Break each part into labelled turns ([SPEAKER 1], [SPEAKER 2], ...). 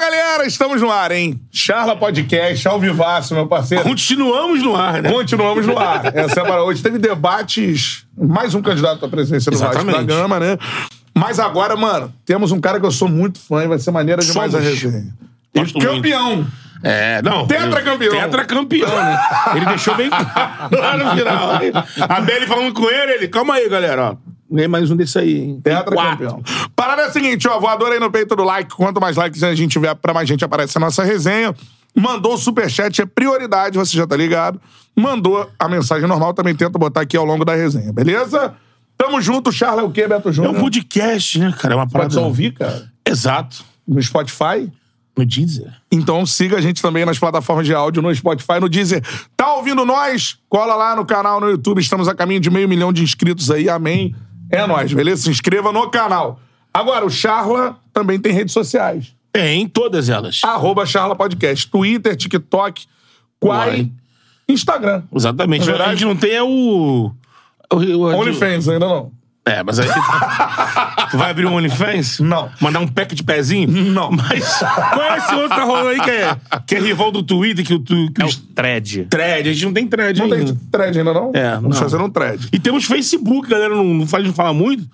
[SPEAKER 1] Galera, estamos no ar, hein? Charla Podcast, ao vivaço, meu parceiro.
[SPEAKER 2] Continuamos no ar, né?
[SPEAKER 1] Continuamos no ar. Essa é para hoje. Teve debates, mais um candidato à presidência do Vasco da
[SPEAKER 2] Exatamente.
[SPEAKER 1] Gama, né? Mas agora, mano, temos um cara que eu sou muito fã e vai ser maneira demais a
[SPEAKER 2] Somos.
[SPEAKER 1] resenha.
[SPEAKER 2] Gosto
[SPEAKER 1] E campeão.
[SPEAKER 2] É, não.
[SPEAKER 1] Tetracampeão.
[SPEAKER 2] Tetracampeão, né? Ele deixou bem claro lá no final. A Beli falando com ele, ele, calma aí, galera, ó. Ganhei mais um desse aí, hein? Tem quatro.
[SPEAKER 1] Tetracampeão. Parada é a seguinte, ó, voador aí no peito do like. Quanto mais likes a gente tiver, pra mais gente aparece a nossa resenha. Mandou o superchat, é prioridade, você já tá ligado. Mandou a mensagem normal, também tento botar aqui ao longo da resenha, beleza? Tamo junto, Charla é o quê, Beto
[SPEAKER 2] É
[SPEAKER 1] Júnior?
[SPEAKER 2] um podcast, né, cara? É uma
[SPEAKER 1] Pode
[SPEAKER 2] parada.
[SPEAKER 1] só ouvir, cara.
[SPEAKER 2] Exato. é.
[SPEAKER 1] No Spotify.
[SPEAKER 2] No Deezer.
[SPEAKER 1] Então siga a gente também nas plataformas de áudio, no Spotify, no Deezer. Tá ouvindo nós? Cola lá no canal no YouTube. Estamos a caminho de meio milhão de inscritos aí. Amém. É nóis, beleza? Se inscreva no canal. Agora, o Charla também tem redes sociais.
[SPEAKER 2] É, em todas elas.
[SPEAKER 1] Arroba Charla Podcast. Twitter, TikTok, Quai,
[SPEAKER 2] Quai.
[SPEAKER 1] Instagram.
[SPEAKER 2] Exatamente.
[SPEAKER 1] Na
[SPEAKER 2] A
[SPEAKER 1] verdade-
[SPEAKER 2] gente não tem é o... o, o a-
[SPEAKER 1] OnlyFans ainda não.
[SPEAKER 2] É, mas aí... tu vai abrir um OnlyFans?
[SPEAKER 1] Não.
[SPEAKER 2] Mandar um pack de pezinho?
[SPEAKER 1] Não.
[SPEAKER 2] Mas qual é esse outro que tá rolando aí que é, que é rival do Twitter, que o, tu- que
[SPEAKER 3] É
[SPEAKER 2] o
[SPEAKER 3] o thread.
[SPEAKER 2] thread? A gente não tem thread
[SPEAKER 1] Não
[SPEAKER 2] ainda.
[SPEAKER 1] tem thread ainda não?
[SPEAKER 2] É,
[SPEAKER 1] Vamos
[SPEAKER 2] não.
[SPEAKER 1] fazer um thread.
[SPEAKER 2] E temos Facebook, galera, não, não faz não fala muito.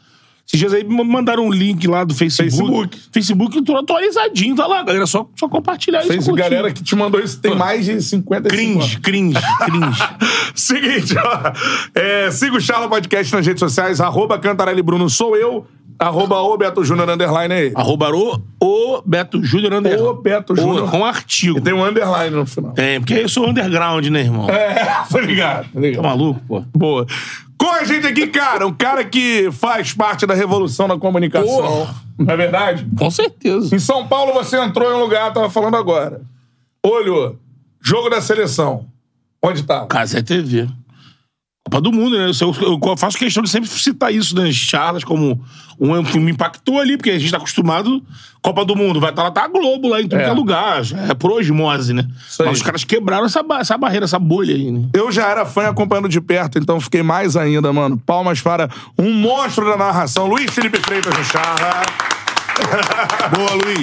[SPEAKER 2] Esses dias aí me mandaram um link lá do Facebook.
[SPEAKER 1] Facebook.
[SPEAKER 2] Facebook tô atualizadinho, tá lá, galera. Só, só compartilhar isso.
[SPEAKER 1] Fez,
[SPEAKER 2] curtir.
[SPEAKER 1] galera que te mandou isso tem mais de 50
[SPEAKER 2] Cringe, cringe, cringe.
[SPEAKER 1] Seguinte, ó. É, siga o Charla Podcast nas redes sociais, arroba Cantarelli Bruno sou eu, arroba o Beto Júnior underline é ele.
[SPEAKER 2] Arroba o, o Beto Júnior Underground.
[SPEAKER 1] O Beto Júnior.
[SPEAKER 2] Com artigo.
[SPEAKER 1] E tem um underline no final.
[SPEAKER 2] É, porque eu sou underground, né, irmão?
[SPEAKER 1] É, tá ligado, tá
[SPEAKER 2] Tá
[SPEAKER 1] ligado.
[SPEAKER 2] maluco, pô?
[SPEAKER 1] Boa. Com a gente aqui, cara, um cara que faz parte da revolução na comunicação.
[SPEAKER 2] Porra.
[SPEAKER 1] Não é verdade?
[SPEAKER 2] Com certeza.
[SPEAKER 1] Em São Paulo você entrou em um lugar, tava falando agora. Olho, jogo da seleção. Onde tá?
[SPEAKER 2] Casa é TV. Copa do Mundo, né? Eu, eu- eu faço questão de sempre citar isso nas charlas, como um que me impactou ali, porque a gente tá acostumado. Copa do Mundo, vai estar lá, tá a Globo lá em tudo
[SPEAKER 1] É.
[SPEAKER 2] que é lugar. já É por osmose, né?
[SPEAKER 1] aí.
[SPEAKER 2] Mas os caras quebraram essa, ba- essa barreira, essa bolha aí, né?
[SPEAKER 1] Eu já era fã e acompanhando de perto, então fiquei mais ainda, mano. Palmas para um monstro da narração, Luiz Felipe Freitas do Charra.
[SPEAKER 2] Boa, Luiz.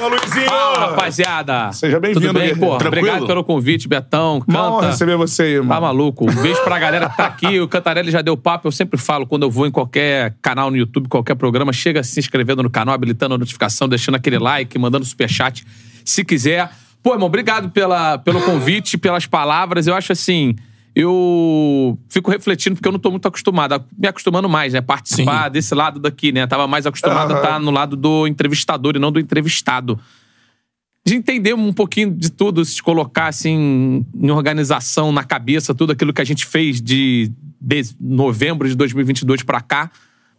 [SPEAKER 1] Ô, Luizinho!
[SPEAKER 3] Fala, rapaziada.
[SPEAKER 1] Seja bem-vindo,
[SPEAKER 3] Tudo bem,
[SPEAKER 1] guerreiro.
[SPEAKER 3] porra?
[SPEAKER 2] Tranquilo?
[SPEAKER 3] Obrigado pelo convite, Betão. Canta.
[SPEAKER 1] Uma honra receber você aí,
[SPEAKER 3] Tá
[SPEAKER 1] mano.
[SPEAKER 3] maluco. Um beijo pra galera que tá aqui. O Cantarelli já deu papo. Eu sempre falo, quando eu vou em qualquer canal no YouTube, qualquer programa, chega se inscrevendo no canal, habilitando a notificação, deixando aquele like, mandando superchat, se quiser. Pô, irmão, obrigado pela, pelo convite, pelas palavras. Eu acho assim... Eu fico refletindo porque eu não tô muito acostumado, me acostumando mais, né? Participar desse lado daqui, né? Tava mais acostumado a
[SPEAKER 1] Aham.
[SPEAKER 3] estar no lado do entrevistador e não do entrevistado de entender um pouquinho de tudo, se colocar assim em organização na cabeça, tudo aquilo que a gente fez de, de novembro de 2022 pra cá.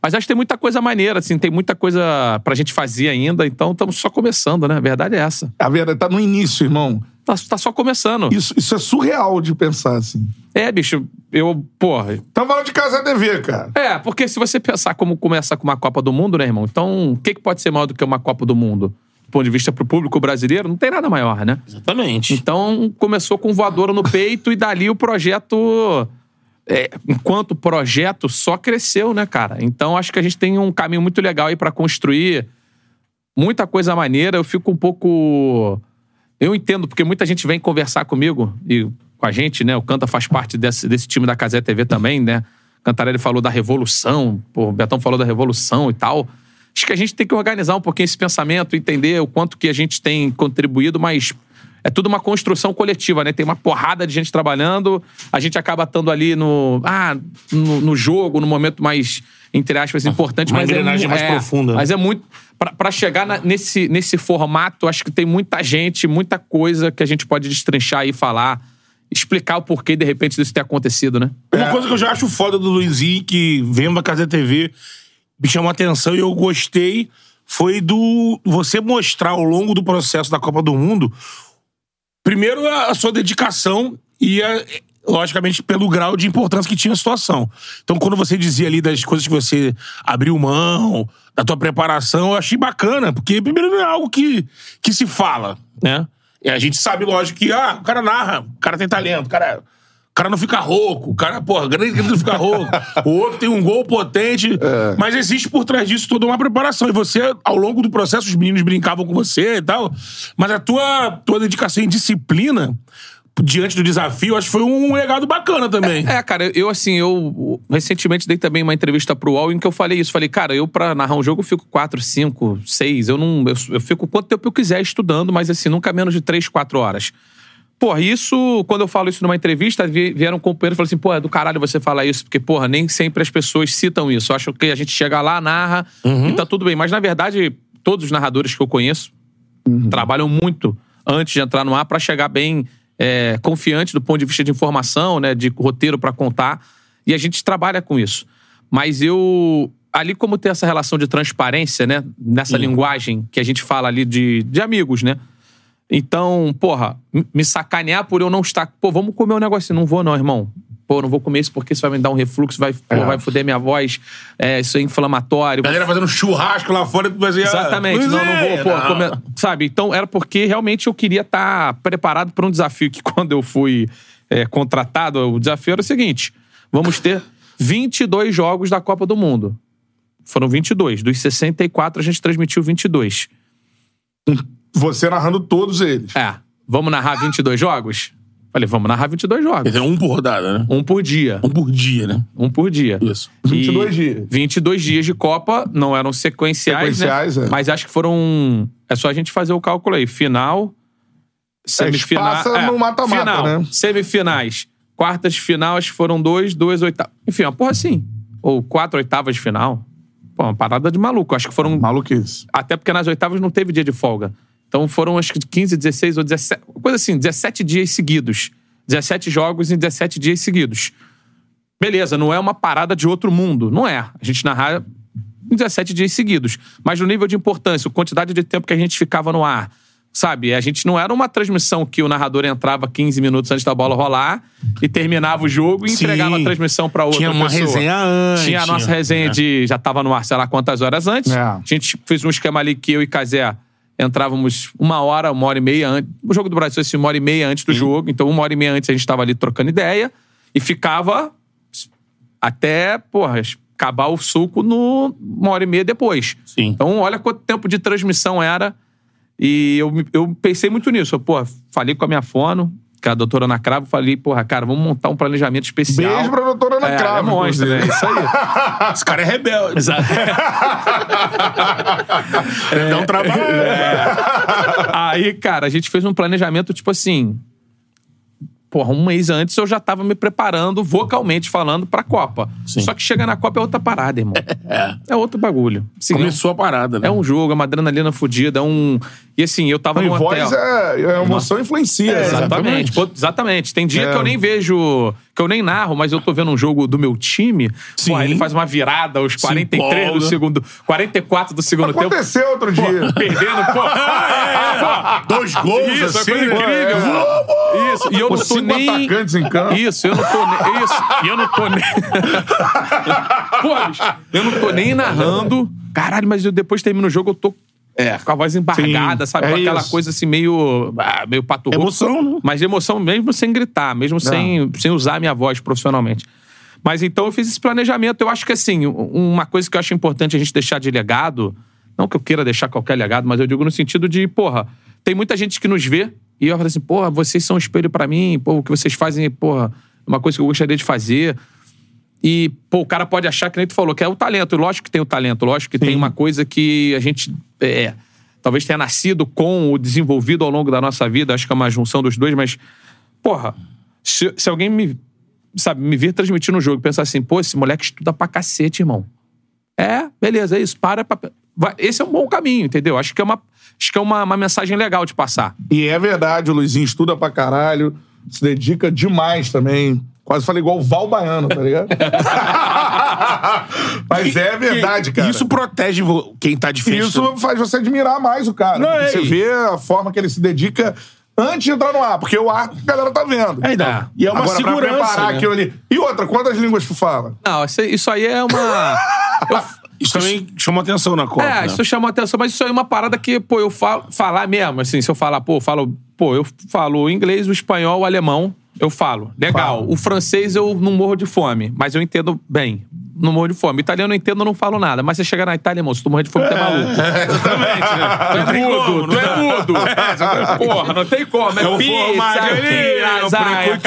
[SPEAKER 3] Mas acho que tem muita coisa maneira, assim, tem muita coisa pra gente fazer ainda, então estamos só começando, né? A verdade é essa.
[SPEAKER 1] A verdade tá no início, irmão.
[SPEAKER 3] Tá, tá só começando.
[SPEAKER 1] Isso, isso é surreal de pensar, assim.
[SPEAKER 3] É, bicho, eu, porra,
[SPEAKER 1] Tava falando de Casa TV, cara.
[SPEAKER 3] É, porque se você pensar como começa com uma Copa do Mundo, né, irmão? Então, o que, que pode ser maior do que uma Copa do Mundo? Do ponto de vista pro público brasileiro, não tem nada maior, né?
[SPEAKER 2] Exatamente.
[SPEAKER 3] Então, começou com voadora no peito e dali o projeto, é, enquanto projeto, só cresceu, né, cara? Então, acho que a gente tem um caminho muito legal aí pra construir muita coisa maneira. Eu fico um pouco. Eu entendo, porque muita gente vem conversar comigo e com a gente, né? O Canta faz parte desse, desse time da Casé TV também, né? Cantarelli falou da revolução, pô, o Betão falou da revolução e tal. Acho que a gente tem que organizar um pouquinho esse pensamento, entender o quanto que a gente tem contribuído, mas é tudo uma construção coletiva, né? Tem uma porrada de gente trabalhando, a gente acaba estando ali no, ah, no, no jogo, no momento mais, entre aspas, importante.
[SPEAKER 2] Uma
[SPEAKER 3] mas é
[SPEAKER 2] engrenagem
[SPEAKER 3] mu-
[SPEAKER 2] mais
[SPEAKER 3] é,
[SPEAKER 2] profunda, né?
[SPEAKER 3] mas é muito. pra- Pra chegar na- nesse, nesse formato, acho que tem muita gente, muita coisa que a gente pode destrinchar e falar, explicar o porquê, de repente, disso ter acontecido, né?
[SPEAKER 1] É.
[SPEAKER 2] Uma coisa que eu já acho foda do Luizinho, que vendo a Casa TV, me chamou a atenção e eu gostei, foi do você mostrar ao longo do processo da Copa do Mundo, primeiro a a sua dedicação e a- logicamente pelo grau de importância que tinha a situação. Então quando você dizia ali das coisas que você abriu mão, da tua preparação, eu achei bacana, porque primeiro não é algo que, que se fala, né? E a gente sabe, lógico, que ah, o cara narra, o cara tem talento, o cara O cara não fica rouco. O cara, porra, grande que não fica rouco. O outro tem um gol potente.
[SPEAKER 1] É.
[SPEAKER 2] Mas existe por trás disso toda uma preparação. E você, ao longo do processo, os meninos brincavam com você e tal. Mas a tua, tua dedicação e disciplina diante do desafio, acho que foi um legado bacana também.
[SPEAKER 3] É, cara, eu- eu assim, eu recentemente dei também uma entrevista pro UOL em que eu falei isso. Falei, cara, eu pra narrar um jogo eu fico 4, 5, 6. Eu não. Eu, eu fico quanto tempo eu quiser estudando, mas assim, nunca menos de 3, 4 horas. Porra, isso, quando eu falo isso numa entrevista, vi- vieram um companheiro e falou assim: porra, é do caralho você falar isso, porque, porra, nem sempre as pessoas citam isso. Acham que a gente chega lá, narra e tá tudo bem. Mas, na verdade, todos os narradores que eu conheço, trabalham muito antes de entrar no ar para chegar bem é, confiante do ponto de vista de informação, né, de roteiro para contar. E a gente trabalha com isso. Mas eu ali como ter essa relação de transparência, né, nessa linguagem que a gente fala ali de, de amigos, né? Então, porra, m- me sacanear por eu não estar, pô, vamos comer um negocinho, não vou não, irmão. Pô, não vou comer isso porque isso vai me dar um refluxo, vai, pô, vai foder minha voz, é, isso é inflamatório.
[SPEAKER 2] A galera fazendo churrasco lá fora, tu vai dizer, ah,
[SPEAKER 3] Exatamente. Não, não vou,
[SPEAKER 2] Luizinho,
[SPEAKER 3] pô,
[SPEAKER 2] não.
[SPEAKER 3] come- Sabe? Então era porque realmente eu queria estar preparado para um desafio que quando eu fui é, contratado, o desafio era o seguinte: vamos ter 22 jogos da Copa do Mundo. Foram 22. Dos 64, a gente transmitiu 22.
[SPEAKER 1] Você narrando todos eles.
[SPEAKER 3] É. Vamos narrar 22 jogos? Falei, vamos narrar 22
[SPEAKER 2] Quer
[SPEAKER 3] jogos.
[SPEAKER 2] dizer, um por rodada, né?
[SPEAKER 3] Um por dia.
[SPEAKER 2] Um por dia, né?
[SPEAKER 3] Um por dia.
[SPEAKER 2] Isso.
[SPEAKER 1] 22
[SPEAKER 3] E
[SPEAKER 1] dias.
[SPEAKER 3] 22 dias de Copa, não eram sequenciais,
[SPEAKER 1] Sequenciais,
[SPEAKER 3] né?
[SPEAKER 1] é.
[SPEAKER 3] Mas acho que foram... É só a gente fazer o cálculo aí. Final, semifinal...
[SPEAKER 1] passa no mata-mata,
[SPEAKER 3] final,
[SPEAKER 1] né?
[SPEAKER 3] Semifinais, quartas de final, acho que foram dois, duas oitavas... Enfim, uma porra assim. Ou quatro oitavas de final. Pô, uma parada de maluco. Acho que foram...
[SPEAKER 1] Maluquice.
[SPEAKER 3] Até porque nas oitavas não teve dia de folga. Então foram acho que 15, 16 ou 17... Coisa assim, 17 dias seguidos. 17 jogos em 17 dias seguidos. Beleza, não é uma parada de outro mundo. Não é. A gente narrar em 17 dias seguidos. Mas no nível de importância, a quantidade de tempo que a gente ficava no ar. Sabe? A gente não era uma transmissão que o narrador entrava 15 minutos antes da bola rolar e terminava o jogo e
[SPEAKER 2] Sim.
[SPEAKER 3] entregava a transmissão pra outra
[SPEAKER 2] Tinha uma
[SPEAKER 3] pessoa.
[SPEAKER 2] resenha antes.
[SPEAKER 3] Tinha a nossa resenha
[SPEAKER 2] É.
[SPEAKER 3] de. Já tava no ar, sei lá quantas horas antes.
[SPEAKER 1] né? É.
[SPEAKER 3] A gente fez um esquema ali que eu e Kazé entrávamos uma hora, uma hora e meia antes. O jogo do Brasil, assim, uma hora e meia antes do jogo. Então, uma hora e meia antes a gente tava ali trocando ideia e ficava até, porra, acabar o suco no, uma hora e meia depois.
[SPEAKER 2] Sim.
[SPEAKER 3] Então, olha quanto tempo de transmissão era. E eu, me- eu pensei muito nisso. Eu, porra, falei com a minha fono, que é a doutora Ana Cravo, falei, porra, cara, vamos montar um planejamento especial.
[SPEAKER 1] Beijo pra doutora Ana
[SPEAKER 3] É, ela é
[SPEAKER 1] Cravo.
[SPEAKER 3] monstro, né?
[SPEAKER 1] inclusive.
[SPEAKER 3] Isso aí.
[SPEAKER 2] Esse cara é rebelde. Exato. Ele dá um trabalho.
[SPEAKER 3] É. Aí, cara, a gente fez um planejamento, tipo assim. Porra, um mês antes eu já tava me preparando, vocalmente falando, pra Copa.
[SPEAKER 2] Sim.
[SPEAKER 3] Só que chega na Copa é outra parada, irmão. É, outro bagulho. Assim,
[SPEAKER 2] Começou a parada, né?
[SPEAKER 3] É um jogo, é uma adrenalina fodida, é um. E assim, eu tava
[SPEAKER 1] E
[SPEAKER 3] num hotel.
[SPEAKER 1] voz é, é emoção influencia.
[SPEAKER 2] É,
[SPEAKER 1] né?
[SPEAKER 3] Exatamente. Pô, exatamente. Tem dia
[SPEAKER 1] É.
[SPEAKER 3] que eu nem vejo, que eu nem narro, mas eu tô vendo um jogo do meu time.
[SPEAKER 2] Sim.
[SPEAKER 3] Pô, aí ele faz uma virada aos
[SPEAKER 2] Se
[SPEAKER 3] 43 do
[SPEAKER 2] empolga.
[SPEAKER 3] segundo. 44 do segundo
[SPEAKER 1] Tá
[SPEAKER 3] tempo.
[SPEAKER 1] Aconteceu outro dia.
[SPEAKER 3] Perdendo, pô.
[SPEAKER 2] Dois gols,
[SPEAKER 3] Isso, é
[SPEAKER 2] assim.
[SPEAKER 3] coisa incrível.
[SPEAKER 2] né?
[SPEAKER 3] mano. Isso, e eu
[SPEAKER 1] Com
[SPEAKER 3] não tô
[SPEAKER 1] cinco
[SPEAKER 3] nem...
[SPEAKER 1] atacantes em campo.
[SPEAKER 3] Isso, eu não tô nem... Isso, e eu não tô nem... Pô, bicho, eu não tô nem narrando. Caralho, mas eu depois termino o jogo, eu tô com a voz embargada,
[SPEAKER 1] É. Sim,
[SPEAKER 3] sabe? com
[SPEAKER 1] é
[SPEAKER 3] aquela
[SPEAKER 1] isso.
[SPEAKER 3] coisa assim, meio... Ah, meio paturro.
[SPEAKER 2] Emoção, né? Ah.
[SPEAKER 3] Mas de emoção mesmo sem gritar, mesmo sem, sem usar a minha voz profissionalmente. Mas então eu fiz esse planejamento. Eu acho que assim, um- uma coisa que eu acho importante a gente deixar de legado, não que eu queira deixar qualquer legado, mas eu digo no sentido de, porra, tem muita gente que nos vê e eu falo assim, porra, vocês são um espelho pra mim, pô, o que vocês fazem, porra, é uma coisa que eu gostaria de fazer. E, pô, o cara pode achar que nem tu falou, que é o talento. Lógico que tem o talento, lógico que tem uma coisa que a gente. É, talvez tenha nascido com ou desenvolvido ao longo da nossa vida. Acho que é uma junção dos dois, mas. Porra, se, se alguém me. Sabe, me vir transmitindo um jogo e pensar assim, pô, esse moleque estuda pra cacete, irmão. É, beleza, é isso. Para pra. vai- esse é um bom caminho, entendeu? Acho que é uma, acho que é uma, uma mensagem legal de passar.
[SPEAKER 1] E é verdade, o Luizinho estuda pra caralho, se dedica demais também. Quase falei igual o Val Baiano, tá ligado? Mas é verdade,
[SPEAKER 2] Que-
[SPEAKER 1] cara.
[SPEAKER 2] Isso protege vo- quem tá de festa.
[SPEAKER 1] Isso faz você admirar mais o cara.
[SPEAKER 2] Não,
[SPEAKER 1] porque
[SPEAKER 2] é
[SPEAKER 1] você
[SPEAKER 2] isso.
[SPEAKER 1] vê a forma que ele se dedica antes de entrar no ar, porque o ar a galera tá vendo.
[SPEAKER 2] É, então.
[SPEAKER 3] É.
[SPEAKER 2] E é uma
[SPEAKER 1] Agora,
[SPEAKER 2] segurança.
[SPEAKER 1] pra preparar
[SPEAKER 2] né?
[SPEAKER 1] aquilo ali. E outra, quantas línguas tu fala?
[SPEAKER 3] Não, isso, isso aí é uma. eu-
[SPEAKER 2] Isso também chamou atenção na Copa.
[SPEAKER 3] É,
[SPEAKER 2] né?
[SPEAKER 3] isso chamou atenção, mas isso aí é uma parada que, pô, eu falo, falar mesmo, assim, se eu falar, pô, eu falo, pô, eu falo o inglês, o espanhol, o alemão, Eu falo. Legal. O francês eu não morro de fome, mas eu entendo bem. Não morro de fome. Italiano eu entendo, eu não falo nada. Mas você chegar na Itália, irmão, se tu morrer de fome, tu é maluco.
[SPEAKER 2] Exatamente.
[SPEAKER 3] Tu é mudo, tu é mudo. Porra, não tem como. É
[SPEAKER 2] É o
[SPEAKER 3] pizza,
[SPEAKER 2] formaggio ali, é o
[SPEAKER 3] lasagne, acabou.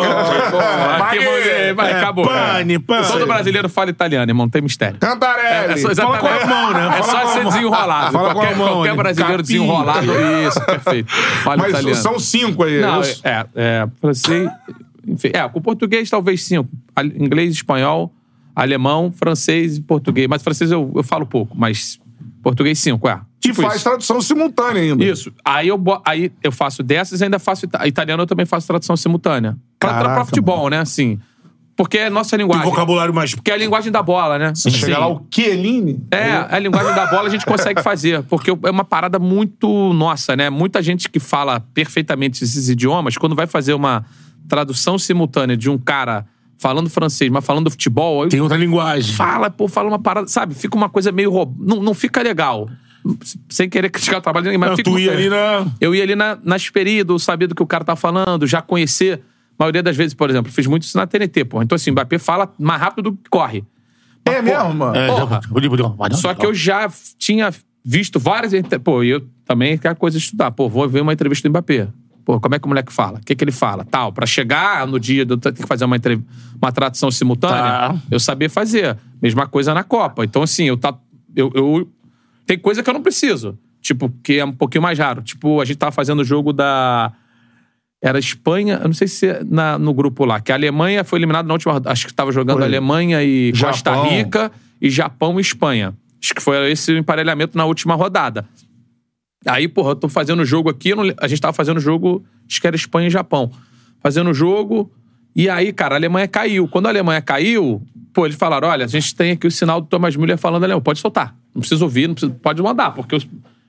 [SPEAKER 2] precocio.
[SPEAKER 3] Porra, que
[SPEAKER 2] Baguete,
[SPEAKER 3] mulher, vai,
[SPEAKER 2] um. é,
[SPEAKER 3] Acabou.
[SPEAKER 2] pane, pane.
[SPEAKER 3] Todo brasileiro fala italiano, irmão, não tem mistério.
[SPEAKER 1] Cantarelli.
[SPEAKER 3] É só,
[SPEAKER 2] Fala com
[SPEAKER 3] exatamente.
[SPEAKER 2] a mão, né? Fala
[SPEAKER 3] É só
[SPEAKER 2] com a
[SPEAKER 3] ser
[SPEAKER 2] mão. Fala
[SPEAKER 3] desenrolado.
[SPEAKER 2] com a
[SPEAKER 3] qualquer,
[SPEAKER 2] mão,
[SPEAKER 3] qualquer
[SPEAKER 2] né?
[SPEAKER 3] brasileiro
[SPEAKER 2] Capim.
[SPEAKER 3] desenrolado. é Isso, perfeito. Fala
[SPEAKER 1] Mas
[SPEAKER 3] italiano.
[SPEAKER 1] são cinco aí.
[SPEAKER 3] Não,
[SPEAKER 1] eu-
[SPEAKER 3] é, é, francês. Enfim, é, com português talvez cinco. A- Inglês, espanhol, alemão, francês e português. Mas francês eu, eu falo pouco, mas português cinco, é.
[SPEAKER 1] Que
[SPEAKER 3] Tipo
[SPEAKER 1] faz
[SPEAKER 3] isso.
[SPEAKER 1] tradução simultânea ainda.
[SPEAKER 3] Isso. Aí eu, bo- aí eu faço dessas e ainda faço. ita- Italiano eu também faço tradução simultânea. Pra, pra- pra
[SPEAKER 2] Caraca,
[SPEAKER 3] futebol, né? Assim. Porque é nossa
[SPEAKER 2] Um
[SPEAKER 3] linguagem.
[SPEAKER 2] vocabulário mais.
[SPEAKER 3] Porque é a linguagem da bola, né?
[SPEAKER 1] Você chega
[SPEAKER 3] Assim,
[SPEAKER 1] lá, o Chiellini?
[SPEAKER 3] é, a linguagem da bola a gente consegue fazer, porque é uma parada muito nossa, né? Muita gente que fala perfeitamente esses idiomas, quando vai fazer uma tradução simultânea de um cara falando francês, mas falando futebol, aí
[SPEAKER 2] Tem outra linguagem.
[SPEAKER 3] fala, pô, fala uma parada, sabe? Fica uma coisa meio roub... não, não fica legal. Sem querer criticar o trabalho de ninguém, mas
[SPEAKER 2] Não,
[SPEAKER 3] fica
[SPEAKER 2] tu
[SPEAKER 3] uma
[SPEAKER 2] ia
[SPEAKER 3] coisa-
[SPEAKER 2] ali na.
[SPEAKER 3] eu ia ali na, na esperia do saber do que o cara tá falando, já conhecer. A maioria das vezes, por exemplo, fiz muito isso na TNT, porra. Então, assim, o Mbappé fala mais rápido do que corre.
[SPEAKER 1] É mesmo, mano?
[SPEAKER 2] É,
[SPEAKER 3] Porra.
[SPEAKER 2] já-
[SPEAKER 3] Só que eu já f- tinha visto várias. entre- Pô, e eu também quero coisa de estudar. Pô, vou ver uma entrevista do Mbappé. Pô, como é que o moleque fala? O que, que ele fala? Tal. Pra chegar no dia, do, tem que fazer uma, entrev- uma tradução simultânea,
[SPEAKER 2] Tá.
[SPEAKER 3] eu saber fazer. Mesma coisa na Copa. Então, assim, eu, tá, eu, eu- Tem coisa que eu não preciso. Tipo, que é um pouquinho mais raro. Tipo, a gente tava fazendo o jogo da. Era Espanha, eu não sei se é na, no grupo lá, que a Alemanha foi eliminada na última. Acho que tava jogando
[SPEAKER 1] Foi.
[SPEAKER 3] Alemanha e Costa
[SPEAKER 1] Japão.
[SPEAKER 3] Rica. Bélgica e Japão e Espanha. Acho que foi esse o emparelhamento na última rodada. Aí, porra, eu tô fazendo o jogo aqui, eu não le- a gente tava fazendo o jogo, acho que era Espanha e Japão. Fazendo o jogo, e aí, cara, a Alemanha caiu. Quando a Alemanha caiu, pô, eles falaram: olha, a gente tem aqui o sinal do Thomas Müller falando alemão, pode soltar. Não precisa ouvir, não precisa, pode mandar, porque eu,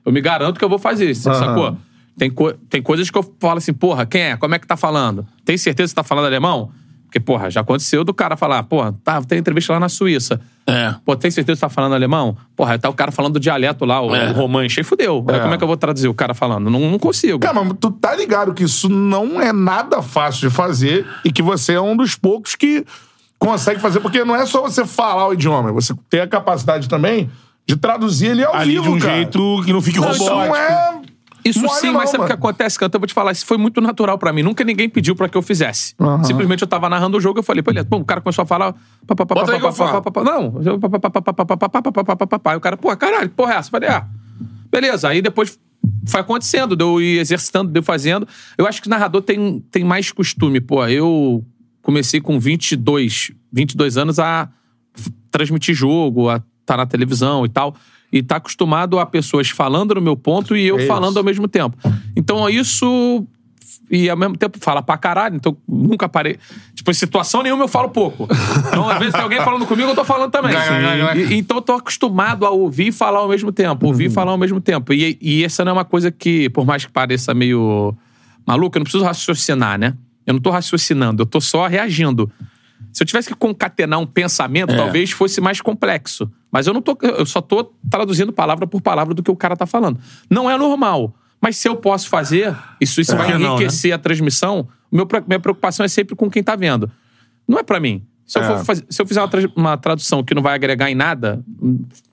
[SPEAKER 3] eu me garanto que eu vou fazer isso,
[SPEAKER 1] Aham.
[SPEAKER 3] sacou? Tem, co- tem coisas que eu falo assim, porra, quem é? Como é que tá falando? Tem certeza que tá falando alemão? Porque, porra, já aconteceu do cara falar, porra, tá, tem entrevista lá na Suíça.
[SPEAKER 2] É.
[SPEAKER 3] Pô, tem certeza que você tá falando alemão? Porra, tá o cara falando do dialeto lá, o,
[SPEAKER 2] É.
[SPEAKER 3] o romanche. Aí fudeu. Aí
[SPEAKER 1] É.
[SPEAKER 3] Como é que eu vou traduzir o cara falando? Não, não consigo.
[SPEAKER 1] Cara, mas tu tá ligado que isso não é nada fácil de fazer e que você é um dos poucos que consegue fazer, porque não é só você falar o idioma, você tem a capacidade também de traduzir ele ao
[SPEAKER 2] Ali
[SPEAKER 1] vivo,
[SPEAKER 2] de um
[SPEAKER 1] cara.
[SPEAKER 2] jeito que não fique
[SPEAKER 1] Não, isso
[SPEAKER 2] robótico.
[SPEAKER 1] não é.
[SPEAKER 3] Isso
[SPEAKER 1] mole
[SPEAKER 3] sim,
[SPEAKER 1] não,
[SPEAKER 3] mas sabe o que
[SPEAKER 1] mano.
[SPEAKER 3] acontece, Canto? Eu vou te falar, isso foi muito natural pra mim. Nunca ninguém pediu pra que eu fizesse.
[SPEAKER 1] Aham.
[SPEAKER 3] Simplesmente eu tava narrando o jogo, eu falei, pô, ele- bom, o cara começou a falar. pá, pá, pá,
[SPEAKER 2] Bota
[SPEAKER 3] pá,
[SPEAKER 2] aí que eu
[SPEAKER 3] pá, pá,
[SPEAKER 2] falo.
[SPEAKER 3] pá, pá, Não, eu- pá, pá, pá, pá, pá, pá, pá, pá, pá, pá, pá, pá, pá. Aí o cara, porra, caralho, que porra é essa? Eu falei, ah, beleza. Aí depois foi acontecendo, deu ir exercitando, deu fazendo. Eu acho que o narrador tem, tem mais costume, pô. Eu comecei com 22, 22 anos a f- transmitir jogo, a estar na televisão e tal. E tá acostumado a pessoas falando no meu ponto e eu
[SPEAKER 1] É isso.
[SPEAKER 3] falando ao mesmo tempo. Então isso. E ao mesmo tempo fala pra caralho, então nunca parei. Tipo, em situação nenhuma eu falo pouco. Então, às vezes, tem alguém falando comigo, eu tô falando também. E- então eu tô acostumado a ouvir e falar ao mesmo tempo. Ouvir e falar ao mesmo tempo. E, e essa não é uma coisa que, por mais que pareça meio maluca, eu não preciso raciocinar, né? Eu não tô raciocinando, eu tô só reagindo. Se eu tivesse que concatenar um pensamento, talvez fosse mais complexo. Mas eu não tô. Eu só tô traduzindo palavra por palavra do que o cara tá falando. Não é normal. Mas se eu posso fazer, isso, isso
[SPEAKER 2] Por
[SPEAKER 3] vai
[SPEAKER 2] que não,
[SPEAKER 3] enriquecer a transmissão. Meu, pre- minha preocupação é sempre com quem tá vendo. Não é pra mim. Se, eu,
[SPEAKER 1] É.
[SPEAKER 3] for fazer- se eu fizer uma, tra- uma tradução que não vai agregar em nada,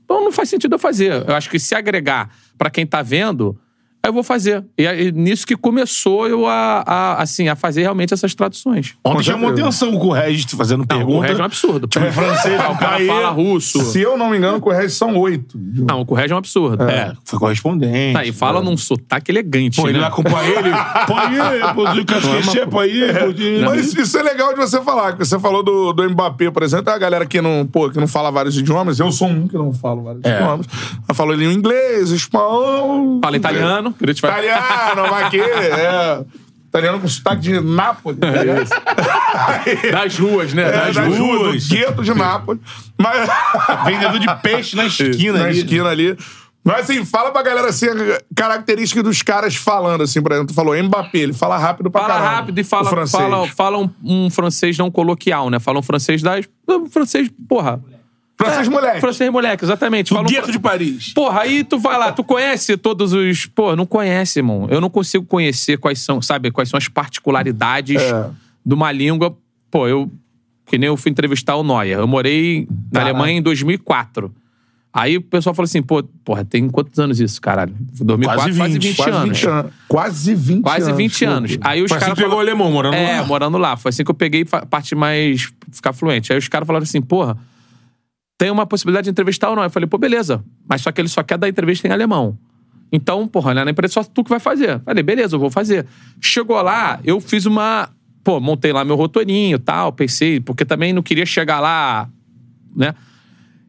[SPEAKER 3] então não faz sentido eu fazer. Eu acho que se agregar pra quem tá vendo, eu vou fazer. E aí, nisso que começou eu a, a, assim, a fazer realmente essas traduções.
[SPEAKER 2] Ontem
[SPEAKER 1] Com
[SPEAKER 2] chamou
[SPEAKER 1] certeza.
[SPEAKER 2] atenção com o Regis fazendo
[SPEAKER 3] Não, o Correio é um
[SPEAKER 2] pergunta.
[SPEAKER 3] absurdo.
[SPEAKER 2] Tipo, em francês,
[SPEAKER 3] Ah, o cara
[SPEAKER 2] aí-
[SPEAKER 3] fala russo.
[SPEAKER 1] Se eu não me engano, com o resto são oito.
[SPEAKER 3] Não, o Correio é um absurdo.
[SPEAKER 2] É, foi correspondente. É.
[SPEAKER 3] Tá, e fala num sotaque elegante,
[SPEAKER 2] Pô, ele
[SPEAKER 3] né?
[SPEAKER 2] lá com o pai, ele. Pai, pô, o casquete, pai,
[SPEAKER 1] é Mas isso- isso é legal de você falar. que Você falou do, do Mbappé, por exemplo. Tem a galera que não, pô, que não fala vários idiomas. Eu sou um que não falo vários idiomas. Mas falou ele em inglês, espanhol.
[SPEAKER 3] Fala italiano. queria te falar.
[SPEAKER 1] Italiano, vai que. É. Italiano com sotaque de Nápoles. É isso.
[SPEAKER 3] Das ruas, né?
[SPEAKER 1] É,
[SPEAKER 3] Das
[SPEAKER 1] da
[SPEAKER 3] ruas.
[SPEAKER 1] Ju, do
[SPEAKER 2] ruas.
[SPEAKER 1] gueto de Nápoles. Mas.
[SPEAKER 2] Vendedor de peixe na esquina
[SPEAKER 1] na
[SPEAKER 2] ali.
[SPEAKER 1] esquina ali. Mas assim, fala pra galera assim, a característica dos caras falando, assim, por exemplo. Tu falou Mbappé, ele fala rápido pra
[SPEAKER 3] Fala
[SPEAKER 1] caramba.
[SPEAKER 3] rápido e
[SPEAKER 1] o
[SPEAKER 3] fala,
[SPEAKER 1] francês.
[SPEAKER 3] fala, fala um, um francês não coloquial, né? Fala um francês das. Um francês, porra.
[SPEAKER 1] Francês moleque.
[SPEAKER 3] Francês moleque, exatamente.
[SPEAKER 2] Do
[SPEAKER 3] Fala um
[SPEAKER 2] gueto de Paris.
[SPEAKER 3] Porra, aí tu vai lá, tu conhece todos os. Pô, não conhece, irmão. Eu não consigo conhecer quais são, sabe, quais são as particularidades
[SPEAKER 1] É.
[SPEAKER 3] de uma língua. Pô, eu. Que nem eu fui entrevistar o Neuer. Eu morei na
[SPEAKER 2] Caralho.
[SPEAKER 3] Alemanha em 2004. Aí o pessoal falou assim, pô, porra, tem quantos anos isso, caralho? 2004, quase 20,
[SPEAKER 2] Quase 20
[SPEAKER 1] Quase
[SPEAKER 3] anos. né?
[SPEAKER 1] 20 anos. Quase 20
[SPEAKER 3] Quase 20
[SPEAKER 1] louco.
[SPEAKER 3] anos. Aí os
[SPEAKER 2] Mas você
[SPEAKER 3] caras
[SPEAKER 2] pegou o
[SPEAKER 3] falaram-
[SPEAKER 2] alemão morando
[SPEAKER 3] é,
[SPEAKER 2] lá.
[SPEAKER 3] morando lá. Foi assim que eu peguei fa- parte mais ficar fluente. Aí os caras falaram assim, porra, tem uma possibilidade de entrevistar ou não? Eu falei, pô, beleza. Mas só que ele só quer dar entrevista em alemão. Então, porra, né, na empresa só tu que vai fazer. Falei, beleza, eu vou fazer. Chegou lá, eu fiz uma... Pô, montei lá meu roteirinho e tal, pensei... Porque também não queria chegar lá, né?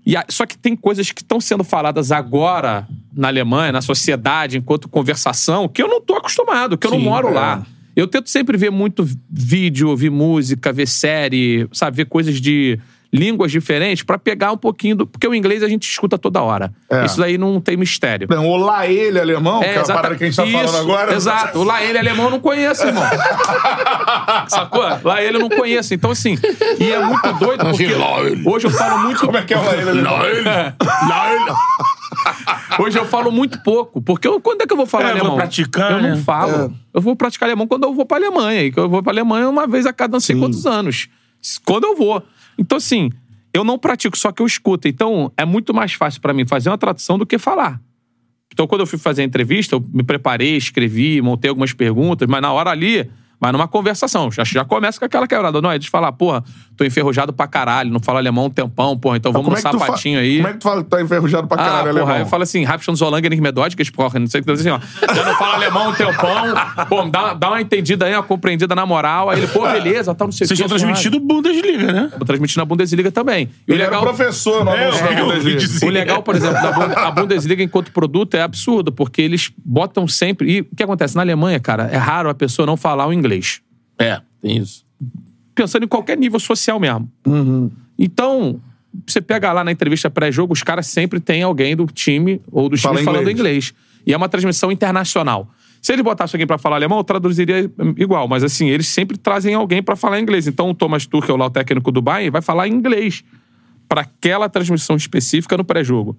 [SPEAKER 3] E a- só que tem coisas que estão sendo faladas agora na Alemanha, na sociedade, enquanto conversação, que eu não tô acostumado, que eu
[SPEAKER 2] Sim,
[SPEAKER 3] não moro
[SPEAKER 2] é.
[SPEAKER 3] lá. Eu tento sempre ver muito v- vídeo, ouvir música, ver série, sabe, ver coisas de línguas diferentes pra pegar um pouquinho do. Porque o inglês a gente escuta toda hora.
[SPEAKER 1] É.
[SPEAKER 3] Isso daí não tem mistério.
[SPEAKER 1] Não, o lá ele alemão, que é a
[SPEAKER 3] exata-
[SPEAKER 1] parada que a gente tá falando
[SPEAKER 3] Isso,
[SPEAKER 1] agora.
[SPEAKER 3] Exato. Lá ele alemão eu não conheço, irmão. Sacou? Lá ele eu não conheço. Então, assim, e é muito doido, porque
[SPEAKER 2] lá ele.
[SPEAKER 3] hoje eu falo muito.
[SPEAKER 1] Como é que é o lá ele alemão?
[SPEAKER 2] Nein. Nein.
[SPEAKER 3] Hoje eu falo muito pouco, porque eu- quando é que eu vou falar
[SPEAKER 2] É, eu vou
[SPEAKER 3] alemão?
[SPEAKER 2] praticar,
[SPEAKER 3] Eu não
[SPEAKER 2] né?
[SPEAKER 3] falo. Eu vou praticar alemão quando eu vou pra Alemanha, e que eu vou pra Alemanha uma vez a cada não sei quantos anos. Quando eu vou. Então, assim, eu não pratico, só que eu escuto. Então, é muito mais fácil pra mim fazer uma tradução do que falar. Então, quando eu fui fazer a entrevista, eu me preparei, escrevi, montei algumas perguntas, mas na hora ali, mas numa conversação. Já, já começa com aquela quebrada. Não, é de falar, porra, tô enferrujado pra caralho, não falo alemão um tempão, porra, então vamos
[SPEAKER 1] Como
[SPEAKER 3] no
[SPEAKER 1] é que tu fa-
[SPEAKER 3] sapatinho aí.
[SPEAKER 1] Como é que tu fala que tá enferrujado pra caralho
[SPEAKER 3] Ah, porra,
[SPEAKER 1] alemão?
[SPEAKER 3] eu falo assim, Rapschon Zolange nicht mehr Deutsch gesprochen, não sei o que, assim, ó. Já não fala alemão um tempão, pô, dá, dá uma entendida aí, uma compreendida na moral, aí ele, pô, beleza, tal, não sei o que.
[SPEAKER 2] Vocês estão transmitindo Bundesliga, né?
[SPEAKER 3] Vou transmitir na Bundesliga também. E o
[SPEAKER 1] Ele
[SPEAKER 3] legal,
[SPEAKER 1] era professor no
[SPEAKER 2] É,
[SPEAKER 1] anúncio
[SPEAKER 2] eu
[SPEAKER 1] da
[SPEAKER 2] ouvi
[SPEAKER 1] Bundesliga.
[SPEAKER 2] dizer.
[SPEAKER 3] o legal, por exemplo, da Bun- a Bundesliga enquanto produto é absurdo, porque eles botam sempre... E o que acontece? Na Alemanha, cara, é raro a pessoa não falar o inglês.
[SPEAKER 2] É, tem isso.
[SPEAKER 3] Pensando em qualquer nível social mesmo. Então... Você pega lá na entrevista pré-jogo, os caras sempre têm alguém do time ou do
[SPEAKER 1] Fala
[SPEAKER 3] time falando
[SPEAKER 1] inglês.
[SPEAKER 3] inglês inglês. E é uma transmissão internacional. Se eles botassem alguém pra falar alemão, eu traduziria hum, igual. Mas assim, eles sempre trazem alguém pra falar inglês. Então o Thomas Tuchel, lá o técnico do Bayern, vai falar inglês pra aquela transmissão específica no pré-jogo.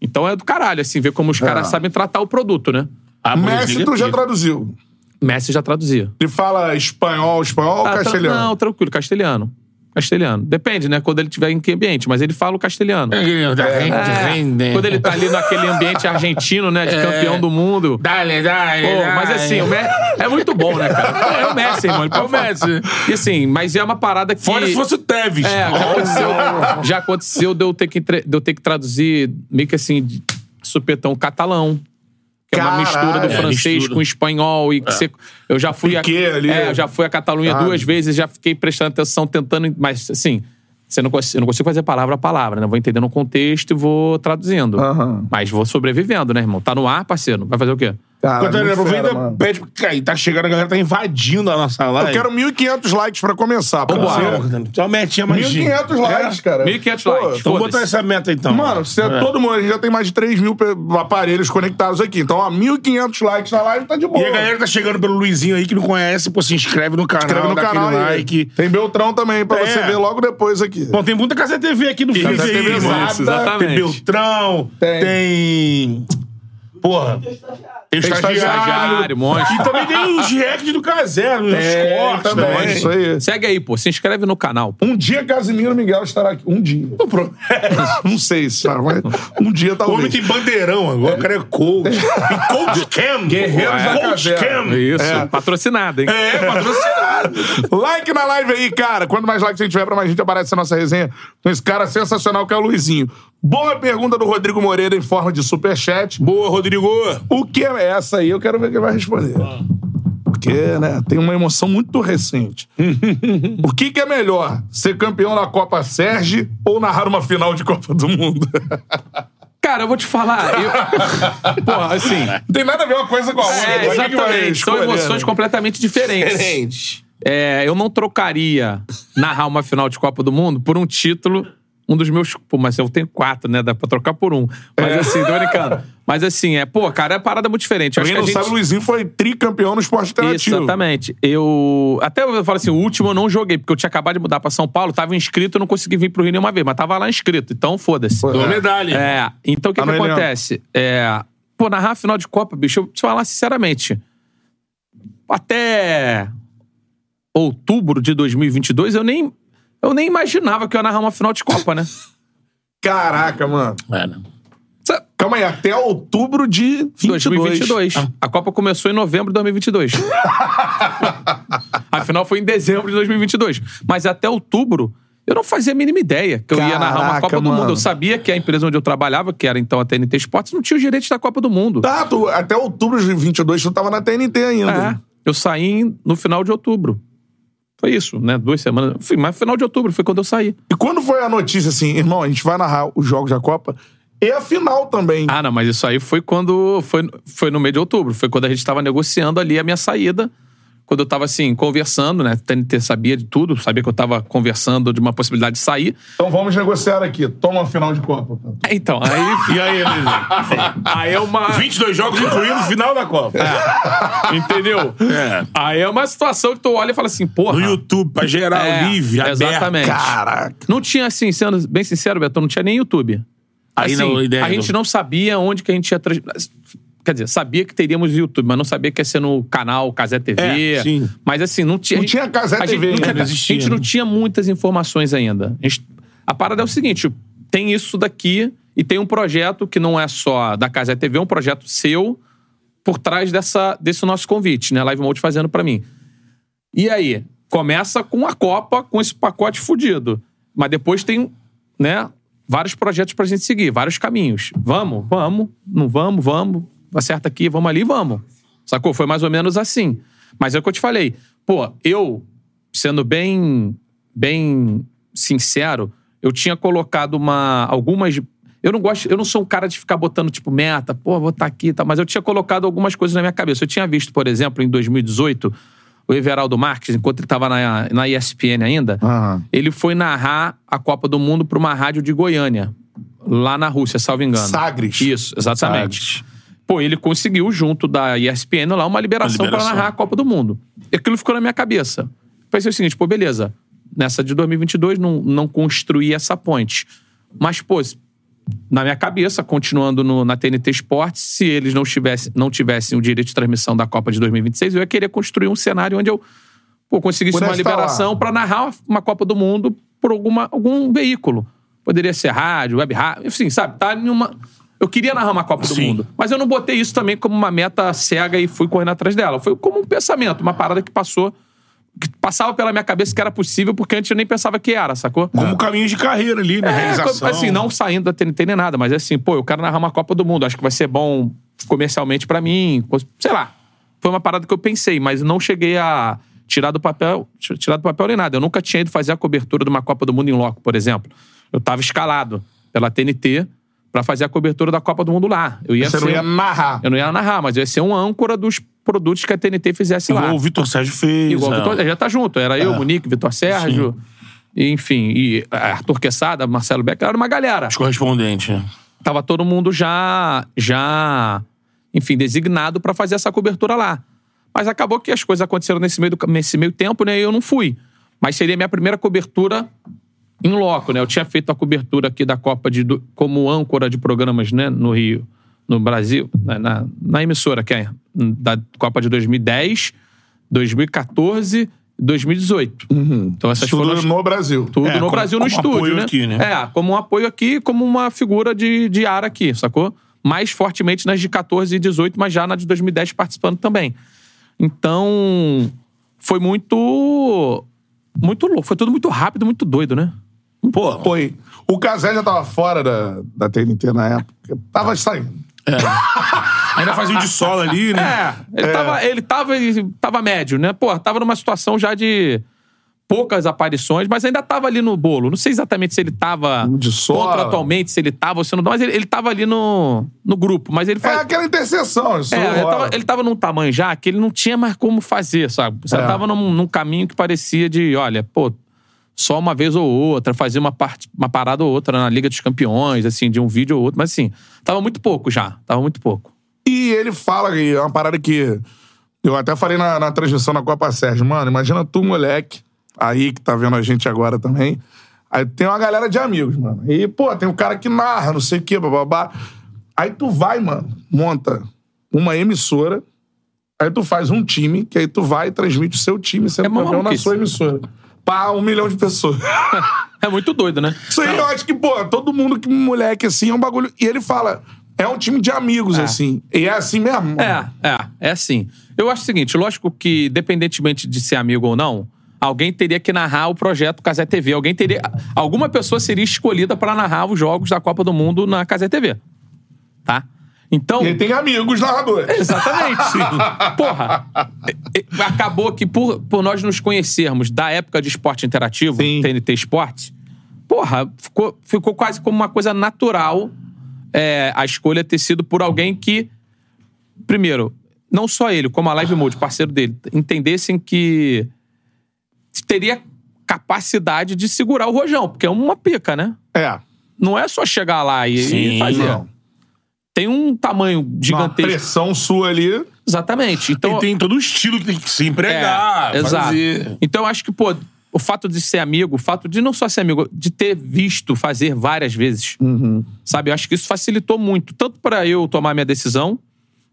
[SPEAKER 3] Então é do caralho, assim, ver como os caras sabem tratar o produto, né?
[SPEAKER 2] A
[SPEAKER 1] Messi,
[SPEAKER 2] Bundesliga
[SPEAKER 1] tu já
[SPEAKER 2] tem.
[SPEAKER 1] traduziu.
[SPEAKER 3] Messi já traduzia.
[SPEAKER 1] Ele fala espanhol, espanhol ou
[SPEAKER 3] Ah, tra-
[SPEAKER 1] castelhano?
[SPEAKER 3] Não, tranquilo, castelhano. Castelhano. Depende, né? Quando ele tiver em que ambiente, mas ele fala o castelhano.
[SPEAKER 2] tá
[SPEAKER 3] É, Quando ele tá ali naquele ambiente argentino, né? De
[SPEAKER 2] É.
[SPEAKER 3] campeão do mundo.
[SPEAKER 2] Dale, dale,
[SPEAKER 3] Pô,
[SPEAKER 2] dale.
[SPEAKER 3] mas assim, o Messi é muito bom, né, cara? Pô, é o Messi, irmão. Ele pode
[SPEAKER 2] É o Messi.
[SPEAKER 3] falar. E assim, mas é uma parada que.
[SPEAKER 2] Fora se fosse o Tevez.
[SPEAKER 3] É, já aconteceu, já aconteceu de, eu ter que, tre- de eu ter que traduzir meio que assim, de supetão catalão. Que é uma
[SPEAKER 1] Caralho.
[SPEAKER 3] mistura do
[SPEAKER 1] É,
[SPEAKER 3] francês
[SPEAKER 2] mistura.
[SPEAKER 3] com espanhol. E que você- eu já fui.
[SPEAKER 1] Piquet
[SPEAKER 3] a,
[SPEAKER 1] ali.
[SPEAKER 3] É, eu já fui a Catalunha
[SPEAKER 1] Sabe?
[SPEAKER 3] duas vezes, já fiquei prestando atenção, tentando. Mas assim, você não, cons- eu não consigo fazer palavra a palavra, né? Eu vou entendendo o contexto e vou traduzindo.
[SPEAKER 1] Aham.
[SPEAKER 3] Mas vou sobrevivendo, né, irmão? Tá no ar, parceiro. Vai fazer o quê?
[SPEAKER 1] Cara,
[SPEAKER 2] Quando ele
[SPEAKER 1] muito fera,
[SPEAKER 2] aproveita,
[SPEAKER 1] mano.
[SPEAKER 2] pede pra cair. Tá chegando, a galera tá invadindo a nossa live.
[SPEAKER 1] Eu quero 1.500 likes pra começar. pode
[SPEAKER 3] Vambora.
[SPEAKER 1] ser?
[SPEAKER 2] Só metinha mais
[SPEAKER 1] 1.500 likes, cara.
[SPEAKER 3] 1.500
[SPEAKER 1] É. Pô,
[SPEAKER 3] likes.
[SPEAKER 2] Vamos botar
[SPEAKER 3] Foda-se.
[SPEAKER 2] essa meta então.
[SPEAKER 1] Mano, você,
[SPEAKER 2] É.
[SPEAKER 1] todo mundo, a gente já tem mais de 3 mil pe- aparelhos conectados aqui. Então, ó, 1.500 likes na live tá de boa.
[SPEAKER 2] E a galera tá chegando pelo Luizinho aí que não conhece, pô, se inscreve no canal,
[SPEAKER 1] Inscreve no
[SPEAKER 2] dá
[SPEAKER 1] canal aí.
[SPEAKER 2] aquele like.
[SPEAKER 1] Tem Beltrão também, pra
[SPEAKER 2] É.
[SPEAKER 1] você ver logo depois aqui.
[SPEAKER 2] Bom, tem muita Casa TV aqui no vídeo
[SPEAKER 1] Casa
[SPEAKER 2] aí,
[SPEAKER 1] TV,
[SPEAKER 2] mano.
[SPEAKER 1] exato,
[SPEAKER 3] exatamente.
[SPEAKER 2] Tem Beltrão,
[SPEAKER 1] Tem.
[SPEAKER 2] tem... Porra. Tem o estagiário.
[SPEAKER 3] Estagiário, monstro.
[SPEAKER 2] E também tem os reacts do Casé, os
[SPEAKER 1] É,
[SPEAKER 2] cortes
[SPEAKER 1] também,
[SPEAKER 2] também.
[SPEAKER 1] isso aí.
[SPEAKER 3] Segue aí, pô. Se inscreve no canal. pô.
[SPEAKER 1] Um dia Casimiro Miguel estará aqui. Um dia. Não, sei se será, mas um dia
[SPEAKER 2] O
[SPEAKER 1] talvez.
[SPEAKER 2] homem tem bandeirão agora, o cara é coach. E coach Cam.
[SPEAKER 1] Guerreiros da
[SPEAKER 2] Coach
[SPEAKER 1] caverna.
[SPEAKER 2] Cam.
[SPEAKER 3] É Isso. Patrocinado, hein?
[SPEAKER 2] É, patrocinado.
[SPEAKER 1] Like na live aí, cara. Quanto mais likes a gente tiver, pra mais gente aparece a nossa resenha com esse cara sensacional que é o Luizinho. Boa pergunta do Rodrigo Moreira em forma de superchat.
[SPEAKER 2] Boa, Rodrigo.
[SPEAKER 1] O que é essa aí? Eu quero ver quem vai responder. Porque, né, tem uma emoção muito recente. o que, que é melhor? Ser campeão da Copa Sérgio ou narrar uma final de Copa do Mundo?
[SPEAKER 3] Cara, eu vou te falar. eu- Porra, assim.
[SPEAKER 1] Não tem nada a ver uma coisa com a outra.
[SPEAKER 3] É,
[SPEAKER 1] Quem é? que vai
[SPEAKER 3] exatamente. São
[SPEAKER 1] escolher,
[SPEAKER 3] emoções
[SPEAKER 1] né?
[SPEAKER 3] completamente diferentes.
[SPEAKER 2] Gente.
[SPEAKER 3] É, eu não trocaria narrar uma final de Copa do Mundo por um título, um dos meus. Pô, mas eu tenho quatro, né? Dá pra trocar por um. Mas
[SPEAKER 1] É.
[SPEAKER 3] assim, tô brincando. Mas assim, é, pô, cara, é parada muito diferente. Eu
[SPEAKER 1] Pra quem não
[SPEAKER 3] acho que a
[SPEAKER 1] sabe,
[SPEAKER 3] gente-
[SPEAKER 1] o Luizinho foi tricampeão no esporte alternativo.
[SPEAKER 3] Exatamente. Eu. Até eu falo assim, o último eu não joguei, porque eu tinha acabado de mudar pra São Paulo, tava inscrito, eu não consegui vir pro Rio nenhuma vez, mas tava lá inscrito, então foda-se.
[SPEAKER 2] Dou
[SPEAKER 1] né?
[SPEAKER 2] medalha.
[SPEAKER 3] É, então o que,
[SPEAKER 1] Tá
[SPEAKER 3] que
[SPEAKER 1] no elenco.
[SPEAKER 3] acontece? É, pô, narrar a final de Copa, bicho, eu te falar sinceramente. Até outubro de 2022, eu nem, eu nem imaginava que eu ia narrar uma final de Copa, né?
[SPEAKER 1] Caraca, mano.
[SPEAKER 2] É, não.
[SPEAKER 3] Sa-
[SPEAKER 1] Calma aí, até outubro de 22.
[SPEAKER 3] 2022.
[SPEAKER 1] Ah.
[SPEAKER 3] A Copa começou em novembro de 2022. a final foi em dezembro de 2022. Mas até outubro, eu não fazia a mínima ideia que eu ia narrar uma
[SPEAKER 1] Caraca,
[SPEAKER 3] Copa do
[SPEAKER 1] mano.
[SPEAKER 3] Mundo. Eu sabia que a empresa onde eu trabalhava, que era então a TNT Esportes, não tinha os direitos da Copa do Mundo.
[SPEAKER 1] Tá, tu, até outubro de 22 tu tava na TNT
[SPEAKER 3] É,
[SPEAKER 1] ainda.
[SPEAKER 3] eu saí em- no final de outubro. Foi isso, né? Duas semanas. Fui, mas final de outubro foi quando eu saí.
[SPEAKER 1] E quando foi a notícia assim, irmão, a gente vai narrar os jogos da Copa e a final também.
[SPEAKER 3] Ah, não, mas isso aí foi quando. Foi, foi no meio de outubro. Foi quando a gente estava negociando ali a minha saída. Quando eu tava assim, conversando, né? TNT sabia de tudo, sabia que eu tava conversando de uma possibilidade de sair.
[SPEAKER 1] Então vamos negociar aqui. Toma a final de Copa. Pedro.
[SPEAKER 3] É, Então, aí.
[SPEAKER 2] E aí, Elisa?
[SPEAKER 3] aí é uma.
[SPEAKER 2] 22 jogos incluindo o final da Copa.
[SPEAKER 3] Entendeu?
[SPEAKER 2] É.
[SPEAKER 3] Aí é uma situação que tu olha e fala assim, porra.
[SPEAKER 2] No YouTube, pra geral,
[SPEAKER 3] É,
[SPEAKER 2] livre, aberto.
[SPEAKER 3] exatamente.
[SPEAKER 1] Caraca.
[SPEAKER 3] Não tinha, assim, sendo bem sincero, Beto, não tinha nem YouTube.
[SPEAKER 2] Aí
[SPEAKER 3] Assim,
[SPEAKER 2] não, ideia
[SPEAKER 3] a gente não sabia onde que a gente ia... trans- Quer dizer, sabia que teríamos YouTube, mas não sabia que ia ser no canal Casé TV.
[SPEAKER 2] É, sim.
[SPEAKER 3] Mas assim, não tinha...
[SPEAKER 1] Não
[SPEAKER 3] a gente-
[SPEAKER 1] tinha Casé
[SPEAKER 3] a gente
[SPEAKER 1] TV,
[SPEAKER 3] não tinha-
[SPEAKER 1] né? Não
[SPEAKER 2] existia,
[SPEAKER 3] A gente não
[SPEAKER 2] né?
[SPEAKER 3] tinha muitas informações ainda. A, gente- a parada é o seguinte, tem isso daqui e tem um projeto que não é só da Casé TV, é um projeto seu por trás dessa, desse nosso convite, né? Live Mode fazendo pra mim. E aí? Começa com a Copa, com esse pacote fudido. Mas depois tem, né, vários projetos pra gente seguir, vários caminhos. Vamos, vamos, não vamos, vamos. Acerta aqui, vamos ali, vamos. Sacou? Foi mais ou menos assim. Mas é o que eu te falei. Pô, eu, sendo bem, bem sincero, eu tinha colocado uma, algumas... Eu não gosto, eu não sou um cara de ficar botando, tipo, meta, pô, vou estar aqui e tal, mas eu tinha colocado algumas coisas na minha cabeça. Eu tinha visto, por exemplo, em 2018, o Everaldo Marques, enquanto ele estava na, na ESPN ainda,
[SPEAKER 1] Aham.
[SPEAKER 3] ele foi narrar a Copa do Mundo para uma rádio de Goiânia, lá na Rússia, salvo engano.
[SPEAKER 1] Sagres.
[SPEAKER 3] Isso, exatamente. Pô, ele conseguiu, junto da ESPN, lá uma liberação,
[SPEAKER 2] Uma liberação.
[SPEAKER 3] para narrar a Copa do Mundo. E aquilo ficou na minha cabeça. Pensei o seguinte, pô, beleza. Nessa de 2022, não, não construí essa ponte. Mas, pô, na minha cabeça, continuando no- na TNT Esportes, se eles não tivessem, não tivessem o direito de transmissão da Copa de 2026, eu ia querer construir um cenário onde eu pô, conseguisse
[SPEAKER 1] Pudesse
[SPEAKER 3] uma liberação para narrar uma Copa do Mundo por alguma, algum veículo. Poderia ser rádio, web rádio, enfim, sabe? Tá em uma... Eu queria narrar uma Copa do
[SPEAKER 2] Sim.
[SPEAKER 3] Mundo, mas eu não botei isso também como uma meta cega e fui correndo atrás dela. Foi como um pensamento, uma parada que passou, que passava pela minha cabeça que era possível, porque antes eu nem pensava que era, sacou?
[SPEAKER 2] Como caminho de carreira ali, né?
[SPEAKER 3] É,
[SPEAKER 2] Realização.
[SPEAKER 3] Assim, não saindo da TNT nem nada, mas é assim, pô, eu quero narrar uma Copa do Mundo, acho que vai ser bom comercialmente pra mim, co- sei lá. Foi uma parada que eu pensei, mas não cheguei a tirar do papel, ti- tirar do papel nem nada. Eu nunca tinha ido fazer a cobertura de uma Copa do Mundo em loco, por exemplo. Eu tava escalado pela TNT pra fazer a cobertura da Copa do Mundo lá. Eu ia
[SPEAKER 1] Você não
[SPEAKER 3] ser- um,
[SPEAKER 1] ia narrar.
[SPEAKER 3] eu não ia narrar, mas eu ia ser um âncora dos produtos que a TNT fizesse lá.
[SPEAKER 2] Igual o Vitor Sérgio fez.
[SPEAKER 3] Igual o
[SPEAKER 2] é.
[SPEAKER 3] Vitor, já tá junto. Era eu, Monique, Vitor Sérgio, e, enfim, e é, Arthur Quesada, Marcelo Becker, era uma galera.
[SPEAKER 2] Os correspondentes, né?
[SPEAKER 3] Tava todo mundo já, já, enfim, designado pra fazer essa cobertura lá. Mas acabou que as coisas aconteceram nesse meio, do ca- nesse meio tempo, né? E eu não fui. Mas seria minha primeira cobertura em loco, né? Eu tinha feito a cobertura aqui da Copa de, do- como âncora de programas, né? No Rio, no Brasil, na, na, na emissora, que é da Copa de 2010, 2014 2018. Então essas
[SPEAKER 1] Tudo
[SPEAKER 3] foram as
[SPEAKER 1] no Brasil.
[SPEAKER 3] tudo
[SPEAKER 2] É,
[SPEAKER 3] no
[SPEAKER 2] como-
[SPEAKER 3] Brasil no
[SPEAKER 2] como
[SPEAKER 3] estúdio,
[SPEAKER 2] apoio
[SPEAKER 3] né?
[SPEAKER 2] aqui, né?
[SPEAKER 3] É, como um apoio aqui, como uma figura de, de ar aqui, sacou? Mais fortemente nas de 14 e 18, mas já na de 2010 participando também. Então, foi muito muito louco, foi tudo muito rápido, muito doido, né?
[SPEAKER 2] Pô,
[SPEAKER 1] Foi. O Casé já tava fora da, da TNT na época. Tava saindo.
[SPEAKER 2] ainda fazia um de solo ali, né?
[SPEAKER 3] É, ele, Tava, ele tava ele tava médio, né? Pô, tava numa situação já de poucas aparições, mas ainda tava ali no bolo. Não sei exatamente se ele tava
[SPEAKER 1] De sola.
[SPEAKER 3] contratualmente, se ele tava ou se não tava, mas ele, ele tava ali no, no grupo, mas ele
[SPEAKER 1] É
[SPEAKER 3] faz,
[SPEAKER 1] aquela interseção. Isso
[SPEAKER 3] É,
[SPEAKER 1] não
[SPEAKER 3] ele
[SPEAKER 1] rola.
[SPEAKER 3] tava, ele tava num tamanho já que ele não tinha mais como fazer, sabe? Você
[SPEAKER 1] É.
[SPEAKER 3] tava num, num caminho que parecia de, olha, pô, só uma vez ou outra, fazer uma, parte, uma parada ou outra na Liga dos Campeões, assim, de um vídeo ou outro, mas assim, tava muito pouco já, tava muito pouco.
[SPEAKER 1] E ele fala, e é uma parada que eu até falei na, na transmissão na Copa Sérgio, mano, imagina tu, moleque, aí que tá vendo a gente agora também. Aí tem uma galera de amigos, mano. E, pô, tem um cara que narra, não sei o quê, bababá. Aí tu vai, mano, monta uma emissora Aí tu faz um time, que aí tu vai e transmite o seu time sendo
[SPEAKER 3] É
[SPEAKER 1] campeão na
[SPEAKER 3] maluquice.
[SPEAKER 1] sua emissora. Pra um milhão de pessoas.
[SPEAKER 3] É muito doido, né?
[SPEAKER 1] Isso aí eu acho que, pô, todo mundo que moleque assim é um bagulho. E ele fala, é um time de amigos, assim. E é assim mesmo.
[SPEAKER 3] É, é, é assim. Eu acho o seguinte, lógico que, independentemente de ser amigo ou não, alguém teria que narrar o projeto Casé TV. Alguém teria, alguma pessoa seria escolhida para narrar os jogos da Copa do Mundo na Casé TV, tá? Então,
[SPEAKER 1] E ele tem amigos narradores.
[SPEAKER 3] Exatamente. Porra. e- e- Acabou que por, por nós nos conhecermos da época de esporte interativo,
[SPEAKER 1] Sim.
[SPEAKER 3] TNT Esporte, porra, ficou, ficou quase como uma coisa natural é, a escolha ter sido por alguém que, primeiro, não só ele, como a Live Mode, parceiro dele, entendessem que teria capacidade de segurar o rojão, porque é uma pica, né?
[SPEAKER 1] É.
[SPEAKER 3] Não é só chegar lá e, e
[SPEAKER 2] Sim,
[SPEAKER 3] fazer.
[SPEAKER 1] não.
[SPEAKER 3] Tem um tamanho
[SPEAKER 1] Uma
[SPEAKER 3] gigantesco.
[SPEAKER 1] pressão sua ali.
[SPEAKER 3] Exatamente. Então,
[SPEAKER 2] E tem todo o estilo que tem que se empregar.
[SPEAKER 3] é,
[SPEAKER 2] fazer.
[SPEAKER 3] Exato. Então eu acho que, pô, o fato de ser amigo, o fato de não só ser amigo, de ter visto fazer várias vezes,
[SPEAKER 2] Uhum.
[SPEAKER 3] sabe? Eu acho que isso facilitou muito, tanto pra eu tomar minha decisão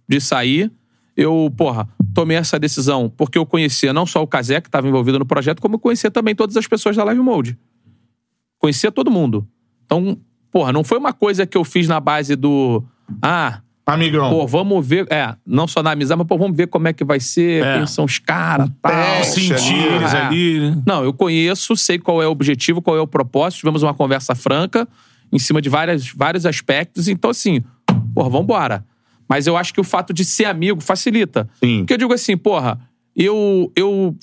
[SPEAKER 3] de sair. Eu, porra, tomei essa decisão porque eu conhecia não só o Kazé, que estava envolvido no projeto, como eu conhecia também todas as pessoas da Live Mode. Conhecia todo mundo. Então, porra, não foi uma coisa que eu fiz na base do. Ah,
[SPEAKER 1] Amigão.
[SPEAKER 3] Pô, vamos ver. É, não só na amizade, mas pô, vamos ver como é que vai ser,
[SPEAKER 2] É.
[SPEAKER 3] quem são os caras, tal.
[SPEAKER 1] teste.
[SPEAKER 2] Sentir
[SPEAKER 1] ali,
[SPEAKER 2] eles
[SPEAKER 3] é.
[SPEAKER 2] ali, né?
[SPEAKER 3] Não, eu conheço, sei qual é o objetivo, qual é o propósito. Tivemos uma conversa franca em cima de várias, vários aspectos. Então, assim, porra, vambora. Mas eu acho que o fato de ser amigo facilita.
[SPEAKER 1] Sim.
[SPEAKER 3] Porque eu digo assim, porra, eu. Eu,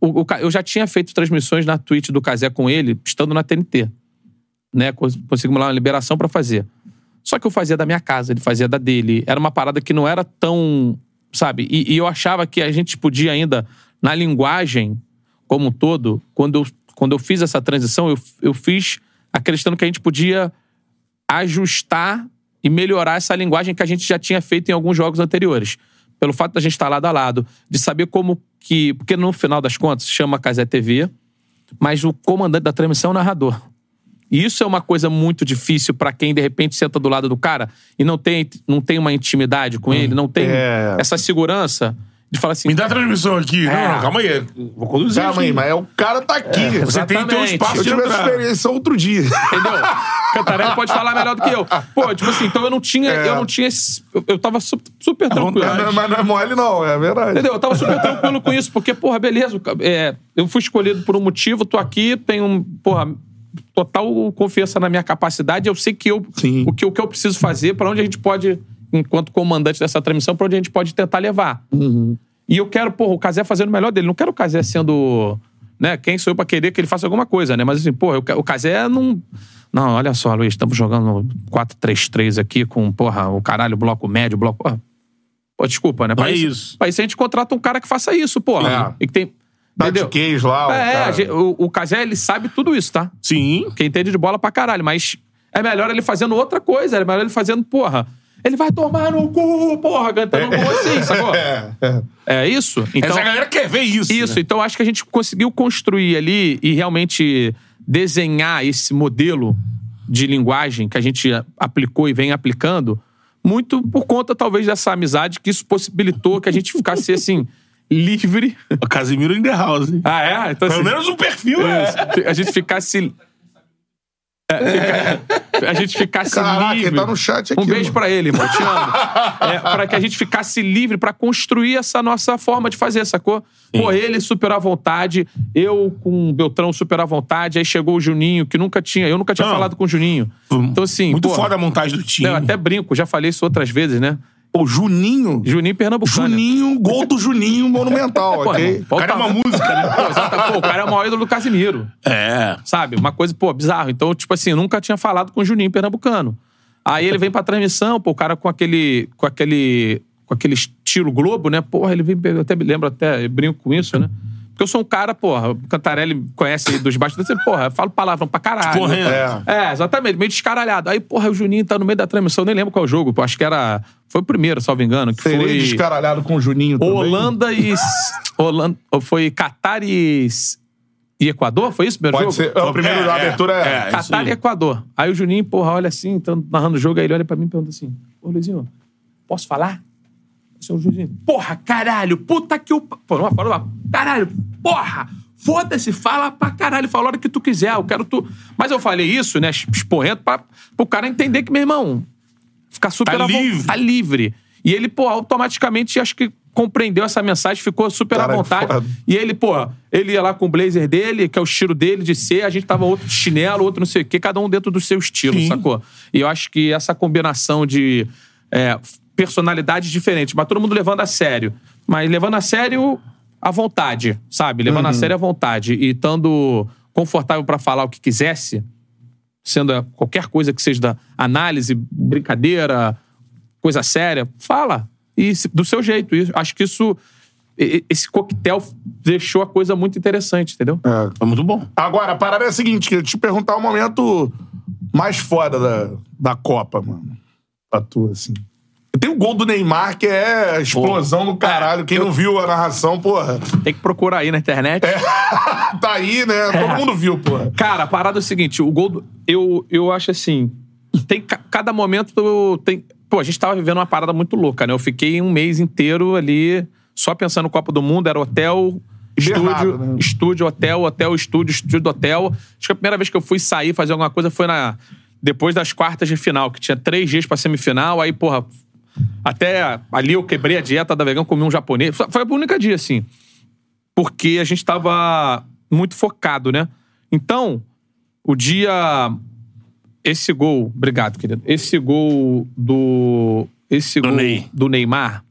[SPEAKER 3] o- o Ca- eu já tinha feito transmissões na Twitch do Casé com ele, estando na TNT. Né? Cons- Conseguimos lá uma liberação pra fazer. Só que eu fazia da minha casa, ele fazia da dele. Era uma parada que não era tão. Sabe? E, e eu achava que a gente podia ainda, na linguagem como um todo, quando eu, quando eu fiz essa transição, eu, eu fiz acreditando que a gente podia ajustar e melhorar essa linguagem que a gente já tinha feito em alguns jogos anteriores. Pelo fato da gente estar lado a lado, de saber como que. Porque no final das contas, chama Casé TV, mas o comandante da transmissão é o narrador. E isso é uma coisa muito difícil pra quem, de repente, senta do lado do cara e não tem, não tem uma intimidade com ele, não tem
[SPEAKER 1] é.
[SPEAKER 3] essa segurança de falar assim.
[SPEAKER 2] Me dá a transmissão aqui.
[SPEAKER 3] É.
[SPEAKER 2] Não, não, calma aí. Vou conduzir
[SPEAKER 1] Calma
[SPEAKER 2] aqui.
[SPEAKER 1] aí, mas é, o cara tá aqui.
[SPEAKER 2] Você tem teu
[SPEAKER 3] Exatamente.
[SPEAKER 2] espaço
[SPEAKER 1] Eu
[SPEAKER 2] de
[SPEAKER 1] tive essa
[SPEAKER 2] entrar.
[SPEAKER 1] experiência outro dia.
[SPEAKER 3] Entendeu? Cantarelli pode falar melhor do que eu. Pô, tipo assim, então eu não tinha. Eu não tinha. esse- Eu, eu tava su- super tranquilo.
[SPEAKER 2] É. vontade.
[SPEAKER 1] Não, mas não é mole, não, é verdade.
[SPEAKER 3] Entendeu? Eu tava super tranquilo com isso, porque, porra, beleza. o ca- é, eu fui escolhido por um motivo, tô aqui, tenho, um, porra, total confiança na minha capacidade. Eu sei que eu,
[SPEAKER 1] Sim.
[SPEAKER 3] o, que, o que eu preciso fazer, pra onde a gente pode, enquanto comandante dessa transmissão, pra onde a gente pode tentar levar.
[SPEAKER 1] Uhum.
[SPEAKER 3] E eu quero, porra, o Casé fazendo o melhor dele. Não quero o Casé sendo. Né, quem sou eu pra querer que ele faça alguma coisa, né? Mas assim, porra, eu que- o Casé não. Não, olha só, Luiz, estamos jogando 4-3-3 aqui com, porra, o caralho, bloco médio, bloco. Porra, Pô, desculpa, né?
[SPEAKER 2] Não
[SPEAKER 3] Pra
[SPEAKER 2] é
[SPEAKER 3] isso,
[SPEAKER 2] isso.
[SPEAKER 3] pra isso a gente contrata um cara que faça isso, porra.
[SPEAKER 1] É.
[SPEAKER 3] E que tem.
[SPEAKER 1] Dá de tá.
[SPEAKER 3] entendeu?
[SPEAKER 1] queijo lá, o
[SPEAKER 3] É,
[SPEAKER 1] cara.
[SPEAKER 3] a gente- o, o Casé, ele sabe tudo isso, tá?
[SPEAKER 2] Sim.
[SPEAKER 3] Quem entende de bola pra caralho, mas é melhor ele fazendo outra coisa, é melhor ele fazendo, porra. Ele vai tomar no cu, porra, cantando gol assim, sacou?
[SPEAKER 1] É, é.
[SPEAKER 3] É isso?
[SPEAKER 2] Essa galera quer ver isso.
[SPEAKER 3] Isso,
[SPEAKER 2] né?
[SPEAKER 3] então acho que a gente conseguiu construir ali e realmente desenhar esse modelo de linguagem que a gente a- aplicou e vem aplicando, muito por conta talvez dessa amizade que isso possibilitou que a gente ficasse assim, livre.
[SPEAKER 2] O Casimiro in the house. hein?
[SPEAKER 3] Ah, é? Então,
[SPEAKER 2] Pelo menos o perfil assim, é.
[SPEAKER 3] a gente ficasse. é, a gente ficasse
[SPEAKER 1] Caraca,
[SPEAKER 3] livre.
[SPEAKER 1] ele tá no
[SPEAKER 2] É
[SPEAKER 1] chat aqui.
[SPEAKER 3] Um beijo
[SPEAKER 1] mano.
[SPEAKER 3] pra ele, irmão. Te amo. É, pra que a gente ficasse livre pra construir essa nossa forma de fazer, sacou? Pô, ele super à vontade, eu com o Beltrão super à vontade, aí chegou o Juninho, que nunca tinha, eu nunca tinha
[SPEAKER 2] Não. Hum,
[SPEAKER 3] falado com o Juninho. Então, assim.
[SPEAKER 2] Muito
[SPEAKER 3] pô, né,
[SPEAKER 2] foda a montagem do time.
[SPEAKER 3] Eu até brinco, já falei isso outras vezes, né?
[SPEAKER 1] Pô, Juninho.
[SPEAKER 3] Juninho Pernambucano.
[SPEAKER 1] Juninho, gol do Juninho Monumental,
[SPEAKER 3] Pô,
[SPEAKER 1] ok?
[SPEAKER 3] irmão, pô,
[SPEAKER 2] O cara é
[SPEAKER 3] tá-
[SPEAKER 2] uma música, né?
[SPEAKER 3] Pô, exato, pô, o cara é o maior ídolo do Casimiro.
[SPEAKER 2] É.
[SPEAKER 3] sabe? Uma coisa, pô, bizarro. Então, tipo assim, eu nunca tinha falado com o Juninho Pernambucano. Aí ele vem pra transmissão, pô, o cara com aquele. com aquele. com aquele estilo globo, né? Porra, ele vem. Eu até me lembro até, eu brinco com isso, né? Porque eu sou um cara, porra, o Cantarelli conhece aí dos bastidores, eu, porra, eu falo palavrão pra caralho.
[SPEAKER 2] Porra, é.
[SPEAKER 1] É.
[SPEAKER 3] É, exatamente, meio descaralhado. Aí, porra, o Juninho tá no meio da transmissão, eu nem lembro qual é o jogo, pô, acho que era. Foi o primeiro, salvo engano, que
[SPEAKER 1] Serei
[SPEAKER 3] foi.
[SPEAKER 1] descaralhado com o Juninho também.
[SPEAKER 3] Holanda e. Holanda, foi Catar e. e Equador? Foi isso o primeiro
[SPEAKER 1] Pode
[SPEAKER 3] jogo?
[SPEAKER 1] ser. É, o primeiro da abertura é.
[SPEAKER 2] É, isso
[SPEAKER 3] Catar
[SPEAKER 2] aí.
[SPEAKER 3] e Equador. Aí o Juninho, porra, olha assim, tá narrando o jogo, aí ele olha pra mim e pergunta assim: Ô Luizinho, posso falar? Seu Juizinho, porra, caralho, puta que o. pa- Pô, não, falou lá, caralho, porra, foda-se, fala pra caralho, fala a hora que tu quiser, eu quero tu. Mas eu falei isso, né, exporrendo, pra, pro cara entender que, meu irmão, ficar super
[SPEAKER 2] Tá
[SPEAKER 3] à vo-
[SPEAKER 2] livre.
[SPEAKER 3] tá livre. E ele, pô, automaticamente acho que compreendeu essa mensagem, ficou super
[SPEAKER 1] Cara,
[SPEAKER 3] à
[SPEAKER 1] que
[SPEAKER 3] vontade.
[SPEAKER 1] foda.
[SPEAKER 3] E ele, pô, ele ia lá com o blazer dele, que é o estilo dele de ser, a gente tava outro de chinelo, outro não sei o quê, cada um dentro do seu estilo,
[SPEAKER 2] Sim.
[SPEAKER 3] sacou? E eu acho que essa combinação de é, personalidades diferentes, mas todo mundo levando a sério. Mas levando a sério à vontade, sabe? Levando a sério à vontade e estando confortável pra falar o que quisesse, sendo a- qualquer coisa que seja da análise, brincadeira, coisa séria, fala. E se- do seu jeito. E acho que isso. e- e- Esse coquetel deixou a coisa muito interessante, entendeu?
[SPEAKER 1] É.
[SPEAKER 2] É muito bom.
[SPEAKER 1] Agora, a parada é a seguinte, queria te perguntar o momento mais foda da, da Copa, mano. Pra tu, assim. Tem o gol do Neymar, que é a explosão do caralho. Quem não viu a narração, porra,
[SPEAKER 3] Tem que procurar aí na internet.
[SPEAKER 1] tá aí,
[SPEAKER 3] É.
[SPEAKER 1] né? Todo mundo viu, porra.
[SPEAKER 3] Cara, a parada é o seguinte: o gol. do- Eu, eu acho assim. Tem, ca- cada momento tem. Pô, a gente tava vivendo uma parada muito louca, né? Eu fiquei um mês inteiro ali só pensando no Copa do Mundo, era hotel, estúdio,
[SPEAKER 1] Hibernado, né?
[SPEAKER 3] estúdio, hotel, hotel, estúdio, estúdio, hotel. Acho que a primeira vez que eu fui sair fazer alguma coisa foi na. Depois das quartas de final, que tinha três dias pra semifinal, aí, porra, até ali eu quebrei a dieta da vegana, comi um japonês. Só- Foi a única dia, assim. Porque a gente tava muito focado, né? Então, o dia. Esse gol. Obrigado, querido. Esse gol do. Esse
[SPEAKER 2] Do
[SPEAKER 3] gol
[SPEAKER 2] Ney.
[SPEAKER 3] do Neymar.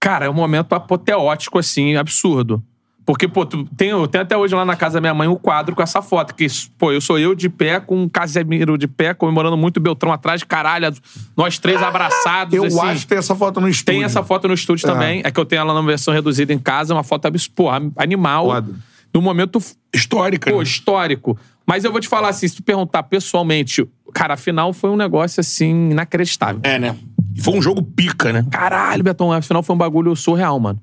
[SPEAKER 3] Cara, é um momento apoteótico, assim, absurdo. Porque, pô, tu, tem, eu tenho até hoje lá na casa da minha mãe um quadro com essa foto. Que, pô, eu sou eu de pé com o Casemiro de pé, comemorando muito o Beltrão atrás, caralho. Nós três abraçados.
[SPEAKER 1] Eu
[SPEAKER 3] assim.
[SPEAKER 1] acho que tem essa foto no estúdio.
[SPEAKER 3] Tem essa foto no estúdio também. É que eu tenho ela na versão reduzida em casa, uma foto abs- pô, animal.
[SPEAKER 1] Foda.
[SPEAKER 3] No momento,
[SPEAKER 2] Histórica.
[SPEAKER 3] pô,
[SPEAKER 2] né?
[SPEAKER 3] histórico. Mas eu vou te falar assim, se tu perguntar pessoalmente, cara, a final foi um negócio assim inacreditável.
[SPEAKER 2] É, né? E Foi um jogo pica, né?
[SPEAKER 3] Caralho, Betão, a final foi um bagulho surreal, mano.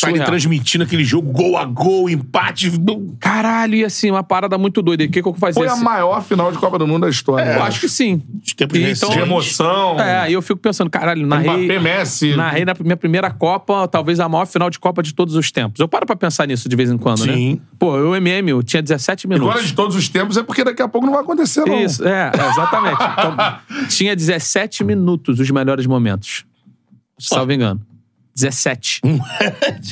[SPEAKER 2] Tá ele
[SPEAKER 3] Surreal.
[SPEAKER 2] transmitindo aquele jogo gol a gol, empate. bum.
[SPEAKER 3] Caralho, e assim, uma parada muito doida. E o que, que eu fazia?
[SPEAKER 1] Foi a
[SPEAKER 3] assim?
[SPEAKER 1] maior final de Copa do Mundo da história.
[SPEAKER 3] Eu É, acho que sim.
[SPEAKER 2] Os tempos
[SPEAKER 3] Então,
[SPEAKER 2] recentes.
[SPEAKER 1] De emoção.
[SPEAKER 3] É, aí eu fico pensando, caralho, narrei,
[SPEAKER 1] Mbappé, Messi.
[SPEAKER 3] narrei na minha primeira Copa, talvez a maior final de Copa de todos os tempos. Eu paro pra pensar nisso de vez em quando, né?
[SPEAKER 2] Sim.
[SPEAKER 3] Pô, eu MM, eu tinha 17 minutos.
[SPEAKER 1] Agora de todos os tempos é porque daqui a pouco não vai acontecer, não.
[SPEAKER 3] Isso, é, é, exatamente. Então, tinha 17 minutos os melhores momentos. Salvo engano. 17.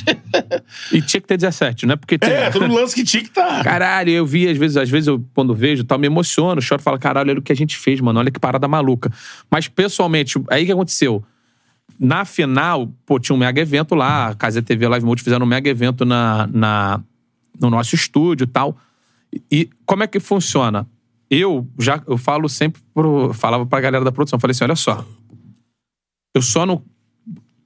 [SPEAKER 3] e tinha que ter 17, não é porque tem.
[SPEAKER 2] É, todo lance que tinha que tá.
[SPEAKER 3] Caralho, eu vi, às vezes, às vezes eu, quando vejo, e tal, me emociono, choro, falo, caralho, olha o que a gente fez, mano, olha que parada maluca. Mas, pessoalmente, aí que aconteceu? Na final, pô, tinha um mega evento lá, a Casa TV Live Multi fizeram um mega evento na, na, no nosso estúdio e tal. E, e como é que funciona? Eu já eu falo sempre pro. Falava pra galera da produção, falei assim: olha só. Eu só não.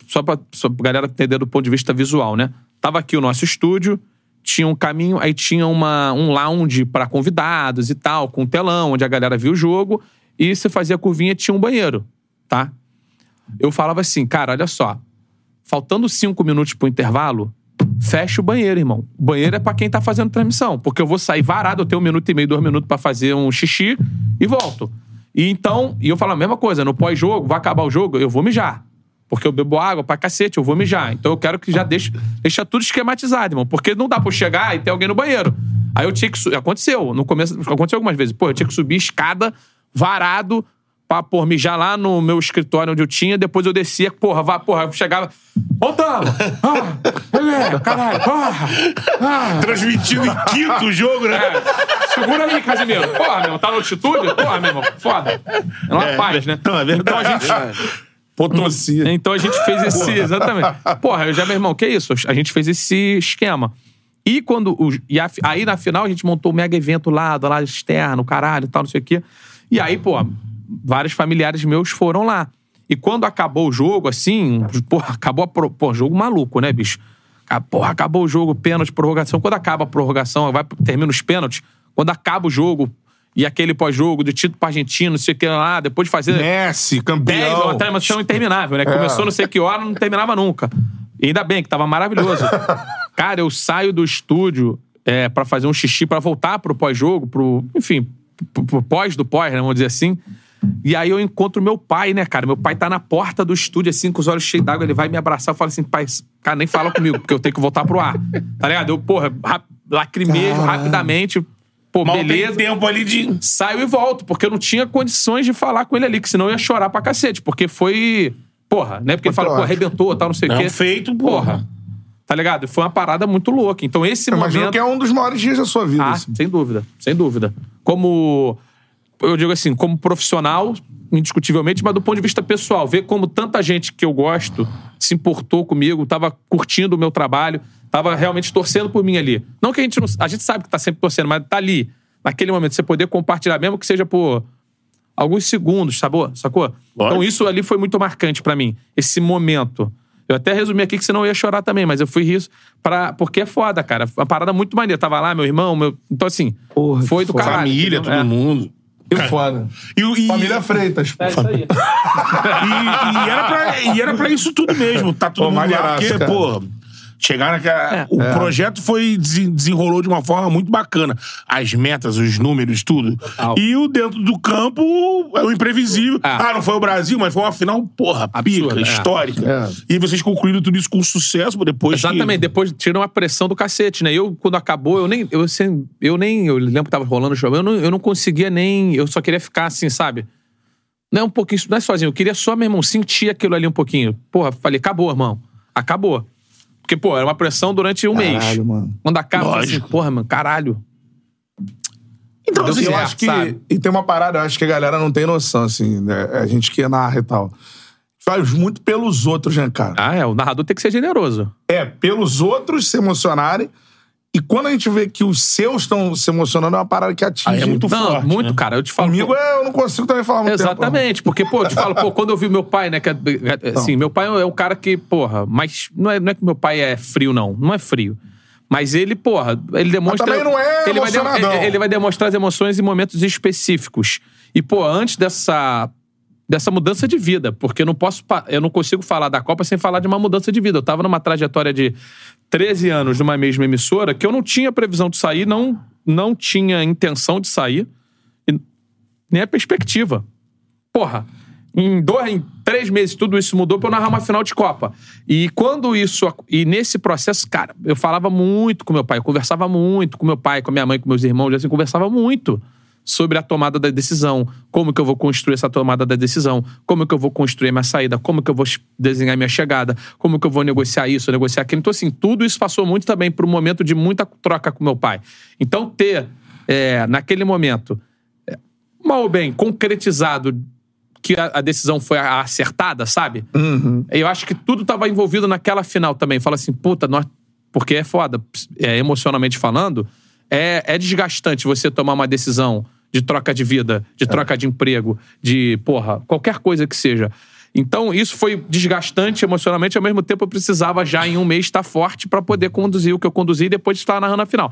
[SPEAKER 3] Só pra, só pra galera entender do ponto de vista visual, né? Tava aqui o nosso estúdio, tinha um caminho, aí tinha uma, um lounge pra convidados e tal, com um telão, onde a galera viu o jogo, e você fazia a curvinha tinha um banheiro, tá? Eu falava assim, cara, olha só. Faltando cinco minutos pro intervalo, fecha o banheiro, irmão. O banheiro é pra quem tá fazendo transmissão. Porque eu vou sair varado, eu tenho um minuto e meio, dois minutos pra fazer um xixi e volto. E então, e eu falo a mesma coisa, no pós-jogo, vai acabar o jogo, eu vou mijar. Porque eu bebo água pra cacete, eu vou mijar. Então eu quero que já deixe deixa tudo esquematizado, irmão. Porque não dá pra eu chegar e ter alguém no banheiro. Aí eu tinha que. su- Aconteceu, no começo, aconteceu algumas vezes. Pô, eu tinha que subir escada, varado, pra, pô, mijar lá no meu escritório onde eu tinha, depois eu descia, porra, vá, porra, eu chegava. Voltamos! Ah, é, caralho, porra! Ah.
[SPEAKER 2] Transmitindo em quinto o jogo, né?
[SPEAKER 3] é, Segura aí, Casimiro. Porra, meu irmão, tá na altitude? Porra, meu irmão, foda. É uma paz, né?
[SPEAKER 2] Não, é
[SPEAKER 3] Então a
[SPEAKER 2] verdade.
[SPEAKER 3] gente.
[SPEAKER 1] Potosí.
[SPEAKER 3] Então a gente fez esse. Exatamente. Porra, eu já, meu irmão, que isso? A gente fez esse esquema. E quando. o- e a- aí na final a gente montou um mega evento lá, do lado externo, caralho, tal, não sei o quê. E aí, pô, vários familiares meus foram lá. E quando acabou o jogo, assim, porra, acabou a. Pro, pô, jogo maluco, né, bicho? Ah, Porra, acabou o jogo, pênalti, prorrogação. Quando acaba a prorrogação, vai, termina os pênaltis. Quando acaba o jogo e aquele pós-jogo do título pra Argentina, não sei o que lá, depois de fazer.
[SPEAKER 1] Messi,
[SPEAKER 3] 10
[SPEAKER 1] campeão.
[SPEAKER 3] horas, transmissão interminável, né? Começou não sei que hora, não terminava nunca. E ainda bem que tava maravilhoso. Cara, eu saio do estúdio é, para fazer um xixi, pra voltar pro pós-jogo, pro. Enfim, pro, pro pós do pós, né? Vamos dizer assim. E aí eu encontro meu pai, né, cara? Meu pai tá na porta do estúdio, assim, com os olhos cheios d'água. Ele vai me abraçar. Eu falo assim, pai, esse cara, nem fala comigo, porque eu tenho que voltar pro ar. Tá ligado? Eu, porra, rap- lacrimejo
[SPEAKER 1] Caralho.
[SPEAKER 3] rapidamente. Pô,
[SPEAKER 2] Mal
[SPEAKER 3] beleza.
[SPEAKER 2] tem tempo ali de.
[SPEAKER 3] Saio e volto, porque eu não tinha condições de falar com ele ali, que senão eu ia chorar pra cacete, porque foi. Porra, né? Porque ele fala,
[SPEAKER 1] Muito
[SPEAKER 3] pô,
[SPEAKER 1] ótimo.
[SPEAKER 3] arrebentou, tal, não sei o
[SPEAKER 2] Não,
[SPEAKER 3] quê.
[SPEAKER 2] feito, porra.
[SPEAKER 3] Tá ligado? Foi uma parada muito louca. Então esse
[SPEAKER 1] Eu imagino
[SPEAKER 3] momento.
[SPEAKER 1] que é um dos maiores dias da sua vida.
[SPEAKER 3] Ah,
[SPEAKER 1] assim.
[SPEAKER 3] sem dúvida, sem dúvida. Como. Eu digo assim, como profissional, indiscutivelmente, mas do ponto de vista pessoal, ver como tanta gente que eu gosto se importou comigo, tava curtindo o meu trabalho, tava realmente torcendo por mim ali. Não que a gente não. A gente sabe que tá sempre torcendo, mas tá ali, naquele momento, você poder compartilhar, mesmo que seja por alguns segundos, sacou? sacou? Então isso ali foi muito marcante pra mim, esse momento. Eu até resumi aqui que senão eu ia chorar também, mas eu fui rir para porque é foda, cara. Uma parada muito maneira. Tava lá meu irmão, meu, então assim,
[SPEAKER 4] Porra,
[SPEAKER 3] foi do caralho.
[SPEAKER 2] Família,
[SPEAKER 3] entendeu?
[SPEAKER 2] todo mundo.
[SPEAKER 1] É
[SPEAKER 4] Que foda.
[SPEAKER 2] E, o- e-
[SPEAKER 1] Família Freitas.
[SPEAKER 3] É. É isso aí.
[SPEAKER 2] E, e era pra, e era pra isso tudo mesmo. Tá todo
[SPEAKER 1] Pô,
[SPEAKER 2] mundo lá.
[SPEAKER 1] maneiraço,
[SPEAKER 2] Porque,
[SPEAKER 1] cara.
[SPEAKER 2] pô, chegaram naquela.
[SPEAKER 3] É.
[SPEAKER 2] o projeto foi desen- desenrolou de uma forma muito bacana. As metas, os números, tudo. E o dentro do campo é o imprevisível.
[SPEAKER 3] Ah.
[SPEAKER 2] Ah, não foi o Brasil, mas foi uma final, porra,
[SPEAKER 3] Absurda,
[SPEAKER 2] pica,
[SPEAKER 3] é.
[SPEAKER 2] histórica. E vocês concluíram tudo isso com sucesso depois que-
[SPEAKER 3] Exatamente, depois tiram a pressão do cacete, né? Eu, quando acabou, eu nem. Eu, sem- eu nem. Eu lembro que tava rolando o show, eu não, eu não conseguia nem. Eu só queria ficar assim, sabe? Não é um pouquinho, isso não é sozinho. Eu queria só, meu irmão, sentir aquilo ali um pouquinho. Porra, falei, acabou, irmão. Acabou. Porque, pô, era uma pressão durante um mês.
[SPEAKER 4] Caralho, mano.
[SPEAKER 3] Quando acaba, eu falo assim,
[SPEAKER 2] Lógico.
[SPEAKER 3] porra, mano, caralho.
[SPEAKER 2] Então,
[SPEAKER 3] Deu
[SPEAKER 2] assim,
[SPEAKER 1] eu
[SPEAKER 3] certo,
[SPEAKER 1] acho que.
[SPEAKER 3] sabe?
[SPEAKER 1] E tem uma parada, eu acho que a galera não tem noção, assim, né? A gente que narra e tal. Faz muito pelos outros, né, cara?
[SPEAKER 3] Ah, é, o narrador tem que ser generoso.
[SPEAKER 1] É, pelos outros se emocionarem. E quando a gente vê que os seus estão se emocionando, é uma parada que atinge.
[SPEAKER 2] Aí é muito
[SPEAKER 3] não,
[SPEAKER 2] forte,
[SPEAKER 3] muito,
[SPEAKER 2] né?
[SPEAKER 3] cara. Eu te falo.
[SPEAKER 1] Comigo
[SPEAKER 3] pô,
[SPEAKER 1] é, eu não consigo também falar muito
[SPEAKER 3] Exatamente, porque, pô, eu te falo, pô, quando eu vi meu pai, né, que é-
[SPEAKER 1] Então.
[SPEAKER 3] assim, meu pai é um cara que, porra, mas não é, não é que meu pai é frio, não, não é frio. Mas ele, porra, ele demonstra...
[SPEAKER 1] também não é
[SPEAKER 3] ele vai, de-
[SPEAKER 1] emocionadão.
[SPEAKER 3] ele vai demonstrar as emoções em momentos específicos. E, pô, antes dessa, dessa mudança de vida, porque eu não posso, pa- eu não consigo falar da Copa sem falar de uma mudança de vida. Eu tava numa trajetória de 13 anos numa mesma emissora que eu não tinha previsão de sair, não, não tinha intenção de sair, e nem a perspectiva. Porra, em dois, em três meses tudo isso mudou pra eu narrar uma final de Copa. E quando isso. ac- E nesse processo, cara, eu falava muito com meu pai, eu conversava muito com meu pai, com minha mãe, com meus irmãos, assim, conversava muito sobre a tomada da decisão, como que eu vou construir essa tomada da decisão, como que eu vou construir minha saída, como que eu vou ch- desenhar minha chegada, como que eu vou negociar isso, negociar aquilo. Então, assim, tudo isso passou muito também por um momento de muita troca com meu pai. Então, ter, é, naquele momento, é, mal ou bem, concretizado que a, a decisão foi a- a acertada, sabe? Eu acho que tudo estava envolvido naquela final também. Fala assim, puta, nós... porque é foda, ps- é, emocionalmente falando, é, é desgastante você tomar uma decisão de troca de vida, de troca de emprego, de, porra, qualquer coisa que seja. Então, isso foi desgastante emocionalmente, ao mesmo tempo eu precisava já em um mês estar forte para poder conduzir o que eu conduzi e depois estar narrando a final.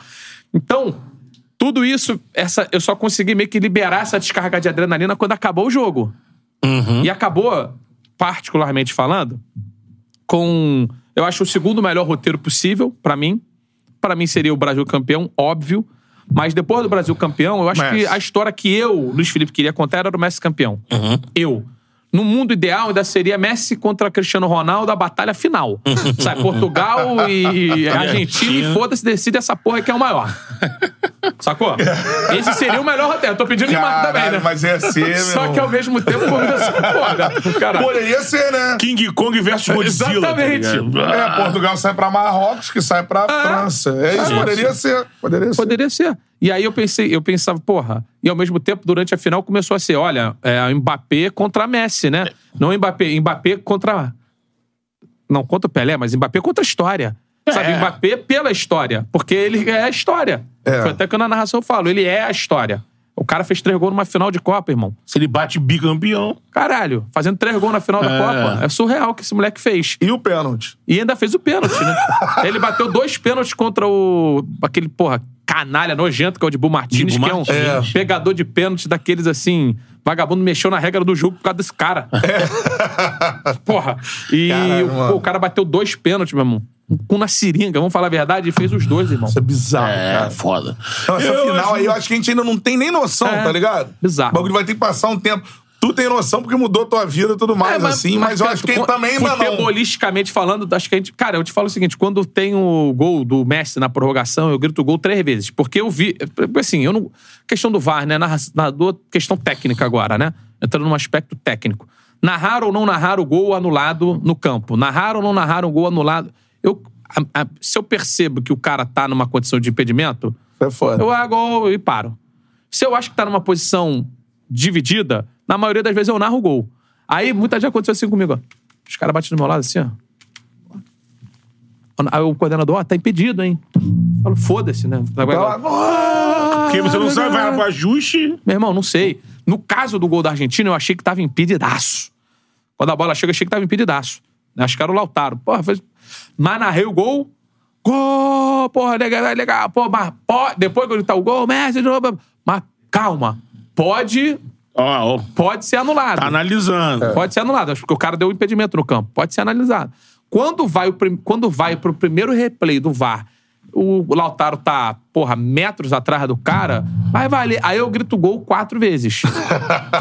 [SPEAKER 3] Então, tudo isso, essa, eu só consegui meio que liberar essa descarga de adrenalina quando acabou o jogo.
[SPEAKER 1] Uhum.
[SPEAKER 3] E acabou, particularmente falando, com. Eu acho o segundo melhor roteiro possível, pra mim. Pra mim seria o Brasil campeão, óbvio. Mas depois do Brasil campeão, eu acho
[SPEAKER 1] Messi.
[SPEAKER 3] que a história que eu, Luiz Felipe, queria contar era do Messi campeão.
[SPEAKER 1] Uhum.
[SPEAKER 3] Eu. No mundo ideal, ainda seria Messi contra Cristiano Ronaldo a batalha final.
[SPEAKER 1] Uhum.
[SPEAKER 3] Sabe, Portugal e Argentina, e foda-se, decide essa porra que é o maior. Sacou? Esse seria o melhor roteiro. Eu tô pedindo demais
[SPEAKER 1] Caralho,
[SPEAKER 3] também, né?
[SPEAKER 1] Mas é assim, meu
[SPEAKER 3] Só que
[SPEAKER 1] irmão.
[SPEAKER 3] ao mesmo tempo comigo assim, porra, cara.
[SPEAKER 1] Poderia ser, né?
[SPEAKER 2] King Kong versus Godzilla. tá
[SPEAKER 3] É, Exatamente.
[SPEAKER 2] ligado?
[SPEAKER 1] É, Portugal sai pra Marrocos, que sai pra França. É isso, poderia ser. Poderia ser.
[SPEAKER 3] Poderia ser. E aí eu pensei, eu pensava, porra. E ao mesmo tempo, durante a final, começou a ser, olha, é Mbappé contra Messi, né? Não Mbappé, Mbappé contra. Não contra o Pelé, mas Mbappé contra a história. Sabe, Mbappé pela história. Porque ele é a história.
[SPEAKER 1] É.
[SPEAKER 3] Foi até que na narração eu falo, ele é a história. O cara fez três gols numa final de Copa, irmão.
[SPEAKER 2] Se ele bate bicampeão.
[SPEAKER 3] Caralho, fazendo três gols na final da
[SPEAKER 2] É.
[SPEAKER 3] Copa. É surreal o que esse moleque fez.
[SPEAKER 1] E o pênalti?
[SPEAKER 3] E ainda fez o pênalti, né? Ele bateu dois pênaltis contra o. aquele, porra, canalha nojento que é o Dibu Martins,
[SPEAKER 2] Dibu
[SPEAKER 3] que é um
[SPEAKER 2] Martins.
[SPEAKER 3] é, pegador de pênalti daqueles assim. Vagabundo mexeu na regra do jogo por causa desse cara. Porra. E
[SPEAKER 1] Caralho,
[SPEAKER 3] o- pô,
[SPEAKER 1] mano.
[SPEAKER 3] o cara bateu dois pênaltis, meu irmão. Com na seringa, vamos falar a verdade, e fez os dois, irmão.
[SPEAKER 1] Isso é bizarro,
[SPEAKER 2] É,
[SPEAKER 1] cara.
[SPEAKER 2] foda.
[SPEAKER 1] Não, Então, essa
[SPEAKER 2] Eu
[SPEAKER 1] final
[SPEAKER 2] acho-
[SPEAKER 1] aí eu acho que a gente ainda não tem nem noção,
[SPEAKER 3] É.
[SPEAKER 1] tá ligado?
[SPEAKER 3] Bizarro.
[SPEAKER 1] O bagulho vai ter que passar um tempo. Tu tem noção porque mudou tua vida e tudo mais,
[SPEAKER 3] É,
[SPEAKER 1] assim, mas, eu
[SPEAKER 3] cara,
[SPEAKER 1] acho que
[SPEAKER 3] tu-
[SPEAKER 1] ele também ainda não.
[SPEAKER 3] Futebolisticamente falando, acho que a gente. Cara, eu te falo o seguinte: quando tem o gol do Messi na prorrogação, eu grito gol três vezes. Porque eu vi. Assim, eu não. Questão do VAR, né? Narra- Narrador, questão técnica agora, né? Entrando num aspecto técnico. Narrar ou não narrar o gol anulado no campo. Narrar ou não narrar o gol anulado. Eu, a- a- se eu percebo que o cara tá numa condição de impedimento,
[SPEAKER 1] É foda.
[SPEAKER 3] eu ah, gol e paro. Se eu acho que tá numa posição dividida, na maioria das vezes eu narro o gol. Aí muita gente aconteceu assim comigo, ó. Os caras batem do meu lado assim, ó. Aí o coordenador, ó, tá impedido, hein? Eu falo, foda-se, né?
[SPEAKER 1] Ela-
[SPEAKER 3] Ah,
[SPEAKER 2] Porque você não sabe, vai pro ajuste.
[SPEAKER 3] Meu irmão, não sei. No caso do gol da Argentina, eu achei que tava impedidaço. Quando a bola chega, eu achei que tava impedidaço. Acho que era o Lautaro. Porra, fez... Mas narrei o gol. Gol! Porra, legal, legal. Pô, mas pode... Depois que ele tá o gol, Messi... de novo. Mas calma. Pode,
[SPEAKER 2] Ó, ó,
[SPEAKER 3] pode ser anulado.
[SPEAKER 2] tá analisando.
[SPEAKER 3] Pode ser anulado, acho que o cara deu um impedimento no campo. Pode ser analisado. Quando vai, o prim- quando vai pro primeiro replay do VAR, o Lautaro tá, porra, metros atrás do cara, vai valer. Aí eu grito gol quatro vezes.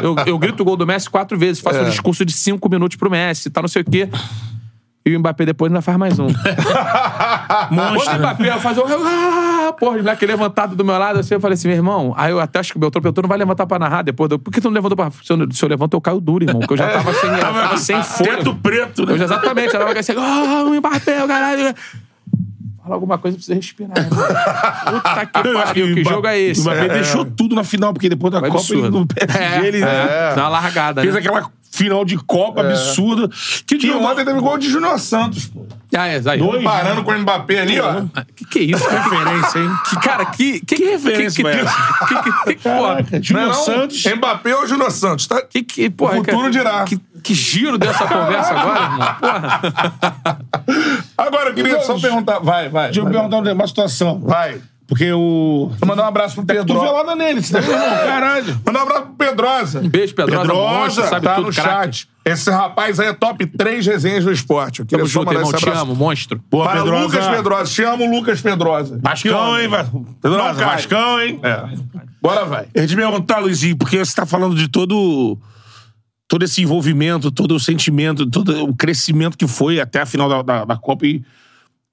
[SPEAKER 3] eu, eu grito gol do Messi quatro vezes, faço um discurso de cinco minutos pro Messi, tá não sei o quê. E o Mbappé depois ainda faz mais um. Quando o
[SPEAKER 2] Monstro.
[SPEAKER 3] Mbappé faz um. Ah, porra, o moleque levantado do meu lado, assim, eu falei assim, meu irmão. Aí eu até acho que o Beltrão perguntou, não vai levantar pra narrar depois. do- Por que tu não levantou pra. Se eu, se eu levanto, eu caio duro, irmão. Porque eu já tava sem, eu tava sem
[SPEAKER 2] Ah, Teto
[SPEAKER 3] fôlego.
[SPEAKER 2] preto, né?
[SPEAKER 3] Eu já, exatamente, eu tava assim, ah, o Mbappé, o caralho. Fala alguma coisa pra você respirar, irmão. Puta que
[SPEAKER 2] Eu acho
[SPEAKER 3] pariu, que
[SPEAKER 2] o Mba-
[SPEAKER 3] jogo é esse?
[SPEAKER 2] O Mbappé deixou tudo na final, porque depois da
[SPEAKER 3] Foi
[SPEAKER 2] Copa ele
[SPEAKER 3] absurdo.
[SPEAKER 2] no PSG, ele né,
[SPEAKER 3] É, dá uma largada,
[SPEAKER 2] fez
[SPEAKER 3] né?
[SPEAKER 2] aquela final de Copa absurda. Que
[SPEAKER 1] E
[SPEAKER 2] dia
[SPEAKER 1] ontem teve gol de Júnior Santos, pô.
[SPEAKER 3] Ah, é, aí.
[SPEAKER 2] Dois. né?
[SPEAKER 1] Parando com o Mbappé ali, ó.
[SPEAKER 3] Que que é isso? Que referência, hein? cara, que... Que, que
[SPEAKER 2] referência
[SPEAKER 3] que,
[SPEAKER 2] foi essa?
[SPEAKER 3] que, que, que, que, porra,
[SPEAKER 1] Não é
[SPEAKER 2] Júnior
[SPEAKER 1] não?
[SPEAKER 2] Santos.
[SPEAKER 1] Mbappé ou Júnior Santos? Tá...
[SPEAKER 3] Que, que, porra,
[SPEAKER 1] O futuro
[SPEAKER 3] que-
[SPEAKER 1] dirá.
[SPEAKER 3] Que, que giro dessa conversa agora, irmão. Porra.
[SPEAKER 1] Agora, eu queria
[SPEAKER 2] Então,
[SPEAKER 1] só
[SPEAKER 2] Ju-
[SPEAKER 1] perguntar. Vai, vai.
[SPEAKER 2] Deixa eu
[SPEAKER 1] vai.
[SPEAKER 2] perguntar uma situação.
[SPEAKER 1] Vai.
[SPEAKER 2] Porque o.
[SPEAKER 1] Vou mandar um abraço pro Pedro.
[SPEAKER 2] Cotovelada nele, você tá vendo, irmão? Caralho.
[SPEAKER 1] Mandar um abraço pro Pedrosa.
[SPEAKER 3] Beijo, Pedrosa, monstro, sabe
[SPEAKER 1] tá
[SPEAKER 3] tudo,
[SPEAKER 1] no
[SPEAKER 3] craque.
[SPEAKER 1] chat. Esse rapaz aí é top 3 resenhas do esporte. Eu queria
[SPEAKER 3] Tamo
[SPEAKER 1] só
[SPEAKER 3] junto,
[SPEAKER 1] mandar
[SPEAKER 3] irmão.
[SPEAKER 1] esse
[SPEAKER 3] Te
[SPEAKER 1] abraço.
[SPEAKER 3] amo, monstro.
[SPEAKER 2] Boa,
[SPEAKER 1] Para
[SPEAKER 2] Pedrosa.
[SPEAKER 1] Lucas Pedrosa. Te amo, Lucas Pedrosa.
[SPEAKER 2] Vascão, hein, Va-
[SPEAKER 1] Não
[SPEAKER 2] Pedrosa?
[SPEAKER 1] cai.
[SPEAKER 2] Vascão, hein?
[SPEAKER 1] É. Bora, vai.
[SPEAKER 2] Eu ia te perguntar, Luizinho, porque você está falando de todo todo esse envolvimento, todo o sentimento, todo o crescimento que foi até a final da, da- da Copa. E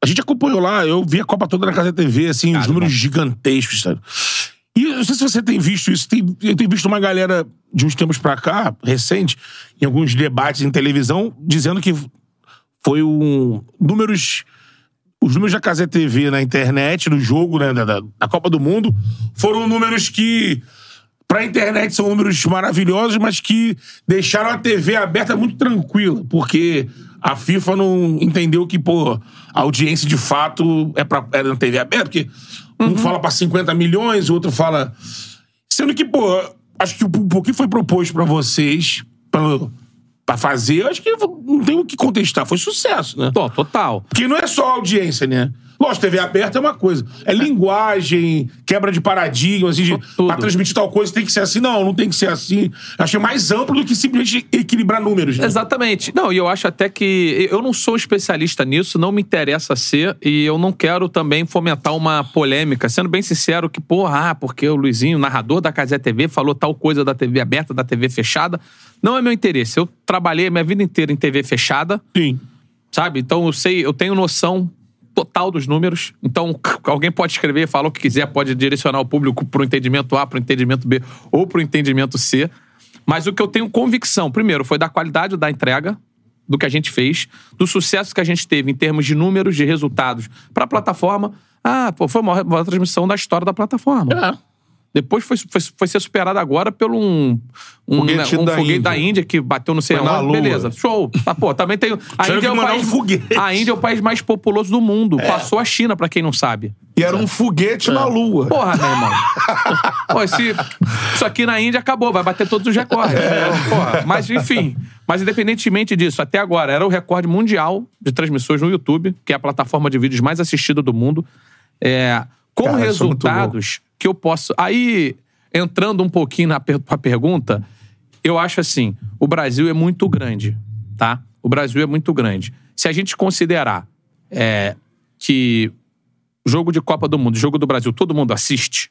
[SPEAKER 2] a gente acompanhou lá, eu vi a Copa toda na Casa TV, assim, os números gigantescos, sabe? E eu não sei se você tem visto isso, tem- eu tenho visto uma galera de uns tempos pra cá, recente, em alguns debates em televisão, dizendo que foi um. números os números da Casa TV na internet, no jogo, né, da, da- da Copa do Mundo, foram números que, pra internet, são números maravilhosos, mas que deixaram a TV aberta muito tranquila, porque a FIFA não entendeu que, pô, a audiência de fato é, pra, é na TV aberta, porque um fala pra 50 milhões, o outro fala. Sendo que, pô, acho que o, o que foi proposto pra vocês, pelo. Pra fazer, eu acho que não tem o que contestar. Foi sucesso, né?
[SPEAKER 3] Tô, total.
[SPEAKER 2] Porque não é só audiência, né? Lógico, TV aberta é uma coisa. É linguagem, quebra de paradigma, assim, de,
[SPEAKER 3] Tudo.
[SPEAKER 2] pra transmitir tal coisa tem que ser assim. Não, não tem que ser assim. Achei mais amplo do que simplesmente equilibrar números. Né?
[SPEAKER 3] Exatamente. Não, e eu acho até que. Eu não sou especialista nisso, não me interessa ser, e eu não quero também fomentar uma polêmica. Sendo bem sincero, que, porra, ah, porque o Luizinho, narrador da Casé TV, falou tal coisa da TV aberta, da TV fechada. Não é meu interesse. Eu trabalhei a minha vida inteira em TV fechada.
[SPEAKER 2] Sim.
[SPEAKER 3] sabe? Então eu sei, eu tenho noção total dos números. Então alguém pode escrever, falar o que quiser, pode direcionar o público pro entendimento A, pro entendimento B ou pro entendimento C. Mas o que eu tenho convicção, primeiro, foi da qualidade da entrega do que a gente fez, do sucesso que a gente teve em termos de números, de resultados para a plataforma. Ah, pô, foi a maior, maior transmissão da história da plataforma. Depois foi, foi, foi ser superado agora pelo um, um,
[SPEAKER 1] Foguete
[SPEAKER 3] um
[SPEAKER 1] da
[SPEAKER 3] foguete
[SPEAKER 1] Índia.
[SPEAKER 3] da Índia que bateu no sei
[SPEAKER 1] Foi na
[SPEAKER 3] aonde.
[SPEAKER 1] Lua.
[SPEAKER 3] Beleza, show. Tá, pô, também tem. A
[SPEAKER 2] Tiveram
[SPEAKER 3] Índia, é
[SPEAKER 2] que
[SPEAKER 3] o
[SPEAKER 2] mandar
[SPEAKER 3] país,
[SPEAKER 2] um foguete. É.
[SPEAKER 3] a Índia é o país mais populoso do mundo. Passou a China, pra quem não sabe.
[SPEAKER 1] E era um foguete na lua.
[SPEAKER 3] Porra, meu irmão. Pô, esse, isso aqui na Índia acabou, vai bater todos os recordes.
[SPEAKER 1] É.
[SPEAKER 3] entendeu? Porra, mas enfim. Mas independentemente disso, até agora, era o recorde mundial de transmissões no YouTube, que é a plataforma de vídeos mais assistida do mundo. É, com
[SPEAKER 1] Cara, isso é muito
[SPEAKER 3] resultados que eu posso. Aí, entrando um pouquinho na per- pra pergunta, eu acho assim: o Brasil é muito grande, tá? O Brasil é muito grande. Se a gente considerar é, que jogo de Copa do Mundo, jogo do Brasil, todo mundo assiste,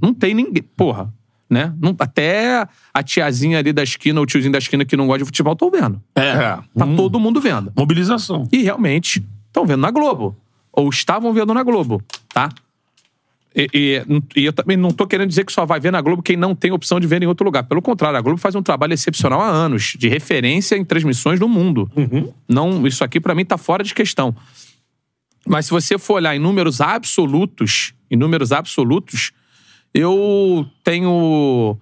[SPEAKER 3] não tem ninguém. Porra. né? Não- até a tiazinha ali da esquina, o tiozinho da esquina que não gosta de futebol, tô vendo.
[SPEAKER 2] É.
[SPEAKER 3] Tá
[SPEAKER 2] Hum.
[SPEAKER 3] todo mundo vendo.
[SPEAKER 2] Mobilização.
[SPEAKER 3] E realmente estão vendo na Globo. Ou estavam vendo na Globo, tá? E, e- e eu também não tô querendo dizer que só vai ver na Globo quem não tem opção de ver em outro lugar. Pelo contrário, a Globo faz um trabalho excepcional há anos, de referência em transmissões no mundo. Não, isso aqui pra mim tá fora de questão. Mas se você for olhar em números absolutos, em números absolutos, eu tenho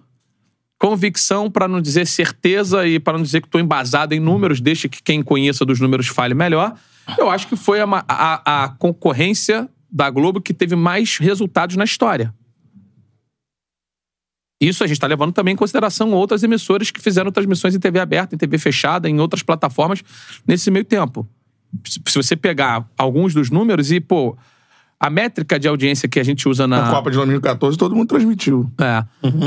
[SPEAKER 3] convicção, para não dizer certeza e para não dizer que estou embasado em números, deixa que quem conheça dos números fale melhor. Eu acho que foi a, ma- a- a concorrência da Globo que teve mais resultados na história. Isso a gente está levando também em consideração outras emissoras que fizeram transmissões em TV aberta, em TV fechada, em outras plataformas nesse meio tempo. Se se você pegar alguns dos números e, pô, a métrica de audiência que a gente usa na,
[SPEAKER 1] Na Copa de 2014, todo mundo transmitiu.
[SPEAKER 3] é.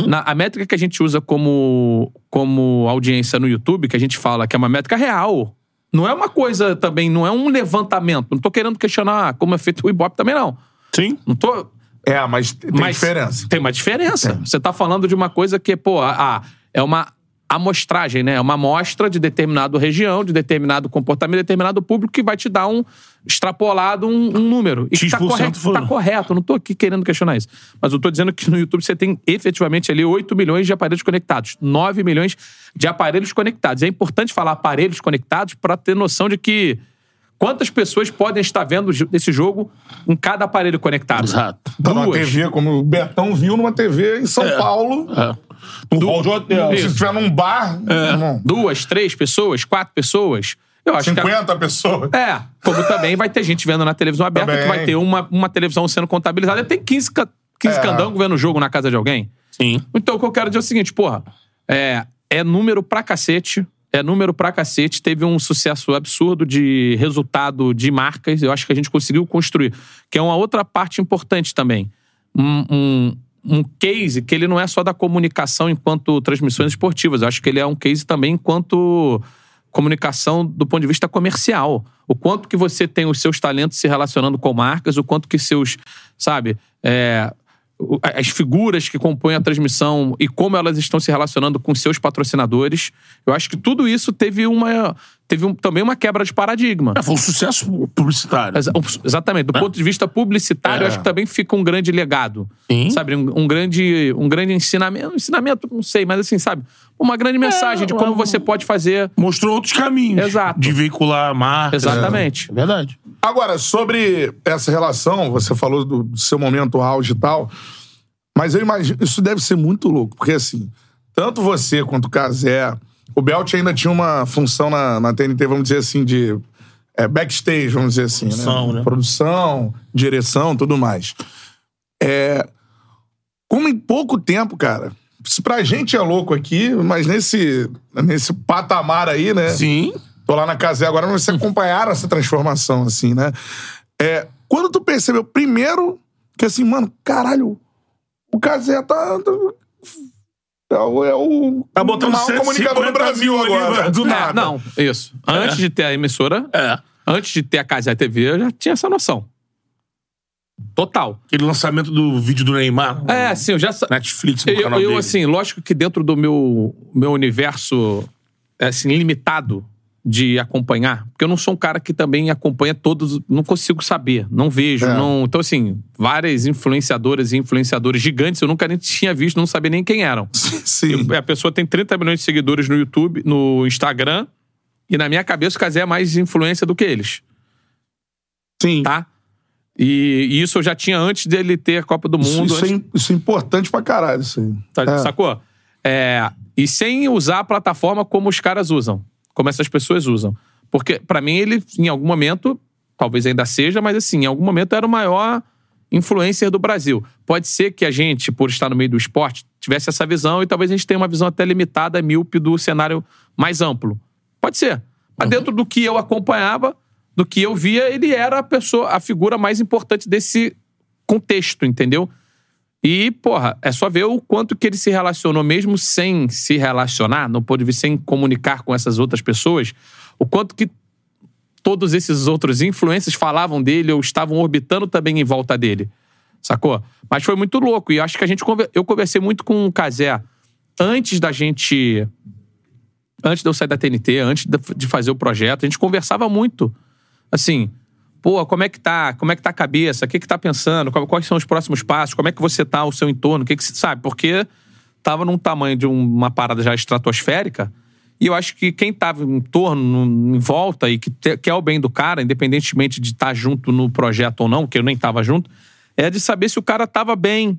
[SPEAKER 3] Na- a métrica que a gente usa como, como audiência no YouTube, que a gente fala que é uma métrica real. Não é uma coisa também, não é um levantamento. Não tô querendo questionar como é feito o Ibope também, não.
[SPEAKER 2] Sim.
[SPEAKER 3] Não tô.
[SPEAKER 1] É, mas tem
[SPEAKER 3] mas
[SPEAKER 1] diferença. É.
[SPEAKER 3] Tem uma diferença. Você tá falando de uma coisa que, pô, a- a- é uma amostragem, né? É uma amostra de determinada região, de determinado comportamento, determinado público que vai te dar um extrapolado um, um número. E que tá
[SPEAKER 2] 10%
[SPEAKER 3] correto, tá
[SPEAKER 2] foram.
[SPEAKER 3] correto, não tô aqui querendo questionar isso. Mas eu tô dizendo que no YouTube você tem efetivamente ali 8 milhões de aparelhos conectados, 9 milhões de aparelhos conectados. É importante falar aparelhos conectados para ter noção de que quantas pessoas podem estar vendo jo- esse jogo em cada aparelho conectado.
[SPEAKER 2] Exato.
[SPEAKER 1] Tá numa
[SPEAKER 3] Duas.
[SPEAKER 1] TV, como o Betão viu numa TV em São Paulo.
[SPEAKER 2] É. Um hall de hotel.
[SPEAKER 1] Se tiver num bar, irmão,
[SPEAKER 3] duas, três pessoas, quatro pessoas. Eu acho que.
[SPEAKER 1] 50 pessoas.
[SPEAKER 3] É, como também vai ter gente vendo na televisão aberta,
[SPEAKER 1] Também.
[SPEAKER 3] que vai ter uma, uma televisão sendo contabilizada. Tem 15, ca- 15
[SPEAKER 1] É.
[SPEAKER 3] candango vendo o jogo na casa de alguém.
[SPEAKER 2] Sim.
[SPEAKER 3] Então o que eu quero dizer é o seguinte, porra. É, é número pra cacete. É número pra cacete. Teve um sucesso absurdo de resultado de marcas. Eu acho que a gente conseguiu construir. Que é uma outra parte importante também. Um, um, um case que ele não é só da comunicação enquanto transmissões esportivas. Eu acho que ele é um case também enquanto comunicação do ponto de vista comercial. O quanto que você tem os seus talentos se relacionando com marcas, o quanto que seus, sabe, é, o- as figuras que compõem a transmissão e como elas estão se relacionando com seus patrocinadores. Eu acho que tudo isso teve uma teve um- também uma quebra de paradigma.
[SPEAKER 2] É, foi um sucesso publicitário.
[SPEAKER 3] Exa- um, Exatamente. Do ponto de vista publicitário,
[SPEAKER 2] É.
[SPEAKER 3] eu acho que também fica um grande legado.
[SPEAKER 2] Sim.
[SPEAKER 3] Sabe? Um, um grande, um grande ensinamento. Ensinamento, não sei, mas assim, sabe? Uma grande mensagem de como
[SPEAKER 2] um-
[SPEAKER 3] você pode fazer.
[SPEAKER 2] Mostrou outros caminhos.
[SPEAKER 3] Exato.
[SPEAKER 2] De veicular a marca.
[SPEAKER 3] Exatamente.
[SPEAKER 2] É verdade.
[SPEAKER 1] Agora, sobre essa relação, você falou do do seu momento auge e tal, mas eu imagino, isso deve ser muito louco, porque assim, tanto você quanto o Cazé, o Belt ainda tinha uma função na, na TNT, vamos dizer assim, de é, backstage, vamos dizer assim,
[SPEAKER 2] Produção, né?
[SPEAKER 1] Produção, direção, tudo mais. É, como em pouco tempo, cara, se pra gente é louco aqui, mas nesse, nesse patamar aí,
[SPEAKER 3] É.
[SPEAKER 1] né?
[SPEAKER 2] Sim.
[SPEAKER 1] Tô lá na casa agora, mas vocês acompanharam essa transformação, assim, né? É, quando tu percebeu, primeiro, que assim, mano, caralho, o Casé tá. tá- É o, é o
[SPEAKER 2] Tá botando
[SPEAKER 1] maior
[SPEAKER 2] 150
[SPEAKER 1] comunicador do Brasil
[SPEAKER 2] mil ali,
[SPEAKER 1] agora.
[SPEAKER 2] velho,
[SPEAKER 1] Do
[SPEAKER 2] é,
[SPEAKER 1] nada.
[SPEAKER 3] Não, isso. Antes de ter a emissora,
[SPEAKER 2] É.
[SPEAKER 3] antes de ter a Casa e a TV, eu já tinha essa noção. Total.
[SPEAKER 2] Aquele lançamento do vídeo do Neymar.
[SPEAKER 3] É, assim, eu já, sa-
[SPEAKER 2] Netflix no
[SPEAKER 1] é
[SPEAKER 3] Eu,
[SPEAKER 2] canal
[SPEAKER 3] eu,
[SPEAKER 2] dele.
[SPEAKER 3] assim, lógico que dentro do meu, meu universo, assim, limitado de acompanhar, porque eu não sou um cara que também acompanha todos, não consigo saber, não vejo,
[SPEAKER 1] É.
[SPEAKER 3] não... Então, assim, várias influenciadoras e influenciadores gigantes eu nunca nem tinha visto, não sabia nem quem eram.
[SPEAKER 1] Sim.
[SPEAKER 3] Eu- a pessoa tem 30 milhões de seguidores no YouTube, no Instagram, e na minha cabeça o Kazé é mais influência do que eles,
[SPEAKER 1] Sim.
[SPEAKER 3] tá? E, e isso eu já tinha antes dele ter a Copa do
[SPEAKER 1] Isso,
[SPEAKER 3] Mundo,
[SPEAKER 1] isso
[SPEAKER 3] antes
[SPEAKER 1] é, im- isso é importante pra caralho, isso aí.
[SPEAKER 3] Tá-
[SPEAKER 1] É.
[SPEAKER 3] Sacou? É, e sem usar a plataforma como os caras usam, como essas pessoas usam. Porque, pra mim, ele, em algum momento, talvez ainda seja, mas assim, em algum momento era o maior influencer do Brasil. Pode ser que a gente, por estar no meio do esporte, tivesse essa visão e talvez a gente tenha uma visão até limitada, míope, do cenário mais amplo. Pode ser. Mas dentro do que eu acompanhava, do que eu via, ele era a pessoa, a figura mais importante desse contexto, entendeu? E, porra, é só ver o quanto que ele se relacionou, mesmo sem se relacionar, não pôde vir sem comunicar com essas outras pessoas, o quanto que todos esses outros influencers falavam dele ou estavam orbitando também em volta dele. sacou? Mas foi muito louco. E acho que a gente. conver- Eu conversei muito com o Kazé antes da gente. Antes de eu sair da TNT, antes de- de fazer o projeto, a gente conversava muito. Assim, pô, como é que tá? Como é que tá a cabeça? O que que tá pensando? Qual- Quais são os próximos passos? Como é que você tá, o seu entorno? O que que se sabe? Porque tava num tamanho de um- uma parada já estratosférica. E eu acho que quem tava em torno, no- em volta, e que te- quer o bem do cara, independentemente de estar junto no projeto ou não, que eu nem tava junto, é de saber se o cara tava bem,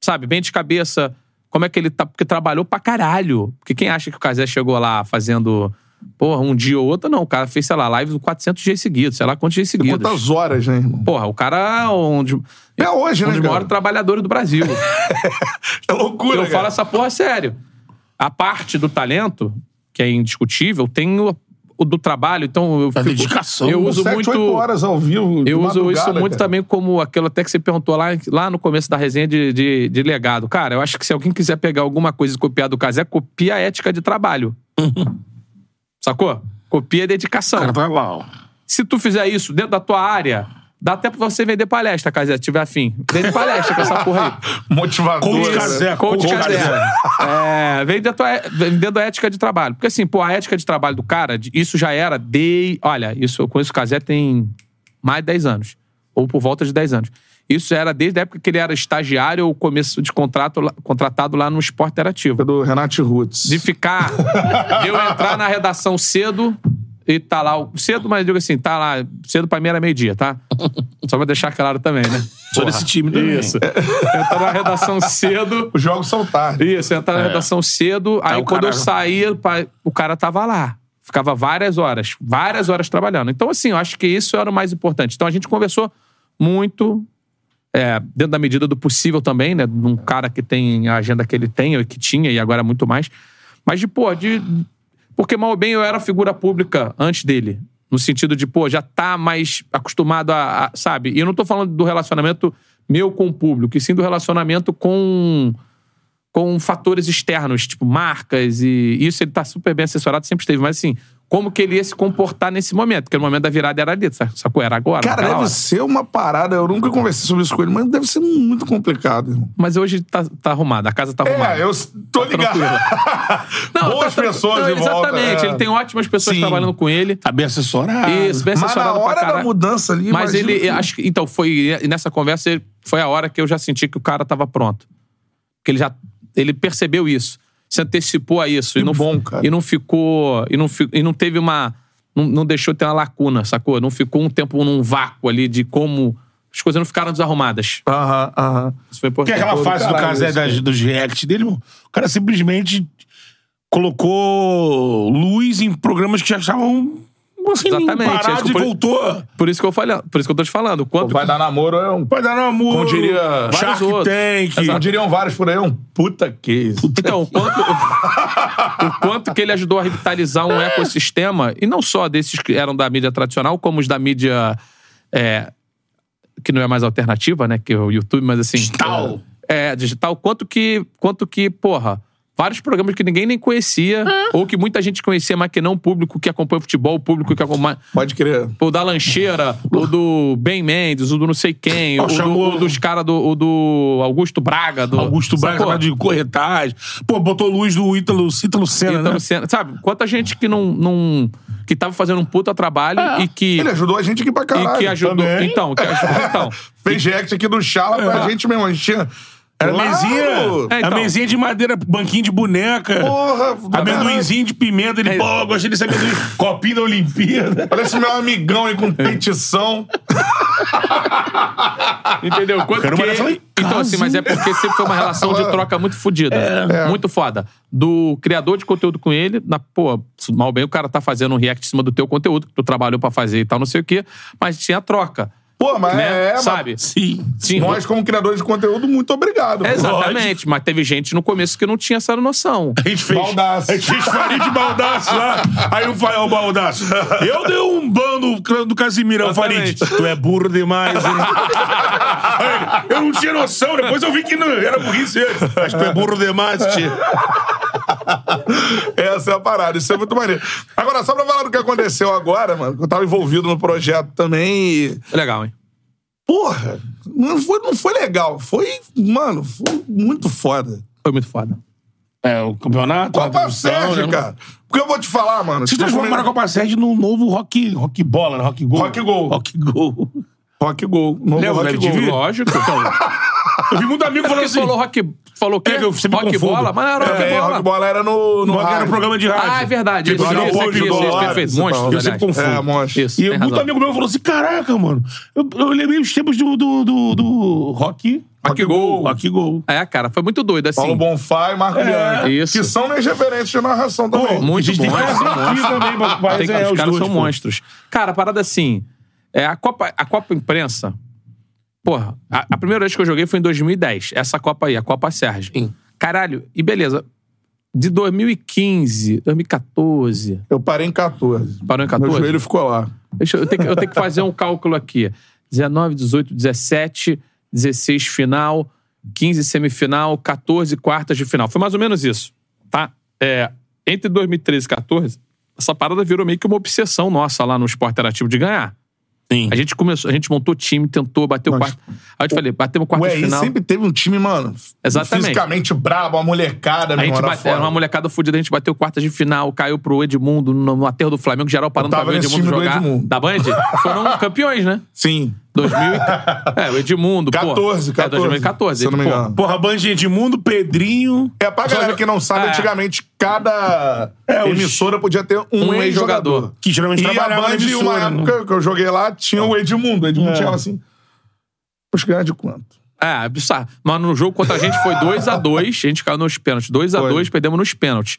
[SPEAKER 3] sabe, bem de cabeça, como é que ele tá, porque trabalhou pra caralho. Porque quem acha que o Casé chegou lá fazendo, porra, um dia ou outro, não. O cara fez, sei lá, live 400 dias seguidos, sei lá quantos dias seguidos.
[SPEAKER 1] Quantas horas, né, irmão?
[SPEAKER 3] Porra, o cara é um, de,
[SPEAKER 1] É hoje,
[SPEAKER 3] um
[SPEAKER 1] né,
[SPEAKER 3] dos
[SPEAKER 1] cara?
[SPEAKER 3] maiores trabalhadores do Brasil.
[SPEAKER 1] É loucura,
[SPEAKER 3] eu
[SPEAKER 1] cara.
[SPEAKER 3] falo essa porra sério. A parte do talento, que é indiscutível, tem o, o do trabalho. Então, eu
[SPEAKER 2] A
[SPEAKER 3] fico-
[SPEAKER 2] dedicação.
[SPEAKER 3] Eu
[SPEAKER 1] Com
[SPEAKER 3] uso
[SPEAKER 1] sete,
[SPEAKER 3] muito-
[SPEAKER 1] oito horas ao vivo. de
[SPEAKER 3] eu uso isso
[SPEAKER 1] madrugada,
[SPEAKER 3] muito
[SPEAKER 1] cara.
[SPEAKER 3] também como aquilo até que você perguntou lá, lá no começo da resenha de, de, de legado. Cara, eu acho que se alguém quiser pegar alguma coisa e copiar do Casé, copia a ética de trabalho. Sacou? Copia a dedicação.
[SPEAKER 2] O cara tá lá, ó.
[SPEAKER 3] Se tu fizer isso dentro da tua área, dá até pra você vender palestra, Casé, se tiver afim. Vende palestra com essa porra aí.
[SPEAKER 1] Motivador.
[SPEAKER 2] Coach
[SPEAKER 1] né?
[SPEAKER 2] Cazé. É,
[SPEAKER 3] Coach
[SPEAKER 2] coach
[SPEAKER 3] Kazé.
[SPEAKER 2] Kazé.
[SPEAKER 3] É, vem da tua, vem dentro da ética de trabalho. Porque assim, pô, a ética de trabalho do cara, de- isso já era de... Olha, isso, eu conheço o Casé tem mais de 10 anos. Ou por volta de 10 anos. Isso já era desde a época que ele era estagiário ou começo de contrato, lá- contratado lá no Esporte Interativo.
[SPEAKER 1] é Do Renato Roots.
[SPEAKER 3] De ficar... de eu entrar na redação cedo e tá lá... o- Cedo, mas eu digo assim, tá lá... Cedo pra mim era meio-dia, tá? Só pra deixar claro também, né?
[SPEAKER 2] Sou desse time também.
[SPEAKER 3] Isso. Entrar na redação cedo...
[SPEAKER 1] Os jogos são tarde.
[SPEAKER 3] Isso, entrar na redação cedo. Aí
[SPEAKER 2] É. Tá o
[SPEAKER 3] quando eu
[SPEAKER 2] cara-
[SPEAKER 3] saía, pa- o cara tava lá. Ficava várias horas, várias horas trabalhando. Então, assim, eu acho que isso era o mais importante. Então a gente conversou muito, é, dentro da medida do possível também, né? Num cara que tem a agenda que ele tem, ou que tinha, e agora muito mais. Mas de, pô, de. Porque mal ou bem eu era figura pública antes dele. No sentido de, pô, já tá mais acostumado a. a- sabe? E eu não tô falando do relacionamento meu com o público, e sim do relacionamento com com fatores externos, tipo marcas e isso ele tá super bem assessorado, sempre esteve, mas assim, como que ele ia se comportar nesse momento? Porque no momento da virada era ali, sa- sacou? Era agora,
[SPEAKER 1] Cara,
[SPEAKER 3] naquela
[SPEAKER 1] deve
[SPEAKER 3] hora.
[SPEAKER 1] ser uma parada. Eu nunca conversei sobre isso com ele, mas deve ser muito complicado, irmão.
[SPEAKER 3] Mas hoje tá, tá arrumado, a casa tá arrumada.
[SPEAKER 1] É, eu tô ligado.
[SPEAKER 3] tranquilo.
[SPEAKER 1] Boas
[SPEAKER 3] tá- tá-
[SPEAKER 1] pessoas
[SPEAKER 3] não,
[SPEAKER 1] de volta.
[SPEAKER 3] Exatamente,
[SPEAKER 1] é.
[SPEAKER 3] ele tem ótimas pessoas
[SPEAKER 1] Sim. É.
[SPEAKER 3] trabalhando com ele.
[SPEAKER 2] Tá bem assessorado.
[SPEAKER 3] Isso, bem
[SPEAKER 1] Mas na
[SPEAKER 3] assessorado pra
[SPEAKER 1] hora da
[SPEAKER 3] caralho.
[SPEAKER 1] mudança ali.
[SPEAKER 3] Mas
[SPEAKER 1] imagino
[SPEAKER 3] ele,
[SPEAKER 1] que-
[SPEAKER 3] acho que. Então, foi e nessa conversa, ele- foi a hora que eu já senti que o cara tava pronto. Que ele já. Ele percebeu isso. Se antecipou a isso. e
[SPEAKER 1] Que
[SPEAKER 3] não,
[SPEAKER 1] bom, cara.
[SPEAKER 3] E não ficou. E não, fi- e não teve uma. Não, não deixou ter uma lacuna, sacou? Não ficou um tempo num vácuo ali de como. As coisas não ficaram desarrumadas.
[SPEAKER 1] Aham, aham.
[SPEAKER 3] Isso foi
[SPEAKER 2] Porque
[SPEAKER 3] importante.
[SPEAKER 2] é aquela
[SPEAKER 1] Todo
[SPEAKER 2] fase do
[SPEAKER 1] Tá caralho,
[SPEAKER 2] Casé
[SPEAKER 1] isso,
[SPEAKER 2] das- dos react dele, irmão, o cara simplesmente colocou luz em programas que já estavam assim,
[SPEAKER 3] Exatamente, é isso
[SPEAKER 2] parados
[SPEAKER 3] que
[SPEAKER 2] e
[SPEAKER 3] eu falei.
[SPEAKER 2] voltou.
[SPEAKER 3] Por isso que eu falei, por isso que eu tô te falando. o Quanto
[SPEAKER 1] Vai dar namoro é um.
[SPEAKER 2] Vai dar namoro.
[SPEAKER 1] Como diria-
[SPEAKER 2] Shark
[SPEAKER 3] Vários outros.
[SPEAKER 2] Tank.
[SPEAKER 1] Não diriam vários por aí, é um puta case.
[SPEAKER 3] Então, o quanto, o quanto que ele ajudou a revitalizar um ecossistema, e não só desses que eram da mídia tradicional, como os da mídia é, que não é mais alternativa, né? Que é o YouTube, mas assim.
[SPEAKER 2] Digital.
[SPEAKER 3] É, digital. Quanto que, quanto que, porra, vários programas que ninguém nem conhecia, ou que muita gente conhecia, mas que não o público que acompanha o futebol, o público que acompanha.
[SPEAKER 1] Pode crer.
[SPEAKER 3] O da lancheira, o do Ben Mendes, o do não sei quem,
[SPEAKER 2] Ó,
[SPEAKER 3] o, do,
[SPEAKER 2] chamou-
[SPEAKER 3] o dos caras do, o do Augusto Braga. Do,
[SPEAKER 2] Augusto Braga
[SPEAKER 3] Sacou?
[SPEAKER 2] lá de corretagem. Pô, botou luz do Ítalo, Ítalo Senna,
[SPEAKER 3] Ítalo
[SPEAKER 2] né?
[SPEAKER 3] Senna. Então, Sabe, quanta gente que não. não que tava fazendo um puta trabalho e que.
[SPEAKER 1] É. Ele ajudou a gente aqui pra caralho.
[SPEAKER 3] e que ajudou.
[SPEAKER 1] também.
[SPEAKER 3] Então, que ajudou. Então.
[SPEAKER 1] Fez react aqui do Chala pra gente mesmo. A gente tinha.
[SPEAKER 2] Era
[SPEAKER 1] Lá
[SPEAKER 2] mesinha.
[SPEAKER 1] no-
[SPEAKER 3] É, então.
[SPEAKER 2] A mesinha de madeira, banquinho de boneca.
[SPEAKER 1] Porra, do
[SPEAKER 2] Amendoinzinho de pimenta, ele,
[SPEAKER 3] É.
[SPEAKER 2] pô, eu gostei desse amendoim. Copinho da Olimpíada.
[SPEAKER 1] Olha esse meu amigão aí com petição.
[SPEAKER 3] Entendeu? Quanto
[SPEAKER 2] Quero
[SPEAKER 3] que...
[SPEAKER 2] uma relação em
[SPEAKER 3] Então, assim, mas é porque sempre foi uma relação de troca muito fodida.
[SPEAKER 1] É.
[SPEAKER 3] Muito foda. Do criador de conteúdo com ele, na, pô, mal bem o cara tá fazendo um react em cima do teu conteúdo, que tu trabalhou pra fazer e tal, não sei o quê, mas tinha troca.
[SPEAKER 1] Pô, mas
[SPEAKER 3] né?
[SPEAKER 1] é. mas
[SPEAKER 3] Sabe?
[SPEAKER 2] Sim.
[SPEAKER 3] Sim.
[SPEAKER 1] Nós, como criadores de conteúdo, muito obrigado.
[SPEAKER 3] Exatamente, mas teve gente no começo que não tinha essa noção.
[SPEAKER 2] A gente fez.
[SPEAKER 1] Baldaço.
[SPEAKER 2] A gente fez farinha de baldaço lá. Aí o Fael Baldaço. Eu dei um ban no clã do Casimiro. Aí o Farid.
[SPEAKER 3] Exatamente.
[SPEAKER 2] Tu é burro demais, hein? Aí ele, eu não tinha noção. Depois eu vi que não era burrice. ele. Mas tu é burro demais, tio.
[SPEAKER 1] Essa é a parada, isso é muito maneiro. Agora, só pra falar do que aconteceu agora, mano, que eu tava envolvido no projeto também e.
[SPEAKER 3] Legal, hein?
[SPEAKER 1] Porra, não foi, não foi legal. Foi, mano, foi muito foda.
[SPEAKER 3] Foi muito foda.
[SPEAKER 2] É, o campeonato. a
[SPEAKER 1] Copa
[SPEAKER 2] divisão,
[SPEAKER 1] Sérgio,
[SPEAKER 2] né?
[SPEAKER 1] cara. Porque eu vou te falar, mano.
[SPEAKER 2] Vocês transformaram a Copa Sérgio num novo rock, rock bola, né? Rock gol.
[SPEAKER 1] Rock Gol.
[SPEAKER 2] Rock gol.
[SPEAKER 1] Rock Gol. Novo
[SPEAKER 2] Lembra,
[SPEAKER 1] Rock É,
[SPEAKER 2] velho,
[SPEAKER 1] Gol.
[SPEAKER 2] de-
[SPEAKER 3] Lógico. Então,
[SPEAKER 2] Eu vi muito amigo
[SPEAKER 3] é
[SPEAKER 2] falando
[SPEAKER 3] porque
[SPEAKER 2] assim.
[SPEAKER 3] falou rock. Falou o quê?
[SPEAKER 2] É que eu sempre
[SPEAKER 3] rock
[SPEAKER 2] confundo.
[SPEAKER 3] bola? Mas não era rock
[SPEAKER 1] É,
[SPEAKER 3] bola.
[SPEAKER 1] Rock Bola era no, no
[SPEAKER 2] Rock era
[SPEAKER 1] rádio.
[SPEAKER 2] um programa de rádio.
[SPEAKER 3] Ah, é verdade.
[SPEAKER 2] Que
[SPEAKER 3] Isso, isso,
[SPEAKER 2] jogava
[SPEAKER 3] isso,
[SPEAKER 2] bola Tipo, de
[SPEAKER 3] isso, isso,
[SPEAKER 2] bola,
[SPEAKER 3] perfeito.
[SPEAKER 2] e tal.
[SPEAKER 3] Monstros,
[SPEAKER 2] Eu sempre
[SPEAKER 3] aliás.
[SPEAKER 2] confundo.
[SPEAKER 1] É, monstro.
[SPEAKER 3] Isso,
[SPEAKER 2] E
[SPEAKER 3] tem
[SPEAKER 2] muito
[SPEAKER 3] razão.
[SPEAKER 2] amigo meu falou assim: caraca, mano, eu, eu lembrei os tempos do, do, do, do rock.
[SPEAKER 1] Rock Gol.
[SPEAKER 2] Rock gol.
[SPEAKER 3] É, cara, foi muito doido, assim.
[SPEAKER 1] Paulo Bonfá e Marco
[SPEAKER 2] É,
[SPEAKER 1] Bianchi.
[SPEAKER 3] isso.
[SPEAKER 1] Que são minhas referências de narração também.
[SPEAKER 2] Pô,
[SPEAKER 3] Muito
[SPEAKER 2] A gente
[SPEAKER 3] bom.
[SPEAKER 2] tem que
[SPEAKER 3] é,
[SPEAKER 2] fazer
[SPEAKER 3] são
[SPEAKER 2] aqui
[SPEAKER 3] monstros.
[SPEAKER 2] também, pra- pra-
[SPEAKER 3] Tem que-
[SPEAKER 2] é,
[SPEAKER 3] os caras
[SPEAKER 2] dois,
[SPEAKER 3] são
[SPEAKER 2] pô.
[SPEAKER 3] monstros. Cara, a parada assim. É, a, Copa, a Copa Imprensa. Porra, a, a primeira vez que eu joguei foi em 2010. Essa Copa aí, a Copa Sérgio. Caralho, e beleza. De 2015, 2014.
[SPEAKER 1] Eu parei em 14.
[SPEAKER 3] Parou em
[SPEAKER 1] Meu
[SPEAKER 3] 14?
[SPEAKER 1] joelho ficou lá.
[SPEAKER 3] Deixa eu, eu tenho, que- eu tenho que fazer um cálculo aqui. 19, 18, 17, 16 final, 15 semifinal, 14 quartas de final. Foi mais ou menos isso, tá? É, entre 2013 e 14, essa parada virou meio que uma obsessão nossa lá no esporte interativo de ganhar.
[SPEAKER 2] Sim.
[SPEAKER 3] A gente começou, a gente montou time, tentou, bateu
[SPEAKER 1] Nós-
[SPEAKER 3] quarto. Aí eu te falei, batemos
[SPEAKER 1] O
[SPEAKER 3] quarta de
[SPEAKER 1] EI
[SPEAKER 3] final.
[SPEAKER 1] sempre teve um time, mano.
[SPEAKER 3] Exatamente.
[SPEAKER 1] Fisicamente brabo, uma molecada,
[SPEAKER 3] A
[SPEAKER 1] meu
[SPEAKER 3] gente
[SPEAKER 1] irmão, era
[SPEAKER 3] bateu, era
[SPEAKER 1] foda.
[SPEAKER 3] uma molecada fudida, a gente bateu quartas de final, caiu pro Edmundo no, no aterro do Flamengo, geral parando
[SPEAKER 1] Eu
[SPEAKER 3] pra
[SPEAKER 1] tava
[SPEAKER 3] ver o
[SPEAKER 1] nesse
[SPEAKER 3] Edmundo
[SPEAKER 1] time do
[SPEAKER 3] jogar.
[SPEAKER 1] Edmundo.
[SPEAKER 3] Da Band? Foram campeões, né?
[SPEAKER 1] Sim.
[SPEAKER 3] 2000 e- É, o Edmundo, pô.
[SPEAKER 1] 14, 14.
[SPEAKER 3] É, 2014.
[SPEAKER 1] Se eu não me
[SPEAKER 3] pô.
[SPEAKER 1] engano.
[SPEAKER 2] Porra, Band de Edmundo, Pedrinho.
[SPEAKER 1] É, pra galera que não sabe,
[SPEAKER 3] É.
[SPEAKER 1] antigamente cada
[SPEAKER 2] É, os-
[SPEAKER 1] emissora podia ter um,
[SPEAKER 3] Um
[SPEAKER 1] ex-jogador.
[SPEAKER 3] ex-jogador.
[SPEAKER 2] Que geralmente
[SPEAKER 1] E a
[SPEAKER 2] trabalhava
[SPEAKER 1] Band,
[SPEAKER 2] na
[SPEAKER 1] uma
[SPEAKER 2] emissora, né?
[SPEAKER 1] época que eu joguei lá, tinha o Edmundo. O Edmundo
[SPEAKER 2] É.
[SPEAKER 1] tinha assim. Poxa, ganhar de quanto?
[SPEAKER 3] É, bizarro. Mas no jogo contra a gente foi 2x2. A, gente caiu nos pênaltis. 2x2, perdemos nos pênaltis.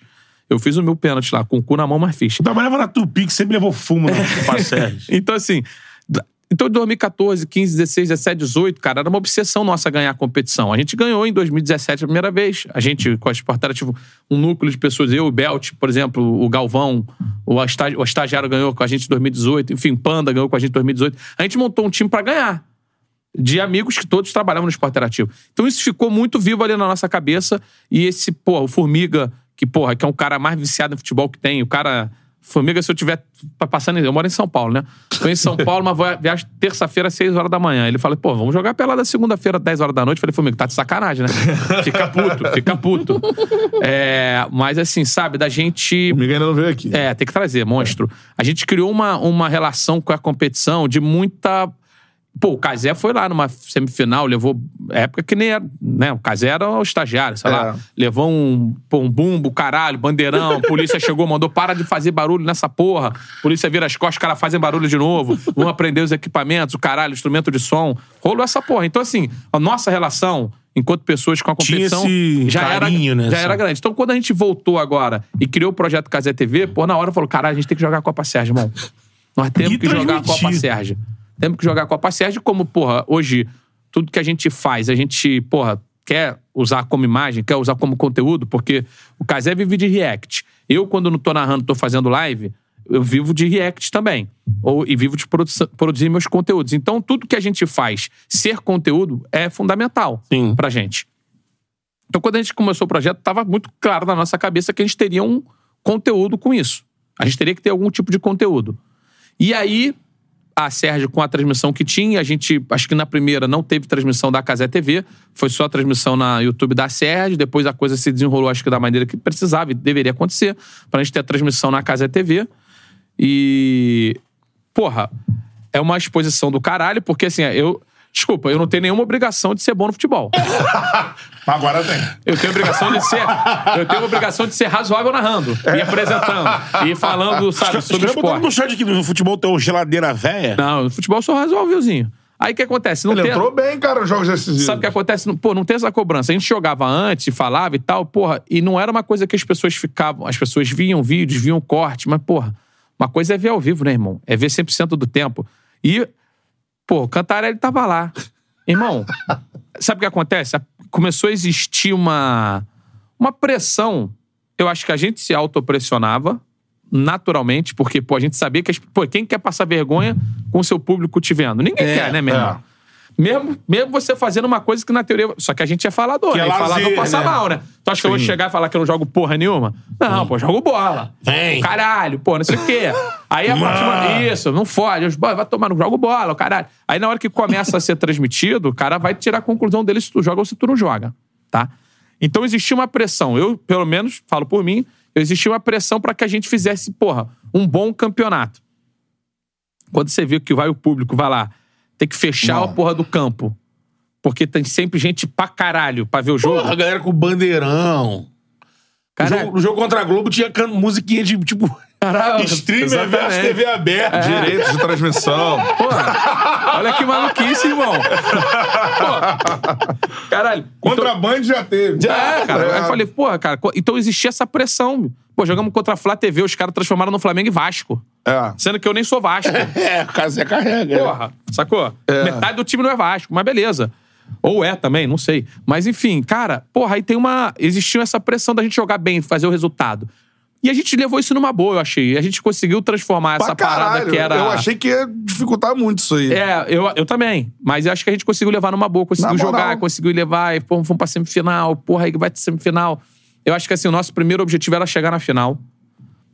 [SPEAKER 3] Eu fiz o meu pênalti lá, com o cu na mão, mas fiz.
[SPEAKER 2] Eu trabalhava na Tupi, que sempre levou fumo na Copa Sérgio.
[SPEAKER 3] Então, assim. d- Então, de 2014, 15, 16, 17, 18, cara, era uma obsessão nossa ganhar a competição. A gente ganhou em 2017 a primeira vez. A gente, com a Esportária, tive um núcleo de pessoas. Eu, o Belt, por exemplo, o Galvão, o, estagi o estagiário ganhou com a gente em 2018. Enfim, Panda ganhou com a gente em 2018. A gente montou um time pra ganhar. de amigos que todos trabalhavam no esporte interativo. Então isso ficou muito vivo ali na nossa cabeça. E esse, pô, o Formiga, que, porra, que é um cara mais viciado em futebol que tem, o cara. Formiga, se eu tiver pa- passando. em- Eu moro em São Paulo, né? Tô em São Paulo, mas vou viajo terça-feira, às 6 horas da manhã. Ele fala, pô, vamos jogar pelada segunda-feira, 10 horas da noite. Eu falei, Formiga, tá de sacanagem, né? Fica puto, fica puto. É, mas assim, sabe, da gente.
[SPEAKER 1] O Miguel ainda não veio aqui.
[SPEAKER 3] É, tem que trazer, monstro. A gente criou uma, uma relação com a competição de muita. Pô, o Cazé foi lá numa semifinal, levou. Época que nem era. Né? O Cazé era o estagiário, sei lá.
[SPEAKER 1] É.
[SPEAKER 3] Levou um, pô, um bumbo, caralho, bandeirão. A polícia chegou, mandou: para de fazer barulho nessa porra. A polícia vira as costas, os caras fazem barulho de novo. Vão aprender os equipamentos, o caralho, instrumento de som. Rolou essa porra. Então, assim, a nossa relação. Enquanto pessoas com a
[SPEAKER 2] Tinha
[SPEAKER 3] competição
[SPEAKER 2] esse
[SPEAKER 3] já,
[SPEAKER 2] carinho,
[SPEAKER 3] era,
[SPEAKER 2] né,
[SPEAKER 3] já era
[SPEAKER 2] sabe?
[SPEAKER 3] grande. Então, quando a gente voltou agora e criou o projeto Casé TV, pô, na hora falou: caralho, a gente tem que jogar a Copa Sérgio, irmão. Nós temos
[SPEAKER 2] E
[SPEAKER 3] que jogar a
[SPEAKER 2] transmitir.
[SPEAKER 3] Copa Sérgio. Temos que jogar a Copa Sérgio, como, porra, hoje, tudo que a gente faz, a gente, porra, quer usar como imagem, quer usar como conteúdo, porque o Casé vive de react. Eu, quando não tô narrando, tô fazendo live, eu vivo de react também. Ou, e vivo de produção- produzir meus conteúdos. Então, tudo que a gente faz ser conteúdo é fundamental
[SPEAKER 2] Sim.
[SPEAKER 3] pra gente. Então, quando a gente começou o projeto, estava muito claro na nossa cabeça que a gente teria um conteúdo com isso. A gente teria que ter algum tipo de conteúdo. E aí, a Sérgio, com a transmissão que tinha, a gente, acho que na primeira não teve transmissão da Casé TV, foi só a transmissão na YouTube da Sérgio, depois a coisa se desenrolou, acho que da maneira que precisava e deveria acontecer, para a gente ter a transmissão na Casé TV. E. Porra, é uma exposição do caralho, porque assim, eu. Desculpa, eu não tenho nenhuma obrigação de ser bom no futebol.
[SPEAKER 1] Mas agora tem.
[SPEAKER 3] Eu tenho obrigação de ser. Eu tenho obrigação de ser razoável narrando. E apresentando. E falando, sabe, sobre
[SPEAKER 2] Escreva botando no
[SPEAKER 3] esporte.
[SPEAKER 2] chat aqui no futebol tem o geladeira véia.
[SPEAKER 3] Não, no futebol eu sou razoávelzinho. Aí o que acontece? Não
[SPEAKER 1] Ele
[SPEAKER 3] tem,
[SPEAKER 1] entrou bem, cara, nos jogos decisivos.
[SPEAKER 3] Sabe o que acontece? Não- Pô, não tem essa cobrança. A gente jogava antes, e falava e tal, porra, e não era uma coisa que as pessoas ficavam. As pessoas viam vídeos, viam corte, mas, porra, uma coisa é ver ao vivo, né, irmão? É ver 100% do tempo. E, pô, o Cantarelli tava lá. Irmão, sabe o que acontece? A- Começou a existir uma, uma pressão. Eu acho que a gente se autopressionava naturalmente, porque, pô, a gente sabia que. As, pô, quem quer passar vergonha com o seu público te vendo? Ninguém
[SPEAKER 2] É,
[SPEAKER 3] quer, né, meu
[SPEAKER 1] é.
[SPEAKER 3] irmão? Mesmo, mesmo você fazendo uma coisa que na teoria. Só que a gente é falador,
[SPEAKER 2] Que é
[SPEAKER 3] né? E falador
[SPEAKER 2] lazer,
[SPEAKER 3] passa
[SPEAKER 2] né?
[SPEAKER 3] mal, né? Tu acha que eu vou
[SPEAKER 2] Sim.
[SPEAKER 3] chegar e falar que eu não jogo porra nenhuma? Não, pô, eu jogo bola.
[SPEAKER 2] Vem.
[SPEAKER 3] Caralho, pô, não sei o quê. Aí a
[SPEAKER 2] Mano.
[SPEAKER 3] próxima. Isso, não fode. os boy, Vai tomar, não jogo bola, o caralho. Aí na hora que começa a ser transmitido, o cara vai tirar a conclusão dele se tu joga ou se tu não joga, tá? Então existia uma pressão. Eu, pelo menos, falo por mim, existia uma pressão pra que a gente fizesse, porra, um bom campeonato. Quando você vê que vai o público, vai lá, tem que fechar
[SPEAKER 2] Não.
[SPEAKER 3] a porra do campo. Porque tem sempre gente pra caralho pra ver o jogo.
[SPEAKER 2] Porra, a galera com bandeirão. No
[SPEAKER 3] Caralho.
[SPEAKER 2] jogo, no jogo contra a Globo tinha can- musiquinha de, tipo,
[SPEAKER 3] Caralho,
[SPEAKER 2] streamer versus
[SPEAKER 3] exatamente.
[SPEAKER 2] TV
[SPEAKER 3] é-
[SPEAKER 2] aberta. Direito.
[SPEAKER 1] Direitos de transmissão.
[SPEAKER 3] Porra, olha que maluquice, irmão. Pô, caralho.
[SPEAKER 1] Contra a Band já teve.
[SPEAKER 3] Então, é, cara.
[SPEAKER 1] É.
[SPEAKER 3] Aí eu falei, porra, cara, co- então existia essa pressão. Pô, jogamos contra a Flá TV, os caras transformaram no Flamengo e Vasco.
[SPEAKER 1] É.
[SPEAKER 3] Sendo que eu nem sou Vasco.
[SPEAKER 2] É, Casé carrega. né?
[SPEAKER 3] Porra, sacou? Metade do time não é Vasco, mas beleza. Ou é também, não sei. Mas enfim, cara, porra, aí tem uma. Existiu essa pressão da gente jogar bem, fazer o resultado. E a gente levou isso numa boa, eu achei. A gente conseguiu transformar
[SPEAKER 1] Pra
[SPEAKER 3] essa parada
[SPEAKER 1] caralho.
[SPEAKER 3] que era.
[SPEAKER 1] Eu achei que ia dificultar muito isso aí.
[SPEAKER 3] É, eu, eu também. Mas eu acho que a gente conseguiu levar numa boa, conseguiu
[SPEAKER 1] Na moral.
[SPEAKER 3] jogar, conseguiu levar, e pô, fomos pra semifinal, porra, aí vai ter semifinal. Eu acho que assim, o nosso primeiro objetivo era chegar na final.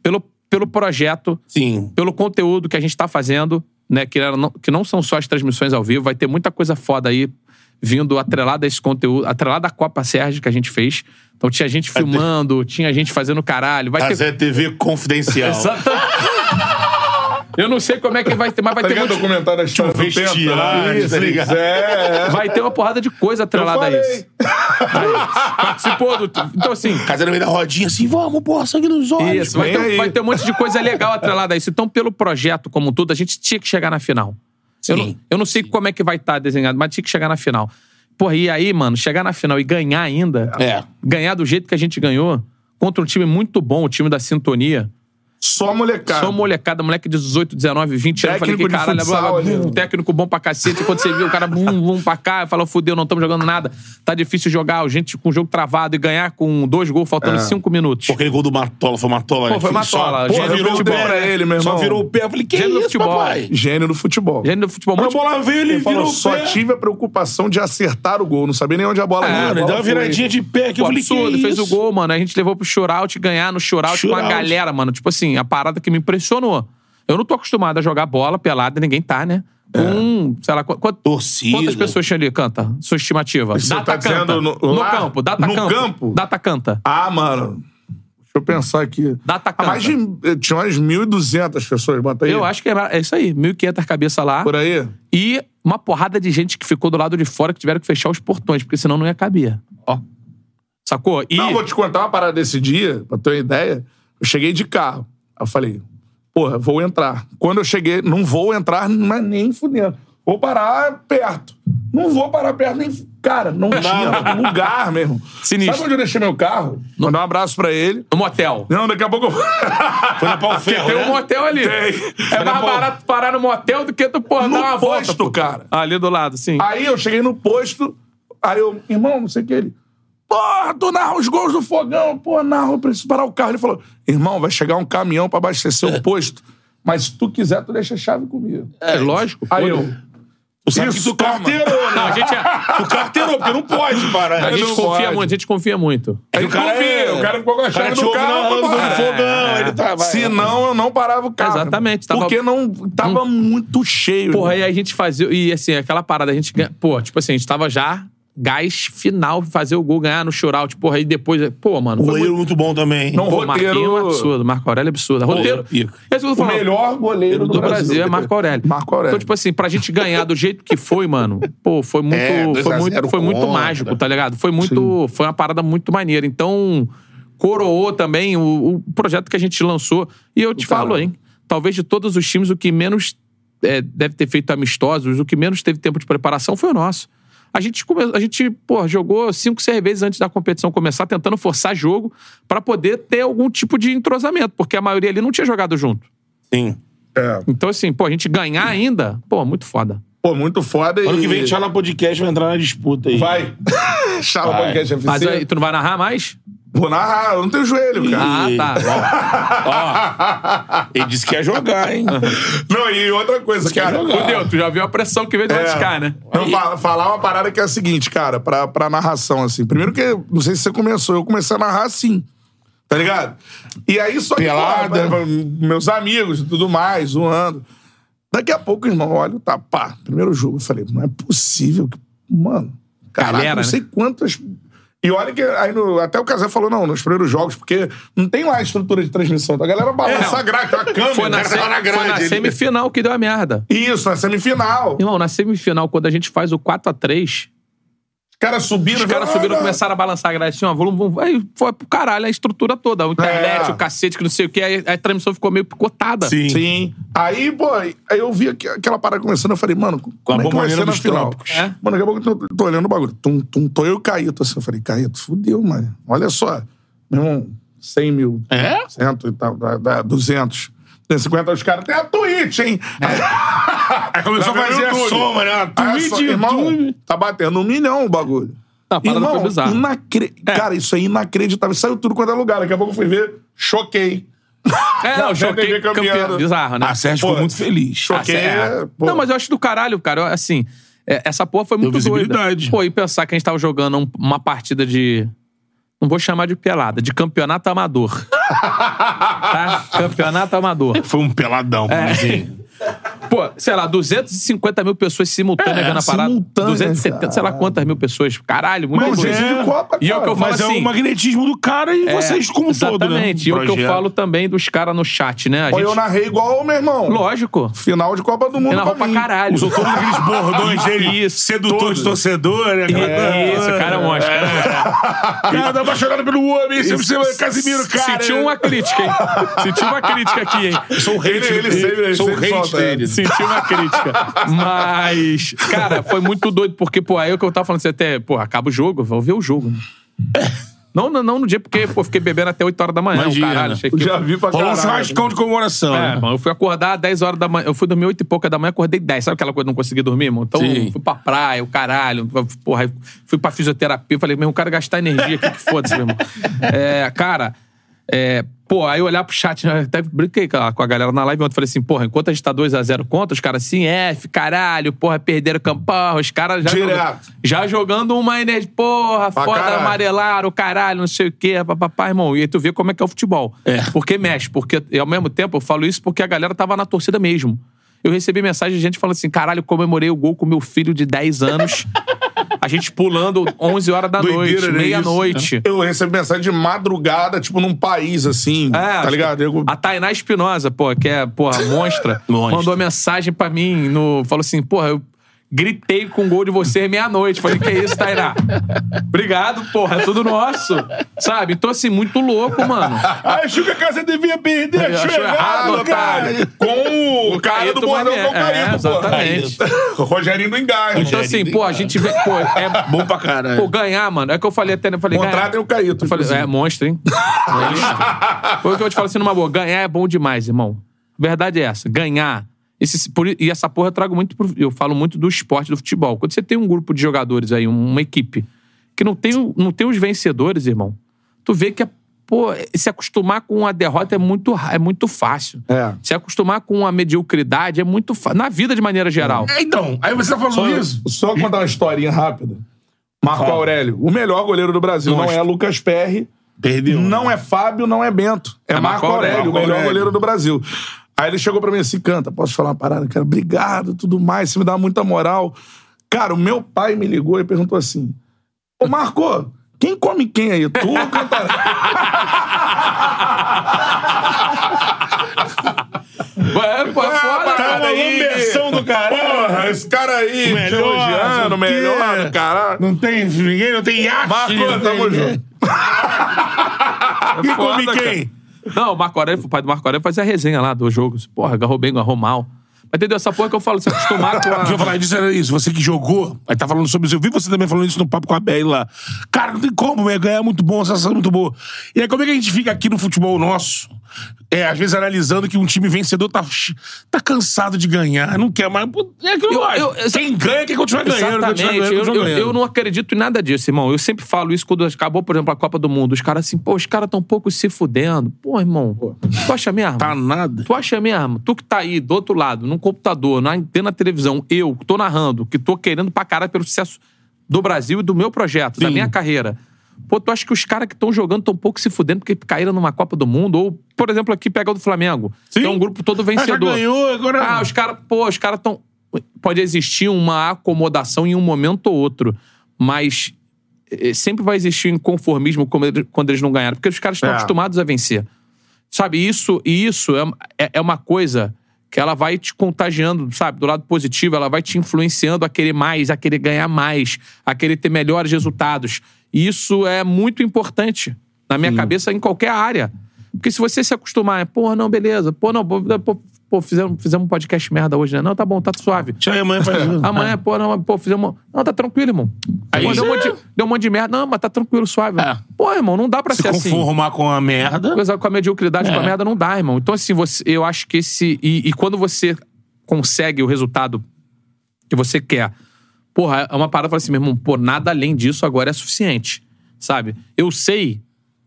[SPEAKER 3] Pelo, pelo projeto,
[SPEAKER 2] Sim.
[SPEAKER 3] pelo conteúdo que a gente tá fazendo, né? Que, era- não, que não são só as transmissões ao vivo, vai ter muita coisa foda aí vindo atrelada a esse conteúdo, atrelada à Copa Sérgio que a gente fez. Então tinha gente filmando, tinha gente fazendo caralho, vai ter.
[SPEAKER 2] Casé TV confidencial.
[SPEAKER 3] Eu não sei como é que vai ter, mas vai
[SPEAKER 1] Tá
[SPEAKER 3] ter
[SPEAKER 1] ligado o
[SPEAKER 3] muito-
[SPEAKER 1] documentário da história do Penta?
[SPEAKER 2] vestiário,
[SPEAKER 1] né?
[SPEAKER 2] tá
[SPEAKER 1] Isso,
[SPEAKER 2] ligado?
[SPEAKER 1] É.
[SPEAKER 3] Vai ter uma porrada de coisa atrelada a
[SPEAKER 1] falei.
[SPEAKER 3] isso. Aí, participou do. Então, assim.
[SPEAKER 2] Casé no meio da rodinha, assim, vamos, porra, sangue nos olhos.
[SPEAKER 3] Isso, vai
[SPEAKER 1] vem aí.
[SPEAKER 3] ter, vai ter um monte de coisa legal atrelada a isso. Então, pelo projeto como um todo, a gente tinha que chegar na final. Eu
[SPEAKER 2] Sim.
[SPEAKER 3] não, eu não sei como é que vai estar desenhado, mas tinha que chegar na final. Porra, e aí, mano, chegar na final e ganhar ainda,
[SPEAKER 2] É.
[SPEAKER 3] ganhar do jeito que a gente ganhou, contra um time muito bom, o time da sintonia.
[SPEAKER 1] Só molecada.
[SPEAKER 3] Só molecada, moleque de 18, 19, 20 anos. Eu falei que
[SPEAKER 1] Técnico de
[SPEAKER 3] caralho,
[SPEAKER 1] futsal,
[SPEAKER 3] blá, blá, blá,
[SPEAKER 1] né?
[SPEAKER 3] um técnico bom pra cacete. Quando você viu o cara bum, bum pra cá, falou, fudeu, não estamos jogando nada. Tá difícil jogar, gente com o jogo travado e ganhar com dois gols
[SPEAKER 1] É.
[SPEAKER 3] faltando cinco minutos.
[SPEAKER 2] Porque o gol do Matola foi Matola.
[SPEAKER 3] Pô,
[SPEAKER 2] né?
[SPEAKER 3] foi Matola,
[SPEAKER 2] Só,
[SPEAKER 3] gênio
[SPEAKER 2] porra,
[SPEAKER 3] do
[SPEAKER 2] virou o
[SPEAKER 1] futebol.
[SPEAKER 2] pé pra ele, meu irmão. Só virou o pé. Eu falei, que
[SPEAKER 3] Gênio do
[SPEAKER 2] isso,
[SPEAKER 3] futebol.
[SPEAKER 2] papai?
[SPEAKER 1] Gênio do futebol.
[SPEAKER 3] Gente do futebol, um
[SPEAKER 2] Quando a
[SPEAKER 3] monte de-
[SPEAKER 2] bola veio, ele
[SPEAKER 1] Ele falou,
[SPEAKER 2] virou o
[SPEAKER 1] só
[SPEAKER 2] pé.
[SPEAKER 1] tive a preocupação de acertar o gol. Não sabia nem onde a bola
[SPEAKER 3] É,
[SPEAKER 1] ia.
[SPEAKER 2] Mano,
[SPEAKER 1] A
[SPEAKER 2] ele
[SPEAKER 1] bola
[SPEAKER 2] deu uma
[SPEAKER 1] foi.
[SPEAKER 2] viradinha de pé que eu
[SPEAKER 3] Pô,
[SPEAKER 2] falei,
[SPEAKER 3] um absurdo,
[SPEAKER 2] que
[SPEAKER 3] fez
[SPEAKER 2] isso?
[SPEAKER 3] o gol, mano. A gente levou pro shootout, ganhar no shootout, com a
[SPEAKER 2] Shootout.
[SPEAKER 3] galera, mano. Tipo assim, a parada que me impressionou. Eu não tô acostumado a jogar bola pelada, ninguém tá, né?
[SPEAKER 1] É.
[SPEAKER 3] Com, sei lá, qu- quant-
[SPEAKER 2] Torcida.
[SPEAKER 3] quantas pessoas tinha ali, canta? Sua estimativa.
[SPEAKER 1] Você tá dizendo no- lá?
[SPEAKER 3] campo, data
[SPEAKER 1] No
[SPEAKER 3] campo.
[SPEAKER 1] campo?
[SPEAKER 3] Data canta.
[SPEAKER 1] Ah, mano. Deixa eu pensar aqui.
[SPEAKER 3] Data
[SPEAKER 1] Ah,
[SPEAKER 3] canta.
[SPEAKER 1] mais de... eh, Tinha umas 1.200 pessoas, bota aí.
[SPEAKER 3] Eu acho que era- é isso aí, 1.500 cabeça lá.
[SPEAKER 1] Por aí.
[SPEAKER 3] E uma porrada de gente que ficou do lado de fora que tiveram que fechar os portões, porque senão não ia caber. Ó. Sacou? E
[SPEAKER 1] Não, vou te contar uma parada desse dia, pra ter uma ideia. Eu cheguei de carro. Aí Eu falei, porra, vou entrar. Quando eu cheguei, não vou entrar, mas nem fudendo. Vou parar perto. Não vou parar perto nem. fu- Cara, não tinha lugar mesmo.
[SPEAKER 3] Sinistro.
[SPEAKER 1] Sabe onde eu deixei meu carro? Mandar um abraço pra ele.
[SPEAKER 3] no motel.
[SPEAKER 1] Não, daqui a pouco eu.
[SPEAKER 2] Foi na pau ferro,
[SPEAKER 3] Tem
[SPEAKER 2] né?
[SPEAKER 3] um motel ali. É mais
[SPEAKER 2] Pô.
[SPEAKER 3] barato parar no motel do que tu, porra,
[SPEAKER 1] No
[SPEAKER 3] dar uma
[SPEAKER 1] posto,
[SPEAKER 3] volta. pô.
[SPEAKER 1] cara. Ah,
[SPEAKER 3] Ali do lado, sim.
[SPEAKER 1] Aí eu cheguei no posto, aí eu, irmão, não sei o que ele. Porra, tu narra os gols do fogão, porra, narra, eu preciso parar o carro. Ele falou: irmão, vai chegar um caminhão pra abastecer
[SPEAKER 2] É.
[SPEAKER 1] o posto, mas se tu quiser, tu deixa a chave comigo.
[SPEAKER 3] É, lógico.
[SPEAKER 1] Aí
[SPEAKER 3] pô.
[SPEAKER 1] eu.
[SPEAKER 2] Tu sabe que
[SPEAKER 1] Isso,
[SPEAKER 2] tu carteirou,
[SPEAKER 3] Não, a
[SPEAKER 2] né?
[SPEAKER 3] gente, é-
[SPEAKER 2] Tu carteirou, porque não pode parar.
[SPEAKER 3] a
[SPEAKER 2] Aí
[SPEAKER 3] gente
[SPEAKER 1] não
[SPEAKER 3] confia
[SPEAKER 1] pode.
[SPEAKER 3] muito, a gente confia muito.
[SPEAKER 1] Aí
[SPEAKER 2] o cara
[SPEAKER 1] confia,
[SPEAKER 2] é-
[SPEAKER 1] o cara ficou com a
[SPEAKER 2] O cara
[SPEAKER 1] chave
[SPEAKER 2] te
[SPEAKER 1] no
[SPEAKER 2] ouve na
[SPEAKER 1] carro. Ah, pra
[SPEAKER 2] do
[SPEAKER 1] parar.
[SPEAKER 2] fogão, ele tá... vai.
[SPEAKER 1] Se não, eu não parava o carro.
[SPEAKER 3] Exatamente, tava-
[SPEAKER 1] Porque não, tava muito cheio. né?
[SPEAKER 3] Porra, e aí a gente fazia. E assim, aquela parada, a gente. ganha- Pô, tipo assim, a gente tava já gás final, fazer o gol, ganhar no shootout, porra, aí depois. Pô, mano.
[SPEAKER 2] O
[SPEAKER 3] Foi
[SPEAKER 2] goleiro um muito bom também.
[SPEAKER 1] Não,
[SPEAKER 3] Pô,
[SPEAKER 1] roteiro-
[SPEAKER 3] Marquinhos é um absurdo, Marco Aurélio é absurdo. Roteiro.
[SPEAKER 2] pica.
[SPEAKER 3] É isso que eu tô
[SPEAKER 1] o
[SPEAKER 3] falando.
[SPEAKER 1] melhor goleiro
[SPEAKER 3] do Brasil é Marco Aurélio.
[SPEAKER 1] Marco Aurélio.
[SPEAKER 3] Então, tipo assim, pra gente ganhar do jeito que foi, mano, pô, foi muito.
[SPEAKER 2] É, dois
[SPEAKER 3] foi
[SPEAKER 2] a
[SPEAKER 3] muito,
[SPEAKER 2] zero
[SPEAKER 3] foi muito
[SPEAKER 2] contra.
[SPEAKER 3] mágico, tá ligado? Foi muito. Foi uma parada muito maneira. Então, coroou também o, o projeto que a gente lançou. E eu te falo, hein? Talvez de todos os times, o que menos é, deve ter feito amistosos, o que menos teve tempo de preparação foi o nosso. A gente, come- a gente pô, jogou cinco, seis vezes antes da competição começar, tentando forçar jogo pra poder ter algum tipo de entrosamento, porque a maioria ali não tinha jogado junto.
[SPEAKER 2] Sim.
[SPEAKER 1] É.
[SPEAKER 3] Então, assim, pô, a gente ganhar ainda, pô, muito foda.
[SPEAKER 1] Pô, muito foda.
[SPEAKER 2] Ano
[SPEAKER 1] e...
[SPEAKER 2] que vem a gente vai na podcast, vai entrar na disputa aí.
[SPEAKER 1] Vai. Chava
[SPEAKER 2] Vai.
[SPEAKER 1] Podcast FC.
[SPEAKER 3] Mas aí, tu não vai narrar mais?
[SPEAKER 1] Vou narrar, eu não tenho joelho, cara.
[SPEAKER 3] Ah, tá.
[SPEAKER 2] Ele disse que ia jogar, hein?
[SPEAKER 1] Não, e outra coisa, cara. É.
[SPEAKER 3] Ó, Fudeu, tu já viu a pressão que veio do Vaticano, né?
[SPEAKER 1] Não, Então, fa- falar uma parada que é a seguinte, cara, pra, pra narração, assim. Primeiro que, não sei se você começou, eu comecei a narrar assim. Tá ligado? E aí só que,
[SPEAKER 2] Pelada.
[SPEAKER 1] pô, meus amigos e tudo mais, zoando. Daqui a pouco, irmão, olha o tapá. Primeiro jogo, eu falei, não é possível que. Mano, caraca,
[SPEAKER 3] Galera,
[SPEAKER 1] não
[SPEAKER 3] né?
[SPEAKER 1] sei quantas. E olha que aí no- até o Casé falou, não, nos primeiros jogos, porque não tem lá estrutura de transmissão. Tá? A galera balança
[SPEAKER 3] É.
[SPEAKER 1] a grade, a câmera,
[SPEAKER 3] Foi na,
[SPEAKER 1] o cara tá
[SPEAKER 3] se-
[SPEAKER 1] lá na grade.
[SPEAKER 3] foi na
[SPEAKER 1] ele-
[SPEAKER 3] semifinal que deu a merda.
[SPEAKER 1] Isso, na semifinal.
[SPEAKER 3] Irmão, na semifinal, quando a gente faz o 4x3,
[SPEAKER 1] Os caras subiram.
[SPEAKER 3] os caras
[SPEAKER 1] falaram,
[SPEAKER 3] subiram,
[SPEAKER 1] "Ah,
[SPEAKER 3] começaram a balançar a grade assim, ó, volume, volume. Aí foi pro caralho a estrutura toda. A internet,
[SPEAKER 1] É.
[SPEAKER 3] o cacete, que não sei o que, aí a transmissão ficou meio picotada.
[SPEAKER 2] Sim.
[SPEAKER 1] Sim. Aí, pô, aí eu vi aqu- aquela parada começando, eu falei, mano, como é que vai
[SPEAKER 2] bomboneira
[SPEAKER 1] ser na
[SPEAKER 2] dos
[SPEAKER 1] final?
[SPEAKER 2] trópicos.
[SPEAKER 3] É.
[SPEAKER 1] Mano, daqui a pouco eu tô, tô olhando o bagulho. Tum, tum, tô eu e o Caíto, assim. Eu falei, Caíto, fudeu, mano. Olha só. Meu irmão, 100 mil.
[SPEAKER 2] É?
[SPEAKER 1] Cento e tal, dá, dá 200. Tem 50, os caras. Tem a Twitch, hein?
[SPEAKER 3] É,
[SPEAKER 2] Aí começou a
[SPEAKER 1] Vai ver
[SPEAKER 2] fazer
[SPEAKER 1] no
[SPEAKER 2] a
[SPEAKER 1] YouTube.
[SPEAKER 2] soma, né?
[SPEAKER 1] Aí,
[SPEAKER 2] Twitch,
[SPEAKER 1] só, irmão,
[SPEAKER 2] YouTube.
[SPEAKER 1] tá batendo um milhão o bagulho.
[SPEAKER 3] Não, a parada foi bizarra.
[SPEAKER 1] inacre- Cara, isso é inacreditável. Saiu tudo quanto é lugar. Daqui a pouco eu fui ver, choquei.
[SPEAKER 3] É, não, choquei
[SPEAKER 1] TV
[SPEAKER 3] campeão.
[SPEAKER 1] campeando.
[SPEAKER 3] Bizarro, né?
[SPEAKER 2] A Sérgio
[SPEAKER 1] Pô,
[SPEAKER 2] ficou muito feliz.
[SPEAKER 1] choque. porque,
[SPEAKER 3] é.
[SPEAKER 1] pô.
[SPEAKER 3] Não, mas eu acho do caralho, cara. Eu, Assim, é, essa porra foi muito
[SPEAKER 2] visibilidade.
[SPEAKER 3] doida. Pô, e pensar que a gente tava jogando um- uma partida de. Não vou chamar de pelada, de campeonato amador. tá? Campeonato amador.
[SPEAKER 2] Foi um peladão,
[SPEAKER 3] É.
[SPEAKER 2] assim.
[SPEAKER 3] Pô, sei lá, 250 mil pessoas simultâneas
[SPEAKER 2] É,
[SPEAKER 3] vendo a parada.
[SPEAKER 1] simultâneas,
[SPEAKER 3] 270, sei lá quantas mil pessoas. Caralho, muito
[SPEAKER 1] Mas
[SPEAKER 3] doido.
[SPEAKER 1] é de Copa,
[SPEAKER 3] E é o
[SPEAKER 1] cara.
[SPEAKER 3] que eu falo
[SPEAKER 2] Mas é o
[SPEAKER 3] assim. é,
[SPEAKER 2] magnetismo do cara e vocês como um todo, né?
[SPEAKER 3] Exatamente. E o que eu
[SPEAKER 2] Projeto.
[SPEAKER 3] falo também dos caras no chat, né? A
[SPEAKER 1] Pô,
[SPEAKER 3] gente,
[SPEAKER 1] eu narrei igual, meu irmão.
[SPEAKER 3] Lógico.
[SPEAKER 1] Final de Copa do Mundo.
[SPEAKER 3] Eu narrou
[SPEAKER 1] pra
[SPEAKER 3] pra
[SPEAKER 1] mim.
[SPEAKER 3] caralho.
[SPEAKER 2] Usou todos aqueles bordões dele.
[SPEAKER 3] Isso,
[SPEAKER 2] sedutor
[SPEAKER 1] todos.
[SPEAKER 2] de torcedor, né? Aquela coisa.
[SPEAKER 3] Isso, cara, é um monstro, cara. é um monstro.
[SPEAKER 2] Cara, dá uma chorada pelo homem. Sempre você, Casimiro, cara.
[SPEAKER 3] Sentiu uma crítica, hein? Sentiu uma crítica aqui, hein?
[SPEAKER 2] Sou um o hate
[SPEAKER 1] Ele- ele
[SPEAKER 2] dele.
[SPEAKER 1] sempre- ele
[SPEAKER 2] Sou o
[SPEAKER 1] sempre
[SPEAKER 2] hate
[SPEAKER 1] solta, é.
[SPEAKER 2] dele.
[SPEAKER 3] Sentiu uma crítica. Mas, cara, foi muito doido, porque, pô, aí é o que eu tava falando, você até, pô, acaba o jogo, vou ver o jogo. Não, não, não no dia, porque, pô, fiquei bebendo até 8 horas da manhã,
[SPEAKER 2] Imagina.
[SPEAKER 3] o caralho. achei
[SPEAKER 1] Eu
[SPEAKER 3] que-
[SPEAKER 1] já vi pra
[SPEAKER 2] Rolou um
[SPEAKER 3] assim,
[SPEAKER 1] caralho.
[SPEAKER 2] churrascão de comemoração.
[SPEAKER 3] É,
[SPEAKER 2] né?
[SPEAKER 3] mano, eu fui acordar às 10 horas da manhã. Eu fui dormir 8 e pouca da manhã, acordei 10. Sabe aquela coisa que não consegui dormir, irmão? Então,
[SPEAKER 2] Sim.
[SPEAKER 3] eu fui pra praia, o caralho. Porra, aí fui pra fisioterapia. Falei, meu, irmão, eu quero gastar energia aqui, que foda-se, meu irmão. É, cara, é, pô, aí eu olhar pro chat, né, até brinquei com a com a galera na live ontem. Falei assim, porra, enquanto a gente tá 2x0 contra, os caras assim, F, caralho, porra, perderam o campão. Os caras já,
[SPEAKER 1] Direto.
[SPEAKER 3] jogando, já jogando uma energia, porra,
[SPEAKER 1] Pra
[SPEAKER 3] foda,
[SPEAKER 1] caralho.
[SPEAKER 3] amarelo amarelaram, o caralho, não sei o quê, papapá, irmão. E aí tu vê como é que é o futebol. Porque mexe, porque e ao mesmo tempo eu falo isso porque a galera tava na torcida mesmo. Eu recebi mensagem de gente falando assim: caralho, comemorei o gol com meu filho de 10 anos. a gente pulando 11 horas da
[SPEAKER 2] Doideira,
[SPEAKER 3] noite,
[SPEAKER 2] né,
[SPEAKER 3] meia-noite.
[SPEAKER 1] Eu recebi mensagem de madrugada, tipo, num país assim.
[SPEAKER 3] É,
[SPEAKER 1] tá ligado? Eu-
[SPEAKER 3] A Tainá Espinosa, pô, que é, porra, monstra,
[SPEAKER 2] Monstra.
[SPEAKER 3] mandou mensagem pra mim, no, falou assim, porra, eu gritei com o gol de você meia-noite. Falei, que isso, Tainá? Obrigado, porra, é tudo nosso. Sabe? Então, assim, muito louco, mano.
[SPEAKER 2] Acho que a casa devia perder.
[SPEAKER 3] Eu acho errado, otário.
[SPEAKER 1] Com o cara
[SPEAKER 3] Caíto
[SPEAKER 1] do bordão
[SPEAKER 3] Mané.
[SPEAKER 1] com o Caíto,
[SPEAKER 3] É,
[SPEAKER 1] pô.
[SPEAKER 3] exatamente.
[SPEAKER 1] O Rogerinho do Engaio.
[SPEAKER 3] Então, assim, pô, a gente vê. Pô, é bom
[SPEAKER 2] pra caralho.
[SPEAKER 3] Pô, ganhar, mano. É o que eu falei até, né? Eu Falei, ganhar-
[SPEAKER 1] Contratem o Caíto.
[SPEAKER 3] Eu falei, é monstro, hein? Monstro. Foi o que eu te falo assim numa boa. Ganhar é bom demais, irmão. Verdade é essa. Ganhar. Esse- por- e essa porra eu trago muito. pro- eu falo muito do esporte, do futebol. Quando você tem um grupo de jogadores aí, um, uma equipe, que não tem, o- não tem os vencedores, irmão, tu vê que é, pô, se acostumar com a derrota é muito, ra- é muito fácil.
[SPEAKER 1] É.
[SPEAKER 3] Se acostumar com a mediocridade é muito fácil. Na vida, de maneira geral.
[SPEAKER 2] É, Então, aí você tá falando isso?
[SPEAKER 1] Só contar uma historinha rápida. Marco Aurélio, o melhor goleiro do Brasil não é Lucas Perry,
[SPEAKER 2] Perdeu.
[SPEAKER 1] não é Fábio, não é Bento. É, Marco,
[SPEAKER 3] Marco
[SPEAKER 1] Aurélio,
[SPEAKER 3] Aurélio,
[SPEAKER 1] o melhor
[SPEAKER 2] né? Aurélio.
[SPEAKER 1] goleiro do Brasil. Aí ele chegou pra mim assim, canta, posso falar uma parada? Cara, obrigado, tudo mais, você me dá muita moral. Cara, o meu pai me ligou e perguntou assim, ô Marco, quem come quem aí? Tu ou Cantarelli?
[SPEAKER 3] É, pô, é foda,
[SPEAKER 2] tá
[SPEAKER 3] cara.
[SPEAKER 2] uma lambeção do caralho.
[SPEAKER 1] Porra, esse cara aí,
[SPEAKER 2] Melhor,
[SPEAKER 1] melhor,
[SPEAKER 2] não sei o quê.
[SPEAKER 1] melhor, caralho.
[SPEAKER 2] Não tem ninguém, não tem iate.
[SPEAKER 1] Marco, tamo junto.
[SPEAKER 2] Quem
[SPEAKER 3] foda,
[SPEAKER 2] come quem?
[SPEAKER 3] Não, o Marco Aurélio, o pai do Marco Aurélio fazia a resenha lá do jogo. Porra, agarrou bem, agarrou mal. Mas entendeu? Essa porra que eu falo, se acostumar com
[SPEAKER 2] O que eu ia
[SPEAKER 3] a...
[SPEAKER 2] falar disso era isso. Você que jogou, aí tá falando sobre isso. Eu vi você também falando isso no papo com a Bel lá. Cara, não tem como, é ganhar é muito bom, a sensação é muito boa. E aí, como é que a gente fica aqui no futebol nosso? É, às vezes analisando que um time vencedor tá, tá cansado de ganhar, não quer mais. Pô, É aquilo que eu,
[SPEAKER 3] Eu-
[SPEAKER 2] acho.
[SPEAKER 3] eu- eu-
[SPEAKER 2] Quem ganha quer continuar ganhando. quer
[SPEAKER 3] Exatamente.
[SPEAKER 2] continuar ganhando,
[SPEAKER 3] Eu,
[SPEAKER 2] continuar
[SPEAKER 3] eu-
[SPEAKER 2] ganhando.
[SPEAKER 3] eu não acredito em nada disso, irmão. Eu sempre falo isso quando acabou, por exemplo, a Copa do Mundo. Os caras assim, pô, os caras tão pouco se fudendo. Pô, irmão, tu acha mesmo?
[SPEAKER 2] Tá nada.
[SPEAKER 3] Tu acha mesmo? Tu que tá aí do outro lado, num computador, na, dentro da televisão, eu que tô narrando, que tô querendo pra caralho pelo sucesso do Brasil e do meu projeto, da
[SPEAKER 2] Sim.
[SPEAKER 3] minha carreira. Pô, tu acha que os caras que estão jogando tão pouco se fudendo porque caíram numa Copa do Mundo? Ou, por exemplo, aqui pega o do Flamengo.
[SPEAKER 2] Sim.
[SPEAKER 3] Tem um grupo todo
[SPEAKER 2] Ah, já
[SPEAKER 3] vencedor.
[SPEAKER 2] ganhou, agora.
[SPEAKER 3] Ah, os caras, pô, os caras estão. Pode existir uma acomodação em um momento ou outro, mas eh, sempre vai existir um conformismo como ele- quando eles não ganharam, porque os caras estão
[SPEAKER 2] É.
[SPEAKER 3] acostumados a vencer. Sabe, isso e isso é, é- é uma coisa que ela vai te contagiando, sabe, do lado positivo, ela vai te influenciando a querer mais, a querer ganhar mais, a querer ter melhores resultados. E isso é muito importante na minha cabeça em qualquer área. Porque se você se acostumar, é, pô, não, beleza, pô, não, pô, pô, pô, fizemos, fizemos um podcast merda hoje, né? Não, tá bom, tá suave.
[SPEAKER 2] Deixa eu amanhã faz tudo.
[SPEAKER 3] Amanhã, pô, não, pô, fizemos. Não, tá tranquilo, irmão.
[SPEAKER 2] Aí
[SPEAKER 3] Pô, deu, um
[SPEAKER 2] você-
[SPEAKER 3] monte, de- deu um monte de merda. Não, mas tá tranquilo, suave.
[SPEAKER 2] É.
[SPEAKER 3] Pô, irmão, não dá pra
[SPEAKER 2] Se
[SPEAKER 3] ser assim.
[SPEAKER 2] conformar com a merda.
[SPEAKER 3] Coisa com a mediocridade,
[SPEAKER 2] É.
[SPEAKER 3] com a merda, não dá, irmão. Então, assim, você, eu acho que esse. E, e quando você consegue o resultado que você quer, porra, é uma parada que fala assim, meu irmão, pô, nada além disso agora é suficiente. Sabe? Eu sei,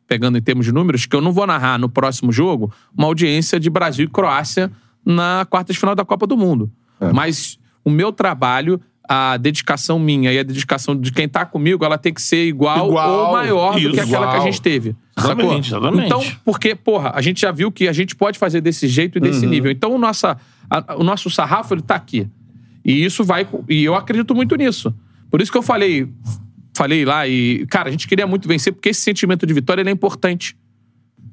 [SPEAKER 3] pegando em termos de números, que eu não vou narrar no próximo jogo uma audiência de Brasil e Croácia na quarta de final da Copa do Mundo. Mas o meu trabalho. A dedicação minha e a dedicação de quem tá comigo, ela tem que ser igual,
[SPEAKER 1] Igual.
[SPEAKER 3] ou maior do que
[SPEAKER 2] Isso.
[SPEAKER 3] aquela que a
[SPEAKER 2] Igual.
[SPEAKER 3] gente teve.
[SPEAKER 2] Exatamente,
[SPEAKER 3] sacou?
[SPEAKER 2] exatamente.
[SPEAKER 3] Então, porque, porra, a gente já viu que a gente pode fazer desse jeito e
[SPEAKER 1] Uhum.
[SPEAKER 3] desse nível. Então, o, nossa, a- o nosso sarrafo, ele tá aqui. E isso vai... co- E eu acredito muito nisso. Por isso que eu falei... Falei lá e... Cara, a gente queria muito vencer, porque esse sentimento de vitória, ele é importante.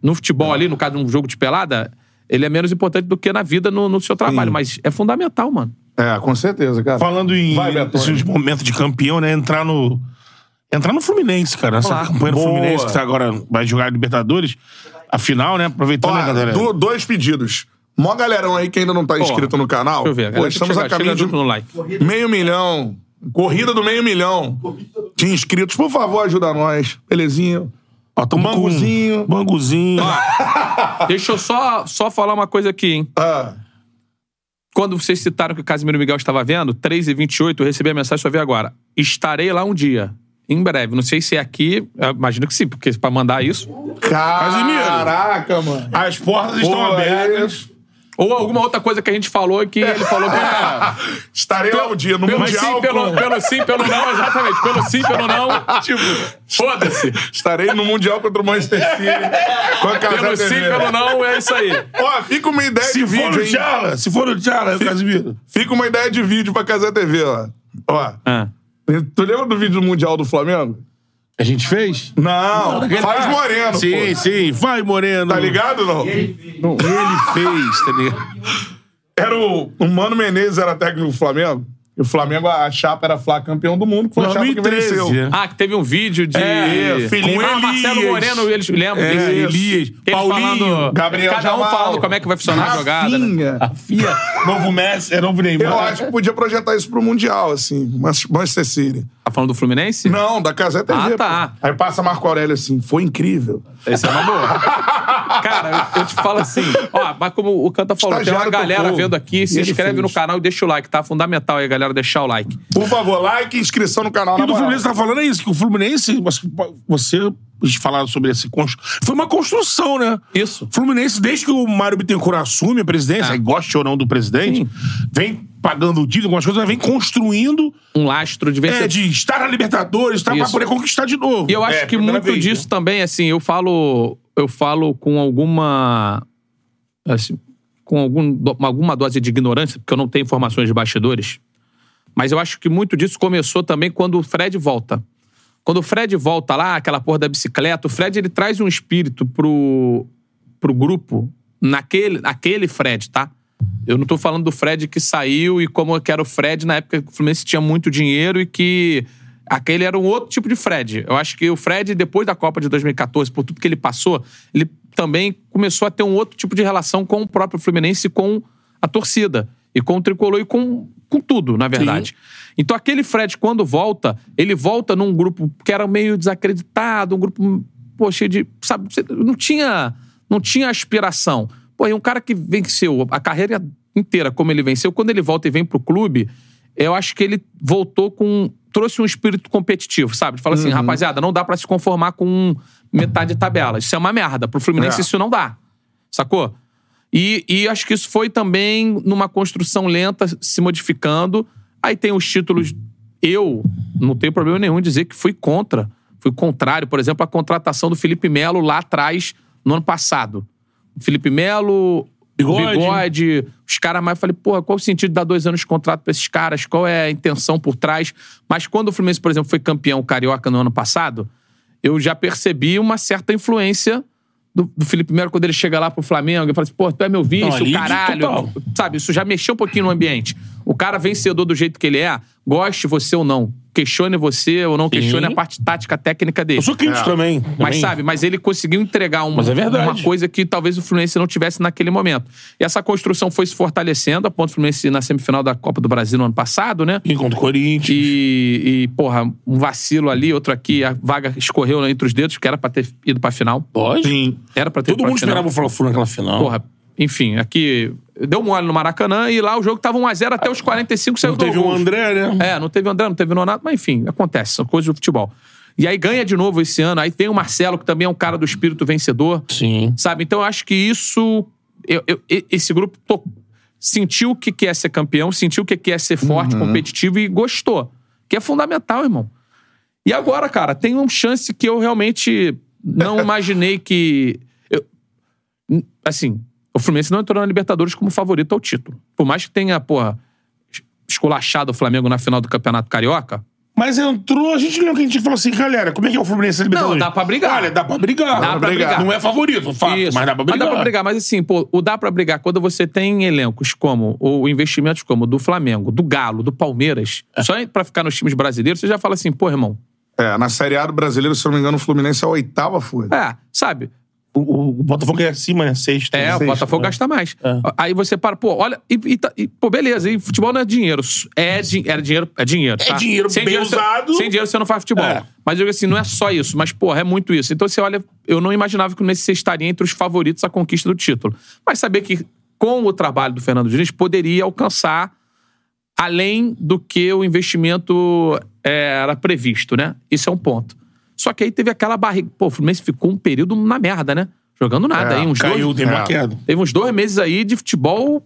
[SPEAKER 3] No futebol ali, no caso de um jogo de pelada, ele é menos importante do que na vida, no, no seu trabalho.
[SPEAKER 1] Sim.
[SPEAKER 3] Mas é fundamental, mano.
[SPEAKER 1] É, com certeza, cara.
[SPEAKER 2] Falando em
[SPEAKER 1] Vai, Betão.
[SPEAKER 2] esses momentos de campeão, né? Entrar no. Entrar no Fluminense, cara. Essa
[SPEAKER 3] Olá.
[SPEAKER 2] campanha do
[SPEAKER 1] Boa.
[SPEAKER 2] Fluminense que tá agora vai jogar a Libertadores. A final, né? Aproveitando, né,
[SPEAKER 1] Ó,
[SPEAKER 2] galera?
[SPEAKER 1] do- dois pedidos. Mó galerão aí que ainda não tá inscrito no canal.
[SPEAKER 3] Deixa eu ver. a
[SPEAKER 1] Pô,
[SPEAKER 3] galera tem que
[SPEAKER 1] estamos
[SPEAKER 3] chegar-
[SPEAKER 1] a caminho
[SPEAKER 3] chega
[SPEAKER 1] de um
[SPEAKER 3] junto no like.
[SPEAKER 1] meio milhão. Corrida do meio milhão de inscritos. Por favor, ajuda nós. Belezinha? um.
[SPEAKER 2] Ó, tamo com-
[SPEAKER 1] Banguzinho.
[SPEAKER 2] Banguzinho.
[SPEAKER 3] Deixa eu só, só falar uma coisa aqui, hein?
[SPEAKER 1] Ah,
[SPEAKER 3] Quando vocês citaram que o Casimiro Miguel estava vendo, 3h28, eu recebi a mensagem, só vi agora. Estarei lá um dia, em breve. Não sei se é aqui, eu imagino que sim, porque pra mandar isso.
[SPEAKER 2] Casimiro.
[SPEAKER 1] caraca, mano.
[SPEAKER 2] As portas estão
[SPEAKER 1] Pô,
[SPEAKER 2] abertas.
[SPEAKER 1] é-
[SPEAKER 3] Ou alguma outra coisa que a gente falou que ele falou que.
[SPEAKER 1] Estarei lá um dia no
[SPEAKER 3] Pelo
[SPEAKER 1] Mundial.
[SPEAKER 3] sim, pelo,
[SPEAKER 1] com-
[SPEAKER 3] pelo sim, pelo não, exatamente. Pelo sim, pelo não. Tipo, foda-se.
[SPEAKER 1] Estarei no Mundial contra o Manchester City. com a casa
[SPEAKER 3] Pelo sim, pelo não, é isso aí.
[SPEAKER 1] Ó, fica uma ideia de
[SPEAKER 2] Se for
[SPEAKER 1] vídeo,
[SPEAKER 2] no
[SPEAKER 1] hein?
[SPEAKER 2] Tchala, se for no
[SPEAKER 1] é
[SPEAKER 2] Tchala, Casimiro.
[SPEAKER 1] Fica uma ideia de vídeo pra Casar TV, ó. Ó,
[SPEAKER 3] Ah.
[SPEAKER 1] tu lembra do vídeo do Mundial do Flamengo?
[SPEAKER 2] A gente fez?
[SPEAKER 1] Não, faz
[SPEAKER 2] Ah,
[SPEAKER 1] moreno,
[SPEAKER 2] Sim,
[SPEAKER 1] pô.
[SPEAKER 2] sim. Vai, Moreno.
[SPEAKER 1] Tá ligado, não?
[SPEAKER 2] Ele fez, tá ligado?
[SPEAKER 1] Era o, o Mano Menezes era técnico do Flamengo. E o Flamengo, a chapa era Flá campeão do mundo, que foi a chapa que
[SPEAKER 2] 2013,
[SPEAKER 1] venceu.
[SPEAKER 2] né?
[SPEAKER 3] Ah, que teve um vídeo de.
[SPEAKER 1] É, Felipe-
[SPEAKER 3] com
[SPEAKER 1] Elias.
[SPEAKER 3] ah, Marcelo Moreno, eles lembram
[SPEAKER 2] É,
[SPEAKER 3] desse-
[SPEAKER 2] Elias,
[SPEAKER 3] eles
[SPEAKER 2] Paulinho,
[SPEAKER 3] falando,
[SPEAKER 1] Gabriel
[SPEAKER 3] Cada um
[SPEAKER 1] Jamal.
[SPEAKER 3] falando como é que vai funcionar a jogada. né?
[SPEAKER 1] Rafinha.
[SPEAKER 2] Fia, novo Messi, é novo Neymar.
[SPEAKER 1] Eu acho que podia projetar isso pro Mundial, assim. Mas- Manchester City.
[SPEAKER 3] Tá falando do Fluminense?
[SPEAKER 1] Não, da Casé TV.
[SPEAKER 3] Ah, tá.
[SPEAKER 1] pô. Aí passa Marco Aurélio assim, foi incrível.
[SPEAKER 3] Essa é uma boa. Cara, eu, eu te falo assim, ó, mas como o Canta falou, tem uma
[SPEAKER 1] Estagiário
[SPEAKER 3] galera
[SPEAKER 1] tocou.
[SPEAKER 3] vendo aqui,
[SPEAKER 1] E
[SPEAKER 3] se
[SPEAKER 1] ele
[SPEAKER 3] inscreve
[SPEAKER 1] fez.
[SPEAKER 3] no canal e deixa o like, tá? Fundamental aí, galera, deixar o like.
[SPEAKER 1] Por favor, like e inscrição no canal.
[SPEAKER 2] E
[SPEAKER 1] Ah, na
[SPEAKER 2] o do
[SPEAKER 1] moral.
[SPEAKER 2] Fluminense tá falando é isso, que o Fluminense, mas você, vocês falaram sobre esse constru... Foi uma construção, né?
[SPEAKER 3] Isso.
[SPEAKER 2] O Fluminense, desde que o Mário Bittencourt assume a presidência,
[SPEAKER 3] É.
[SPEAKER 2] aí goste ou não do presidente,
[SPEAKER 3] Sim.
[SPEAKER 2] vem pagando o dívida, algumas coisas, mas vem construindo
[SPEAKER 3] Um lastro de
[SPEAKER 2] é,
[SPEAKER 3] vencedor.
[SPEAKER 2] de estar na Libertadores, tá, pra
[SPEAKER 3] Isso.
[SPEAKER 2] poder conquistar de novo.
[SPEAKER 3] E eu acho
[SPEAKER 2] É,
[SPEAKER 3] que
[SPEAKER 2] primeira
[SPEAKER 3] muito
[SPEAKER 2] vez, né?
[SPEAKER 3] disso também, assim, eu falo, eu falo com alguma. assim, com algum, do- alguma dose de ignorância, porque eu não tenho informações de bastidores. Mas eu acho que muito disso começou também quando o Fred volta. Quando o Fred volta lá, aquela porra da bicicleta, o Fred ele traz um espírito pro, pro grupo, naquele aquele Fred, tá? Eu não tô falando do Fred que saiu e como que era o Fred na época que o Fluminense tinha muito dinheiro e que aquele era um outro tipo de Fred. Eu acho que o Fred, depois da Copa de 2014, por tudo que ele passou, ele também começou a ter um outro tipo de relação com o próprio Fluminense e com a torcida. E com o Tricolor e com, com tudo, na verdade. Então aquele Fred, quando volta, ele volta num grupo que era meio desacreditado, um grupo pô, cheio de. Sabe, você não tinha Não tinha aspiração. Pô, e um cara que venceu a carreira inteira como ele venceu, quando ele volta e vem pro clube, eu acho que ele voltou com. trouxe um espírito competitivo, sabe? Fala assim, rapaziada, não dá pra se conformar com metade de tabela. Isso é uma merda. Pro Fluminense
[SPEAKER 1] É.
[SPEAKER 3] isso não dá. Sacou? E, e acho que isso foi também numa construção lenta, se modificando. Aí tem os títulos. Eu não tenho problema nenhum em dizer que fui contra. Fui contrário, por exemplo, à contratação do Felipe Melo lá atrás, no ano passado. Felipe Melo,
[SPEAKER 2] Bigode.
[SPEAKER 3] Bigode, é os caras mais. eu Falei, porra, qual o sentido de dar dois anos de contrato pra esses caras? Qual é a intenção por trás? Mas quando o Fluminense, por exemplo, foi campeão carioca no ano passado, eu já percebi uma certa influência do, do Felipe Melo quando ele chega lá pro Flamengo. Eu falo assim, pô, tu é meu
[SPEAKER 2] Não,
[SPEAKER 3] vício,
[SPEAKER 2] ali de
[SPEAKER 3] caralho.
[SPEAKER 2] total.
[SPEAKER 3] Sabe, isso já mexeu um pouquinho no ambiente. O cara vencedor do jeito que ele é, goste você ou não, questione você ou não, questione a parte tática técnica dele.
[SPEAKER 2] Eu sou crítico
[SPEAKER 1] É.
[SPEAKER 2] também. também.
[SPEAKER 3] Mas sabe, mas ele conseguiu entregar um-
[SPEAKER 2] Mas é verdade.
[SPEAKER 3] uma coisa que talvez o Fluminense não tivesse naquele momento. E essa construção foi se fortalecendo, a ponto do Fluminense na semifinal da Copa do Brasil no ano passado, né?
[SPEAKER 2] Quem contra o Corinthians.
[SPEAKER 3] E, e, porra, um vacilo ali, outro aqui, a vaga escorreu né, entre os dedos, que era pra ter ido pra final.
[SPEAKER 2] Lógico.
[SPEAKER 1] Sim.
[SPEAKER 3] Era pra ter
[SPEAKER 2] Todo
[SPEAKER 3] ido pra
[SPEAKER 2] mundo
[SPEAKER 3] final.
[SPEAKER 2] esperava o Fla-Flu naquela final.
[SPEAKER 3] Porra, enfim, aqui deu mole no Maracanã e lá o jogo tava 1x0 até os 45 saiu
[SPEAKER 2] Não teve
[SPEAKER 3] dois
[SPEAKER 2] o
[SPEAKER 3] gols.
[SPEAKER 2] André, né?
[SPEAKER 3] É, não teve André, não teve Nonato, mas enfim, acontece, são coisas do futebol. E aí ganha de novo esse ano, aí tem o Marcelo, que também é um cara do espírito vencedor,
[SPEAKER 2] Sim.
[SPEAKER 3] sabe? Então eu acho que isso. eu- eu- e- esse grupo to- sentiu o que que é ser campeão, sentiu o que que é ser forte, competitivo e gostou. Que é fundamental, irmão. E agora, cara, tem uma chance que eu realmente não imaginei que. eu- n- assim, o Fluminense não entrou na Libertadores como favorito ao título. Por mais que tenha, porra, es- esculachado o Flamengo na final do Campeonato Carioca,
[SPEAKER 2] Mas entrou, a gente lembra que a gente falou assim, galera, como é que é o Fluminense na Libertadores?
[SPEAKER 3] Não, dá pra brigar.
[SPEAKER 2] Olha, dá pra brigar.
[SPEAKER 3] Dá pra brigar.
[SPEAKER 2] Não é favorito, fato,
[SPEAKER 3] Isso.
[SPEAKER 2] mas dá pra brigar.
[SPEAKER 3] Mas dá pra brigar. Mas assim, pô, o dá pra brigar quando você tem elencos como, ou investimentos como o do Flamengo, do Galo, do Palmeiras,
[SPEAKER 2] É.
[SPEAKER 3] só pra ficar nos times brasileiros, você já fala assim, pô, irmão,
[SPEAKER 1] É, na Série A do brasileiro, se eu não me engano, o Fluminense é a oitava folha.
[SPEAKER 3] é, sabe?
[SPEAKER 2] O, o- o Botafogo é acima, é sexto.
[SPEAKER 3] É, o
[SPEAKER 2] sexto,
[SPEAKER 3] Botafogo
[SPEAKER 2] né?
[SPEAKER 3] gasta mais.
[SPEAKER 2] É.
[SPEAKER 3] Aí você para, pô, olha, e, e tá- e, pô, beleza, e futebol não é dinheiro. É, di- era dinheiro, é dinheiro.
[SPEAKER 2] É
[SPEAKER 3] tá?
[SPEAKER 2] dinheiro bem
[SPEAKER 3] você-
[SPEAKER 2] usado.
[SPEAKER 3] sem dinheiro você não faz futebol.
[SPEAKER 2] É.
[SPEAKER 3] Mas eu digo assim, não é só isso, mas, porra, é muito isso. Então você olha, eu não imaginava que o Fluminense estaria entre os favoritos à conquista do título. Mas saber que com o trabalho do Fernando Diniz poderia alcançar além do que o investimento é, era previsto, né? Isso é um ponto. Só que aí teve aquela barriga. Pô, o Fluminense ficou um período na merda, né? Jogando nada
[SPEAKER 1] É,
[SPEAKER 3] aí, uns
[SPEAKER 2] Caiu,
[SPEAKER 3] dois.
[SPEAKER 2] tem uma
[SPEAKER 1] É.
[SPEAKER 2] queda.
[SPEAKER 3] Teve uns dois meses aí de futebol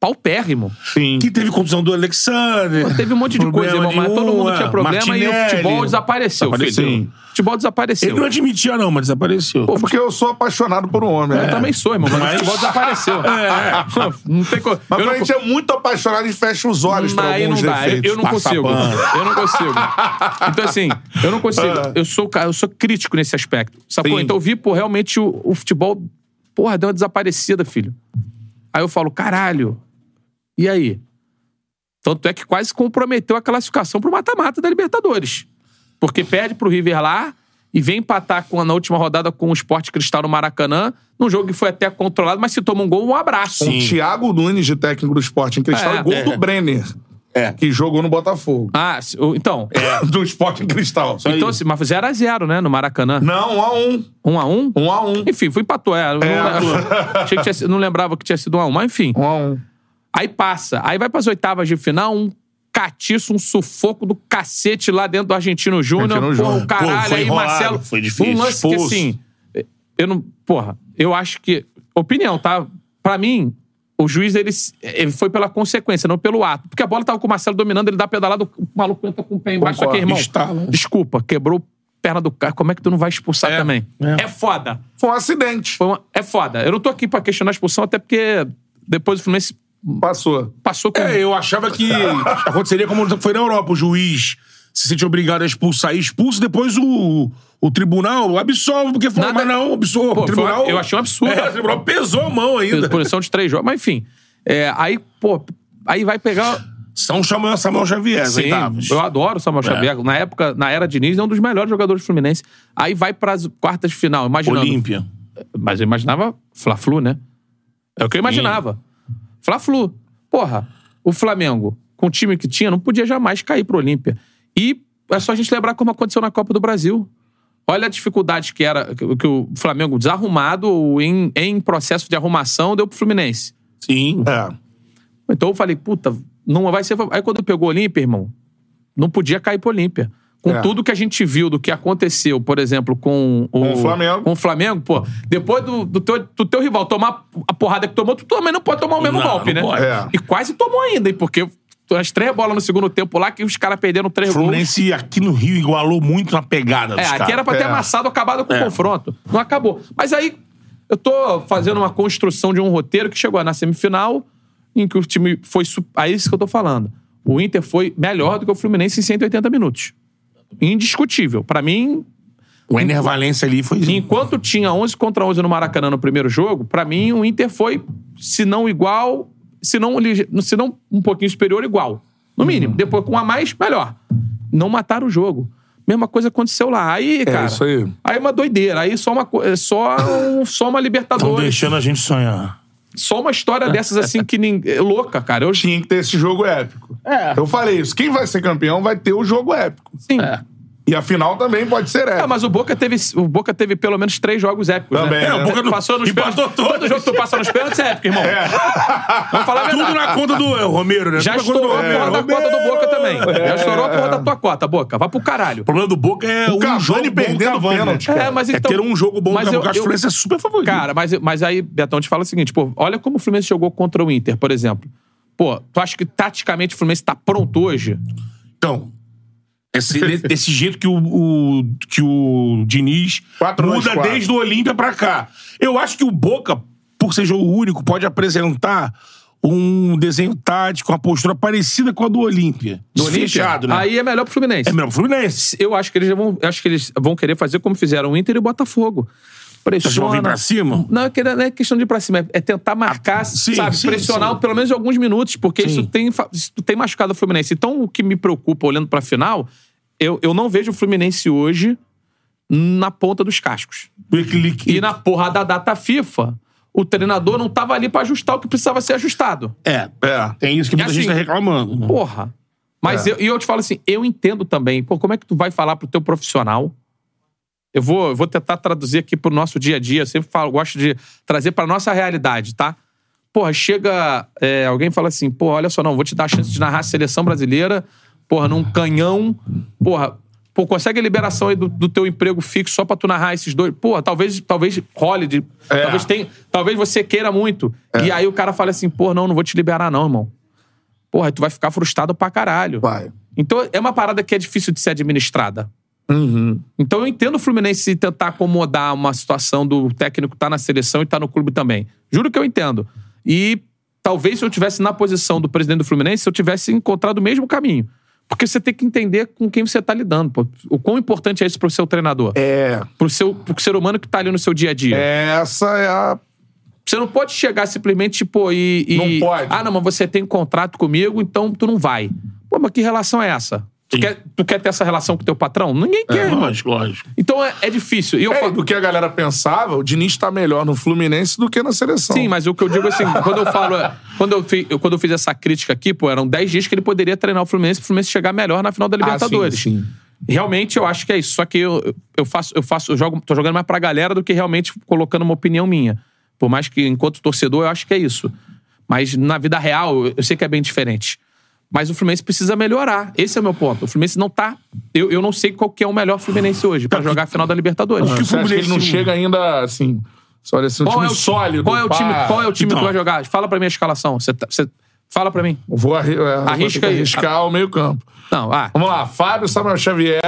[SPEAKER 3] paupérrimo.
[SPEAKER 1] Sim.
[SPEAKER 2] Que teve contusão do Alexander.
[SPEAKER 3] Teve um monte de coisa,
[SPEAKER 2] Problema
[SPEAKER 3] irmão, mas
[SPEAKER 2] de
[SPEAKER 3] todo
[SPEAKER 2] um,
[SPEAKER 3] mundo
[SPEAKER 2] é.
[SPEAKER 3] tinha problema e o
[SPEAKER 2] Martinelli.
[SPEAKER 3] futebol desapareceu,
[SPEAKER 2] Desapareceu.
[SPEAKER 3] filho.
[SPEAKER 1] Sim.
[SPEAKER 3] O futebol
[SPEAKER 2] Ele não
[SPEAKER 3] desapareceu.
[SPEAKER 2] admitia, não, mas desapareceu.
[SPEAKER 3] Pô,
[SPEAKER 1] Porque eu sou apaixonado por um homem.
[SPEAKER 3] Eu
[SPEAKER 1] né?
[SPEAKER 3] também sou, irmão, mas,
[SPEAKER 2] Mas- É.
[SPEAKER 3] o futebol desapareceu. Não tem co...
[SPEAKER 1] Mas
[SPEAKER 3] eu
[SPEAKER 1] quando a
[SPEAKER 3] não...
[SPEAKER 1] gente é muito apaixonado, a gente fecha os olhos pra
[SPEAKER 3] Aí não
[SPEAKER 1] alguns
[SPEAKER 3] dá, eu,
[SPEAKER 1] defeitos.
[SPEAKER 3] eu não
[SPEAKER 2] Passa
[SPEAKER 3] consigo.
[SPEAKER 2] pano.
[SPEAKER 3] Eu não consigo. Então, assim, eu não consigo. Eu sou, o cara- eu sou crítico nesse aspecto. Sacou?
[SPEAKER 1] É. Sim.
[SPEAKER 3] Então eu vi, pô, realmente o, o futebol, porra, deu uma desaparecida, filho. Aí eu falo, caralho. E aí? Tanto é que quase comprometeu a classificação pro mata-mata da Libertadores. Porque perde pro River lá e vem empatar com- na última rodada com o Sport Cristal no Maracanã, num jogo que foi até controlado, mas se toma um gol, um abraço.
[SPEAKER 1] Com o Ah, Thiago Nunes, de técnico do esporte em cristal,
[SPEAKER 3] É.
[SPEAKER 1] e gol
[SPEAKER 2] É.
[SPEAKER 1] do Brenner,
[SPEAKER 2] É.
[SPEAKER 1] que jogou no Botafogo.
[SPEAKER 3] Ah, se- o- então.
[SPEAKER 1] Do esporte em cristal.
[SPEAKER 3] Então, assim, mas 0x0, né? No Maracanã.
[SPEAKER 1] Não, um a um.
[SPEAKER 3] 1 a 1
[SPEAKER 1] Um a um.
[SPEAKER 3] Enfim, foi empatou. É, Não, achei que tinha sido- não lembrava que tinha sido 1x1, mas enfim.
[SPEAKER 1] Um a um.
[SPEAKER 3] Aí passa. Aí vai pras oitavas de final, um catiço, um sufoco do cacete lá dentro do Argentino Júnior.
[SPEAKER 1] Argentino
[SPEAKER 3] Porra,
[SPEAKER 1] Júnior.
[SPEAKER 3] o caralho,
[SPEAKER 2] Pô, foi
[SPEAKER 3] aí
[SPEAKER 2] enrolado,
[SPEAKER 3] Marcelo.
[SPEAKER 2] foi difícil,
[SPEAKER 3] Um lance que
[SPEAKER 2] expulso.
[SPEAKER 3] assim. Eu não. Porra, eu acho que. Opinião, tá? Pra mim. O juiz, ele, ele foi pela consequência, não pelo ato. Porque a bola tava com o Marcelo dominando, ele dá a pedalada, o maluco entra com o pé embaixo. Só que,
[SPEAKER 1] Concordo.
[SPEAKER 3] irmão,
[SPEAKER 2] Estala.
[SPEAKER 3] desculpa, quebrou a perna do cara. Como é que tu não vai expulsar
[SPEAKER 2] É,
[SPEAKER 3] também?
[SPEAKER 2] é.
[SPEAKER 3] é foda.
[SPEAKER 1] Foi um acidente.
[SPEAKER 3] Foi uma- É foda. Eu não tô aqui pra questionar a expulsão, até porque depois o Fluminense
[SPEAKER 1] Passou.
[SPEAKER 3] passou com.
[SPEAKER 2] É, eu achava que aconteceria como foi na Europa. O juiz se sente obrigado a expulsar e expulso, depois o, o tribunal absolve, porque falou,
[SPEAKER 3] Nada-
[SPEAKER 2] mas não, absolve.
[SPEAKER 3] Pô,
[SPEAKER 2] o tribunal,
[SPEAKER 3] foi- eu achei um absurdo.
[SPEAKER 2] É, o tribunal pesou a mão ainda.
[SPEAKER 3] Punição de três jogos. Mas enfim. É, aí, pô, aí vai pegar.
[SPEAKER 2] São Samuel, Samuel Xavier, as
[SPEAKER 3] Sim,
[SPEAKER 2] oitavas.
[SPEAKER 3] eu adoro o Samuel Xavier. Na época, na era Diniz, é um dos melhores jogadores do Fluminense. Aí vai pras quartas de final, imaginando.
[SPEAKER 2] Olímpia.
[SPEAKER 3] Mas eu imaginava Fla-Flu, né? É o que eu imaginava. Fla-Flu. Porra, o Flamengo, com o time que tinha, não podia jamais cair pro Olímpia. E é só a gente lembrar como aconteceu na Copa do Brasil. Olha a dificuldade que era que, que o Flamengo desarrumado ou em, em processo de arrumação deu pro Fluminense.
[SPEAKER 2] Sim.
[SPEAKER 1] É.
[SPEAKER 3] Então eu falei, puta, não vai ser. Aí quando pegou o Olímpia, irmão, não podia cair pro Olímpia. Com
[SPEAKER 1] É.
[SPEAKER 3] tudo que a gente viu do que aconteceu, por exemplo, com o,
[SPEAKER 1] o Flamengo.
[SPEAKER 3] com o Flamengo, pô, depois do, do, teu, do teu rival tomar a porrada que tomou, tu também não pode tomar o mesmo
[SPEAKER 2] Não,
[SPEAKER 3] golpe,
[SPEAKER 2] não
[SPEAKER 3] né?
[SPEAKER 2] pode.
[SPEAKER 1] É.
[SPEAKER 3] E quase tomou ainda, hein? Porque as três bolas no segundo tempo lá, que os caras perderam três
[SPEAKER 2] O
[SPEAKER 3] gols.
[SPEAKER 2] Fluminense aqui no Rio igualou muito na pegada
[SPEAKER 3] É,
[SPEAKER 2] dos
[SPEAKER 3] aqui era pra ter
[SPEAKER 1] É.
[SPEAKER 3] amassado, acabado com
[SPEAKER 2] É.
[SPEAKER 3] o confronto. Não acabou. Mas aí, eu tô fazendo uma construção de um roteiro que chegou na semifinal, em que o time foi. su- Aí é isso que eu tô falando. O Inter foi melhor do que o Fluminense em 180 minutos. Indiscutível. Pra mim,
[SPEAKER 2] O Ener Valência ali foi...
[SPEAKER 3] enquanto tinha 11 contra 11 no Maracanã no primeiro jogo, pra mim o Inter foi, se não igual, se não, lige- se não um pouquinho superior, igual. No mínimo. Depois com um a mais, melhor. Não mataram o jogo. Mesma coisa aconteceu lá. Aí, cara.
[SPEAKER 1] isso aí.
[SPEAKER 3] Aí é uma doideira. Aí só uma, co- é só, um- só
[SPEAKER 2] Estão
[SPEAKER 3] uma Libertadores.
[SPEAKER 2] deixando a gente sonhar.
[SPEAKER 3] Só uma história dessas assim que nin- é louca, cara. Eu, sim.
[SPEAKER 1] Tinha que ter esse jogo épico.
[SPEAKER 2] É.
[SPEAKER 1] Eu falei isso. Quem vai ser campeão vai ter o jogo épico. E a final também pode ser
[SPEAKER 3] Ah,
[SPEAKER 1] épica.
[SPEAKER 3] mas o Boca teve o Boca teve pelo menos três jogos épicos,
[SPEAKER 1] Também,
[SPEAKER 3] né?
[SPEAKER 1] É, o
[SPEAKER 2] Boca não-
[SPEAKER 3] passou nos
[SPEAKER 2] empatou
[SPEAKER 3] pênaltis.
[SPEAKER 2] todos.
[SPEAKER 3] Todo jogo que tu passa nos pênaltis é épico, irmão. Vamos falar a
[SPEAKER 2] Tudo
[SPEAKER 3] verdade.
[SPEAKER 2] na conta do é, o Romero, né?
[SPEAKER 3] Já
[SPEAKER 2] Tudo na conta do
[SPEAKER 3] estourou a
[SPEAKER 2] Romero.
[SPEAKER 3] porra da
[SPEAKER 1] Romero.
[SPEAKER 3] cota do Boca também. Já
[SPEAKER 1] É.
[SPEAKER 3] estourou a porra da tua cota, Boca. Vai pro caralho.
[SPEAKER 2] O problema do Boca é
[SPEAKER 1] O
[SPEAKER 2] um
[SPEAKER 1] Cavani
[SPEAKER 2] jogo bom
[SPEAKER 1] perdendo
[SPEAKER 2] do Cavani,
[SPEAKER 1] pênalti,
[SPEAKER 2] né?
[SPEAKER 1] cara.
[SPEAKER 3] É, mas então-
[SPEAKER 2] ter um jogo bom
[SPEAKER 3] Mas
[SPEAKER 2] do Cavani.
[SPEAKER 3] eu-
[SPEAKER 2] Eu, acho que
[SPEAKER 3] eu-
[SPEAKER 2] o Fluminense é super favorito.
[SPEAKER 3] Cara, mas, mas aí, Betão, te fala o seguinte, pô, olha como o Fluminense jogou contra o Inter, por exemplo. Pô, tu acha que taticamente o Fluminense tá pronto hoje?
[SPEAKER 2] Então, esse- de- desse jeito que o, o- que o Diniz
[SPEAKER 1] Quatro, dois,
[SPEAKER 2] muda
[SPEAKER 1] quatro.
[SPEAKER 2] desde o Olímpia pra cá. Eu acho que o Boca, por ser jogo único, pode apresentar um desenho tático, uma postura parecida com a do Olímpia.
[SPEAKER 3] Do Olímpia?
[SPEAKER 2] Fechado, né?
[SPEAKER 3] Aí é melhor pro Fluminense.
[SPEAKER 2] É melhor pro Fluminense.
[SPEAKER 3] Eu acho que eles vão, eu acho que eles vão querer fazer como fizeram o Inter e o Botafogo.
[SPEAKER 2] Vocês vão vir Tá
[SPEAKER 3] Pressiona.
[SPEAKER 2] pra cima?
[SPEAKER 3] Não, é que não é questão de ir pra cima, é- é tentar marcar,
[SPEAKER 2] Ah, sim,
[SPEAKER 3] sabe?
[SPEAKER 2] sim,
[SPEAKER 3] pressionar
[SPEAKER 2] sim.
[SPEAKER 3] pelo menos alguns minutos, porque
[SPEAKER 2] Sim.
[SPEAKER 3] isso tem, fa- isso tem machucado o Fluminense. Então, o que me preocupa olhando pra final, eu, eu não vejo o Fluminense hoje na ponta dos cascos. E na porra da data FIFA, o treinador não tava ali pra ajustar o que precisava ser ajustado.
[SPEAKER 2] É,
[SPEAKER 1] É.
[SPEAKER 2] tem isso que muita
[SPEAKER 3] E
[SPEAKER 2] gente
[SPEAKER 3] assim,
[SPEAKER 2] tá reclamando. né?
[SPEAKER 3] Porra. Mas
[SPEAKER 2] É.
[SPEAKER 3] eu, e eu te falo assim, eu entendo também. Pô, como é que tu vai falar pro teu profissional? Eu vou, eu vou tentar traduzir aqui pro nosso dia a dia. Eu sempre falo, gosto de trazer pra nossa realidade, tá? Porra, chega é, alguém fala assim, pô, olha só, não, vou te dar a chance de narrar a seleção brasileira, porra, num canhão, porra, pô, consegue a liberação aí do, do teu emprego fixo só pra tu narrar esses dois. Porra, talvez, talvez role, de,
[SPEAKER 1] É.
[SPEAKER 3] talvez tenha, talvez você queira muito. E aí o cara fala assim, pô, não, não vou te liberar não, irmão. Porra, tu vai ficar frustrado pra caralho.
[SPEAKER 1] Vai.
[SPEAKER 3] Então é uma parada que é difícil de ser administrada. Então eu entendo o Fluminense tentar acomodar uma situação do técnico estar na seleção e estar no clube também. Juro que eu entendo. E talvez se eu tivesse na posição do presidente do Fluminense, eu tivesse encontrado o mesmo caminho. Porque você tem que entender com quem você está lidando. pô. O quão importante é isso pro seu treinador,
[SPEAKER 1] É.
[SPEAKER 3] pro, seu, pro ser humano que tá ali no seu dia a dia.
[SPEAKER 1] Essa é a.
[SPEAKER 3] Você não pode chegar simplesmente, tipo, e, e-
[SPEAKER 1] Não pode.
[SPEAKER 3] Ah, não, mas você tem contrato comigo, então tu não vai. Pô, mas que relação é essa? Tu
[SPEAKER 2] Sim.
[SPEAKER 3] quer, tu quer ter essa relação com teu patrão? Ninguém quer, irmão.
[SPEAKER 2] É, Lógico, lógico.
[SPEAKER 3] Então é, é difícil. E eu
[SPEAKER 1] É,
[SPEAKER 3] falo-
[SPEAKER 1] do que a galera pensava, o Diniz tá melhor no Fluminense do que na seleção.
[SPEAKER 3] Sim, mas o que eu digo assim, quando eu falo. é, Quando eu, fi- eu- quando eu fiz essa crítica aqui, pô, eram 10 dias que ele poderia treinar o Fluminense pro Fluminense chegar melhor na final da Libertadores.
[SPEAKER 1] Ah, sim, sim.
[SPEAKER 3] Realmente, eu acho que é isso. Só que eu, eu faço, eu faço, eu jogo, tô jogando mais pra galera do que realmente colocando uma opinião minha. Por mais que, enquanto torcedor, eu acho que é isso. Mas na vida real, eu- eu sei que é bem diferente. Mas o Fluminense precisa melhorar. Esse é o meu ponto. O Fluminense não tá. Eu, eu não sei qual que é o melhor Fluminense hoje pra jogar a final da Libertadores.
[SPEAKER 1] Acho Ah, que o Fluminense não chega ainda assim. Só desse um time
[SPEAKER 3] ti-
[SPEAKER 1] sólido.
[SPEAKER 3] Qual é o
[SPEAKER 1] pá.
[SPEAKER 3] time, qual é o time
[SPEAKER 2] Então.
[SPEAKER 3] que vai jogar? Fala pra mim a escalação. Você tá- você- fala pra mim.
[SPEAKER 1] Vou, arri... é, vou
[SPEAKER 3] Arrisca
[SPEAKER 1] ter que
[SPEAKER 3] aí.
[SPEAKER 1] arriscar o meio-campo.
[SPEAKER 3] Não, ah.
[SPEAKER 1] Vamos lá. Fábio, Samuel Xavier.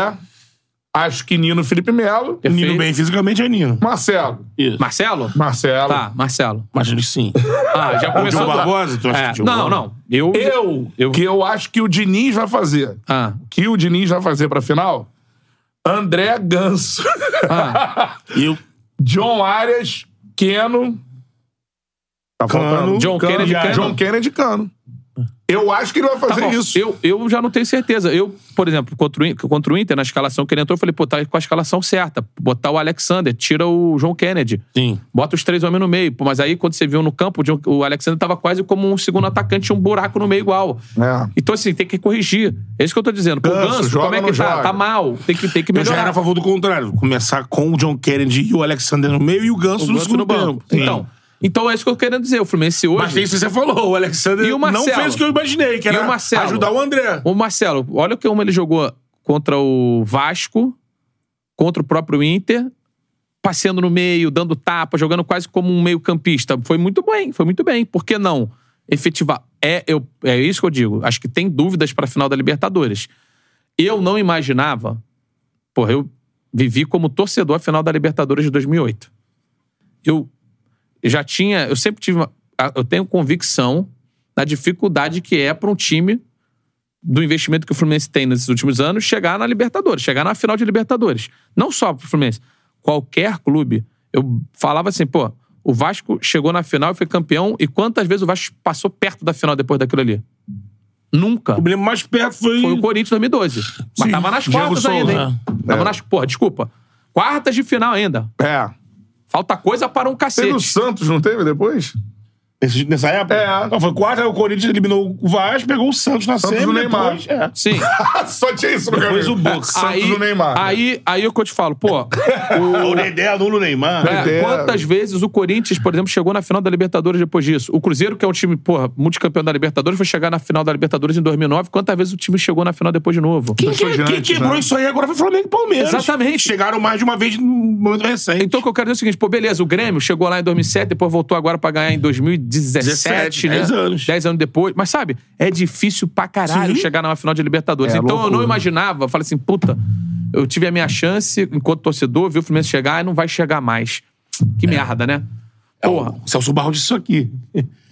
[SPEAKER 1] Acho que Nino Felipe Melo.
[SPEAKER 3] perfeito.
[SPEAKER 2] Nino bem fisicamente é Nino.
[SPEAKER 1] Marcelo.
[SPEAKER 2] Isso.
[SPEAKER 3] Marcelo?
[SPEAKER 1] Marcelo.
[SPEAKER 3] Tá, Marcelo.
[SPEAKER 2] Imagino que sim.
[SPEAKER 3] Ah, já começou.
[SPEAKER 2] Diogo
[SPEAKER 3] a-
[SPEAKER 2] Barbosa? Tu acha
[SPEAKER 3] É,
[SPEAKER 2] que Diogo
[SPEAKER 3] Não,
[SPEAKER 2] Barbosa?
[SPEAKER 3] não. Eu.
[SPEAKER 1] Eu,
[SPEAKER 3] Eu-
[SPEAKER 1] que eu acho que o Diniz vai fazer.
[SPEAKER 3] Ah,
[SPEAKER 1] Que o Diniz vai fazer pra final? André Ganso.
[SPEAKER 3] ah.
[SPEAKER 2] E o
[SPEAKER 1] John Arias, Keno. Tá
[SPEAKER 2] Cano.
[SPEAKER 1] faltando.
[SPEAKER 3] Tá John Kennedy, Cano.
[SPEAKER 1] John Kennedy Cano. Eu acho que ele vai
[SPEAKER 3] Tá
[SPEAKER 1] fazer
[SPEAKER 3] bom,
[SPEAKER 1] isso.
[SPEAKER 3] Eu, eu já não tenho certeza. Eu, por exemplo, contra o, In- contra o Inter, na escalação que ele entrou, eu falei, pô, tá com a escalação certa. Botar o Alexander, tira o João Kennedy.
[SPEAKER 2] Sim.
[SPEAKER 3] Bota os três homens no meio. Pô, Mas aí, quando você viu no campo, o John- o Alexander tava quase como um segundo atacante, tinha um buraco no meio igual.
[SPEAKER 1] É.
[SPEAKER 3] Então, assim, tem que corrigir. É isso que eu tô dizendo. Pô,
[SPEAKER 1] Ganso,
[SPEAKER 3] Ganso,
[SPEAKER 1] joga
[SPEAKER 3] como é
[SPEAKER 1] ou
[SPEAKER 3] que
[SPEAKER 1] não
[SPEAKER 3] tá?
[SPEAKER 1] joga?
[SPEAKER 3] Tá mal. Tem que, tem que
[SPEAKER 2] Eu já era
[SPEAKER 3] melhorar.
[SPEAKER 2] a favor do contrário. Começar com o John Kennedy e o Alexander no meio e o Ganso,
[SPEAKER 3] O
[SPEAKER 2] no
[SPEAKER 3] Ganso
[SPEAKER 2] segundo
[SPEAKER 3] no banco.
[SPEAKER 2] tempo.
[SPEAKER 3] Então, então, é isso que eu tô querendo dizer. O Fluminense hoje...
[SPEAKER 2] Mas tem isso que você falou. O Alexander
[SPEAKER 3] E o
[SPEAKER 2] não
[SPEAKER 3] Marcelo?
[SPEAKER 2] fez o que eu imaginei, que
[SPEAKER 3] E
[SPEAKER 2] era
[SPEAKER 3] o Marcelo?
[SPEAKER 2] ajudar o André.
[SPEAKER 3] Ô, Marcelo, olha como ele jogou contra o Vasco, contra o próprio Inter, passeando no meio, dando tapa, jogando quase como um meio-campista. Foi muito bem, foi muito bem. Por que não efetivar? É, eu, é isso que eu digo. Acho que tem dúvidas para a final da Libertadores. Eu não imaginava. Porra, eu vivi como torcedor a final da Libertadores de 2008. Eu já tinha. Eu sempre tive. uma- a- eu tenho convicção da dificuldade que é para um time do investimento que o Fluminense tem nesses últimos anos chegar na Libertadores, chegar na final de Libertadores. Não só pro Fluminense, qualquer clube. Eu falava assim, pô, o Vasco chegou na final e foi campeão, e quantas vezes o Vasco passou perto da final depois daquilo ali? Nunca.
[SPEAKER 2] O problema mais perto foi...
[SPEAKER 3] Foi o Corinthians 2012. Mas
[SPEAKER 2] Sim,
[SPEAKER 3] tava nas
[SPEAKER 2] Diego
[SPEAKER 3] quartas
[SPEAKER 2] Souza,
[SPEAKER 3] ainda, hein? Tava
[SPEAKER 1] É.
[SPEAKER 3] nas. Porra, desculpa. Quartas de final ainda.
[SPEAKER 1] É.
[SPEAKER 3] Falta coisa para um
[SPEAKER 1] Teve o
[SPEAKER 3] cacete.
[SPEAKER 1] Santos, não teve depois?
[SPEAKER 2] Nesse- nessa época?
[SPEAKER 1] É.
[SPEAKER 2] Não, foi quatro, aí o Corinthians eliminou o Vasco, pegou o Santos na
[SPEAKER 1] Santos do
[SPEAKER 2] semi,
[SPEAKER 1] Neymar.
[SPEAKER 2] depois... É.
[SPEAKER 3] Sim.
[SPEAKER 1] Só tinha isso no
[SPEAKER 2] Depois o né?
[SPEAKER 1] caminho.
[SPEAKER 2] Boca.
[SPEAKER 1] Santos
[SPEAKER 3] aí,
[SPEAKER 1] do Neymar.
[SPEAKER 3] Aí, aí é o que eu te falo, pô,
[SPEAKER 2] O Dedé anula o Neymar.
[SPEAKER 3] É,
[SPEAKER 1] Entendo.
[SPEAKER 3] quantas vezes o Corinthians, por exemplo, chegou na final da Libertadores depois disso? O Cruzeiro, que é um time, porra, multicampeão da Libertadores, foi chegar na final da Libertadores em 2009. Quantas vezes o time chegou na final depois de novo?
[SPEAKER 2] Quem, que- é-
[SPEAKER 1] Gigantes,
[SPEAKER 2] quem quebrou
[SPEAKER 1] né?
[SPEAKER 2] isso aí agora foi o Flamengo e Palmeiras.
[SPEAKER 3] Exatamente.
[SPEAKER 2] Chegaram mais de uma vez no momento recente.
[SPEAKER 3] Então o que eu quero dizer é o seguinte, pô, beleza, o Grêmio chegou lá em 2007, depois voltou agora pra ganhar em 2017,
[SPEAKER 2] 17,
[SPEAKER 3] né?
[SPEAKER 2] 10 anos.
[SPEAKER 3] 10 anos depois. Mas sabe, é difícil pra caralho
[SPEAKER 2] Sim.
[SPEAKER 3] chegar numa final de Libertadores.
[SPEAKER 1] É,
[SPEAKER 3] então eu
[SPEAKER 1] loucura.
[SPEAKER 3] não imaginava, eu falei assim, puta, eu tive a minha chance enquanto torcedor, vi o Fluminense chegar e não vai chegar mais. Que merda, né?
[SPEAKER 2] É,
[SPEAKER 3] Porra,
[SPEAKER 2] o Celso Barro disse isso aqui.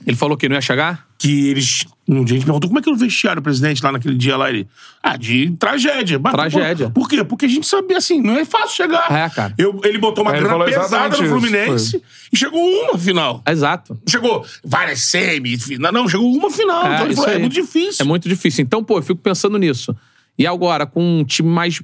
[SPEAKER 3] ele falou que não ia chegar?
[SPEAKER 2] Que eles. Um dia a gente perguntou como é que era o vestiário, o presidente, lá naquele dia lá. Ele. Ah, de tragédia. Mas,
[SPEAKER 3] Tragédia.
[SPEAKER 2] Por, por quê? Porque a gente sabia assim, não é fácil chegar.
[SPEAKER 3] É, cara.
[SPEAKER 2] Eu- ele botou uma
[SPEAKER 1] É, ele
[SPEAKER 2] grana
[SPEAKER 1] falou
[SPEAKER 2] pesada
[SPEAKER 1] exatamente
[SPEAKER 2] no
[SPEAKER 1] isso,
[SPEAKER 2] Fluminense e chegou uma final.
[SPEAKER 3] Exato.
[SPEAKER 2] Não Chegou várias semi, final. Não, chegou uma final.
[SPEAKER 3] É,
[SPEAKER 2] então ele
[SPEAKER 3] isso
[SPEAKER 2] falou, é
[SPEAKER 3] aí.
[SPEAKER 2] muito difícil.
[SPEAKER 3] É muito difícil. Então, pô, eu fico pensando nisso. E agora, com um time mais.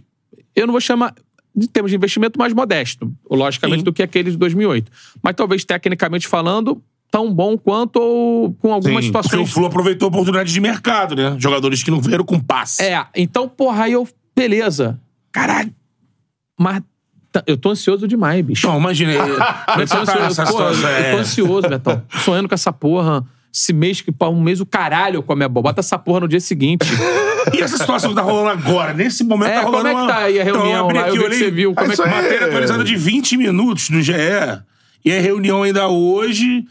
[SPEAKER 3] Eu não vou chamar. Em termos de investimento, mais modesto, logicamente,
[SPEAKER 2] Sim.
[SPEAKER 3] do que aquele de 2008. Mas talvez, tecnicamente falando, tão bom quanto ou com algumas
[SPEAKER 1] Sim.
[SPEAKER 2] Porque o
[SPEAKER 3] situações.
[SPEAKER 2] Flu aproveitou a oportunidade de mercado, né? Jogadores que não vieram com passe.
[SPEAKER 3] É, então, porra, aí eu. Beleza.
[SPEAKER 2] Caralho.
[SPEAKER 3] Mas tá- eu tô ansioso demais, bicho.
[SPEAKER 2] Então, imagina.
[SPEAKER 3] Eu tô
[SPEAKER 2] Como é que tá
[SPEAKER 3] ansioso,
[SPEAKER 2] essa
[SPEAKER 3] pô,
[SPEAKER 2] situação?
[SPEAKER 3] eu tô
[SPEAKER 2] É.
[SPEAKER 3] ansioso, Betão. Sonhando com essa porra. Esse mês que pá, um mês o caralho com a minha bola. Bota essa porra no dia seguinte.
[SPEAKER 2] E essa situação que tá rolando agora? Nesse momento
[SPEAKER 3] É,
[SPEAKER 2] tá rolando
[SPEAKER 3] como é que
[SPEAKER 2] uma-
[SPEAKER 3] tá aí a
[SPEAKER 2] Então, eu
[SPEAKER 3] reunião
[SPEAKER 2] abri
[SPEAKER 3] lá? Eu
[SPEAKER 2] aqui,
[SPEAKER 3] vi que
[SPEAKER 2] olhei-
[SPEAKER 3] você viu. Como é
[SPEAKER 1] Isso
[SPEAKER 3] que
[SPEAKER 1] aí
[SPEAKER 2] Matéria atualizada de 20 minutos do GE. E a reunião ainda hoje.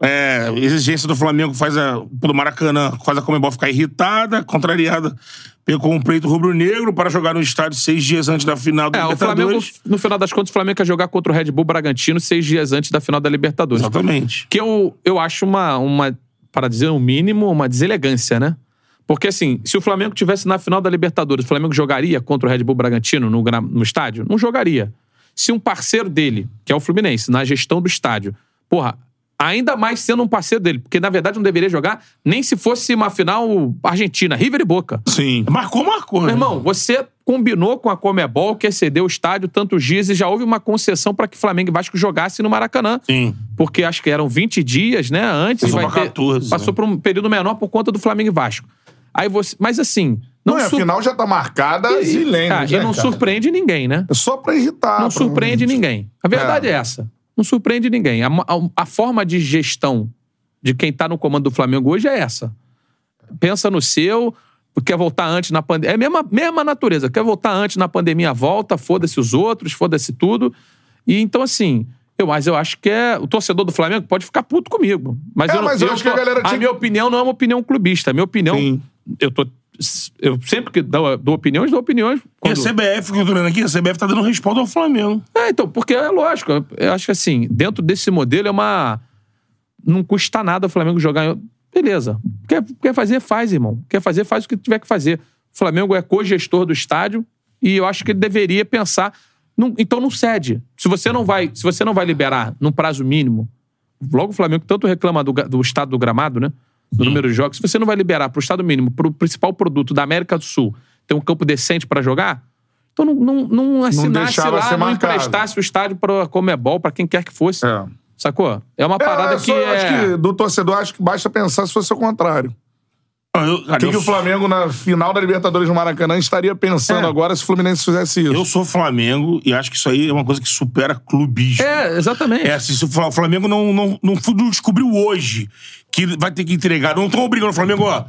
[SPEAKER 2] É, exigência do Flamengo faz a. do Maracanã, faz a Comembol ficar irritada, contrariada. Pegou um preto rubro-negro para jogar no estádio seis dias antes da final do
[SPEAKER 3] É, o Flamengo,
[SPEAKER 2] Libertadores.
[SPEAKER 3] no final das contas, o Flamengo quer jogar contra o Red Bull Bragantino seis dias antes da final da Libertadores.
[SPEAKER 2] Exatamente.
[SPEAKER 3] Que eu, eu acho uma, uma, para dizer o mínimo, uma deselegância, né? Porque, assim, se o Flamengo tivesse na final da Libertadores, o Flamengo jogaria contra o Red Bull Bragantino no, gra- no estádio? Não jogaria. Se um parceiro dele, que é o Fluminense, na gestão do estádio, porra, ainda mais sendo um parceiro dele, porque na verdade não deveria jogar nem se fosse uma final Argentina, River e Boca.
[SPEAKER 1] Sim.
[SPEAKER 2] Marcou, marcou. né?
[SPEAKER 3] Meu irmão, você combinou com a Comebol que excedeu o estádio tantos dias e já houve uma concessão para que Flamengo e Vasco jogassem no Maracanã.
[SPEAKER 2] Sim.
[SPEAKER 3] Porque acho que eram 20 dias, né? Antes
[SPEAKER 2] Passou
[SPEAKER 3] vai
[SPEAKER 2] pra
[SPEAKER 3] ter-
[SPEAKER 2] 14,
[SPEAKER 3] passou
[SPEAKER 2] né?
[SPEAKER 3] por um período menor por conta do Flamengo e Vasco. Aí você, mas assim, não,
[SPEAKER 1] Não, é,
[SPEAKER 3] sur-
[SPEAKER 1] afinal já tá marcada e, e
[SPEAKER 3] Cara, e não surpreende ninguém, né?
[SPEAKER 1] É só pra irritar.
[SPEAKER 3] não surpreende ninguém. A verdade é. essa. Não surpreende ninguém. A, ma- a- a forma de gestão de quem tá no comando do Flamengo hoje é essa. Pensa no seu, quer voltar antes na pandemia. É a mesma, mesma natureza. Quer voltar antes na pandemia, volta, foda-se os outros, foda-se tudo. E então, assim. Eu, mas eu acho que é. O torcedor do Flamengo pode ficar puto comigo. Mas
[SPEAKER 1] É,
[SPEAKER 3] eu, não,
[SPEAKER 1] mas eu acho que a galera tinha-
[SPEAKER 3] minha opinião não é uma opinião clubista. A minha opinião.
[SPEAKER 1] Sim.
[SPEAKER 3] Eu tô. Eu sempre que dou, dou opiniões, dou opiniões.
[SPEAKER 2] E a
[SPEAKER 3] quando-
[SPEAKER 2] CBF, que eu tô olhando aqui, a CBF tá dando resposta ao Flamengo.
[SPEAKER 3] é, então, porque é lógico. eu- Eu acho que assim, dentro desse modelo é uma. Não custa nada o Flamengo jogar. em- Beleza. Quer, quer fazer, faz, irmão. Quer fazer, faz o que tiver que fazer. O Flamengo é co-gestor do estádio e eu acho que ele deveria pensar. não- então não cede. Se você não vai, se você não vai liberar num prazo mínimo, logo o Flamengo tanto reclama do, ga- do estado do gramado, né? do número de jogos, se você não vai liberar pro Estado mínimo, pro principal produto da América do Sul, ter um campo decente pra jogar, então não, não, não assinasse
[SPEAKER 1] deixava
[SPEAKER 3] lá,
[SPEAKER 1] ser
[SPEAKER 3] não
[SPEAKER 1] marcado.
[SPEAKER 3] emprestasse o estádio pra Comebol, pra quem quer que fosse.
[SPEAKER 1] É.
[SPEAKER 3] Sacou? É uma parada
[SPEAKER 1] é, só-
[SPEAKER 3] que,
[SPEAKER 1] eu acho
[SPEAKER 3] é...
[SPEAKER 1] que do torcedor, acho que basta pensar se fosse o contrário.
[SPEAKER 2] Ah, eu- cara,
[SPEAKER 1] O que,
[SPEAKER 2] eu
[SPEAKER 1] que o
[SPEAKER 2] sou-
[SPEAKER 1] Flamengo, na final da Libertadores no Maracanã, estaria pensando
[SPEAKER 2] É.
[SPEAKER 1] agora se o Fluminense fizesse isso?
[SPEAKER 2] Eu sou Flamengo e acho que isso aí é uma coisa que supera clubismo.
[SPEAKER 3] É, exatamente.
[SPEAKER 2] É, se o Fla- o Flamengo não, não, não fu- não descobriu hoje que vai ter que entregar. Não estão obrigando o Flamengo, ó.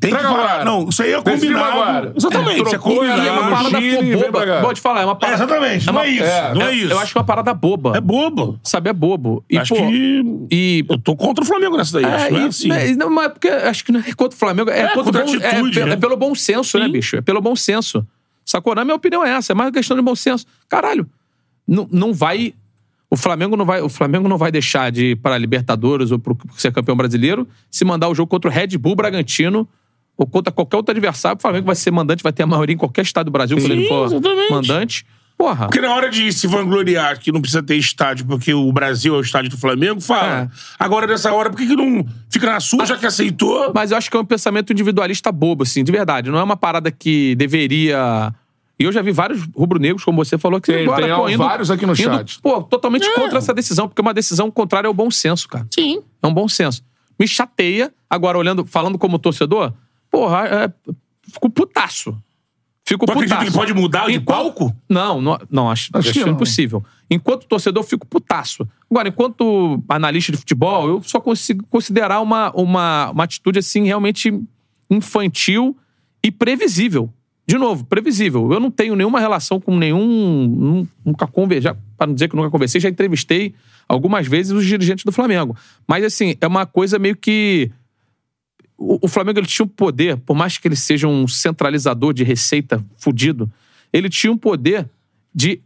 [SPEAKER 2] Tem
[SPEAKER 1] Entrega
[SPEAKER 2] que parar.
[SPEAKER 1] agora.
[SPEAKER 2] Não, isso aí é
[SPEAKER 1] Decidimos
[SPEAKER 2] combinado.
[SPEAKER 1] agora.
[SPEAKER 2] Exatamente, isso é
[SPEAKER 1] Trocou
[SPEAKER 2] combinado.
[SPEAKER 3] E é uma
[SPEAKER 1] Ah,
[SPEAKER 3] parada
[SPEAKER 1] gira e
[SPEAKER 3] pô,
[SPEAKER 1] vem pra cá.
[SPEAKER 3] boba. Pode falar, é uma
[SPEAKER 2] É,
[SPEAKER 3] parada.
[SPEAKER 2] exatamente, não é isso.
[SPEAKER 1] é,
[SPEAKER 2] não é, isso.
[SPEAKER 3] Eu acho que é uma parada boba.
[SPEAKER 2] É bobo.
[SPEAKER 3] Sabe, é bobo. E,
[SPEAKER 2] acho
[SPEAKER 3] pô,
[SPEAKER 2] que.
[SPEAKER 3] e
[SPEAKER 2] Eu tô contra o Flamengo nessa daí. acho que não é
[SPEAKER 3] e-
[SPEAKER 2] assim.
[SPEAKER 3] Ah, né, não, mas porque acho que não é contra o Flamengo. É,
[SPEAKER 2] É,
[SPEAKER 3] contra o
[SPEAKER 2] contra a
[SPEAKER 3] bom-
[SPEAKER 2] atitude,
[SPEAKER 3] é pe-
[SPEAKER 2] né?
[SPEAKER 3] é pelo bom senso, né,
[SPEAKER 2] Sim.
[SPEAKER 3] bicho? É pelo bom senso. Sacou? Na minha opinião é essa. É mais uma questão de bom senso. Caralho, não, não vai... O Flamengo não vai, o Flamengo não vai deixar de ir pra Libertadores ou pro ser campeão brasileiro se mandar o jogo contra o Red Bull Bragantino ou contra qualquer outro adversário. O Flamengo vai ser mandante, vai ter a maioria em qualquer estado do Brasil. quando ele
[SPEAKER 2] Sim,
[SPEAKER 3] for
[SPEAKER 2] exatamente.
[SPEAKER 3] mandante. Porra.
[SPEAKER 2] Porque na hora de se vangloriar que não precisa ter estádio porque o Brasil é o estádio do Flamengo, fala.
[SPEAKER 3] É.
[SPEAKER 2] Agora, nessa hora, por que, que não fica na sua, já que aceitou?
[SPEAKER 3] Mas eu acho que é um pensamento individualista bobo, assim, de verdade. Não é uma parada que deveria. E eu já vi vários rubro-negros, como você falou, que
[SPEAKER 1] Tem-
[SPEAKER 3] agora
[SPEAKER 1] tem, ó,
[SPEAKER 3] pô, indo,
[SPEAKER 1] vários aqui no
[SPEAKER 3] indo,
[SPEAKER 1] chat.
[SPEAKER 3] Pô, totalmente contra essa decisão, porque é uma decisão contrária ao bom senso, cara.
[SPEAKER 2] Sim.
[SPEAKER 3] É um bom senso. Me chateia, agora olhando, falando como torcedor, porra, é, fico putaço. Fico
[SPEAKER 2] Tu acredita
[SPEAKER 3] putaço.
[SPEAKER 2] que pode mudar de
[SPEAKER 3] Enquanto-
[SPEAKER 2] palco?
[SPEAKER 3] Não, não, não, acho,
[SPEAKER 1] Acho
[SPEAKER 3] acho,
[SPEAKER 1] que não.
[SPEAKER 3] impossível. Enquanto torcedor, eu fico putaço. Agora, enquanto analista de futebol, eu só consigo considerar uma, uma, uma atitude, assim, realmente infantil e previsível. De novo, previsível. Eu não tenho nenhuma relação com nenhum... nun- Nunca conversei, para não dizer que nunca conversei, já entrevistei algumas vezes os dirigentes do Flamengo. Mas, assim, é uma coisa meio que o, o Flamengo ele tinha um poder, por mais que ele seja um centralizador de receita fudido, ele tinha um poder de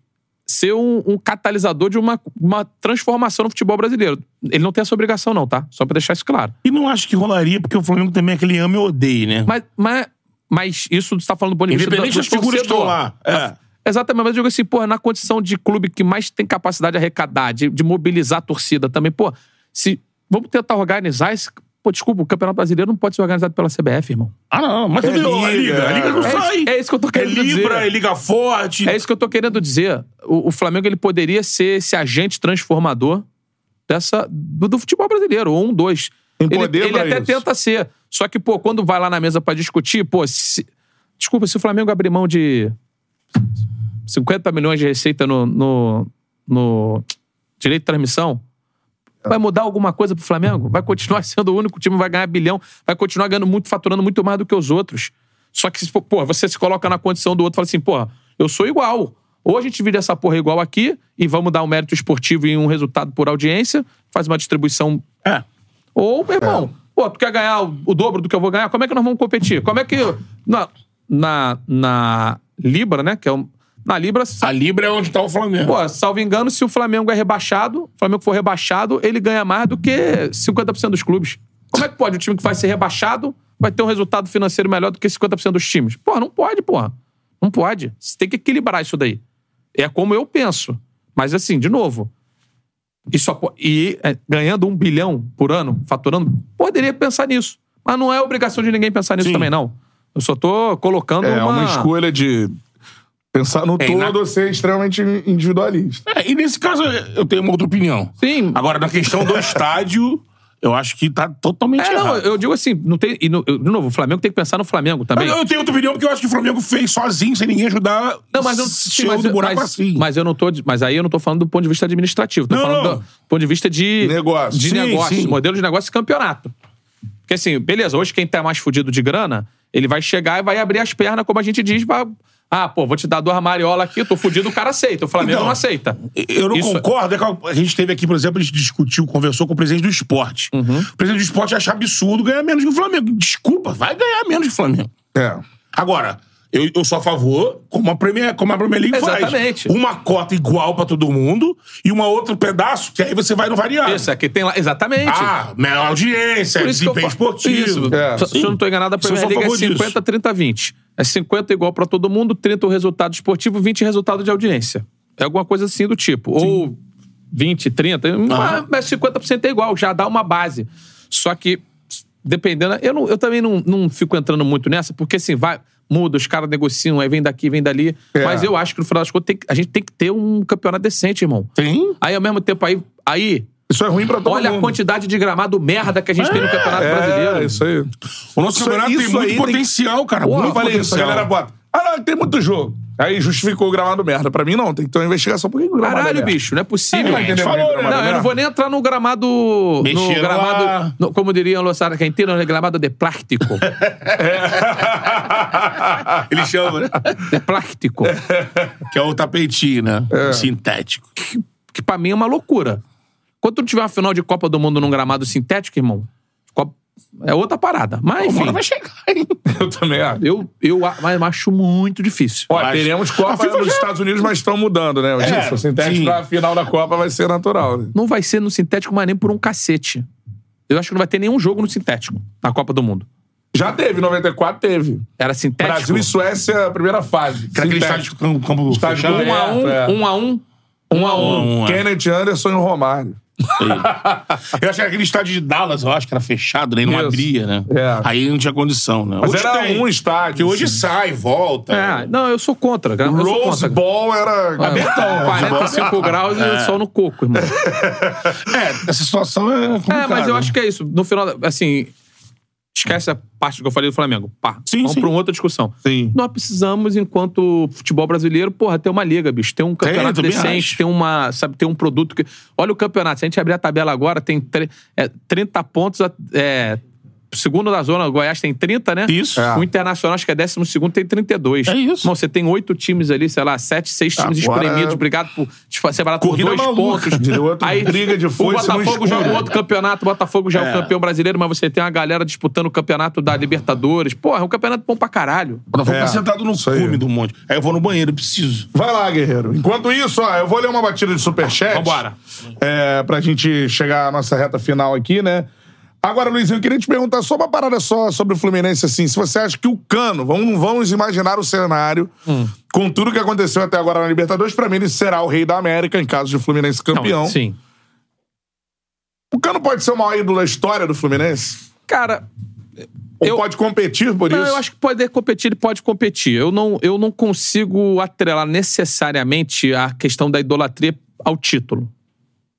[SPEAKER 3] ser um, um catalisador de uma, uma transformação no futebol brasileiro. Ele não tem essa obrigação, não, tá? Só pra deixar isso claro.
[SPEAKER 2] E não acho que rolaria, porque o Flamengo também é aquele ama e odeia, né?
[SPEAKER 3] Mas, mas, mas isso tu tá falando do ponto de vista do,
[SPEAKER 2] Independente
[SPEAKER 3] do
[SPEAKER 2] das figuras que estão
[SPEAKER 3] torcedor.
[SPEAKER 2] lá. É.
[SPEAKER 3] Exatamente, mas eu digo assim, porra, na condição de clube que mais tem capacidade de arrecadar, de, de mobilizar a torcida também, pô, se. Vamos tentar organizar esse. Pô, desculpa, o Campeonato Brasileiro não pode ser organizado pela CBF, irmão.
[SPEAKER 2] Ah, não. Mas
[SPEAKER 1] É
[SPEAKER 2] também a
[SPEAKER 1] liga,
[SPEAKER 2] liga. A liga não
[SPEAKER 1] é.
[SPEAKER 3] É isso-
[SPEAKER 2] sai.
[SPEAKER 3] É isso que eu tô
[SPEAKER 2] É
[SPEAKER 3] querendo dizer.
[SPEAKER 2] Libra, é Liga Forte.
[SPEAKER 3] É isso que eu tô querendo dizer. O, o Flamengo ele poderia ser esse agente transformador dessa do, do futebol brasileiro, ou um, dois.
[SPEAKER 1] Tem
[SPEAKER 3] ele
[SPEAKER 1] poder
[SPEAKER 3] ele
[SPEAKER 1] pra
[SPEAKER 3] até
[SPEAKER 1] isso.
[SPEAKER 3] tenta ser. Só que, pô, quando vai lá na mesa pra discutir, pô, se- desculpa, se o Flamengo abrir mão de 50 milhões de receita no, no, no direito de transmissão, vai mudar alguma coisa pro Flamengo? Vai continuar sendo o único time, que vai ganhar bilhão, vai continuar ganhando muito, faturando muito mais do que os outros. Só que, se for- pô, você se coloca na condição do outro e fala assim, pô, eu sou igual. Ou a gente vira essa porra igual aqui e vamos dar um mérito esportivo e um resultado por audiência, faz uma distribuição
[SPEAKER 2] É.
[SPEAKER 3] ou, meu irmão, pô, tu quer ganhar o, o dobro do que eu vou ganhar? Como é que nós vamos competir? Como é que. Na, na, na Libra, né? Que é um, na Libra,
[SPEAKER 2] A Libra é onde tá o Flamengo.
[SPEAKER 3] pô, salvo engano, se o Flamengo é rebaixado, o Flamengo for rebaixado, ele ganha mais do que 50% dos clubes. Como é que pode? O time que vai ser rebaixado vai ter um resultado financeiro melhor do que 50% dos times. Pô, não pode, porra. Não pode. Você tem que equilibrar isso daí. É como eu penso. Mas assim, de novo, e, só po- e é, ganhando um bilhão por ano, faturando, poderia pensar nisso. Mas não é obrigação de ninguém pensar nisso
[SPEAKER 2] Sim.
[SPEAKER 3] também, não. Eu só tô colocando
[SPEAKER 1] É uma...
[SPEAKER 3] uma...
[SPEAKER 1] escolha de pensar no
[SPEAKER 2] É, na-
[SPEAKER 1] todo ou ser extremamente individualista.
[SPEAKER 2] É, e nesse caso, eu tenho uma outra opinião.
[SPEAKER 3] Sim,
[SPEAKER 2] Agora, na questão do estádio, eu acho que tá totalmente
[SPEAKER 3] É, não,
[SPEAKER 2] errado.
[SPEAKER 3] eu digo assim, não tem, e no- eu- de novo, o Flamengo tem que pensar no Flamengo também.
[SPEAKER 2] Eu, eu tenho outra opinião porque eu acho que o Flamengo fez sozinho, sem ninguém ajudar.
[SPEAKER 3] não, mas eu, sim,
[SPEAKER 2] chegou
[SPEAKER 3] mas,
[SPEAKER 2] do
[SPEAKER 3] eu-
[SPEAKER 2] buraco
[SPEAKER 3] mas,
[SPEAKER 2] assim.
[SPEAKER 3] mas eu não tô, de- mas aí eu não tô falando do ponto de vista administrativo, tô
[SPEAKER 2] Não,
[SPEAKER 3] falando
[SPEAKER 2] não.
[SPEAKER 3] do ponto de vista de
[SPEAKER 1] Negócio.
[SPEAKER 3] de
[SPEAKER 2] Sim,
[SPEAKER 3] negócio,
[SPEAKER 2] sim.
[SPEAKER 3] modelo de negócio e campeonato. Porque assim, beleza, hoje quem tá mais fudido de grana, ele vai chegar e vai abrir as pernas, como a gente diz, pra, ah, pô, vou te dar duas mariolas aqui, eu tô fudido, o cara aceita, o Flamengo
[SPEAKER 2] Então,
[SPEAKER 3] não aceita.
[SPEAKER 2] Eu não
[SPEAKER 3] Isso-
[SPEAKER 2] concordo. é que A gente teve aqui, por exemplo, a gente discutiu, conversou com o presidente do esporte.
[SPEAKER 3] Uhum.
[SPEAKER 2] O presidente do esporte acha absurdo ganhar menos que o Flamengo. Desculpa, vai ganhar menos que o Flamengo.
[SPEAKER 1] É.
[SPEAKER 2] Agora, eu, eu sou a favor, como a Premier, como a Premier League
[SPEAKER 3] Exatamente.
[SPEAKER 2] faz. Uma cota igual pra todo mundo e uma outro pedaço, que aí você vai no variável.
[SPEAKER 3] Isso aqui tem lá, exatamente.
[SPEAKER 2] Ah, melhor audiência,
[SPEAKER 3] Por isso que eu
[SPEAKER 2] desempenho
[SPEAKER 3] falo-
[SPEAKER 2] esportivo.
[SPEAKER 3] Isso.
[SPEAKER 1] É,
[SPEAKER 3] Se- se
[SPEAKER 2] sim.
[SPEAKER 3] eu não tô enganado, a
[SPEAKER 2] Isso eu
[SPEAKER 3] Premier
[SPEAKER 2] sou a
[SPEAKER 3] League é
[SPEAKER 2] favor disso.
[SPEAKER 3] 50, 30, 20. É 50 igual pra todo mundo, 30 o resultado esportivo, 20 resultado de audiência. É alguma coisa assim do tipo. Ou é 20, 30, mas- mas 50% é igual, já dá uma base. Só que dependendo. Eu, não- eu também não, não fico entrando muito nessa, porque assim, vai, muda, os caras negociam, aí vem daqui, vem dali.
[SPEAKER 1] É.
[SPEAKER 3] Mas eu acho que no final das contas tem que- a gente tem que ter um campeonato decente, irmão.
[SPEAKER 2] Tem?
[SPEAKER 3] Aí ao mesmo tempo, aí. aí
[SPEAKER 1] Isso é ruim pra todo
[SPEAKER 3] olha a
[SPEAKER 1] mundo.
[SPEAKER 3] quantidade de gramado merda que a gente tem no campeonato brasileiro.
[SPEAKER 1] É, isso aí.
[SPEAKER 2] O nosso
[SPEAKER 1] Isso-
[SPEAKER 2] campeonato tem
[SPEAKER 1] isso aí
[SPEAKER 2] muito
[SPEAKER 1] tem que-
[SPEAKER 2] potencial, cara.
[SPEAKER 1] Pô,
[SPEAKER 2] muito
[SPEAKER 1] eu falei isso, a
[SPEAKER 2] potencial.
[SPEAKER 1] galera bota. Ah, não, tem muito jogo. Aí justificou o gramado merda. Pra mim, não. Tem que ter uma investigação. Por que que o gramado é
[SPEAKER 3] Caralho,
[SPEAKER 1] merda?
[SPEAKER 3] bicho, não é possível.
[SPEAKER 1] É, entendeu?
[SPEAKER 2] falou, né?
[SPEAKER 1] Gramado
[SPEAKER 3] Não, eu
[SPEAKER 1] merda.
[SPEAKER 3] não vou nem entrar no gramado. No
[SPEAKER 2] Mexendo lá.
[SPEAKER 3] gramado. no- como diria o Lossada Quintino, no gramado de plástico.
[SPEAKER 2] Ele chama, né?
[SPEAKER 3] de plástico.
[SPEAKER 2] que é o tapetinho, né?
[SPEAKER 3] É.
[SPEAKER 2] Sintético.
[SPEAKER 3] Que pra mim é uma loucura. Quando não tiver uma final de Copa do Mundo num gramado sintético, irmão, Copa- é outra parada. Mas, enfim,
[SPEAKER 2] Agora vai chegar, hein?
[SPEAKER 1] Eu também acho.
[SPEAKER 3] eu, eu a- mas acho muito difícil.
[SPEAKER 1] Ó,
[SPEAKER 2] Mas-
[SPEAKER 1] teremos
[SPEAKER 2] A
[SPEAKER 1] Copa
[SPEAKER 2] FIFA
[SPEAKER 1] nos é
[SPEAKER 2] já-
[SPEAKER 1] Estados Unidos, mas estão mudando, né?
[SPEAKER 2] É,
[SPEAKER 1] Isso, o sintético
[SPEAKER 2] sim.
[SPEAKER 1] pra final da Copa vai ser natural. né?
[SPEAKER 3] Não vai ser no sintético, mas nem por um cacete. Eu acho que não vai ter nenhum jogo no sintético na Copa do Mundo.
[SPEAKER 1] Já teve, 94 teve.
[SPEAKER 3] Era sintético.
[SPEAKER 1] Brasil e Suécia, primeira fase.
[SPEAKER 2] Aquele estádio
[SPEAKER 1] Sintético.
[SPEAKER 2] com campo
[SPEAKER 1] tipo, Estádio
[SPEAKER 2] fechado.
[SPEAKER 1] com
[SPEAKER 3] Um a um,
[SPEAKER 1] É, é.
[SPEAKER 3] um a um.
[SPEAKER 1] Um a um.
[SPEAKER 2] Um a um, é.
[SPEAKER 1] Kenneth Anderson e o Romário.
[SPEAKER 2] Eu acho que era aquele estádio de Dallas, eu acho que era fechado, né? Não
[SPEAKER 1] Isso.
[SPEAKER 2] abria, né?
[SPEAKER 1] É.
[SPEAKER 2] Aí não tinha condição, né?
[SPEAKER 1] Mas
[SPEAKER 2] Hoje
[SPEAKER 1] era
[SPEAKER 2] tem,
[SPEAKER 1] um
[SPEAKER 2] Que
[SPEAKER 1] estádio.
[SPEAKER 2] hoje
[SPEAKER 1] assim.
[SPEAKER 2] sai, volta.
[SPEAKER 3] É, não, eu sou contra. Eu sou
[SPEAKER 1] Rose
[SPEAKER 3] contra.
[SPEAKER 1] Ball era abertão.
[SPEAKER 3] É, 45 graus e sol no coco, irmão.
[SPEAKER 2] É, essa situação é complicada.
[SPEAKER 3] É, mas eu acho que é isso. No final, assim, esquece a parte que eu falei do Flamengo. Pá,
[SPEAKER 2] Sim,
[SPEAKER 3] vamos
[SPEAKER 2] sim.
[SPEAKER 3] pra uma outra discussão.
[SPEAKER 1] Sim.
[SPEAKER 3] Nós precisamos, enquanto futebol brasileiro, porra, ter uma liga, bicho. Ter um campeonato
[SPEAKER 2] também
[SPEAKER 3] decente,
[SPEAKER 2] acho.
[SPEAKER 3] ter uma, sabe, ter um produto que... Olha o campeonato, se a gente abrir a tabela agora, tem tre- é, 30 pontos, a- é, segundo da zona, o Goiás tem 30, né?
[SPEAKER 2] Isso.
[SPEAKER 1] É.
[SPEAKER 3] O Internacional, acho que é décimo segundo, tem 32.
[SPEAKER 2] É isso.
[SPEAKER 3] Irmão, você tem oito times ali, sei lá, sete, seis times
[SPEAKER 1] Agora- é
[SPEAKER 3] espremidos, obrigado por tipo, separar por
[SPEAKER 2] Corrida
[SPEAKER 3] dois
[SPEAKER 2] maluca.
[SPEAKER 3] pontos.
[SPEAKER 1] Entendeu? Outro briga de
[SPEAKER 3] o
[SPEAKER 1] foice no
[SPEAKER 3] Botafogo
[SPEAKER 1] escuro.
[SPEAKER 3] joga o outro campeonato, o Botafogo já é.
[SPEAKER 2] É.
[SPEAKER 3] o campeão brasileiro, mas você tem uma galera disputando o campeonato da Libertadores. Porra, é um campeonato bom pra caralho.
[SPEAKER 2] O Botafogo
[SPEAKER 1] É,
[SPEAKER 2] tá sentado no
[SPEAKER 1] isso aí.
[SPEAKER 2] cume do monte. Aí eu vou no banheiro, eu preciso.
[SPEAKER 1] Vai lá, guerreiro. Enquanto isso, ó, eu vou ler uma batida de superchat.
[SPEAKER 3] Vambora.
[SPEAKER 1] É, pra gente chegar à nossa reta final aqui, né? Agora, Luizinho, eu queria te perguntar só uma parada só sobre o Fluminense, assim. Se você acha que o Cano, vamos, vamos imaginar o cenário,
[SPEAKER 2] Hum.
[SPEAKER 1] com tudo que aconteceu até agora na Libertadores, pra mim ele será o rei da América em caso de o Fluminense campeão.
[SPEAKER 3] Não, sim.
[SPEAKER 1] O Cano pode ser o maior ídolo da história do Fluminense?
[SPEAKER 3] Cara,
[SPEAKER 1] Ou
[SPEAKER 3] Eu-
[SPEAKER 1] pode competir por
[SPEAKER 3] não,
[SPEAKER 1] isso?
[SPEAKER 3] eu acho que poder competir, ele pode competir. Eu não, eu não consigo atrelar necessariamente a questão da idolatria ao título.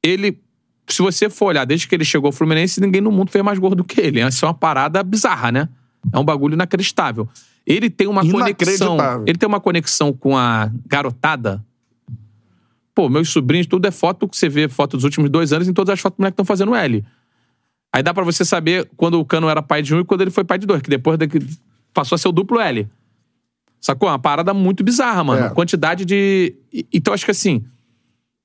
[SPEAKER 3] Ele, se você for olhar, desde que ele chegou ao Fluminense, ninguém no mundo fez mais gordo que ele. Essa é uma parada bizarra, né? É um bagulho inacreditável. Ele tem uma conexão.
[SPEAKER 1] Inacreditável.
[SPEAKER 3] Ele tem uma conexão com a garotada. Pô, meus sobrinhos, tudo é foto que você vê, foto dos últimos dois anos, em todas as fotos do moleque estão fazendo L. Aí dá pra você saber quando o Cano era pai de um e quando ele foi pai de dois, que depois daqui passou a ser o duplo L. Sacou? É Uma parada muito bizarra, mano.
[SPEAKER 1] É.
[SPEAKER 3] A Quantidade de. e- Então acho que assim,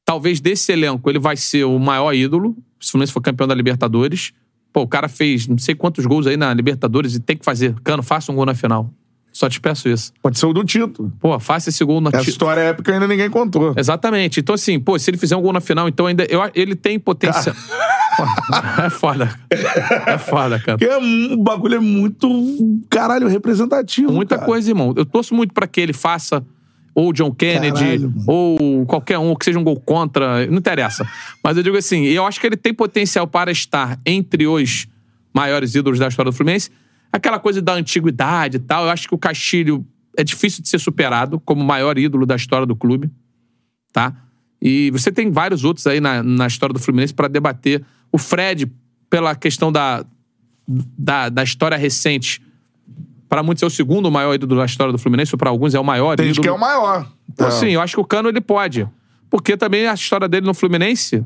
[SPEAKER 3] talvez desse elenco ele vai ser o maior ídolo, se o Fluminense for campeão da Libertadores. Pô, o cara fez não sei quantos gols aí na Libertadores e tem que fazer. Cano, faça um gol na final. Só te peço isso.
[SPEAKER 1] Pode ser o do título.
[SPEAKER 3] Pô, faça esse gol na
[SPEAKER 1] Essa
[SPEAKER 3] ti-
[SPEAKER 1] É. história épica ainda ninguém contou.
[SPEAKER 3] Exatamente. Então, assim, pô, se ele fizer um gol na final, então ainda. eu a- ele tem potencial. é foda. É foda, cara.
[SPEAKER 1] Porque é mu- o bagulho é muito, caralho, representativo.
[SPEAKER 3] Muita
[SPEAKER 1] cara.
[SPEAKER 3] coisa, irmão. Eu torço muito pra que ele faça. Ou o John Kennedy,
[SPEAKER 1] Caralho, mano.
[SPEAKER 3] ou qualquer um, que seja um gol contra, não interessa. Mas eu digo assim, eu acho que ele tem potencial para estar entre os maiores ídolos da história do Fluminense. Aquela coisa da antiguidade e tal, eu acho que o Castilho é difícil de ser superado como o maior ídolo da história do clube, tá? E você tem vários outros aí na, na história do Fluminense para debater. O Fred, pela questão da, da, da história recente, para muitos é o segundo maior ídolo da história do Fluminense, ou para alguns é o maior
[SPEAKER 1] Tem gente
[SPEAKER 3] ídolo.
[SPEAKER 1] que é o maior.
[SPEAKER 3] Então,
[SPEAKER 1] É.
[SPEAKER 3] assim, eu acho que o Cano ele pode. Porque também a história dele no Fluminense,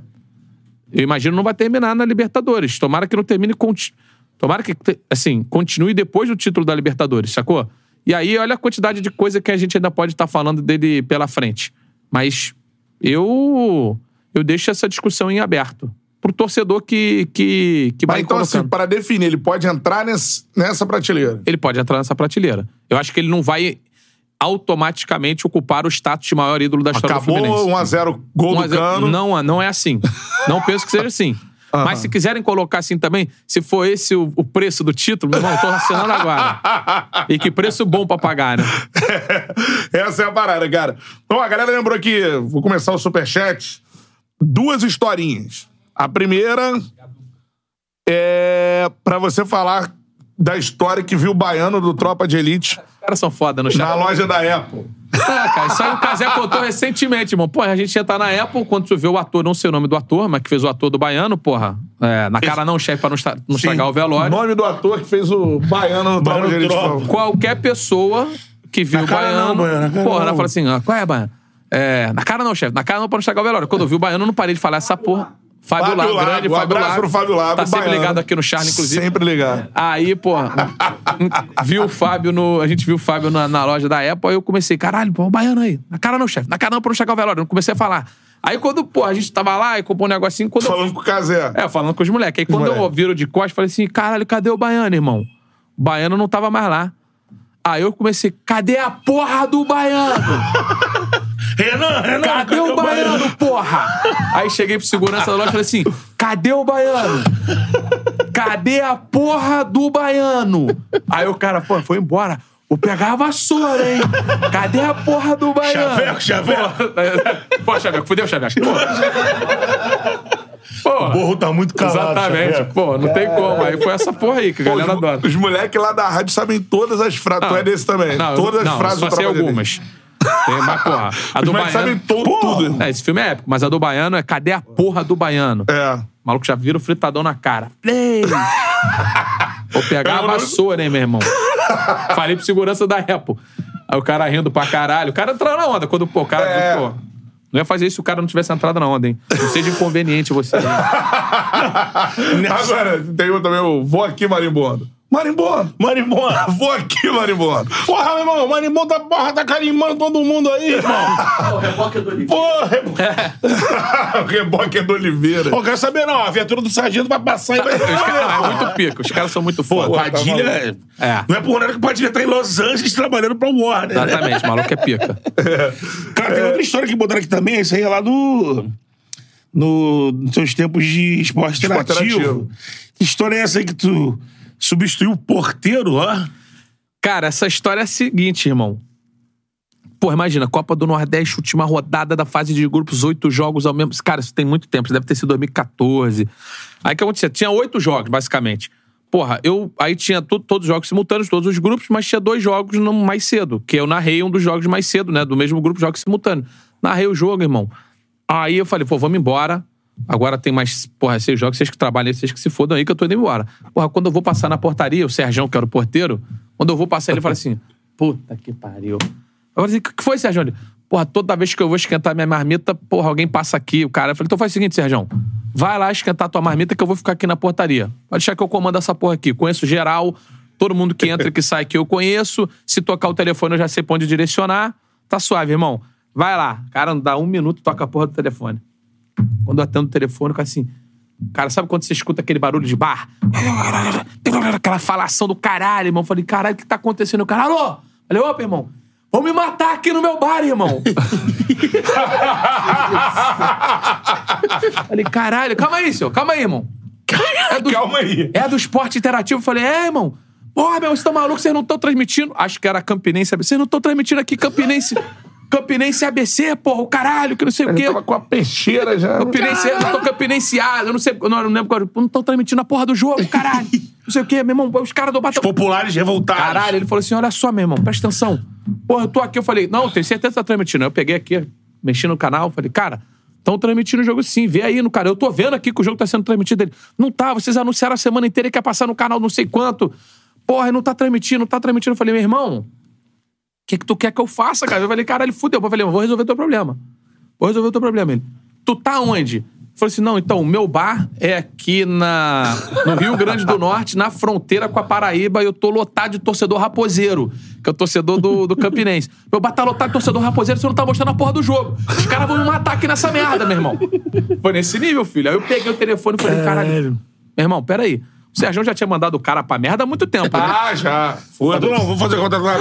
[SPEAKER 3] eu imagino, não vai terminar na Libertadores. Tomara que não termine. conti- Tomara que, te- assim, continue depois do título da Libertadores, sacou? E aí, olha a quantidade de coisa que a gente ainda pode estar falando dele pela frente. Mas eu. Eu deixo essa discussão em aberto. Pro torcedor que, que, que
[SPEAKER 1] Mas
[SPEAKER 3] vai
[SPEAKER 1] então,
[SPEAKER 3] colocando.
[SPEAKER 1] assim, para definir, ele pode entrar nesse- nessa prateleira.
[SPEAKER 3] ele pode entrar nessa prateleira. Eu acho que ele não vai automaticamente ocupar o status de maior ídolo da história do
[SPEAKER 1] Acabou
[SPEAKER 3] Fluminense.
[SPEAKER 1] 1x0 gol
[SPEAKER 3] Um a
[SPEAKER 1] do
[SPEAKER 3] zero.
[SPEAKER 1] cano.
[SPEAKER 3] Não, não é assim. Não penso que seja assim. Mas se quiserem colocar assim também, se for esse o, o preço do título, meu irmão, eu tô assinando agora. E que preço bom pra pagar, né?
[SPEAKER 1] Essa é a parada, cara. Então, a galera lembrou que vou começar o superchat. Duas historinhas. A primeira é, para você falar da história que viu o baiano do Tropa de Elite
[SPEAKER 3] Os caras são foda no
[SPEAKER 1] na
[SPEAKER 3] chat.
[SPEAKER 1] loja da Apple.
[SPEAKER 3] É, cara, isso aí o Casé contou recentemente, irmão. Porra, a gente ia estar na Apple quando tu vê o ator, não sei o nome do ator, mas que fez o ator do baiano, porra. É, na cara não, chefe, pra não, estra- não estragar o velório.
[SPEAKER 1] nome do ator que fez o baiano no Tropa
[SPEAKER 2] Baiano
[SPEAKER 1] de Elite.
[SPEAKER 2] Tropa.
[SPEAKER 1] por favor.
[SPEAKER 3] Qualquer pessoa que viu
[SPEAKER 2] Na
[SPEAKER 3] o
[SPEAKER 2] cara
[SPEAKER 3] baiano.
[SPEAKER 2] não, baiano, na cara
[SPEAKER 3] porra,
[SPEAKER 2] não.
[SPEAKER 3] ela fala assim: ah, qual é, baiano? É, na cara não, chefe. Na cara não, pra não estragar o velório. Quando eu vi o baiano, eu não parei de falar essa porra. Fábio
[SPEAKER 1] Fábio
[SPEAKER 3] Lago,
[SPEAKER 1] Lago,
[SPEAKER 3] grande
[SPEAKER 1] um
[SPEAKER 3] Fábio
[SPEAKER 1] abraço
[SPEAKER 3] Lago.
[SPEAKER 1] pro Fábio Lago,
[SPEAKER 3] Tá sempre
[SPEAKER 1] baiano.
[SPEAKER 3] ligado aqui no Charme, inclusive.
[SPEAKER 1] Sempre ligado.
[SPEAKER 3] Aí, porra, viu o Fábio no. A gente viu o Fábio na, na loja da Apple, aí eu comecei, caralho, pô, o baiano aí. Na cara não, chefe. Na cara não, pra não chegar o velório. Eu comecei a falar. Aí quando, pô, a gente tava lá e comprou um negocinho, quando eu.
[SPEAKER 1] Falando com o Casé.
[SPEAKER 3] É, falando com os moleques. Aí quando
[SPEAKER 1] moleque.
[SPEAKER 3] eu viro de costas, falei assim, caralho, cadê o baiano, irmão? O baiano não tava mais lá. Aí eu comecei, cadê a porra do baiano?
[SPEAKER 2] Renan, Renan,
[SPEAKER 3] Cadê o baiano, porra? Aí cheguei pro segurança da loja e falei assim: cadê o baiano? Cadê a porra do baiano? Aí o cara, pô, foi embora. Vou pegar a vassoura, hein? Cadê a porra do baiano?
[SPEAKER 2] Chaveco, chaveco.
[SPEAKER 3] Pô, Xaveco, fudeu, Xaveco. Pô. Pô.
[SPEAKER 2] Porro tá muito calado,
[SPEAKER 3] Exatamente,
[SPEAKER 2] Xavier.
[SPEAKER 3] pô, não tem como. Aí foi essa porra aí que a
[SPEAKER 1] Pô,
[SPEAKER 3] galera
[SPEAKER 1] os-
[SPEAKER 3] adora.
[SPEAKER 1] Os moleques lá da rádio sabem todas as frases. Tu é desse também.
[SPEAKER 3] Não, eu-
[SPEAKER 1] todas as
[SPEAKER 3] não,
[SPEAKER 1] frases
[SPEAKER 3] só
[SPEAKER 1] do
[SPEAKER 3] sei
[SPEAKER 1] Tropa de Elite.
[SPEAKER 3] algumas. Tem, mas, porra, a
[SPEAKER 1] Os
[SPEAKER 3] do
[SPEAKER 1] moleques sabem to-
[SPEAKER 3] baiano...
[SPEAKER 1] tudo.
[SPEAKER 3] É, esse filme é épico, mas a do baiano é cadê a porra do baiano?
[SPEAKER 1] É.
[SPEAKER 3] O maluco já vira o fritadão na cara. Play! Vou
[SPEAKER 1] É
[SPEAKER 3] pegar a vassoura, hein, meu irmão? Falei pro segurança da Apple. Aí o cara rindo pra caralho. O cara entrou na onda. Quando pô, o cara.
[SPEAKER 1] É.
[SPEAKER 3] Pô, não ia fazer isso se o cara não tivesse entrado na onda, hein? Não seja inconveniente você. hein?
[SPEAKER 1] Agora, tem um também, o vou aqui, marimbondo. Marimbondo!
[SPEAKER 2] Marimbona.
[SPEAKER 1] Vou aqui, marimbondo!
[SPEAKER 2] Porra, meu irmão, o Marimbão tá, porra, tá carimbando todo mundo aí, irmão. Porra, reboque.
[SPEAKER 1] o reboque é do Oliveira.
[SPEAKER 2] Pô, quero saber não, a viatura do sargento vai passar
[SPEAKER 1] Tá,
[SPEAKER 2] e vai...
[SPEAKER 3] Os caras é muito pico. Os caras são muito
[SPEAKER 2] Pô,
[SPEAKER 3] foda.
[SPEAKER 2] Padilha...
[SPEAKER 3] É.
[SPEAKER 2] Não é por nada que o Padilha tá em Los Angeles trabalhando pra Warner, né?
[SPEAKER 3] Exatamente, o maluco é pica.
[SPEAKER 2] Cara, tem outra história que botaram aqui também, isso aí é lá do... No, nos seus tempos de esporte
[SPEAKER 1] Esporte
[SPEAKER 2] interativo.
[SPEAKER 1] interativo.
[SPEAKER 2] Que história é essa aí que tu substituiu o porteiro lá?
[SPEAKER 3] Cara, essa história é a seguinte, irmão. Pô, imagina, Copa do Nordeste, última rodada da fase de grupos, oito jogos ao mesmo. Cara, isso tem muito tempo, isso deve ter sido 2014. Aí o que acontecia? Tinha oito jogos, basicamente. Porra, eu. Aí tinha to- todos os jogos simultâneos, todos os grupos, mas tinha dois jogos no- mais cedo, que eu narrei um dos jogos mais cedo, né? Do mesmo grupo, jogos simultâneos. Narrei o jogo, irmão. Aí eu falei, pô, vamos embora. Agora tem mais, porra, seis jogos, vocês que trabalham, aí, vocês que se fodam aí, que eu tô indo embora. Porra, quando eu vou passar na portaria, o Serjão, que era o porteiro, quando eu vou passar, ele fala assim: puta que pariu. Eu falei assim: o que foi, Serjão? Ele, porra, toda vez que eu vou esquentar minha marmita, porra, alguém passa aqui, o cara. Eu falei: então faz o seguinte, Serjão, vai lá esquentar tua marmita que eu vou ficar aqui na portaria. Pode deixar que eu comando essa porra aqui. Conheço geral, todo mundo que entra e que sai aqui eu conheço. Se tocar o telefone, eu já sei pra onde direcionar. Tá suave, irmão. Vai lá. Cara, não dá um minuto, toca a porra do telefone. Quando eu atendo o telefone, eu fico assim. Cara, sabe quando você escuta aquele barulho de bar? Aquela falação do caralho, irmão. Eu Falei, caralho, o que tá acontecendo? O cara, alô? Eu Falei, opa, irmão. Vão me matar aqui no meu bar, irmão. Falei, caralho, calma aí, senhor. Calma aí, irmão. É do,
[SPEAKER 1] Calma aí.
[SPEAKER 3] é do esporte interativo. Eu Falei, é, irmão. Porra, meu, vocês estão malucos, vocês não estão transmitindo. Acho que era Campinense ABC. Vocês não estão transmitindo aqui Campinense. Campinense ABC, porra, o caralho, que não sei o quê.
[SPEAKER 1] Tava com a peixeira já.
[SPEAKER 3] Campinense, eu tô campinenciado, eu não sei, eu não, eu não lembro qual. Não estão transmitindo a porra do jogo, caralho. Não sei o quê, meu irmão, os caras do Bata.
[SPEAKER 2] Populares revoltados.
[SPEAKER 3] Caralho, ele falou assim: olha só, meu irmão, presta atenção. Porra, eu tô aqui, eu falei, não, tenho certeza que tá transmitindo. Aí eu peguei aqui, mexi no canal, falei, cara, estão transmitindo o jogo sim, vê aí no canal. Eu tô vendo aqui que o jogo tá sendo transmitido. Ele, não tá, vocês anunciaram a semana inteira que ia passar no canal não sei quanto. Porra, não tá transmitindo, não tá transmitindo. Eu falei, meu irmão, o que que tu quer que eu faça, cara? Eu falei, caralho, fudeu. Eu falei, eu vou resolver teu problema. Vou resolver o teu problema. Ele, tu tá onde? Eu Falei assim, não, então, o meu bar é aqui na, no Rio Grande do Norte, na fronteira com a Paraíba, e eu tô lotado de torcedor raposeiro, que é o torcedor do, do Campinense. Meu bar tá lotado de torcedor raposeiro, você não tá mostrando a porra do jogo. Os caras vão me matar aqui nessa merda, meu irmão. Foi nesse nível, filho. Aí eu peguei o telefone e falei, caralho, meu irmão, peraí. O Sérgio já tinha mandado o cara pra merda há muito temtempo, né?
[SPEAKER 1] Ah, já.
[SPEAKER 2] Arthur,
[SPEAKER 1] Foda-se.
[SPEAKER 2] não, vou fazer contato lá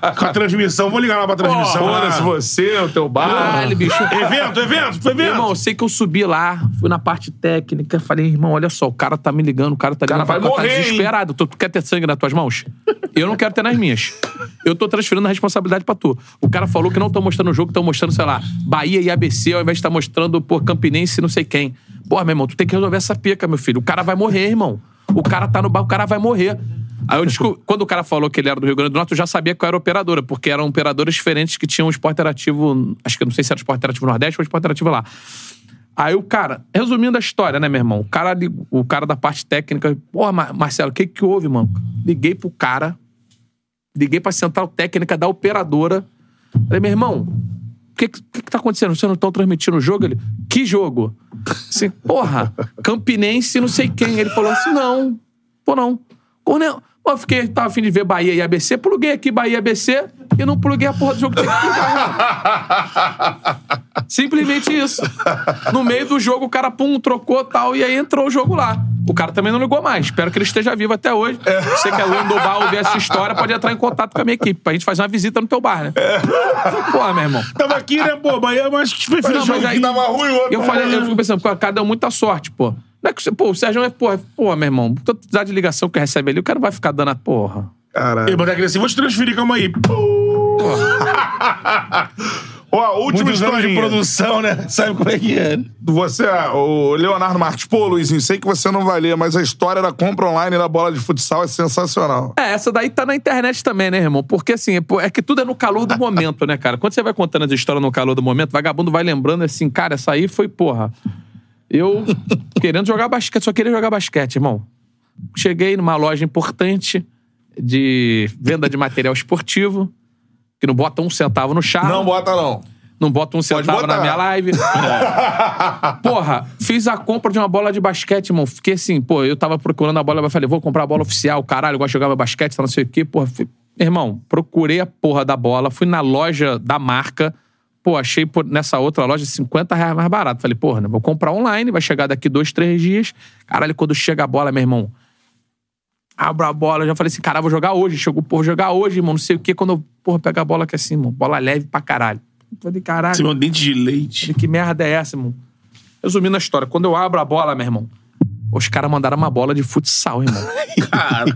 [SPEAKER 2] com a- com a transmissão. Vou ligar lá pra transmissão.
[SPEAKER 1] Foda-se
[SPEAKER 2] lá.
[SPEAKER 1] você, o teu bar.
[SPEAKER 3] Caralho, bicho.
[SPEAKER 2] Evento, evento, foi
[SPEAKER 3] Meu
[SPEAKER 2] evento.
[SPEAKER 3] né? irmão, eu sei que eu subi lá, fui na parte técnica, falei, irmão, olha só, o cara tá me ligando, o cara tá ligando,
[SPEAKER 1] vai
[SPEAKER 3] pra- tá
[SPEAKER 1] morrer, hein?
[SPEAKER 3] desesperado. Tu, tu quer ter sangue nas tuas mãos? Eu não quero ter nas minhas. Eu tô transferindo a responsabilidade pra tu. O cara falou que não estão mostrando o jogo, estão mostrando, sei lá, Bahia e ABC, ao invés de estar mostrando, pô, tá Campinense e não sei quem. Pô, meu irmão, tu tem que resolver essa pica, meu filho. O cara vai morrer, irmão. O cara tá no barco, o cara vai morrer. Aí eu descobri, quando o cara falou que ele era do Rio Grande do Norte, eu já sabia qual era a operadora, porque eram operadoras diferentes que tinham um esporte interativo, acho que eu não sei se era esporte interativo Nordeste ou esporte interativo lá. Aí o cara, resumindo a história, né, meu irmão? O cara, lig- o cara da parte técnica, porra, Mar- Marcelo, o que que houve, mano? Liguei pro cara, liguei pra central técnica da operadora. Falei, meu irmão, o que, que, que tá acontecendo? Vocês não estão transmitindo o jogo? Ele, que jogo? Assim, porra, Campinense não sei quem. Ele falou assim, não, pô, não. Cornel, pô, eu fiquei, tava afim de ver Bahia e ABC, pluguei aqui Bahia e ABC e não pluguei a porra do jogo que tinha que plugar. Simplesmente isso. No meio do jogo, o cara, pum, trocou tal, e aí entrou o jogo lá. O cara também não ligou mais. Espero que ele esteja vivo até hoje. Você que é aluno do bar ouvir essa história, pode entrar em contato com a minha equipe pra gente fazer uma visita no teu bar, né? Porra, meu irmão.
[SPEAKER 2] Tava aqui, né, pô? Bahia, mas prefiro
[SPEAKER 3] Não, mas
[SPEAKER 2] jogo.
[SPEAKER 1] Um que
[SPEAKER 3] aí-
[SPEAKER 1] tava ruim, o outro
[SPEAKER 3] Eu
[SPEAKER 1] tava
[SPEAKER 3] falei, eu
[SPEAKER 1] ruim.
[SPEAKER 3] fico pensando, pô, cara deu muita sorte, pô. Não é que, você- pô, o Sérgio é, porra, pô, meu irmão, quantidade de ligação que recebe ali, o cara vai ficar dando a porra.
[SPEAKER 1] Caralho.
[SPEAKER 2] Ei, Mas é que assim, vou te transferir, calma aí.
[SPEAKER 1] Ó, última
[SPEAKER 2] Muitos anos de
[SPEAKER 1] historinha.
[SPEAKER 2] produção, né? Sabe como é que é? né?
[SPEAKER 1] Você, o Leonardo Martins, pô, Luizinho, sei que você não vai ler, mas a história da compra online da bola de futsal é sensacional.
[SPEAKER 3] É, essa daí tá na internet também, né, irmão? Porque assim, é, pô, é que tudo é no calor do momento, né, cara? Quando você vai contando as histórias no calor do momento, vagabundo vai lembrando assim, cara, essa aí foi, porra. Eu querendo jogar basquete, só queria jogar basquete, irmão. Cheguei numa loja importante de venda de material esportivo, que não bota um centavo no charme.
[SPEAKER 1] Não bota, não.
[SPEAKER 3] Não bota um centavo
[SPEAKER 1] botar.
[SPEAKER 3] na minha live. Porra, fiz a compra de uma bola de basquete, irmão. Fiquei assim, pô, eu tava procurando a bola, mas falei, vou comprar a bola oficial, caralho, eu gosto de jogar basquete, tá não sei o quê. Porra, fui- irmão, procurei a porra da bola, fui na loja da marca, pô, achei por- nessa outra loja 50 reais mais barato. Falei, porra, né, vou comprar online, vai chegar daqui dois, três dias. Caralho, quando chega a bola, meu irmão, abro a bola. Eu já falei assim, cara, vou jogar hoje. Chegou, porra, jogar hoje, irmão. Não sei o quê. Quando eu, porra, pegar a bola que é assim, irmão. Bola leve pra caralho. Falei, caralho.
[SPEAKER 2] Esse meu dente de leite.
[SPEAKER 3] Falei, que merda é essa, irmão? Resumindo a história, quando eu abro a bola, meu irmão, os caras mandaram uma bola de futsal, irmão.
[SPEAKER 2] Caralho.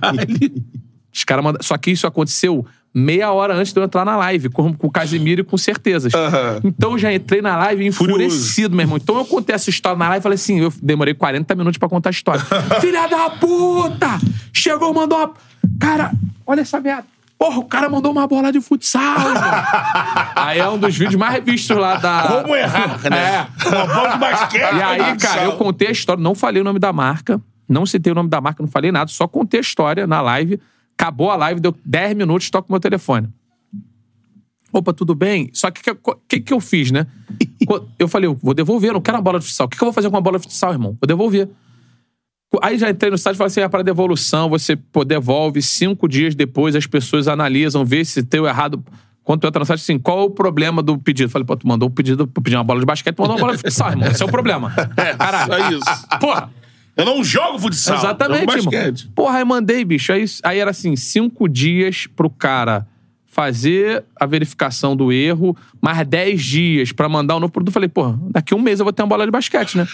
[SPEAKER 3] Os caras mandaram. Só que isso aconteceu meia hora antes de eu entrar na live, com, com o Casimiro e com certezas.
[SPEAKER 1] Aham.
[SPEAKER 3] Então eu já entrei na live enfurecido, meu irmão. Então eu contei essa história na live e falei assim: eu demorei 40 minutos pra contar a história. Filha da puta! Chegou, mandou uma. Cara, olha essa merda. Porra, o cara mandou uma bola de futsal, irmão. Aí é um dos vídeos mais vistos lá da.
[SPEAKER 2] Como errar, né?
[SPEAKER 3] Ah, É.
[SPEAKER 2] Uma bola de basquete.
[SPEAKER 3] E aí,
[SPEAKER 2] de
[SPEAKER 3] cara,
[SPEAKER 2] futsal.
[SPEAKER 3] eu contei a história, não falei o nome da marca, não citei o nome da marca, não falei nada, só contei a história na live. Acabou a live, deu 10 minutos, toco meu telefone. Opa, tudo bem? Só que o que, que, que eu fiz, né? Co- Eu falei, eu vou devolver, eu não quero uma bola de futsal. O que, que eu vou fazer com uma bola de futsal, irmão? Vou devolver. Aí já entrei no site e falei assim: é para devolução, você pô, devolve cinco dias depois, as pessoas analisam, vê se teu errado. Quando tu entra no site, assim, qual é o problema do pedido? Falei, pô, tu mandou um pedido, pedir uma bola de basquete, tu mandou uma bola de futsal, irmão. Esse é o problema.
[SPEAKER 2] É,
[SPEAKER 3] Caralho.
[SPEAKER 2] só isso.
[SPEAKER 3] Porra!
[SPEAKER 2] Eu não jogo futsal.
[SPEAKER 3] Exatamente,
[SPEAKER 2] jogo
[SPEAKER 3] irmão.
[SPEAKER 2] basquete.
[SPEAKER 3] Porra, aí mandei, bicho. Aí, aí era assim, cinco dias pro cara fazer a verificação do erro, mais dez dias pra mandar o novo produto. Falei, porra, daqui um mês eu vou ter uma bola de basquete, né?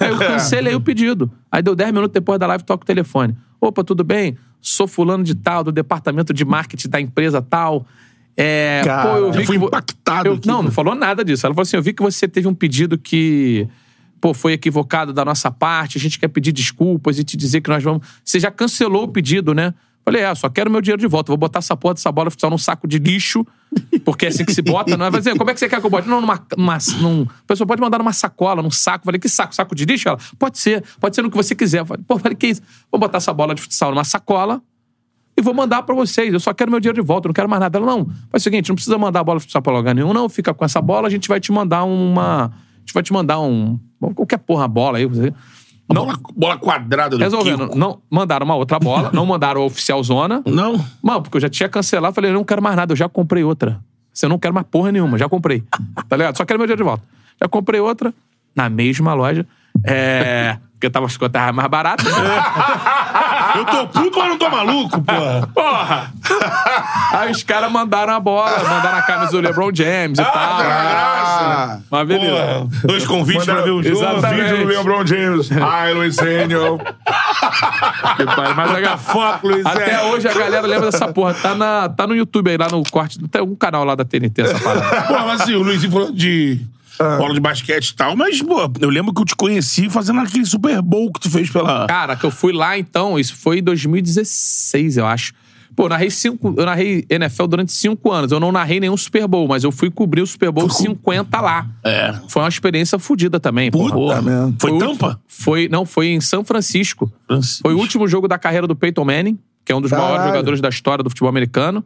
[SPEAKER 3] aí eu cancelei o pedido. Aí deu dez minutos depois da live, toca o telefone. Opa, tudo bem? Sou fulano de tal, do departamento de marketing da empresa tal. É,
[SPEAKER 1] Cara,
[SPEAKER 3] pô, eu vi
[SPEAKER 2] Eu fui
[SPEAKER 3] que vo-
[SPEAKER 2] impactado.
[SPEAKER 3] eu-
[SPEAKER 2] aqui.
[SPEAKER 3] não, não falou nada disso. Ela falou assim: eu vi que você teve um pedido que. Pô, foi equivocado da nossa parte, a gente quer pedir desculpas e te dizer que nós vamos. Você já cancelou o pedido, né? Falei, é, só quero meu dinheiro de volta. Vou botar essa porra dessa bola futsal num saco de lixo, porque é assim que se bota. Não é? Vai dizer, como é que você quer que eu bote? Não, numa. numa num... A pessoa pode mandar numa sacola, num saco. Falei, que saco? Saco de lixo? Ela, pode ser, pode ser no que você quiser. Falei, pô, falei, que isso? Vou botar essa bola de futsal numa sacola, e vou mandar pra vocês. Eu só quero meu dinheiro de volta, eu não quero mais nada. Ela, não, faz o seguinte, não precisa mandar a bola pra lugar nenhum, não. Fica com essa bola, a gente vai te mandar uma. A gente vai te mandar um. Qualquer porra, bola aí. você-
[SPEAKER 2] Uma Bola, bola quadrada do
[SPEAKER 3] Resolvendo.
[SPEAKER 2] Kiko.
[SPEAKER 3] Não, mandaram uma outra bola, não mandaram a oficial zona.
[SPEAKER 2] Não.
[SPEAKER 3] Mano, porque eu já tinha cancelado, falei, eu não quero mais nada, eu já comprei outra. Você não quer mais porra nenhuma, já comprei. Tá ligado? Só quero meu dinheiro de volta. Já comprei outra, na mesma loja. É. Porque tava 50 reais mais barato. né? Ah.
[SPEAKER 2] Eu tô puto, mas não tô maluco, porra.
[SPEAKER 3] Porra! Aí os caras mandaram a bola, mandaram a camisa do LeBron James e tal.
[SPEAKER 1] é graça.
[SPEAKER 3] Mas beleza.
[SPEAKER 2] Porra. Dois convites pra ver o jogo.
[SPEAKER 3] Exatamente.
[SPEAKER 1] Vídeo do LeBron James. Ai, Luizinho.
[SPEAKER 3] Que pariu, Mas é a ga-
[SPEAKER 2] Foco, Luiz.
[SPEAKER 3] Até
[SPEAKER 2] é.
[SPEAKER 3] hoje a galera lembra dessa porra. Tá, na, tá no YouTube aí, lá no corte. Tem um canal lá da TNT essa parada.
[SPEAKER 2] Porra, mas assim, o Luizinho falou de bola de basquete e tal, mas, pô, eu lembro que eu te conheci fazendo aquele Super Bowl que tu fez pela.
[SPEAKER 3] Cara, que eu fui lá então, isso foi em 2016, eu acho. Pô, eu narrei, cinco, eu narrei NFL durante cinco anos. Eu não narrei nenhum Super Bowl, mas eu fui cobrir o Super Bowl 50 lá.
[SPEAKER 2] É.
[SPEAKER 3] Foi uma experiência fodida também.
[SPEAKER 2] Puta
[SPEAKER 3] porra.
[SPEAKER 1] merda.
[SPEAKER 2] Foi
[SPEAKER 3] o
[SPEAKER 2] Tampa?
[SPEAKER 3] último- Foi, não, foi em São Francisco.
[SPEAKER 2] Francisco.
[SPEAKER 3] Foi o último jogo da carreira do Peyton Manning, que é um dos maiores
[SPEAKER 1] Caralho.
[SPEAKER 3] jogadores da história do futebol americano.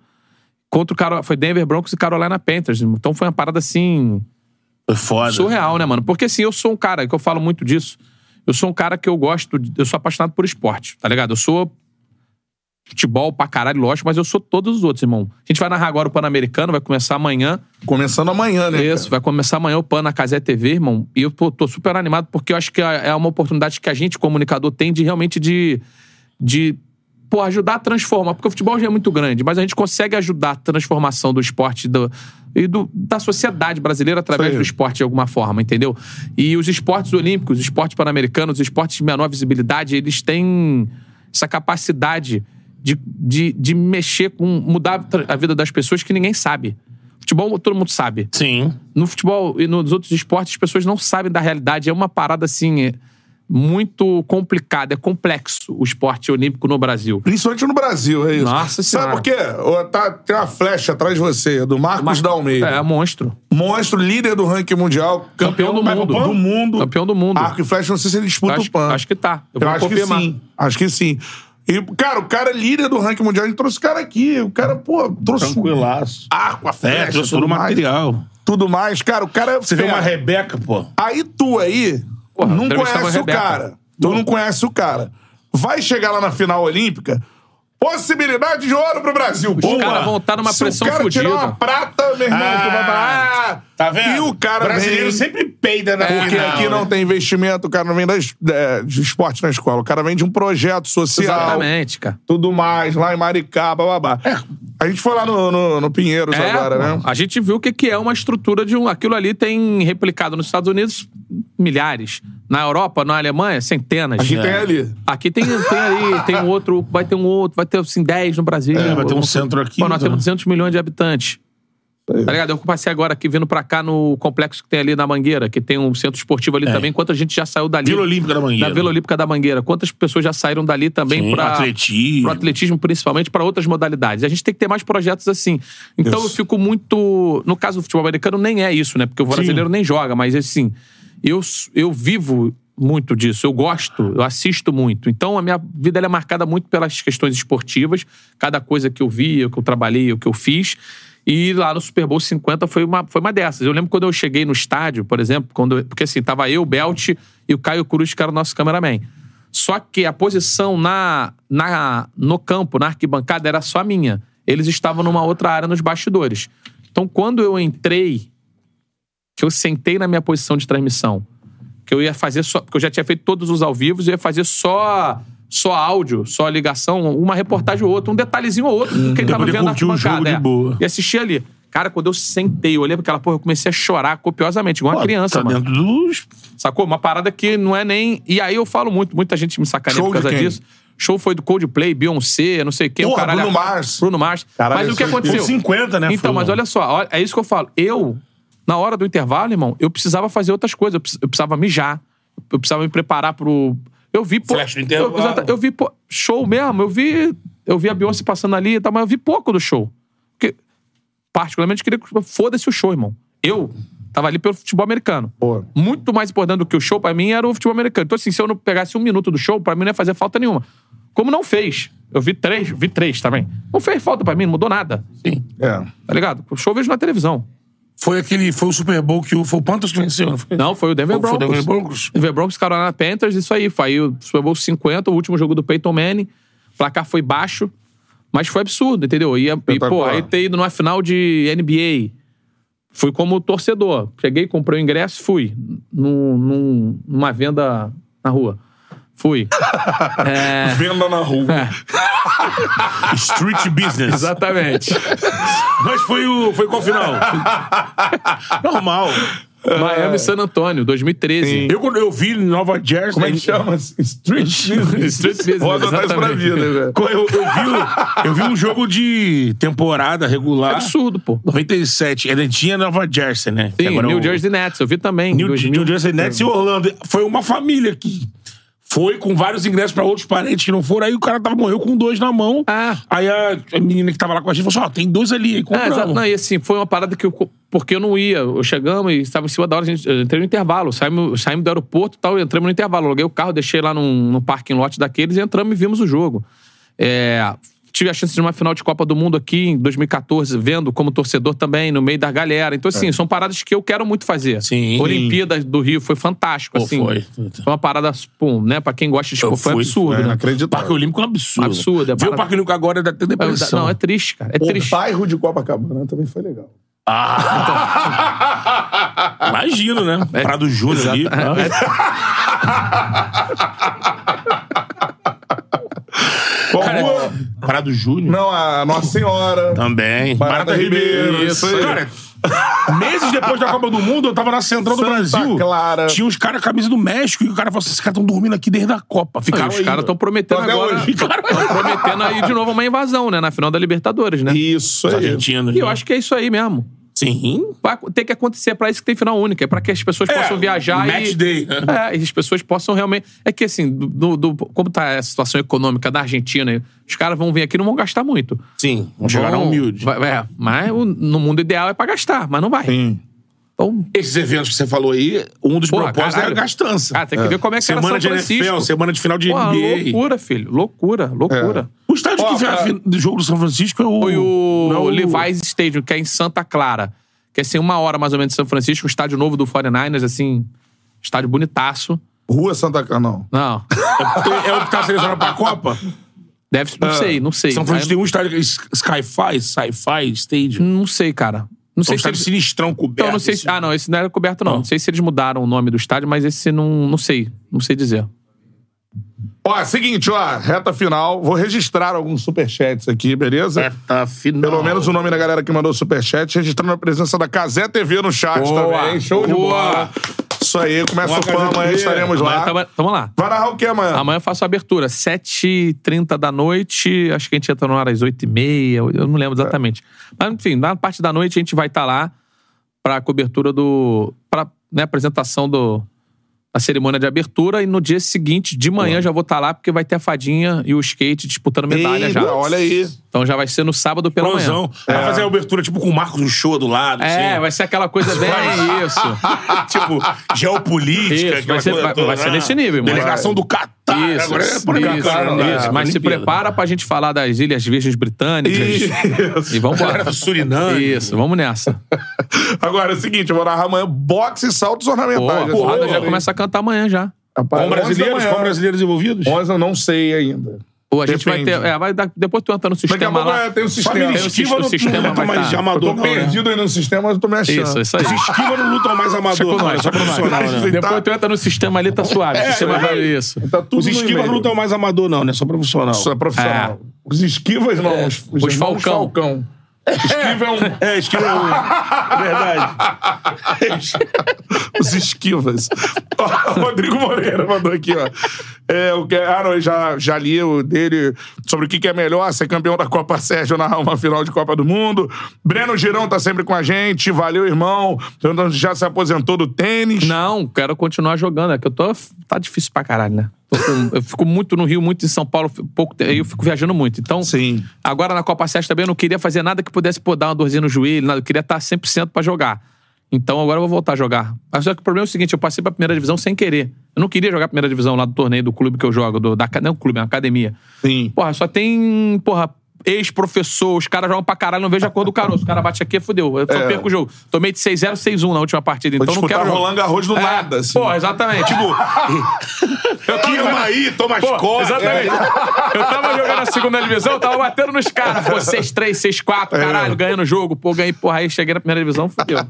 [SPEAKER 3] Contra o Caro... Foi Denver Broncos e Carolina Panthers. Então foi uma parada assim.
[SPEAKER 2] Foi foda.
[SPEAKER 3] Surreal, né, mano? Porque assim, eu sou um cara, que eu falo muito disso, eu sou um cara que eu gosto, de- eu sou apaixonado por esporte, tá ligado? Eu sou futebol pra caralho, lógico, mas eu sou todos os outros, irmão. A gente vai narrar agora o Pan-Americano, vai começar amanhã.
[SPEAKER 1] Começando amanhã, né?
[SPEAKER 3] Isso, vai começar amanhã o Pan na Casé TV, irmão. E eu tô, tô super animado porque eu acho que é é uma oportunidade que a gente, comunicador, tem de realmente de... de Pô, ajudar a transformar, porque o futebol já é muito grande, mas a gente consegue ajudar a transformação do esporte do, e do, da sociedade brasileira através
[SPEAKER 1] Isso aí.
[SPEAKER 3] do esporte de alguma forma, entendeu? E os esportes olímpicos, os esportes pan-americanos, os esportes de menor visibilidade, eles têm essa capacidade de, de, de mexer com, mudar a vida das pessoas que ninguém sabe. Futebol todo mundo sabe
[SPEAKER 2] Sim.
[SPEAKER 3] no futebol e nos outros esportes, as pessoas não sabem da realidade. É uma parada, assim, é muito complicada. É complexo o esporte olímpico no Brasil.
[SPEAKER 1] Principalmente no Brasil, é isso.
[SPEAKER 3] Nossa
[SPEAKER 1] Sabe
[SPEAKER 3] Senhora.
[SPEAKER 1] por quê? Ô, tá- tem uma flecha atrás de você, do Marcos da Almeida.
[SPEAKER 3] É, é monstro.
[SPEAKER 1] Monstro, líder do ranking mundial.
[SPEAKER 3] Campeão do
[SPEAKER 1] vai pro
[SPEAKER 3] mundo.
[SPEAKER 1] Pan? Do mundo.
[SPEAKER 3] Campeão do mundo.
[SPEAKER 1] Arco e flecha, não sei se ele disputa
[SPEAKER 3] acho,
[SPEAKER 1] o PAN.
[SPEAKER 3] acho que tá.
[SPEAKER 1] Eu,
[SPEAKER 3] Eu, vou
[SPEAKER 1] acho que
[SPEAKER 3] confirmar.
[SPEAKER 1] sim. Acho que sim. E, cara, o cara é líder do ranking mundial. A gente trouxe o cara aqui. O cara, pô, trouxe
[SPEAKER 2] Tranquilaço.
[SPEAKER 1] o arco, a
[SPEAKER 2] É,
[SPEAKER 1] flecha,
[SPEAKER 2] trouxe todo
[SPEAKER 1] tudo,
[SPEAKER 2] o
[SPEAKER 1] mais,
[SPEAKER 2] material.
[SPEAKER 1] tudo mais. Cara, o cara é
[SPEAKER 2] Você vê
[SPEAKER 1] fera.
[SPEAKER 2] uma Rebeca, pô.
[SPEAKER 1] Aí tu aí
[SPEAKER 3] Porra,
[SPEAKER 1] não
[SPEAKER 3] entrevistava
[SPEAKER 1] conhece
[SPEAKER 3] a
[SPEAKER 1] o
[SPEAKER 3] Rebeca.
[SPEAKER 1] cara. Tu não conhece o cara. Vai chegar lá na final olímpica. Possibilidade de ouro pro Brasil. Os
[SPEAKER 3] caras vão tá numa
[SPEAKER 1] Se
[SPEAKER 3] pressão
[SPEAKER 1] o cara tirar
[SPEAKER 3] fudida.
[SPEAKER 1] uma prata, meu irmão, tu vai falar, ah,
[SPEAKER 2] tá vendo?
[SPEAKER 1] E o cara
[SPEAKER 2] brasileiro
[SPEAKER 1] vem-
[SPEAKER 2] sempre peida na
[SPEAKER 1] Porque
[SPEAKER 2] final,
[SPEAKER 1] aqui não
[SPEAKER 2] né?
[SPEAKER 1] tem investimento, o cara não vem das, é, de esporte na escola. O cara vem de um projeto social,
[SPEAKER 3] Exatamente, cara.
[SPEAKER 1] tudo mais, lá em Maricá, bababá. A gente foi lá no, no, no Pinheiros
[SPEAKER 3] É,
[SPEAKER 1] agora,
[SPEAKER 3] pô,
[SPEAKER 1] né?
[SPEAKER 3] A gente viu o que, que é uma estrutura de um. Aquilo ali tem replicado nos Estados Unidos milhares. Na Europa, na Alemanha, centenas.
[SPEAKER 1] Aqui tem ali.
[SPEAKER 3] Aqui tem, tem aí, tem um outro, vai ter um outro, vai ter assim 10 no Brasil.
[SPEAKER 2] É, vai ter um centro aqui.
[SPEAKER 3] Pô, nós
[SPEAKER 2] né?
[SPEAKER 3] temos 200 milhões de habitantes. Tá ligado? Eu passei agora aqui vindo pra cá no complexo que tem ali na Mangueira, que tem um centro esportivo ali também. Quanta gente já saiu dali?
[SPEAKER 2] É. Vila Olímpica da Mangueira.
[SPEAKER 3] Da Vila Olímpica da Mangueira. Quantas pessoas já saíram dali também
[SPEAKER 2] Sim,
[SPEAKER 3] para
[SPEAKER 2] atletismo.
[SPEAKER 3] pro atletismo principalmente, para outras modalidades. A gente tem que ter mais projetos assim. Então eu fico muito. No caso do futebol americano, nem é isso, né? Porque o brasileiro nem joga, mas assim, eu, eu vivo muito disso, eu gosto, eu assisto muito. Então a minha vida ela é marcada muito pelas questões esportivas, cada coisa que eu vi, o que eu trabalhei, o que eu fiz. E lá no Super Bowl 50 foi uma, foi uma dessas. Eu lembro quando eu cheguei no estádio, por exemplo, quando, eu- porque assim, tava eu, o Belt e o Caio Cruz, que era o nosso cameraman. Só que a posição na, na no campo, na arquibancada, era só minha. Eles estavam numa outra área nos bastidores. Então, quando eu entrei, que eu sentei na minha posição de transmissão, que eu ia fazer só. Porque eu já tinha feito todos os ao vivo, eu ia fazer só só áudio, só ligação, uma reportagem ou outra, um detalhezinho ou outro, porque ele
[SPEAKER 2] pra
[SPEAKER 3] tava
[SPEAKER 2] poder
[SPEAKER 3] vendo na
[SPEAKER 2] curtir o jogo
[SPEAKER 3] arquibancada. é.
[SPEAKER 2] de boa.
[SPEAKER 3] E assistia ali. Cara, quando eu sentei, eu olhei pra aquela porra, eu comecei a chorar copiosamente, igual uma
[SPEAKER 2] Pô,
[SPEAKER 3] criança,
[SPEAKER 2] tá
[SPEAKER 3] mano.
[SPEAKER 2] dentro dos...
[SPEAKER 3] Sacou? Uma parada que não é nem. E aí eu falo muito, muita gente me sacaneia
[SPEAKER 1] Show
[SPEAKER 3] por causa
[SPEAKER 1] de quem?
[SPEAKER 3] disso. Show foi do Coldplay, Beyoncé, não sei quem, o
[SPEAKER 1] Porra,
[SPEAKER 3] caralho.
[SPEAKER 1] Bruno Mars.
[SPEAKER 3] Bruno Mars.
[SPEAKER 1] Caralho,
[SPEAKER 3] mas o que
[SPEAKER 1] isso aí.
[SPEAKER 2] Os
[SPEAKER 3] aconteceu?
[SPEAKER 2] 50, né?
[SPEAKER 3] Então,
[SPEAKER 2] foram.
[SPEAKER 3] mas olha só, ó, é isso que eu falo. Eu, na hora do intervalo, irmão, eu precisava fazer outras coisas. Eu precis- Eu precisava mijar. Eu precisava me preparar pro. Eu vi, pô.
[SPEAKER 2] Flash do intervalo.
[SPEAKER 3] Eu, exata- eu vi, pô, show mesmo. Eu vi. Eu vi a Beyoncé passando ali e tal, mas eu vi pouco do show. Porque, particularmente, queria que. Foda-se o show, irmão. Eu tava ali pelo futebol americano.
[SPEAKER 1] Boa.
[SPEAKER 3] Muito mais importante do que o show, pra mim, era o futebol americano. Então, assim, se eu não pegasse um minuto do show, pra mim não ia fazer falta nenhuma. Como não fez. Eu vi três, vi três também. Não fez falta pra mim, não mudou nada. Sim.
[SPEAKER 1] É.
[SPEAKER 3] Tá ligado? O show eu vejo na televisão.
[SPEAKER 2] Foi aquele... Foi o Super Bowl que o... Foi o Panthers que venceu, não foi?
[SPEAKER 3] Não, foi o Denver
[SPEAKER 2] Foi- foi o
[SPEAKER 3] Broncos.
[SPEAKER 2] Denver Broncos.
[SPEAKER 3] Denver Broncos, Carolina Panthers, isso aí. Foi aí o Super Bowl 50, o último jogo do Peyton Manning. O placar foi baixo, mas foi absurdo, entendeu? E, e pô,
[SPEAKER 1] Espetacular.
[SPEAKER 3] aí ter ido numa final de NBA. Fui como torcedor. Cheguei, comprei o ingresso, fui. Num, num- numa venda na rua. Fui. É,
[SPEAKER 1] Venda na rua.
[SPEAKER 2] Street Business.
[SPEAKER 3] exatamente.
[SPEAKER 2] Mas foi o... Foi qual final? Normal.
[SPEAKER 3] Miami e San Antonio, 2013.
[SPEAKER 2] Eu, quando eu vi Nova Jersey.
[SPEAKER 1] Como é que chama? Street Business.
[SPEAKER 3] Street Business,
[SPEAKER 1] Vou adotar isso pra
[SPEAKER 3] exatamente.
[SPEAKER 1] vida, velho.
[SPEAKER 2] Eu, eu vi, o- eu vi um jogo de temporada regular.
[SPEAKER 3] Absurdo, pô.
[SPEAKER 2] 97. Ele É, tinha Nova Jersey, né? Que
[SPEAKER 3] Sim,
[SPEAKER 2] agora é
[SPEAKER 3] New
[SPEAKER 2] o-
[SPEAKER 3] Jersey Nets, eu vi também.
[SPEAKER 2] New,
[SPEAKER 3] 2000.
[SPEAKER 2] New Jersey Nets e Orlando. Foi uma família que foi com vários ingressos pra outros parentes que não foram. Aí o cara tava, morreu com dois na mão.
[SPEAKER 3] Ah.
[SPEAKER 2] Aí a, a menina que tava lá com a gente falou assim: ó, tem dois ali. aí
[SPEAKER 3] É,
[SPEAKER 2] Compramos.
[SPEAKER 3] exato. Não, e assim, foi uma parada que eu. co- Porque eu não ia. Eu chegamos e estava em cima da hora, a gente, eu entrei no intervalo. Saímos, saímos do aeroporto e tal, e entramos no intervalo. Aluguei o carro, deixei lá num, num parking lote daqueles, e entramos e vimos o jogo. É, tive a chance de uma final de Copa do Mundo aqui em 2014, vendo como torcedor também, no meio da galera. Então, assim, são paradas que eu quero muito fazer.
[SPEAKER 2] É. Sim.
[SPEAKER 3] Olimpíadas do Rio foi fantástico,
[SPEAKER 2] Pô,
[SPEAKER 3] assim.
[SPEAKER 2] foi.
[SPEAKER 3] Foi uma parada, pum, né? Pra quem gosta de
[SPEAKER 2] Eu
[SPEAKER 3] esporte, foi um
[SPEAKER 2] fui,
[SPEAKER 3] absurdo,
[SPEAKER 1] É,
[SPEAKER 3] né?
[SPEAKER 2] O Parque
[SPEAKER 1] Inacreditável.
[SPEAKER 2] Olímpico é um absurdo.
[SPEAKER 3] Absurdo,
[SPEAKER 2] Ver
[SPEAKER 3] é
[SPEAKER 2] o
[SPEAKER 3] barato.
[SPEAKER 2] Parque Olímpico agora dá até depressão.
[SPEAKER 3] Não, é triste, cara. É
[SPEAKER 1] O
[SPEAKER 3] triste.
[SPEAKER 1] bairro de Copacabana também foi legal.
[SPEAKER 2] Imagino, né?
[SPEAKER 3] É-
[SPEAKER 2] Prado Júnior ali.
[SPEAKER 1] Qual
[SPEAKER 2] Cara, Tá.
[SPEAKER 1] rua?
[SPEAKER 2] Prado Júnior?
[SPEAKER 1] Não, a Nossa Senhora.
[SPEAKER 2] Também.
[SPEAKER 1] Barata Ribeiro, isso aí.
[SPEAKER 2] Cara, meses depois da Copa do Mundo, eu tava na Central do
[SPEAKER 1] Santa
[SPEAKER 2] Brasil.
[SPEAKER 1] Clara.
[SPEAKER 2] Tinha uns caras com a camisa do México e o cara falou assim: esses caras estão dormindo aqui desde a Copa.
[SPEAKER 3] Não, e
[SPEAKER 2] Ficaram
[SPEAKER 3] os caras estão prometendo
[SPEAKER 1] Até
[SPEAKER 3] agora.
[SPEAKER 1] hoje.
[SPEAKER 3] Estão prometendo aí de novo uma invasão, né? Na final da Libertadores, né?
[SPEAKER 1] Isso aí.
[SPEAKER 2] argentinos. né?
[SPEAKER 3] E eu acho que é isso aí mesmo.
[SPEAKER 2] Sim.
[SPEAKER 3] Vai ter que acontecer, é pra isso que tem final única, é pra que as pessoas possam viajar
[SPEAKER 2] match
[SPEAKER 3] e.
[SPEAKER 2] day, né?
[SPEAKER 3] É, e as pessoas possam realmente. É que assim, do, do- como tá a situação econômica da Argentina, os caras vão vir aqui e não vão gastar muito.
[SPEAKER 2] Sim. Um chegaram
[SPEAKER 3] Vão-
[SPEAKER 2] humilde.
[SPEAKER 3] vai- é, mas o- no mundo ideal é pra gastar, mas não vai.
[SPEAKER 1] Sim.
[SPEAKER 3] Então,
[SPEAKER 2] Esses eventos que você falou aí, um dos
[SPEAKER 3] Porra,
[SPEAKER 2] propósitos
[SPEAKER 3] caralho.
[SPEAKER 2] é a gastança.
[SPEAKER 3] cara, tem que ver como é que era
[SPEAKER 2] semana
[SPEAKER 3] São
[SPEAKER 2] de NFL,
[SPEAKER 3] Francisco.
[SPEAKER 2] semana de final de
[SPEAKER 3] Pô,
[SPEAKER 2] NBA.
[SPEAKER 3] loucura, filho. Loucura, loucura.
[SPEAKER 2] O estádio
[SPEAKER 1] Ó,
[SPEAKER 2] que fez a
[SPEAKER 1] pra-
[SPEAKER 2] fin- do jogo do São Francisco é o.
[SPEAKER 3] foi o
[SPEAKER 2] não,
[SPEAKER 3] Levi's Stadium, que é em Santa Clara. Que é assim, uma hora mais ou menos de São Francisco, um estádio novo do 49ers, assim, estádio bonitaço.
[SPEAKER 1] Rua Santa Clara, não.
[SPEAKER 3] Não,
[SPEAKER 2] É o que tá selecionado pra Copa?
[SPEAKER 3] deve não sei, não sei.
[SPEAKER 2] São Francisco
[SPEAKER 3] Aí,
[SPEAKER 2] tem um estádio que é Sky-Fi, Sci-Fi Stadium.
[SPEAKER 3] É, não sei, cara. Não
[SPEAKER 2] É um
[SPEAKER 3] sei se
[SPEAKER 2] estádio
[SPEAKER 3] eles...
[SPEAKER 2] sinistrão coberto.
[SPEAKER 3] Então, não sei
[SPEAKER 2] assim.
[SPEAKER 3] se... Ah, não, esse não era coberto, não.
[SPEAKER 2] Não.
[SPEAKER 3] Não sei se eles mudaram o nome do estádio, mas esse não, não sei. Não sei dizer.
[SPEAKER 1] Ó, é seguinte, ó, reta final. Vou registrar alguns superchats aqui, beleza?
[SPEAKER 3] É.
[SPEAKER 2] Reta final.
[SPEAKER 1] Pelo menos o nome da galera que mandou o superchat, registrando a presença da Casé TV no chat
[SPEAKER 3] Boa.
[SPEAKER 1] também. Show de
[SPEAKER 3] Boa.
[SPEAKER 1] bola. Isso aí, começa
[SPEAKER 2] Boa,
[SPEAKER 1] o fama,
[SPEAKER 2] Casé
[SPEAKER 1] amanhã
[SPEAKER 2] TV.
[SPEAKER 1] estaremos
[SPEAKER 3] Mas
[SPEAKER 1] lá.
[SPEAKER 3] tamo, tamo lá.
[SPEAKER 1] Vai narrar o que amanhã?
[SPEAKER 3] tá Amanhã eu faço a abertura, 7h30 da noite, acho que a gente entra no ar às 8h30, eu não
[SPEAKER 1] É.
[SPEAKER 3] lembro exatamente. Mas enfim, na parte da noite a gente vai estar lá pra cobertura do... pra né, apresentação do... A cerimônia de abertura e no dia seguinte, de manhã, já vou estar lá, porque vai ter a fadinha e o skate disputando é medalha
[SPEAKER 1] Eita,
[SPEAKER 3] já.
[SPEAKER 1] olha aí.
[SPEAKER 3] Então já vai ser no sábado pela manhã.
[SPEAKER 2] Prosão. Vai fazer a abertura, tipo, com o Marcos do Show do lado.
[SPEAKER 3] É,
[SPEAKER 2] assim.
[SPEAKER 3] vai ser aquela coisa bem isso.
[SPEAKER 2] tipo,
[SPEAKER 3] Isso,
[SPEAKER 2] geopolítica.
[SPEAKER 3] vai
[SPEAKER 2] aquela
[SPEAKER 3] ser-
[SPEAKER 2] coisa
[SPEAKER 3] vai-
[SPEAKER 2] toda,
[SPEAKER 3] vai ser
[SPEAKER 2] né?
[SPEAKER 3] nesse nível, mano.
[SPEAKER 2] Delegação do Catar.
[SPEAKER 3] Isso,
[SPEAKER 2] agora é
[SPEAKER 3] isso,
[SPEAKER 2] por
[SPEAKER 3] isso,
[SPEAKER 2] Catar, né?
[SPEAKER 3] isso.
[SPEAKER 2] É,
[SPEAKER 3] Mas se
[SPEAKER 2] Olimpíada.
[SPEAKER 3] prepara pra gente falar das Ilhas Virgens Britânicas.
[SPEAKER 1] Isso.
[SPEAKER 3] E vamos
[SPEAKER 2] Galera do Suriname.
[SPEAKER 3] Isso, vamos nessa.
[SPEAKER 1] Agora é o seguinte, eu vou narrar amanhã boxe e saltos
[SPEAKER 3] Pô, a
[SPEAKER 1] ornamentais.
[SPEAKER 3] porrada já começa a cantar amanhã já.
[SPEAKER 2] Com
[SPEAKER 1] é
[SPEAKER 2] brasileiros, com brasileiros envolvidos?
[SPEAKER 1] Onze eu não sei ainda.
[SPEAKER 3] Ou a gente vai ter.
[SPEAKER 1] Depende.
[SPEAKER 3] é, vai dar- depois tu entra no
[SPEAKER 1] Daqui a
[SPEAKER 3] sistema
[SPEAKER 1] pouco é,
[SPEAKER 3] lá.
[SPEAKER 1] tem o sistema.
[SPEAKER 2] Família
[SPEAKER 3] o
[SPEAKER 2] Esquiva
[SPEAKER 3] sis- o
[SPEAKER 2] não-
[SPEAKER 3] sistema
[SPEAKER 2] não luta
[SPEAKER 3] vai
[SPEAKER 2] mais
[SPEAKER 3] tá-
[SPEAKER 2] de
[SPEAKER 1] Eu tô
[SPEAKER 2] amador, não, né?
[SPEAKER 1] perdido aí no sistema, mas eu tô me achando.
[SPEAKER 3] Isso, isso aí.
[SPEAKER 2] Os Esquiva não lutam mais amador,
[SPEAKER 3] com
[SPEAKER 2] não, é
[SPEAKER 3] nós,
[SPEAKER 2] só
[SPEAKER 3] deixa com nós.
[SPEAKER 2] profissional, né?
[SPEAKER 3] Depois tu entra no sistema ali, tá
[SPEAKER 1] Então,
[SPEAKER 3] suave.
[SPEAKER 1] é,
[SPEAKER 3] O sistema vai isso.
[SPEAKER 1] Tá tudo
[SPEAKER 2] Os
[SPEAKER 1] no
[SPEAKER 2] esquivas não
[SPEAKER 1] e-mail.
[SPEAKER 2] lutam mais amador, não, né? Só profissional.
[SPEAKER 1] Isso é profissional.
[SPEAKER 3] É.
[SPEAKER 1] Os esquivas não. Os, os,
[SPEAKER 3] Os
[SPEAKER 1] irmãos
[SPEAKER 3] Falcão.
[SPEAKER 1] Esquiva é um.
[SPEAKER 2] É, esquiva é um. Verdade.
[SPEAKER 1] Os esquivas. Ó, o Rodrigo Moreira mandou aqui, ó. É, o que, ah, não, eu já, já li o dele sobre o que, que é melhor, ser campeão da Copa Sérgio ou narrar uma final de Copa do Mundo. Breno Girão tá sempre com a gente. Valeu, irmão. Então, Já se aposentou do tênis.
[SPEAKER 3] Não, quero continuar jogando. É que eu tô. Tá difícil pra caralho, né? Tô com- eu fico muito no Rio, muito em São Paulo, fico pouco, te- eu fico viajando muito. Então,
[SPEAKER 1] Sim.
[SPEAKER 3] agora na Copa 7 também eu não queria fazer nada que pudesse pô, dar uma dorzinha no joelho, nada. Eu queria tá estar 100% pra jogar. Então agora eu vou voltar a jogar. Mas só que o problema é o seguinte: eu passei pra primeira divisão sem querer. Eu não queria jogar a primeira divisão lá do torneio do clube que eu jogo, do, da, aca- não clube, é uma academia.
[SPEAKER 1] Sim.
[SPEAKER 3] Porra, só tem, porra, ex-professor, os caras jogam pra caralho, não vejo a cor do caroço. O cara bate aqui, fudeu. Eu só perco o jogo. Tomei de 6-0, 6-1 na última partida, então não
[SPEAKER 1] É. disputar
[SPEAKER 3] quero.
[SPEAKER 1] Roland Garros do
[SPEAKER 3] É,
[SPEAKER 1] nada, assim.
[SPEAKER 3] Porra, exatamente. Tipo,
[SPEAKER 2] Toma aí, toma as
[SPEAKER 3] Pô,
[SPEAKER 2] costas.
[SPEAKER 3] exatamente. Eu tava jogando a segunda divisão, eu tava batendo nos caras. Pô, 6-3, 6-4, caralho, ganhando o jogo. Pô, ganhei, porra, aí cheguei na primeira divisão, fudeu.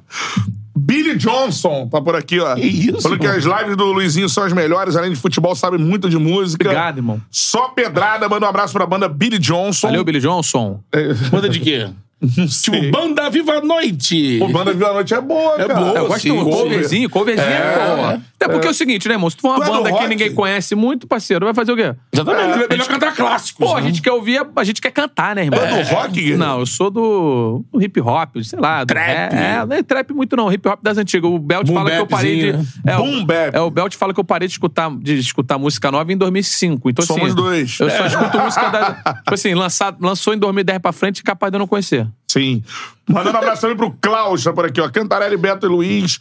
[SPEAKER 1] Billy Johnson tá por aqui, ó.
[SPEAKER 2] isso,
[SPEAKER 1] Falou que as lives do Luizinho são as melhores, além de futebol, sabe muito de música.
[SPEAKER 3] Obrigado, irmão.
[SPEAKER 1] Só pedrada, manda um abraço pra banda Billy Johnson.
[SPEAKER 3] Valeu, Billy Johnson.
[SPEAKER 2] Manda de quê? Tipo, Banda Viva a Noite.
[SPEAKER 1] O Banda Viva a Noite é boa,
[SPEAKER 2] É
[SPEAKER 1] cara.
[SPEAKER 2] boa,
[SPEAKER 3] Eu gosto
[SPEAKER 2] sim,
[SPEAKER 3] do
[SPEAKER 2] cover.
[SPEAKER 3] coverzinho, coverzinho é, boa. Até porque é. o seguinte, né, irmão? Se tu for uma
[SPEAKER 1] Tu é do
[SPEAKER 3] banda que
[SPEAKER 1] rock?
[SPEAKER 3] ninguém conhece muito, parceiro, vai fazer o quê?
[SPEAKER 2] Exatamente. É melhor cantar clássicos.
[SPEAKER 3] Pô, a
[SPEAKER 2] né?
[SPEAKER 3] gente quer ouvir, a gente quer cantar, né, irmão?
[SPEAKER 1] É do rock, Guilherme?
[SPEAKER 3] Não, eu sou do, do hip hop, sei lá. do-
[SPEAKER 2] Trap.
[SPEAKER 3] É, é, não é trap muito não, hip hop das antigas. O Belt
[SPEAKER 2] Boom
[SPEAKER 3] fala que eu parei de...
[SPEAKER 2] bapzinho,
[SPEAKER 3] É,
[SPEAKER 1] né? Boom
[SPEAKER 3] o,
[SPEAKER 1] bap.
[SPEAKER 3] é, o Belt fala que eu parei de escutar, de escutar música nova em 2005. Então,
[SPEAKER 1] Somos
[SPEAKER 3] assim,
[SPEAKER 1] dois. É.
[SPEAKER 3] Eu só escuto música da... Tipo assim, lançado, lançou em 2010 pra frente, capaz de eu não conhecer.
[SPEAKER 1] Sim. Mandando um abraço também pro Klaus, tá por aqui, ó. Cantarelli, Beto e Luiz.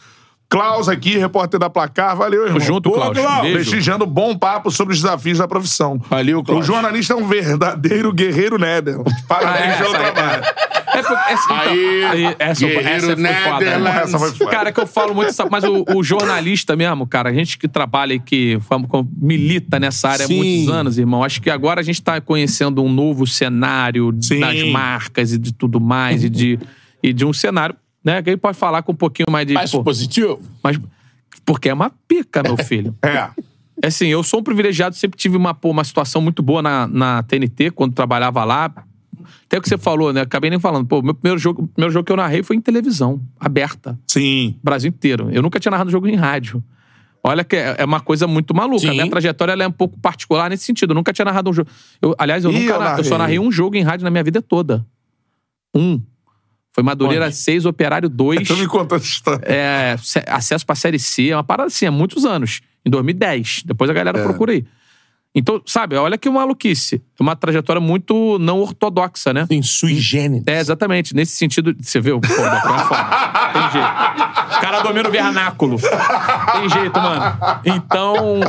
[SPEAKER 1] Klaus aqui, repórter da Placar. Valeu, irmão.
[SPEAKER 3] junto, Klaus. Beijo.
[SPEAKER 1] Prestigiando bom papo sobre os desafios da profissão.
[SPEAKER 2] Valeu,
[SPEAKER 1] O
[SPEAKER 2] Klaus.
[SPEAKER 1] jornalista é um verdadeiro guerreiro Nether. Parabéns
[SPEAKER 3] Ah, é,
[SPEAKER 1] pelo
[SPEAKER 3] essa aí.
[SPEAKER 1] trabalho.
[SPEAKER 3] É porque, essa, então,
[SPEAKER 2] Aí,
[SPEAKER 3] aí, essa, essa
[SPEAKER 2] guerreiro
[SPEAKER 3] foi foda. né?
[SPEAKER 2] Netherlands.
[SPEAKER 1] Essa foi foda.
[SPEAKER 3] Cara, que eu falo muito, sabe, mas o, o jornalista mesmo, cara, a gente que trabalha e que fam- com- milita nessa área há
[SPEAKER 2] Sim.
[SPEAKER 3] muitos anos, irmão, acho que agora a gente tá conhecendo um novo cenário
[SPEAKER 1] Sim.
[SPEAKER 3] das marcas e de tudo mais, e de, e de um cenário, né, que aí pode falar com um pouquinho mais de...
[SPEAKER 2] Mais
[SPEAKER 3] pô,
[SPEAKER 2] positivo.
[SPEAKER 3] mas, porque é uma pica, meu filho.
[SPEAKER 1] É.
[SPEAKER 3] É assim, eu sou um privilegiado, sempre tive uma, pô, uma situação muito boa na, na TNT, quando trabalhava lá. Até o que você falou, né? Acabei nem falando. Pô, meu primeiro jogo, o primeiro jogo que eu narrei foi em televisão, aberta,
[SPEAKER 1] Sim.
[SPEAKER 3] Brasil inteiro. Eu nunca tinha narrado jogo em rádio. Olha que é é uma coisa muito maluca.
[SPEAKER 2] Sim.
[SPEAKER 3] A minha trajetória ela é um pouco particular nesse sentido. Eu nunca tinha narrado um jogo. Eu, aliás, eu
[SPEAKER 1] Ih,
[SPEAKER 3] nunca
[SPEAKER 1] eu
[SPEAKER 3] na- eu só
[SPEAKER 1] narrei.
[SPEAKER 3] narrei um jogo em rádio na minha vida toda. Um. Foi Madureira
[SPEAKER 2] Onde?
[SPEAKER 3] 6, Operário 2
[SPEAKER 1] É, Tu me contou essa história.
[SPEAKER 3] é, sé- acesso pra Série C, é uma parada assim, há muitos anos. Em 2010. Depois a galera procura aí. Então, sabe, olha que maluquice. É uma trajetória muito não ortodoxa, né?
[SPEAKER 2] Tem sui generis.
[SPEAKER 3] É, exatamente. Nesse sentido, você viu? Pô, botou uma foda. Tem jeito. O cara domina o vernáculo. Tem jeito, mano. Então,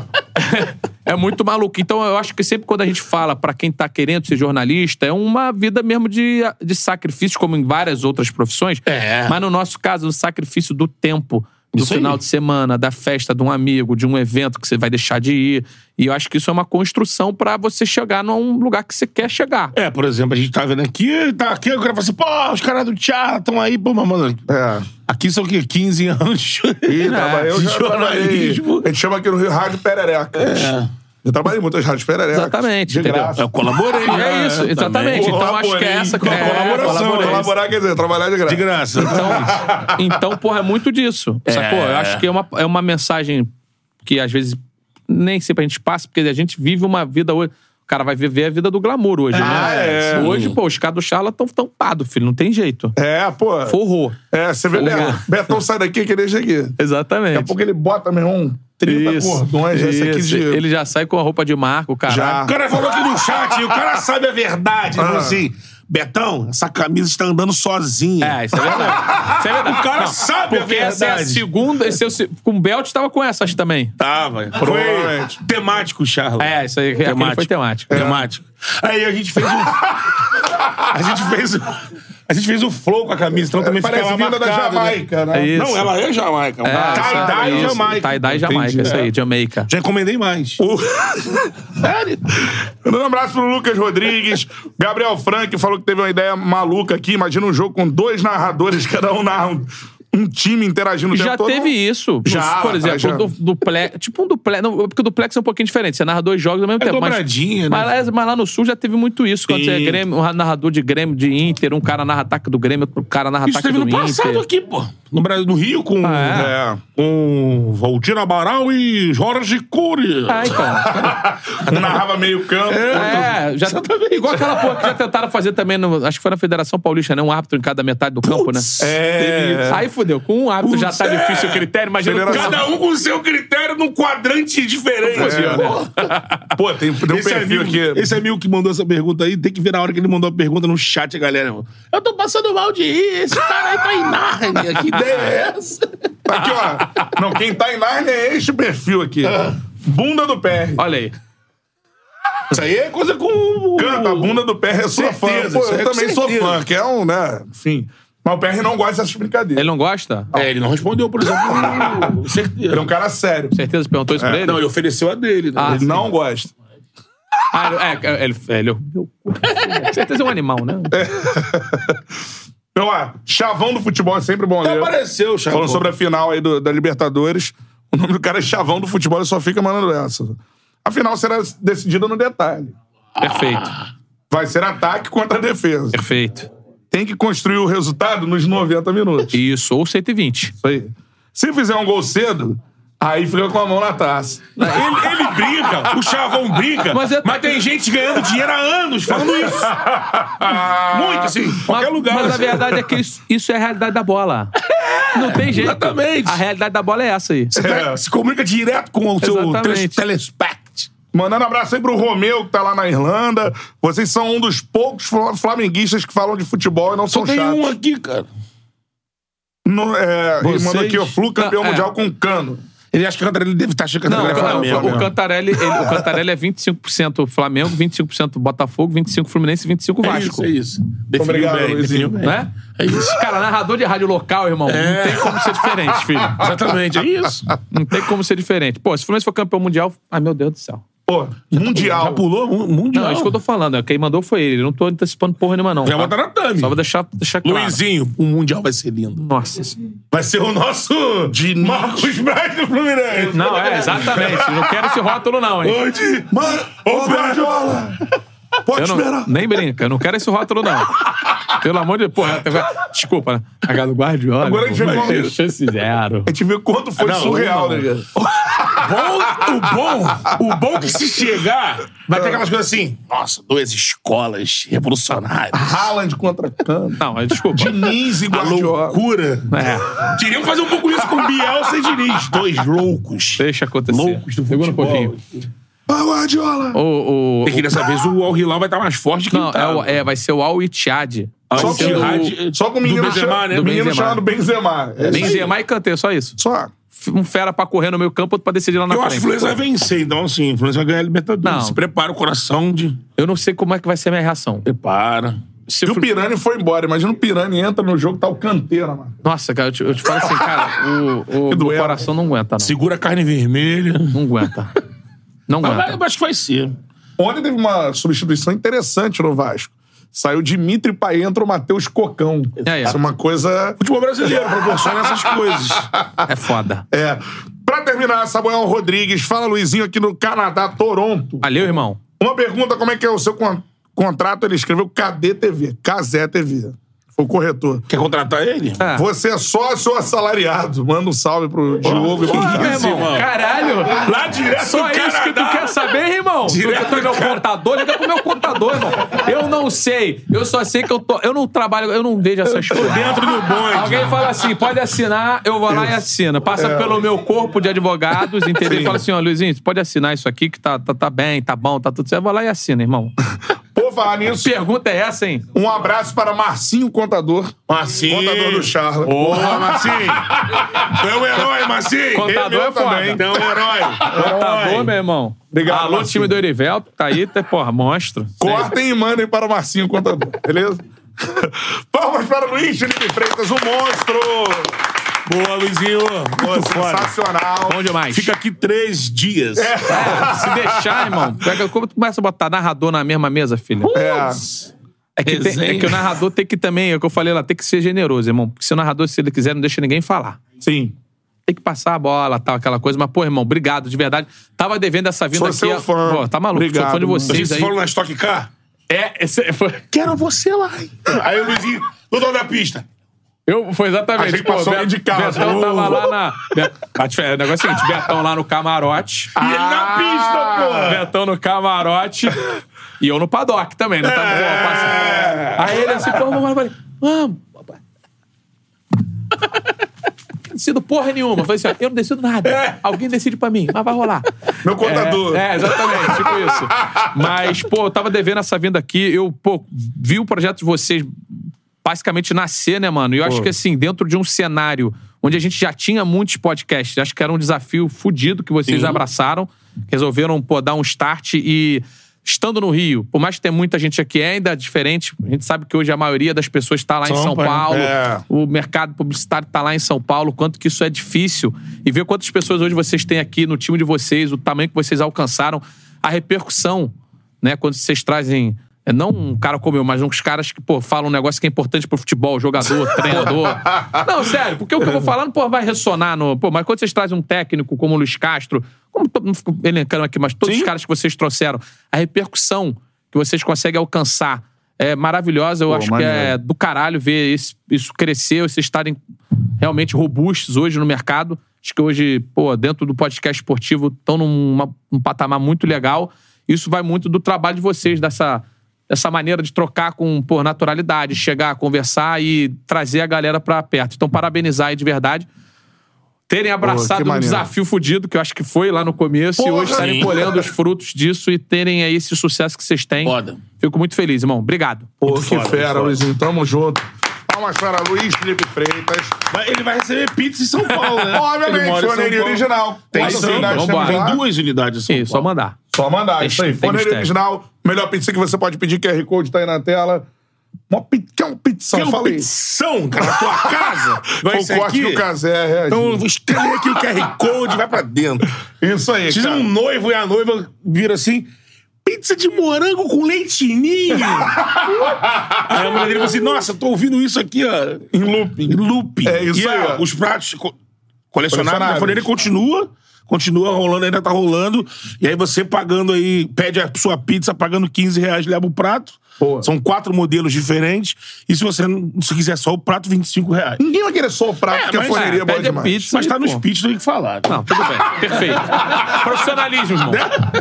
[SPEAKER 3] é muito maluco. Então, eu acho que sempre quando a gente fala pra quem tá querendo ser jornalista, é uma vida mesmo de, de sacrifício, como em várias outras profissões.
[SPEAKER 2] É.
[SPEAKER 3] Mas no nosso caso, o sacrifício do tempo, do
[SPEAKER 2] Isso aí.
[SPEAKER 3] final de semana, da festa de um amigo, de um evento que você vai deixar de ir. E eu acho que isso é uma construção pra você chegar num lugar que você quer chegar.
[SPEAKER 2] É, por exemplo, a gente tá vendo aqui, tá aqui, o cara fala assim, pô, os caras do teatro estão aí, pô, mas, mano,
[SPEAKER 1] É.
[SPEAKER 2] aqui são o quê? 15 anos.
[SPEAKER 1] E
[SPEAKER 3] né?
[SPEAKER 1] tava, eu
[SPEAKER 2] de
[SPEAKER 1] já trabalhei.
[SPEAKER 2] jornalismo.
[SPEAKER 1] A gente chama aqui no Rio Rádio Pererecas. Eu trabalhei em muitas rádios pererecas.
[SPEAKER 3] É. Exatamente,
[SPEAKER 1] De
[SPEAKER 3] entendeu?
[SPEAKER 1] graça.
[SPEAKER 2] Eu colaborei. né?
[SPEAKER 3] É isso,
[SPEAKER 2] Também.
[SPEAKER 3] exatamente. Então acho que é essa que
[SPEAKER 2] Colaborei.
[SPEAKER 3] é
[SPEAKER 1] Colaboração.
[SPEAKER 2] Colaborei.
[SPEAKER 1] Colaborar quer dizer trabalhar de graça.
[SPEAKER 2] De graça.
[SPEAKER 3] Então, então, porra, é muito disso. Sacou? Eu acho que é uma, é uma mensagem que às vezes nem sempre a gente passa, porque a gente vive uma vida hoje. O cara vai viver a vida do glamour hoje.
[SPEAKER 1] Ah,
[SPEAKER 3] né?
[SPEAKER 1] é.
[SPEAKER 3] Hoje, pô, os caras do Charla estão tampados, filho. Não tem jeito.
[SPEAKER 1] É, pô.
[SPEAKER 3] Forrou.
[SPEAKER 1] É, você vê,
[SPEAKER 3] Forrou.
[SPEAKER 1] né? Betão sai daqui que deixa aqui. Daqui a
[SPEAKER 3] Exatamente.
[SPEAKER 1] pouco ele bota, meu irmão, 30 cordões, esse aqui
[SPEAKER 3] isso.
[SPEAKER 1] de.
[SPEAKER 3] Ele já sai com a tá roupa de marco, cara.
[SPEAKER 1] Já.
[SPEAKER 2] O cara falou aqui no chat, e o cara sabe a verdade. Ele falou
[SPEAKER 1] Ah.
[SPEAKER 2] assim, Betão, essa camisa está andando sozinha.
[SPEAKER 3] É, isso é verdade. isso é verdade.
[SPEAKER 2] O cara sabe a
[SPEAKER 3] porque essa é a
[SPEAKER 2] verdade.
[SPEAKER 3] segunda. Esse é o, se- com o Belt tava com essas também.
[SPEAKER 2] Tava.
[SPEAKER 1] é Provavelmente.
[SPEAKER 2] Foi temático, Charla.
[SPEAKER 3] É, isso aí. aquele
[SPEAKER 2] Temático.
[SPEAKER 3] Foi temático.
[SPEAKER 2] Temático. Aí a gente fez um. a gente fez um. A gente fez um flow com a camisa, então também
[SPEAKER 1] É, Parece
[SPEAKER 2] ficava
[SPEAKER 1] vinda da
[SPEAKER 2] marcado, né?
[SPEAKER 1] Jamaica, né?
[SPEAKER 3] É isso.
[SPEAKER 2] Não, ela é Jamaica.
[SPEAKER 3] É,
[SPEAKER 2] Tie-dye
[SPEAKER 3] isso,
[SPEAKER 2] Jamaica. É.
[SPEAKER 3] Tie-dye Jamaica,
[SPEAKER 1] Entendi.
[SPEAKER 3] isso aí, Jamaica.
[SPEAKER 2] Já encomendei mais.
[SPEAKER 1] Sério? Dando um abraço pro Lucas Rodrigues. Gabriel Frank falou que teve uma ideia maluca aqui. Imagina um jogo com dois narradores, cada um narra um, um time interagindo o
[SPEAKER 2] Então
[SPEAKER 3] Já
[SPEAKER 1] tempo todo.
[SPEAKER 3] teve isso.
[SPEAKER 1] Já,
[SPEAKER 3] por exemplo,
[SPEAKER 1] já.
[SPEAKER 3] do, duplex. Tipo um duplex. Não, porque o duplex é um pouquinho diferente. Você narra dois jogos ao mesmo
[SPEAKER 2] É
[SPEAKER 3] tempo. mas-
[SPEAKER 2] dobradinha, né?
[SPEAKER 3] mas, lá, mas lá no sul já teve muito isso. Quando
[SPEAKER 1] Sim.
[SPEAKER 3] você é Grêmio, um narrador de Grêmio, de Inter, um cara narra ataque do Grêmio, outro cara narra
[SPEAKER 2] Isso
[SPEAKER 3] ataque
[SPEAKER 2] teve
[SPEAKER 3] do
[SPEAKER 2] no passado
[SPEAKER 3] Inter.
[SPEAKER 2] aqui, pô. No, Brasil, no Rio com.
[SPEAKER 1] Ah,
[SPEAKER 2] é, Com Valdir Amaral e Jorge Cury.
[SPEAKER 3] Ah, então.
[SPEAKER 1] Um narrava meio campo.
[SPEAKER 3] É, já,
[SPEAKER 2] tá
[SPEAKER 3] igual aquela porra que já tentaram fazer também, no- acho que foi na Federação Paulista, né? Um árbitro em cada metade do campo, né?
[SPEAKER 1] É.
[SPEAKER 3] Aí fudeu, com um árbitro já tá
[SPEAKER 2] Putz, é.
[SPEAKER 3] difícil o critério, imagina com
[SPEAKER 1] Federação.
[SPEAKER 2] Cada um com o seu critério num quadrante diferente.
[SPEAKER 1] É. Pô, tem, tem um
[SPEAKER 2] Esse
[SPEAKER 1] perfil
[SPEAKER 2] amigo,
[SPEAKER 1] aqui.
[SPEAKER 2] esse amigo que mandou essa pergunta aí, tem que ver na hora que ele mandou a pergunta no chat, a galera. Eu tô passando mal de rir, esse cara aí tá em Nárnia, que ideia é essa?
[SPEAKER 1] Tá aqui, ó. Não, quem tá em Narnia é este perfil aqui. Bunda do PR.
[SPEAKER 3] um. Olha aí.
[SPEAKER 2] Isso aí é coisa com...
[SPEAKER 1] Canta, a bunda do PR é sua fã.
[SPEAKER 2] Certeza,
[SPEAKER 1] Pô,
[SPEAKER 2] isso aí
[SPEAKER 1] eu
[SPEAKER 2] é
[SPEAKER 1] também
[SPEAKER 2] com
[SPEAKER 1] sou
[SPEAKER 2] certeza.
[SPEAKER 1] fã, que é um, né? Enfim. Mas o PR não gosta dessas brincadeiras.
[SPEAKER 3] Ele não gosta?
[SPEAKER 2] É, ele não respondeu, por exemplo. o- certeza.
[SPEAKER 1] Ele é um cara sério.
[SPEAKER 3] Certeza que perguntou isso pra ele?
[SPEAKER 2] É. Não, ele ofereceu a dele. Né?
[SPEAKER 3] Ah,
[SPEAKER 1] Ele não gosta.
[SPEAKER 3] Ah, ele- é, ele, ele, meu cu. certeza é um animal, né?
[SPEAKER 1] Então, ó, chavão do futebol é sempre bom
[SPEAKER 2] Ele
[SPEAKER 1] ler.
[SPEAKER 2] apareceu, Chaco.
[SPEAKER 1] Falando sobre a final aí do- da Libertadores, o nome do cara é Chavão do Futebol, ele só fica mandando essa. A final será decidida no detalhe.
[SPEAKER 2] É.
[SPEAKER 3] Perfeito,
[SPEAKER 1] Vai ser ataque contra defesa.
[SPEAKER 3] perfeito.
[SPEAKER 1] tem que construir o resultado nos 90 minutos.
[SPEAKER 3] Isso, ou 120.
[SPEAKER 1] Isso aí. Se fizer um gol cedo, aí fica com a mão na taça.
[SPEAKER 2] Ele, ele briga, o Chavão briga,
[SPEAKER 3] Mas
[SPEAKER 2] mas,
[SPEAKER 3] é-
[SPEAKER 2] tem gente ganhando dinheiro há anos falando isso. Muito, assim, qualquer
[SPEAKER 3] mas,
[SPEAKER 2] lugar.
[SPEAKER 3] Mas a
[SPEAKER 2] assim.
[SPEAKER 3] verdade é que isso, isso é a realidade da bola. Não tem jeito.
[SPEAKER 2] exatamente.
[SPEAKER 3] A realidade da bola é essa aí.
[SPEAKER 2] Você tá- se comunica direto com o seu
[SPEAKER 3] Exatamente.
[SPEAKER 2] teles- telespect.
[SPEAKER 1] Mandando abraço aí pro Romeu, que tá lá na Irlanda. Vocês são um dos poucos fla- flamenguistas que falam de futebol e não são
[SPEAKER 2] Só tem
[SPEAKER 1] chatos.
[SPEAKER 2] um aqui, cara.
[SPEAKER 1] No, é, ele
[SPEAKER 2] Vocês?
[SPEAKER 1] mandou aqui, o Flu campeão
[SPEAKER 3] Ah, é.
[SPEAKER 1] mundial com um cano.
[SPEAKER 2] Ele acha que o Cantarelli deve estar achando que o
[SPEAKER 3] Não,
[SPEAKER 2] Cantarelli é
[SPEAKER 3] não,
[SPEAKER 2] Flamengo.
[SPEAKER 3] o, Cantarelli, ele- o Cantarelli é 25% Flamengo, 25% Botafogo, 25% Fluminense e 25%
[SPEAKER 2] É
[SPEAKER 3] Vasco.
[SPEAKER 2] isso, é isso. Definiu
[SPEAKER 1] Obrigado,
[SPEAKER 2] bem,
[SPEAKER 1] Luizinho.
[SPEAKER 2] definiu bem.
[SPEAKER 3] Né?
[SPEAKER 2] É isso.
[SPEAKER 3] Cara, narrador de rádio local, irmão, não
[SPEAKER 2] É.
[SPEAKER 3] tem como ser diferente, filho.
[SPEAKER 2] Exatamente, é isso.
[SPEAKER 3] Não tem como ser diferente. Pô, se o Fluminense for campeão mundial, ai meu Deus do céu.
[SPEAKER 1] Pô,
[SPEAKER 2] Já
[SPEAKER 1] mundial.
[SPEAKER 2] pulou mu- mundial.
[SPEAKER 3] Não, é isso que eu tô falando. é, Quem mandou foi ele. Eu não tô antecipando porra nenhuma, não.
[SPEAKER 2] Já
[SPEAKER 3] tá?
[SPEAKER 2] botar na thumb.
[SPEAKER 3] Só vou deixar, deixar claro.
[SPEAKER 2] Luizinho, o mundial vai ser lindo.
[SPEAKER 3] Nossa.
[SPEAKER 2] Vai ser o nosso Marcos Braz do Fluminense.
[SPEAKER 3] Não, é, exatamente. Eu não quero esse rótulo, não, hein?
[SPEAKER 2] Hoje,
[SPEAKER 1] Mano, ô Guardiola! Pode
[SPEAKER 3] Eu não,
[SPEAKER 1] esperar.
[SPEAKER 3] nem brinca, eu não quero esse rótulo, não. Pelo amor de Deus, porra, até- desculpa, né? A cara do Guardiola.
[SPEAKER 1] Agora a gente vai
[SPEAKER 3] pô,
[SPEAKER 1] falar
[SPEAKER 3] mas chance zero.
[SPEAKER 1] A gente vê quanto foi
[SPEAKER 2] Ah, Não,
[SPEAKER 1] surreal,
[SPEAKER 2] não.
[SPEAKER 1] né, cara?
[SPEAKER 2] bom, o bom, o bom que se chegar, vai ter aquelas coisas assim. Nossa, duas escolas revolucionárias.
[SPEAKER 1] Haaland contra Cano.
[SPEAKER 3] Não, mas desculpa.
[SPEAKER 1] Diniz e
[SPEAKER 2] A
[SPEAKER 1] Guardiola.
[SPEAKER 2] loucura.
[SPEAKER 3] É,
[SPEAKER 2] Queriam fazer um pouco isso com Bielsa e Diniz. Dois loucos.
[SPEAKER 3] deixa acontecer.
[SPEAKER 2] Loucos do
[SPEAKER 3] Segura um
[SPEAKER 2] futebol.
[SPEAKER 3] pouquinho.
[SPEAKER 1] Ah, Guardiola!
[SPEAKER 3] O, o,
[SPEAKER 2] Porque dessa vez o Al Hilal vai estar mais forte que
[SPEAKER 3] não, é, o- é, vai ser o Al Ittihad. Vai
[SPEAKER 1] Só
[SPEAKER 2] Al
[SPEAKER 1] com,
[SPEAKER 3] ser o-
[SPEAKER 2] Ittihad.
[SPEAKER 1] só com o
[SPEAKER 2] Do
[SPEAKER 1] menino,
[SPEAKER 2] Benzema,
[SPEAKER 1] cha-
[SPEAKER 2] né?
[SPEAKER 1] do
[SPEAKER 3] Do
[SPEAKER 1] menino
[SPEAKER 3] Benzema.
[SPEAKER 1] chamado Benzema. É isso aí.
[SPEAKER 3] Benzema e Kanté, só isso.
[SPEAKER 1] Só.
[SPEAKER 3] Um fera pra correr no meio campo, outro pra decidir lá na
[SPEAKER 2] Eu acho que o
[SPEAKER 3] frente.
[SPEAKER 2] Fluminense vai vencer, então assim, o Fluminense vai ganhar a Libertadores.
[SPEAKER 3] Não.
[SPEAKER 2] Se prepara o coração de.
[SPEAKER 3] Eu não sei como é que vai ser a minha reação.
[SPEAKER 2] Prepara.
[SPEAKER 3] Se
[SPEAKER 1] E
[SPEAKER 3] o
[SPEAKER 1] o
[SPEAKER 3] Flu-
[SPEAKER 1] Pirani foi embora. Imagina o Pirani entra no jogo, tá o canteira, mano.
[SPEAKER 3] Nossa, cara, eu te, eu te falo assim, cara, o, o
[SPEAKER 1] Que
[SPEAKER 3] meu
[SPEAKER 1] duelo.
[SPEAKER 3] coração não aguenta, não.
[SPEAKER 2] Segura a carne vermelha.
[SPEAKER 3] Não aguenta. Não
[SPEAKER 2] Mas vai-
[SPEAKER 3] aguenta.
[SPEAKER 2] eu acho que vai ser.
[SPEAKER 1] Ontem teve uma substituição interessante no Vasco. Saiu Dimitri Paê, entra o Matheus Cocão.
[SPEAKER 3] É, é.
[SPEAKER 1] Isso é uma coisa.
[SPEAKER 2] Futebol brasileiro proporciona essas coisas.
[SPEAKER 3] É foda.
[SPEAKER 1] É. Pra terminar, Samuel Rodrigues, fala Luizinho aqui no Canadá, Toronto.
[SPEAKER 3] Valeu, irmão.
[SPEAKER 1] Uma pergunta: como é que é o seu con- contrato? Ele escreveu KD TV, Casé TV. Foi o corretor.
[SPEAKER 2] Quer contratar ele?
[SPEAKER 3] Ah.
[SPEAKER 1] Você é sócio ou assalariado? Manda um salve pro Diogo e pro
[SPEAKER 3] Porra, é
[SPEAKER 1] Luizinho.
[SPEAKER 3] irmão.
[SPEAKER 2] irmão.
[SPEAKER 3] Caralho.
[SPEAKER 2] Lá direto
[SPEAKER 3] Só
[SPEAKER 2] do
[SPEAKER 3] isso que tu
[SPEAKER 2] Canadá.
[SPEAKER 3] quer saber, irmão?
[SPEAKER 2] Direto
[SPEAKER 3] tu, tu é meu
[SPEAKER 2] do cara-
[SPEAKER 3] contador, liga pro meu contador, irmão. Eu não sei. Eu só sei que eu tô. Eu não trabalho, eu não vejo essas coisas.
[SPEAKER 2] Dentro do bonde.
[SPEAKER 3] Alguém fala assim, pode assinar, eu vou lá e assino. Passa
[SPEAKER 2] É.
[SPEAKER 3] pelo meu corpo de advogados, entendeu? Fala assim, ó, Luizinho, você pode assinar isso aqui que tá, tá, tá bem, tá bom, tá tudo certo. Eu vou lá e assina, irmão.
[SPEAKER 1] Por falar nisso,
[SPEAKER 3] Pergunta é essa, hein?
[SPEAKER 1] um abraço para Marcinho Contador.
[SPEAKER 2] Marcinho.
[SPEAKER 1] Contador do Charla.
[SPEAKER 2] Porra, Marcinho. Tu é um herói, Marcinho.
[SPEAKER 3] Contador é foda.
[SPEAKER 2] Tu é um herói.
[SPEAKER 3] Contador, meu irmão.
[SPEAKER 1] Obrigado,
[SPEAKER 3] Alô,
[SPEAKER 1] Marcinho.
[SPEAKER 3] time do Erivel, tá aí, tá, porra, monstro.
[SPEAKER 1] Cortem e mandem para o Marcinho Contador, beleza? Palmas para o Luiz Felipe Freitas, um monstro!
[SPEAKER 2] Boa, Luizinho. Boa, foda.
[SPEAKER 1] Sensacional!
[SPEAKER 3] Bom demais.
[SPEAKER 2] Fica aqui três dias.
[SPEAKER 3] É, se deixar, irmão. Pega, como tu começa a botar narrador na mesma mesa, filho?
[SPEAKER 1] É,
[SPEAKER 3] É que, tem- é que o narrador tem que também, é o que eu falei lá, tem que ser generoso, irmão. Porque se o narrador, se ele quiser, não deixa ninguém falar.
[SPEAKER 1] sim.
[SPEAKER 3] Tem que passar a bola, tal, aquela coisa. Mas, pô, irmão, obrigado, de verdade. Tava devendo essa vinda
[SPEAKER 1] Sou
[SPEAKER 3] aqui.
[SPEAKER 1] seu
[SPEAKER 3] ó.
[SPEAKER 1] é um fã.
[SPEAKER 3] Pô, tá maluco,
[SPEAKER 1] Obrigado,
[SPEAKER 3] sou fã de
[SPEAKER 1] irmão.
[SPEAKER 3] vocês
[SPEAKER 2] Vocês
[SPEAKER 3] aí.
[SPEAKER 2] foram na Stock Car?
[SPEAKER 3] É, esse- foi,
[SPEAKER 2] Quero você lá. Aí o Luizinho, no dono da pista.
[SPEAKER 3] eu, foi exatamente.
[SPEAKER 1] A gente passou
[SPEAKER 3] Beto-
[SPEAKER 1] alguém de casa.
[SPEAKER 3] Betão
[SPEAKER 1] Uh.
[SPEAKER 3] tava lá na... Bet- Mas, tipo, é, O negócio é o seguinte, Betão lá no camarote.
[SPEAKER 2] E ele
[SPEAKER 3] Ah.
[SPEAKER 2] na pista, porra.
[SPEAKER 3] Betão no camarote e eu no paddock também, né? Tá bom,
[SPEAKER 2] É.
[SPEAKER 3] passa- Aí ele assim, pô, vamos lá, falei, vamos. papai. Não Decido porra nenhuma. Eu falei assim, ó, eu não decido nada. Alguém decide pra mim, mas vai rolar.
[SPEAKER 1] Meu contador.
[SPEAKER 3] É, é, exatamente, tipo isso. Mas, pô, eu tava devendo essa vinda aqui. Eu, pô, vi o projeto de vocês basicamente nascer, né, mano? E eu acho que, assim, dentro de um cenário onde a gente já tinha muitos podcasts, acho que era um desafio fudido que vocês
[SPEAKER 2] Sim.
[SPEAKER 3] abraçaram, resolveram, pô, dar um start e. Estando no Rio, por mais que tenha muita gente aqui, é ainda diferente. A gente sabe que hoje a maioria das pessoas está lá em
[SPEAKER 2] São
[SPEAKER 3] São
[SPEAKER 2] Paulo.
[SPEAKER 3] Paulo,
[SPEAKER 1] É.
[SPEAKER 3] o mercado publicitário tá lá em São Paulo, quanto que isso é difícil. E ver quantas pessoas hoje vocês têm aqui no time de vocês, o tamanho que vocês alcançaram, a repercussão, né? Quando vocês trazem. é, Não um cara como eu, mas uns caras que, pô, falam um negócio que é importante pro futebol, jogador, treinador. Não, sério, porque o que eu vou falando, pô, vai ressonar no. Pô, mas quando vocês trazem um técnico como o Luiz Castro, como to- não fico elencando aqui, mas todos os caras que vocês trouxeram, a repercussão que vocês conseguem alcançar é maravilhosa. Eu
[SPEAKER 4] Pô,
[SPEAKER 3] acho
[SPEAKER 4] maneiro.
[SPEAKER 3] que é do caralho ver esse- isso crescer, vocês estarem realmente robustos hoje no mercado. Acho que hoje, pô, dentro do podcast esportivo, estão num um patamar muito legal. Isso vai muito do trabalho de vocês, dessa, dessa maneira de trocar com pô, naturalidade, chegar, conversar e trazer a galera pra perto. Então, parabenizar aí de verdade. Terem abraçado um
[SPEAKER 1] maneiro.
[SPEAKER 3] desafio fudido, que eu acho que foi lá no começo, e
[SPEAKER 2] Porra,
[SPEAKER 3] hoje estarem
[SPEAKER 2] sim.
[SPEAKER 3] colhendo os frutos disso e terem aí esse sucesso que vocês têm.
[SPEAKER 2] Foda.
[SPEAKER 3] Fico muito feliz, irmão. Obrigado.
[SPEAKER 1] Pô,
[SPEAKER 2] Muito
[SPEAKER 1] que
[SPEAKER 2] foda, muito
[SPEAKER 1] fera,
[SPEAKER 2] foda.
[SPEAKER 1] Luizinho. Tamo junto. Palmas para Luiz Felipe Freitas.
[SPEAKER 2] Mas ele vai receber pizza em São Paulo, né? Ele
[SPEAKER 1] Obviamente,
[SPEAKER 2] mora em São
[SPEAKER 1] foneria
[SPEAKER 2] Paulo.
[SPEAKER 1] original.
[SPEAKER 2] Tem,
[SPEAKER 1] Quantas
[SPEAKER 2] São-
[SPEAKER 1] unidades
[SPEAKER 3] vambora.
[SPEAKER 1] temos lá?
[SPEAKER 2] tem duas unidades em São
[SPEAKER 3] Sim, só
[SPEAKER 2] Paulo.
[SPEAKER 3] mandar.
[SPEAKER 1] Só mandar,
[SPEAKER 3] Tem-
[SPEAKER 1] isso aí.
[SPEAKER 3] tem
[SPEAKER 1] Foneria
[SPEAKER 3] mistério.
[SPEAKER 1] original, melhor pizza que você pode pedir, QR Code tá aí na tela. Uma pi- que é um pizzão,
[SPEAKER 2] Que é um
[SPEAKER 1] falei.
[SPEAKER 2] pizzão, cara, na tua casa.
[SPEAKER 1] Foi
[SPEAKER 2] Vai
[SPEAKER 1] o
[SPEAKER 2] ser
[SPEAKER 1] corte
[SPEAKER 2] aqui.
[SPEAKER 1] do Casé, é reagiu.
[SPEAKER 2] Então, estelei aqui o QR Code, vai pra dentro.
[SPEAKER 1] Isso aí,
[SPEAKER 2] Precisa
[SPEAKER 1] cara.
[SPEAKER 2] um noivo e a noiva vira assim. Pizza de morango com leitinho. aí a mulher dele fala assim: Nossa, eu tô ouvindo isso aqui, ó. Em looping. looping.
[SPEAKER 1] É isso
[SPEAKER 2] e,
[SPEAKER 1] aí,
[SPEAKER 2] ó,
[SPEAKER 1] ó.
[SPEAKER 2] Os pratos co- né? colecionáveis
[SPEAKER 1] Colecionáveis.
[SPEAKER 2] da Foneria continua. Continua rolando, ainda tá rolando. E aí você pagando aí, pede a sua pizza, pagando 15 reais, leva o prato.
[SPEAKER 1] Boa.
[SPEAKER 2] São quatro modelos diferentes. E se você não se quiser só o prato, 25 reais.
[SPEAKER 1] Ninguém vai querer só o prato,
[SPEAKER 2] É,
[SPEAKER 1] porque a
[SPEAKER 2] mas,
[SPEAKER 1] foneria é,
[SPEAKER 2] é,
[SPEAKER 1] boa
[SPEAKER 3] pede a
[SPEAKER 1] demais.
[SPEAKER 3] pizza.
[SPEAKER 2] Mas tá
[SPEAKER 3] e,
[SPEAKER 2] no
[SPEAKER 3] pô.
[SPEAKER 2] speech, tem que falar.
[SPEAKER 3] Não, tudo bem. Perfeito. Profissionalismo, irmão.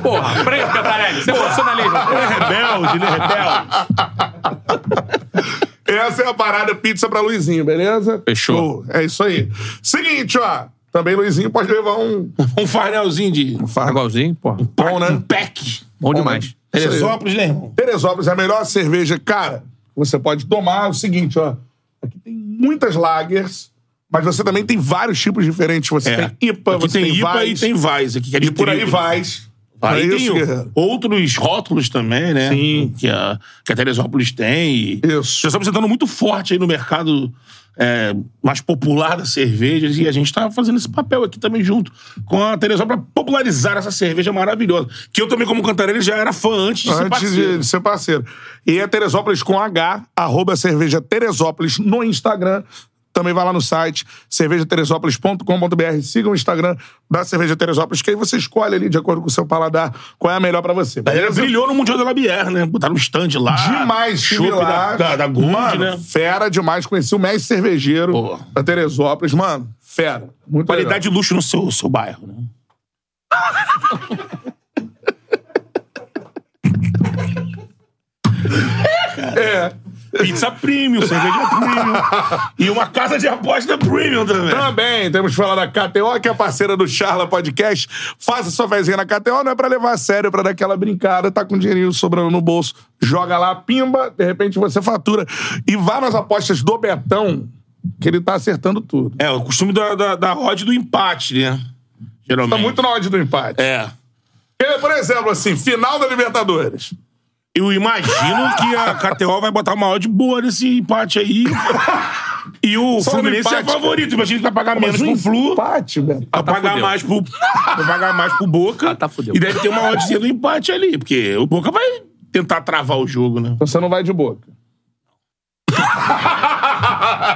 [SPEAKER 3] Porra, preso, Cantarelli. Isso é profissionalismo.
[SPEAKER 2] Ele é rebelde, ele é rebelde.
[SPEAKER 1] Essa é a parada pizza pra Luizinho, beleza? Show.
[SPEAKER 3] Fechou.
[SPEAKER 1] É isso aí. Seguinte, ó. Também Luizinho pode levar um
[SPEAKER 2] Um farelzinho de.
[SPEAKER 3] Igualzinho, porra.
[SPEAKER 1] pão, né?
[SPEAKER 2] Um pack.
[SPEAKER 3] Bom demais.
[SPEAKER 2] Teresópolis, né, irmão?
[SPEAKER 1] Teresópolis é a melhor cerveja, cara. que Você pode tomar. É o seguinte, ó. Aqui tem muitas lagers, mas você também tem vários tipos diferentes. Você tem IPA,
[SPEAKER 2] É. Aqui
[SPEAKER 1] você
[SPEAKER 2] tem IPA
[SPEAKER 1] Weiss,
[SPEAKER 2] e tem Vaz. Aqui, que é de
[SPEAKER 1] E por aí
[SPEAKER 2] trigo.
[SPEAKER 1] vai.
[SPEAKER 2] Aí
[SPEAKER 1] é
[SPEAKER 2] tem um.
[SPEAKER 1] isso, guerreiro.
[SPEAKER 2] outros rótulos também, né? Sim. Que a, que a Teresópolis tem. E
[SPEAKER 1] Isso.
[SPEAKER 2] Já estamos sentando tá muito forte aí no mercado é, mais popular das cervejas e a gente tá fazendo esse papel aqui também junto com a Teresópolis pra popularizar essa cerveja maravilhosa. Que eu também, como cantareiro, já era fã antes de ser
[SPEAKER 1] Antes
[SPEAKER 2] parceiro.
[SPEAKER 1] de ser parceiro. E é Teresópolis com H, arroba cerveja Teresópolis no Instagram. Também vai lá no site cervejateresópolis.com.br. Siga o Instagram da Cerveja Teresópolis, que aí você escolhe ali, de acordo com o seu paladar, qual é a melhor pra você.
[SPEAKER 2] A galera
[SPEAKER 1] beleza?
[SPEAKER 2] brilhou no Mundial da Labière, né? Botaram um stand lá.
[SPEAKER 1] Demais,
[SPEAKER 2] Chopp
[SPEAKER 1] tive lá.
[SPEAKER 2] da, da, da Gold,
[SPEAKER 1] Mano,
[SPEAKER 2] né?
[SPEAKER 1] Fera demais. Conheci o mestre cervejeiro
[SPEAKER 2] Boa.
[SPEAKER 1] da Teresópolis. Mano, fera. Muito
[SPEAKER 2] Qualidade e luxo no seu, seu bairro, né?
[SPEAKER 1] legal. É.
[SPEAKER 2] Pizza premium, cerveja premium. e uma casa de aposta premium também.
[SPEAKER 1] Também temos que falar da KTO, que é parceira do Charla Podcast. Faça sua fezinha na KTO, não é pra levar a sério, é pra dar aquela brincada, tá com dinheirinho sobrando no bolso, joga lá, pimba, de repente você fatura. E vá nas apostas do Betão, que ele tá acertando tudo.
[SPEAKER 2] É, o costume da, da, da odd do empate, né? Geralmente.
[SPEAKER 1] Tá muito na hora do empate.
[SPEAKER 2] É.
[SPEAKER 1] Porque, por exemplo, assim, final da Libertadores.
[SPEAKER 2] Eu imagino que a KTO vai botar uma odd boa nesse empate aí. E o
[SPEAKER 1] Só no
[SPEAKER 2] Fluminense é
[SPEAKER 1] empate,
[SPEAKER 2] favorito. Imagina que vai pagar menos
[SPEAKER 1] um
[SPEAKER 2] pro Flu.
[SPEAKER 1] empate, Beto.
[SPEAKER 2] Vai pagar,
[SPEAKER 3] fudeu.
[SPEAKER 2] mais pro, vai pagar mais pro Boca.
[SPEAKER 3] Ah, tá fudeu.
[SPEAKER 2] E deve ter uma oddzinha do empate ali, porque o Boca vai tentar travar o jogo, né?
[SPEAKER 1] Então Você não vai de boca.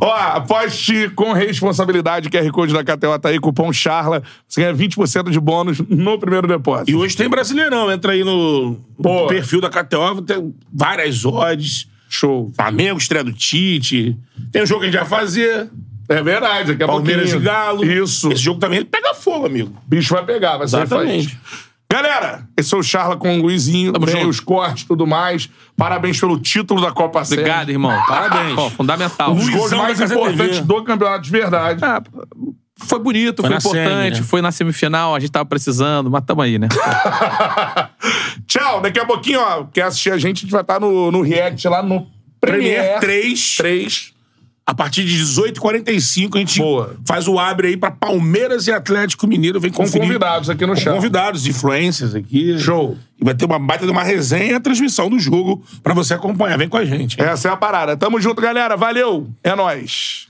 [SPEAKER 1] Ó, aposte com responsabilidade. QR Code da KTO tá aí, cupom CHARLA. Você ganha 20% de bônus no primeiro
[SPEAKER 2] E
[SPEAKER 1] depósito.
[SPEAKER 2] hoje tem Brasileirão. Entra aí no, no perfil da KTO, tem várias odds.
[SPEAKER 1] Show.
[SPEAKER 2] Flamengo, estreia do Tite. Tem um jogo que a gente vai fazer.
[SPEAKER 1] É verdade, daqui a
[SPEAKER 2] Palmeiras e
[SPEAKER 1] pouquinho.
[SPEAKER 2] Galo.
[SPEAKER 1] Isso.
[SPEAKER 2] Esse jogo também pega fogo, amigo.
[SPEAKER 1] bicho vai pegar, vai sair
[SPEAKER 2] Exatamente.
[SPEAKER 1] faísca. Galera, esse é o Charla com o Luizinho.
[SPEAKER 3] Tamo
[SPEAKER 1] Vem
[SPEAKER 3] junto.
[SPEAKER 1] os cortes e tudo mais. Parabéns pelo título da Copa Sérgio.
[SPEAKER 3] Obrigado, irmão.
[SPEAKER 2] é Parabéns.
[SPEAKER 3] Pô, fundamental.
[SPEAKER 1] Os
[SPEAKER 2] Luizão
[SPEAKER 1] gols
[SPEAKER 2] da
[SPEAKER 1] mais
[SPEAKER 2] Casa
[SPEAKER 1] importantes
[SPEAKER 2] TV.
[SPEAKER 1] do campeonato de verdade.
[SPEAKER 3] Ah, foi bonito,
[SPEAKER 2] Foi
[SPEAKER 3] foi,
[SPEAKER 2] na
[SPEAKER 3] importante,
[SPEAKER 2] semi, né?
[SPEAKER 3] foi na semifinal, a gente tava precisando, mas tamo aí, né?
[SPEAKER 1] Tchau, daqui a pouquinho, ó. Quer assistir a gente, a gente vai estar no, no React lá no
[SPEAKER 2] Premier
[SPEAKER 1] Premier
[SPEAKER 2] 3.
[SPEAKER 1] 3.
[SPEAKER 2] A partir de 18h45, a gente
[SPEAKER 1] Boa.
[SPEAKER 2] faz o abre aí pra Palmeiras e Atlético Mineiro. Vem
[SPEAKER 1] Com
[SPEAKER 2] conferir.
[SPEAKER 1] convidados aqui no
[SPEAKER 2] Com
[SPEAKER 1] chat.
[SPEAKER 2] convidados, influencers aqui.
[SPEAKER 1] Show.
[SPEAKER 2] E vai ter uma baita de uma resenha e a transmissão do jogo pra você acompanhar. Vem com a gente.
[SPEAKER 1] Essa é a parada. Tamo junto, galera. Valeu. É nóis.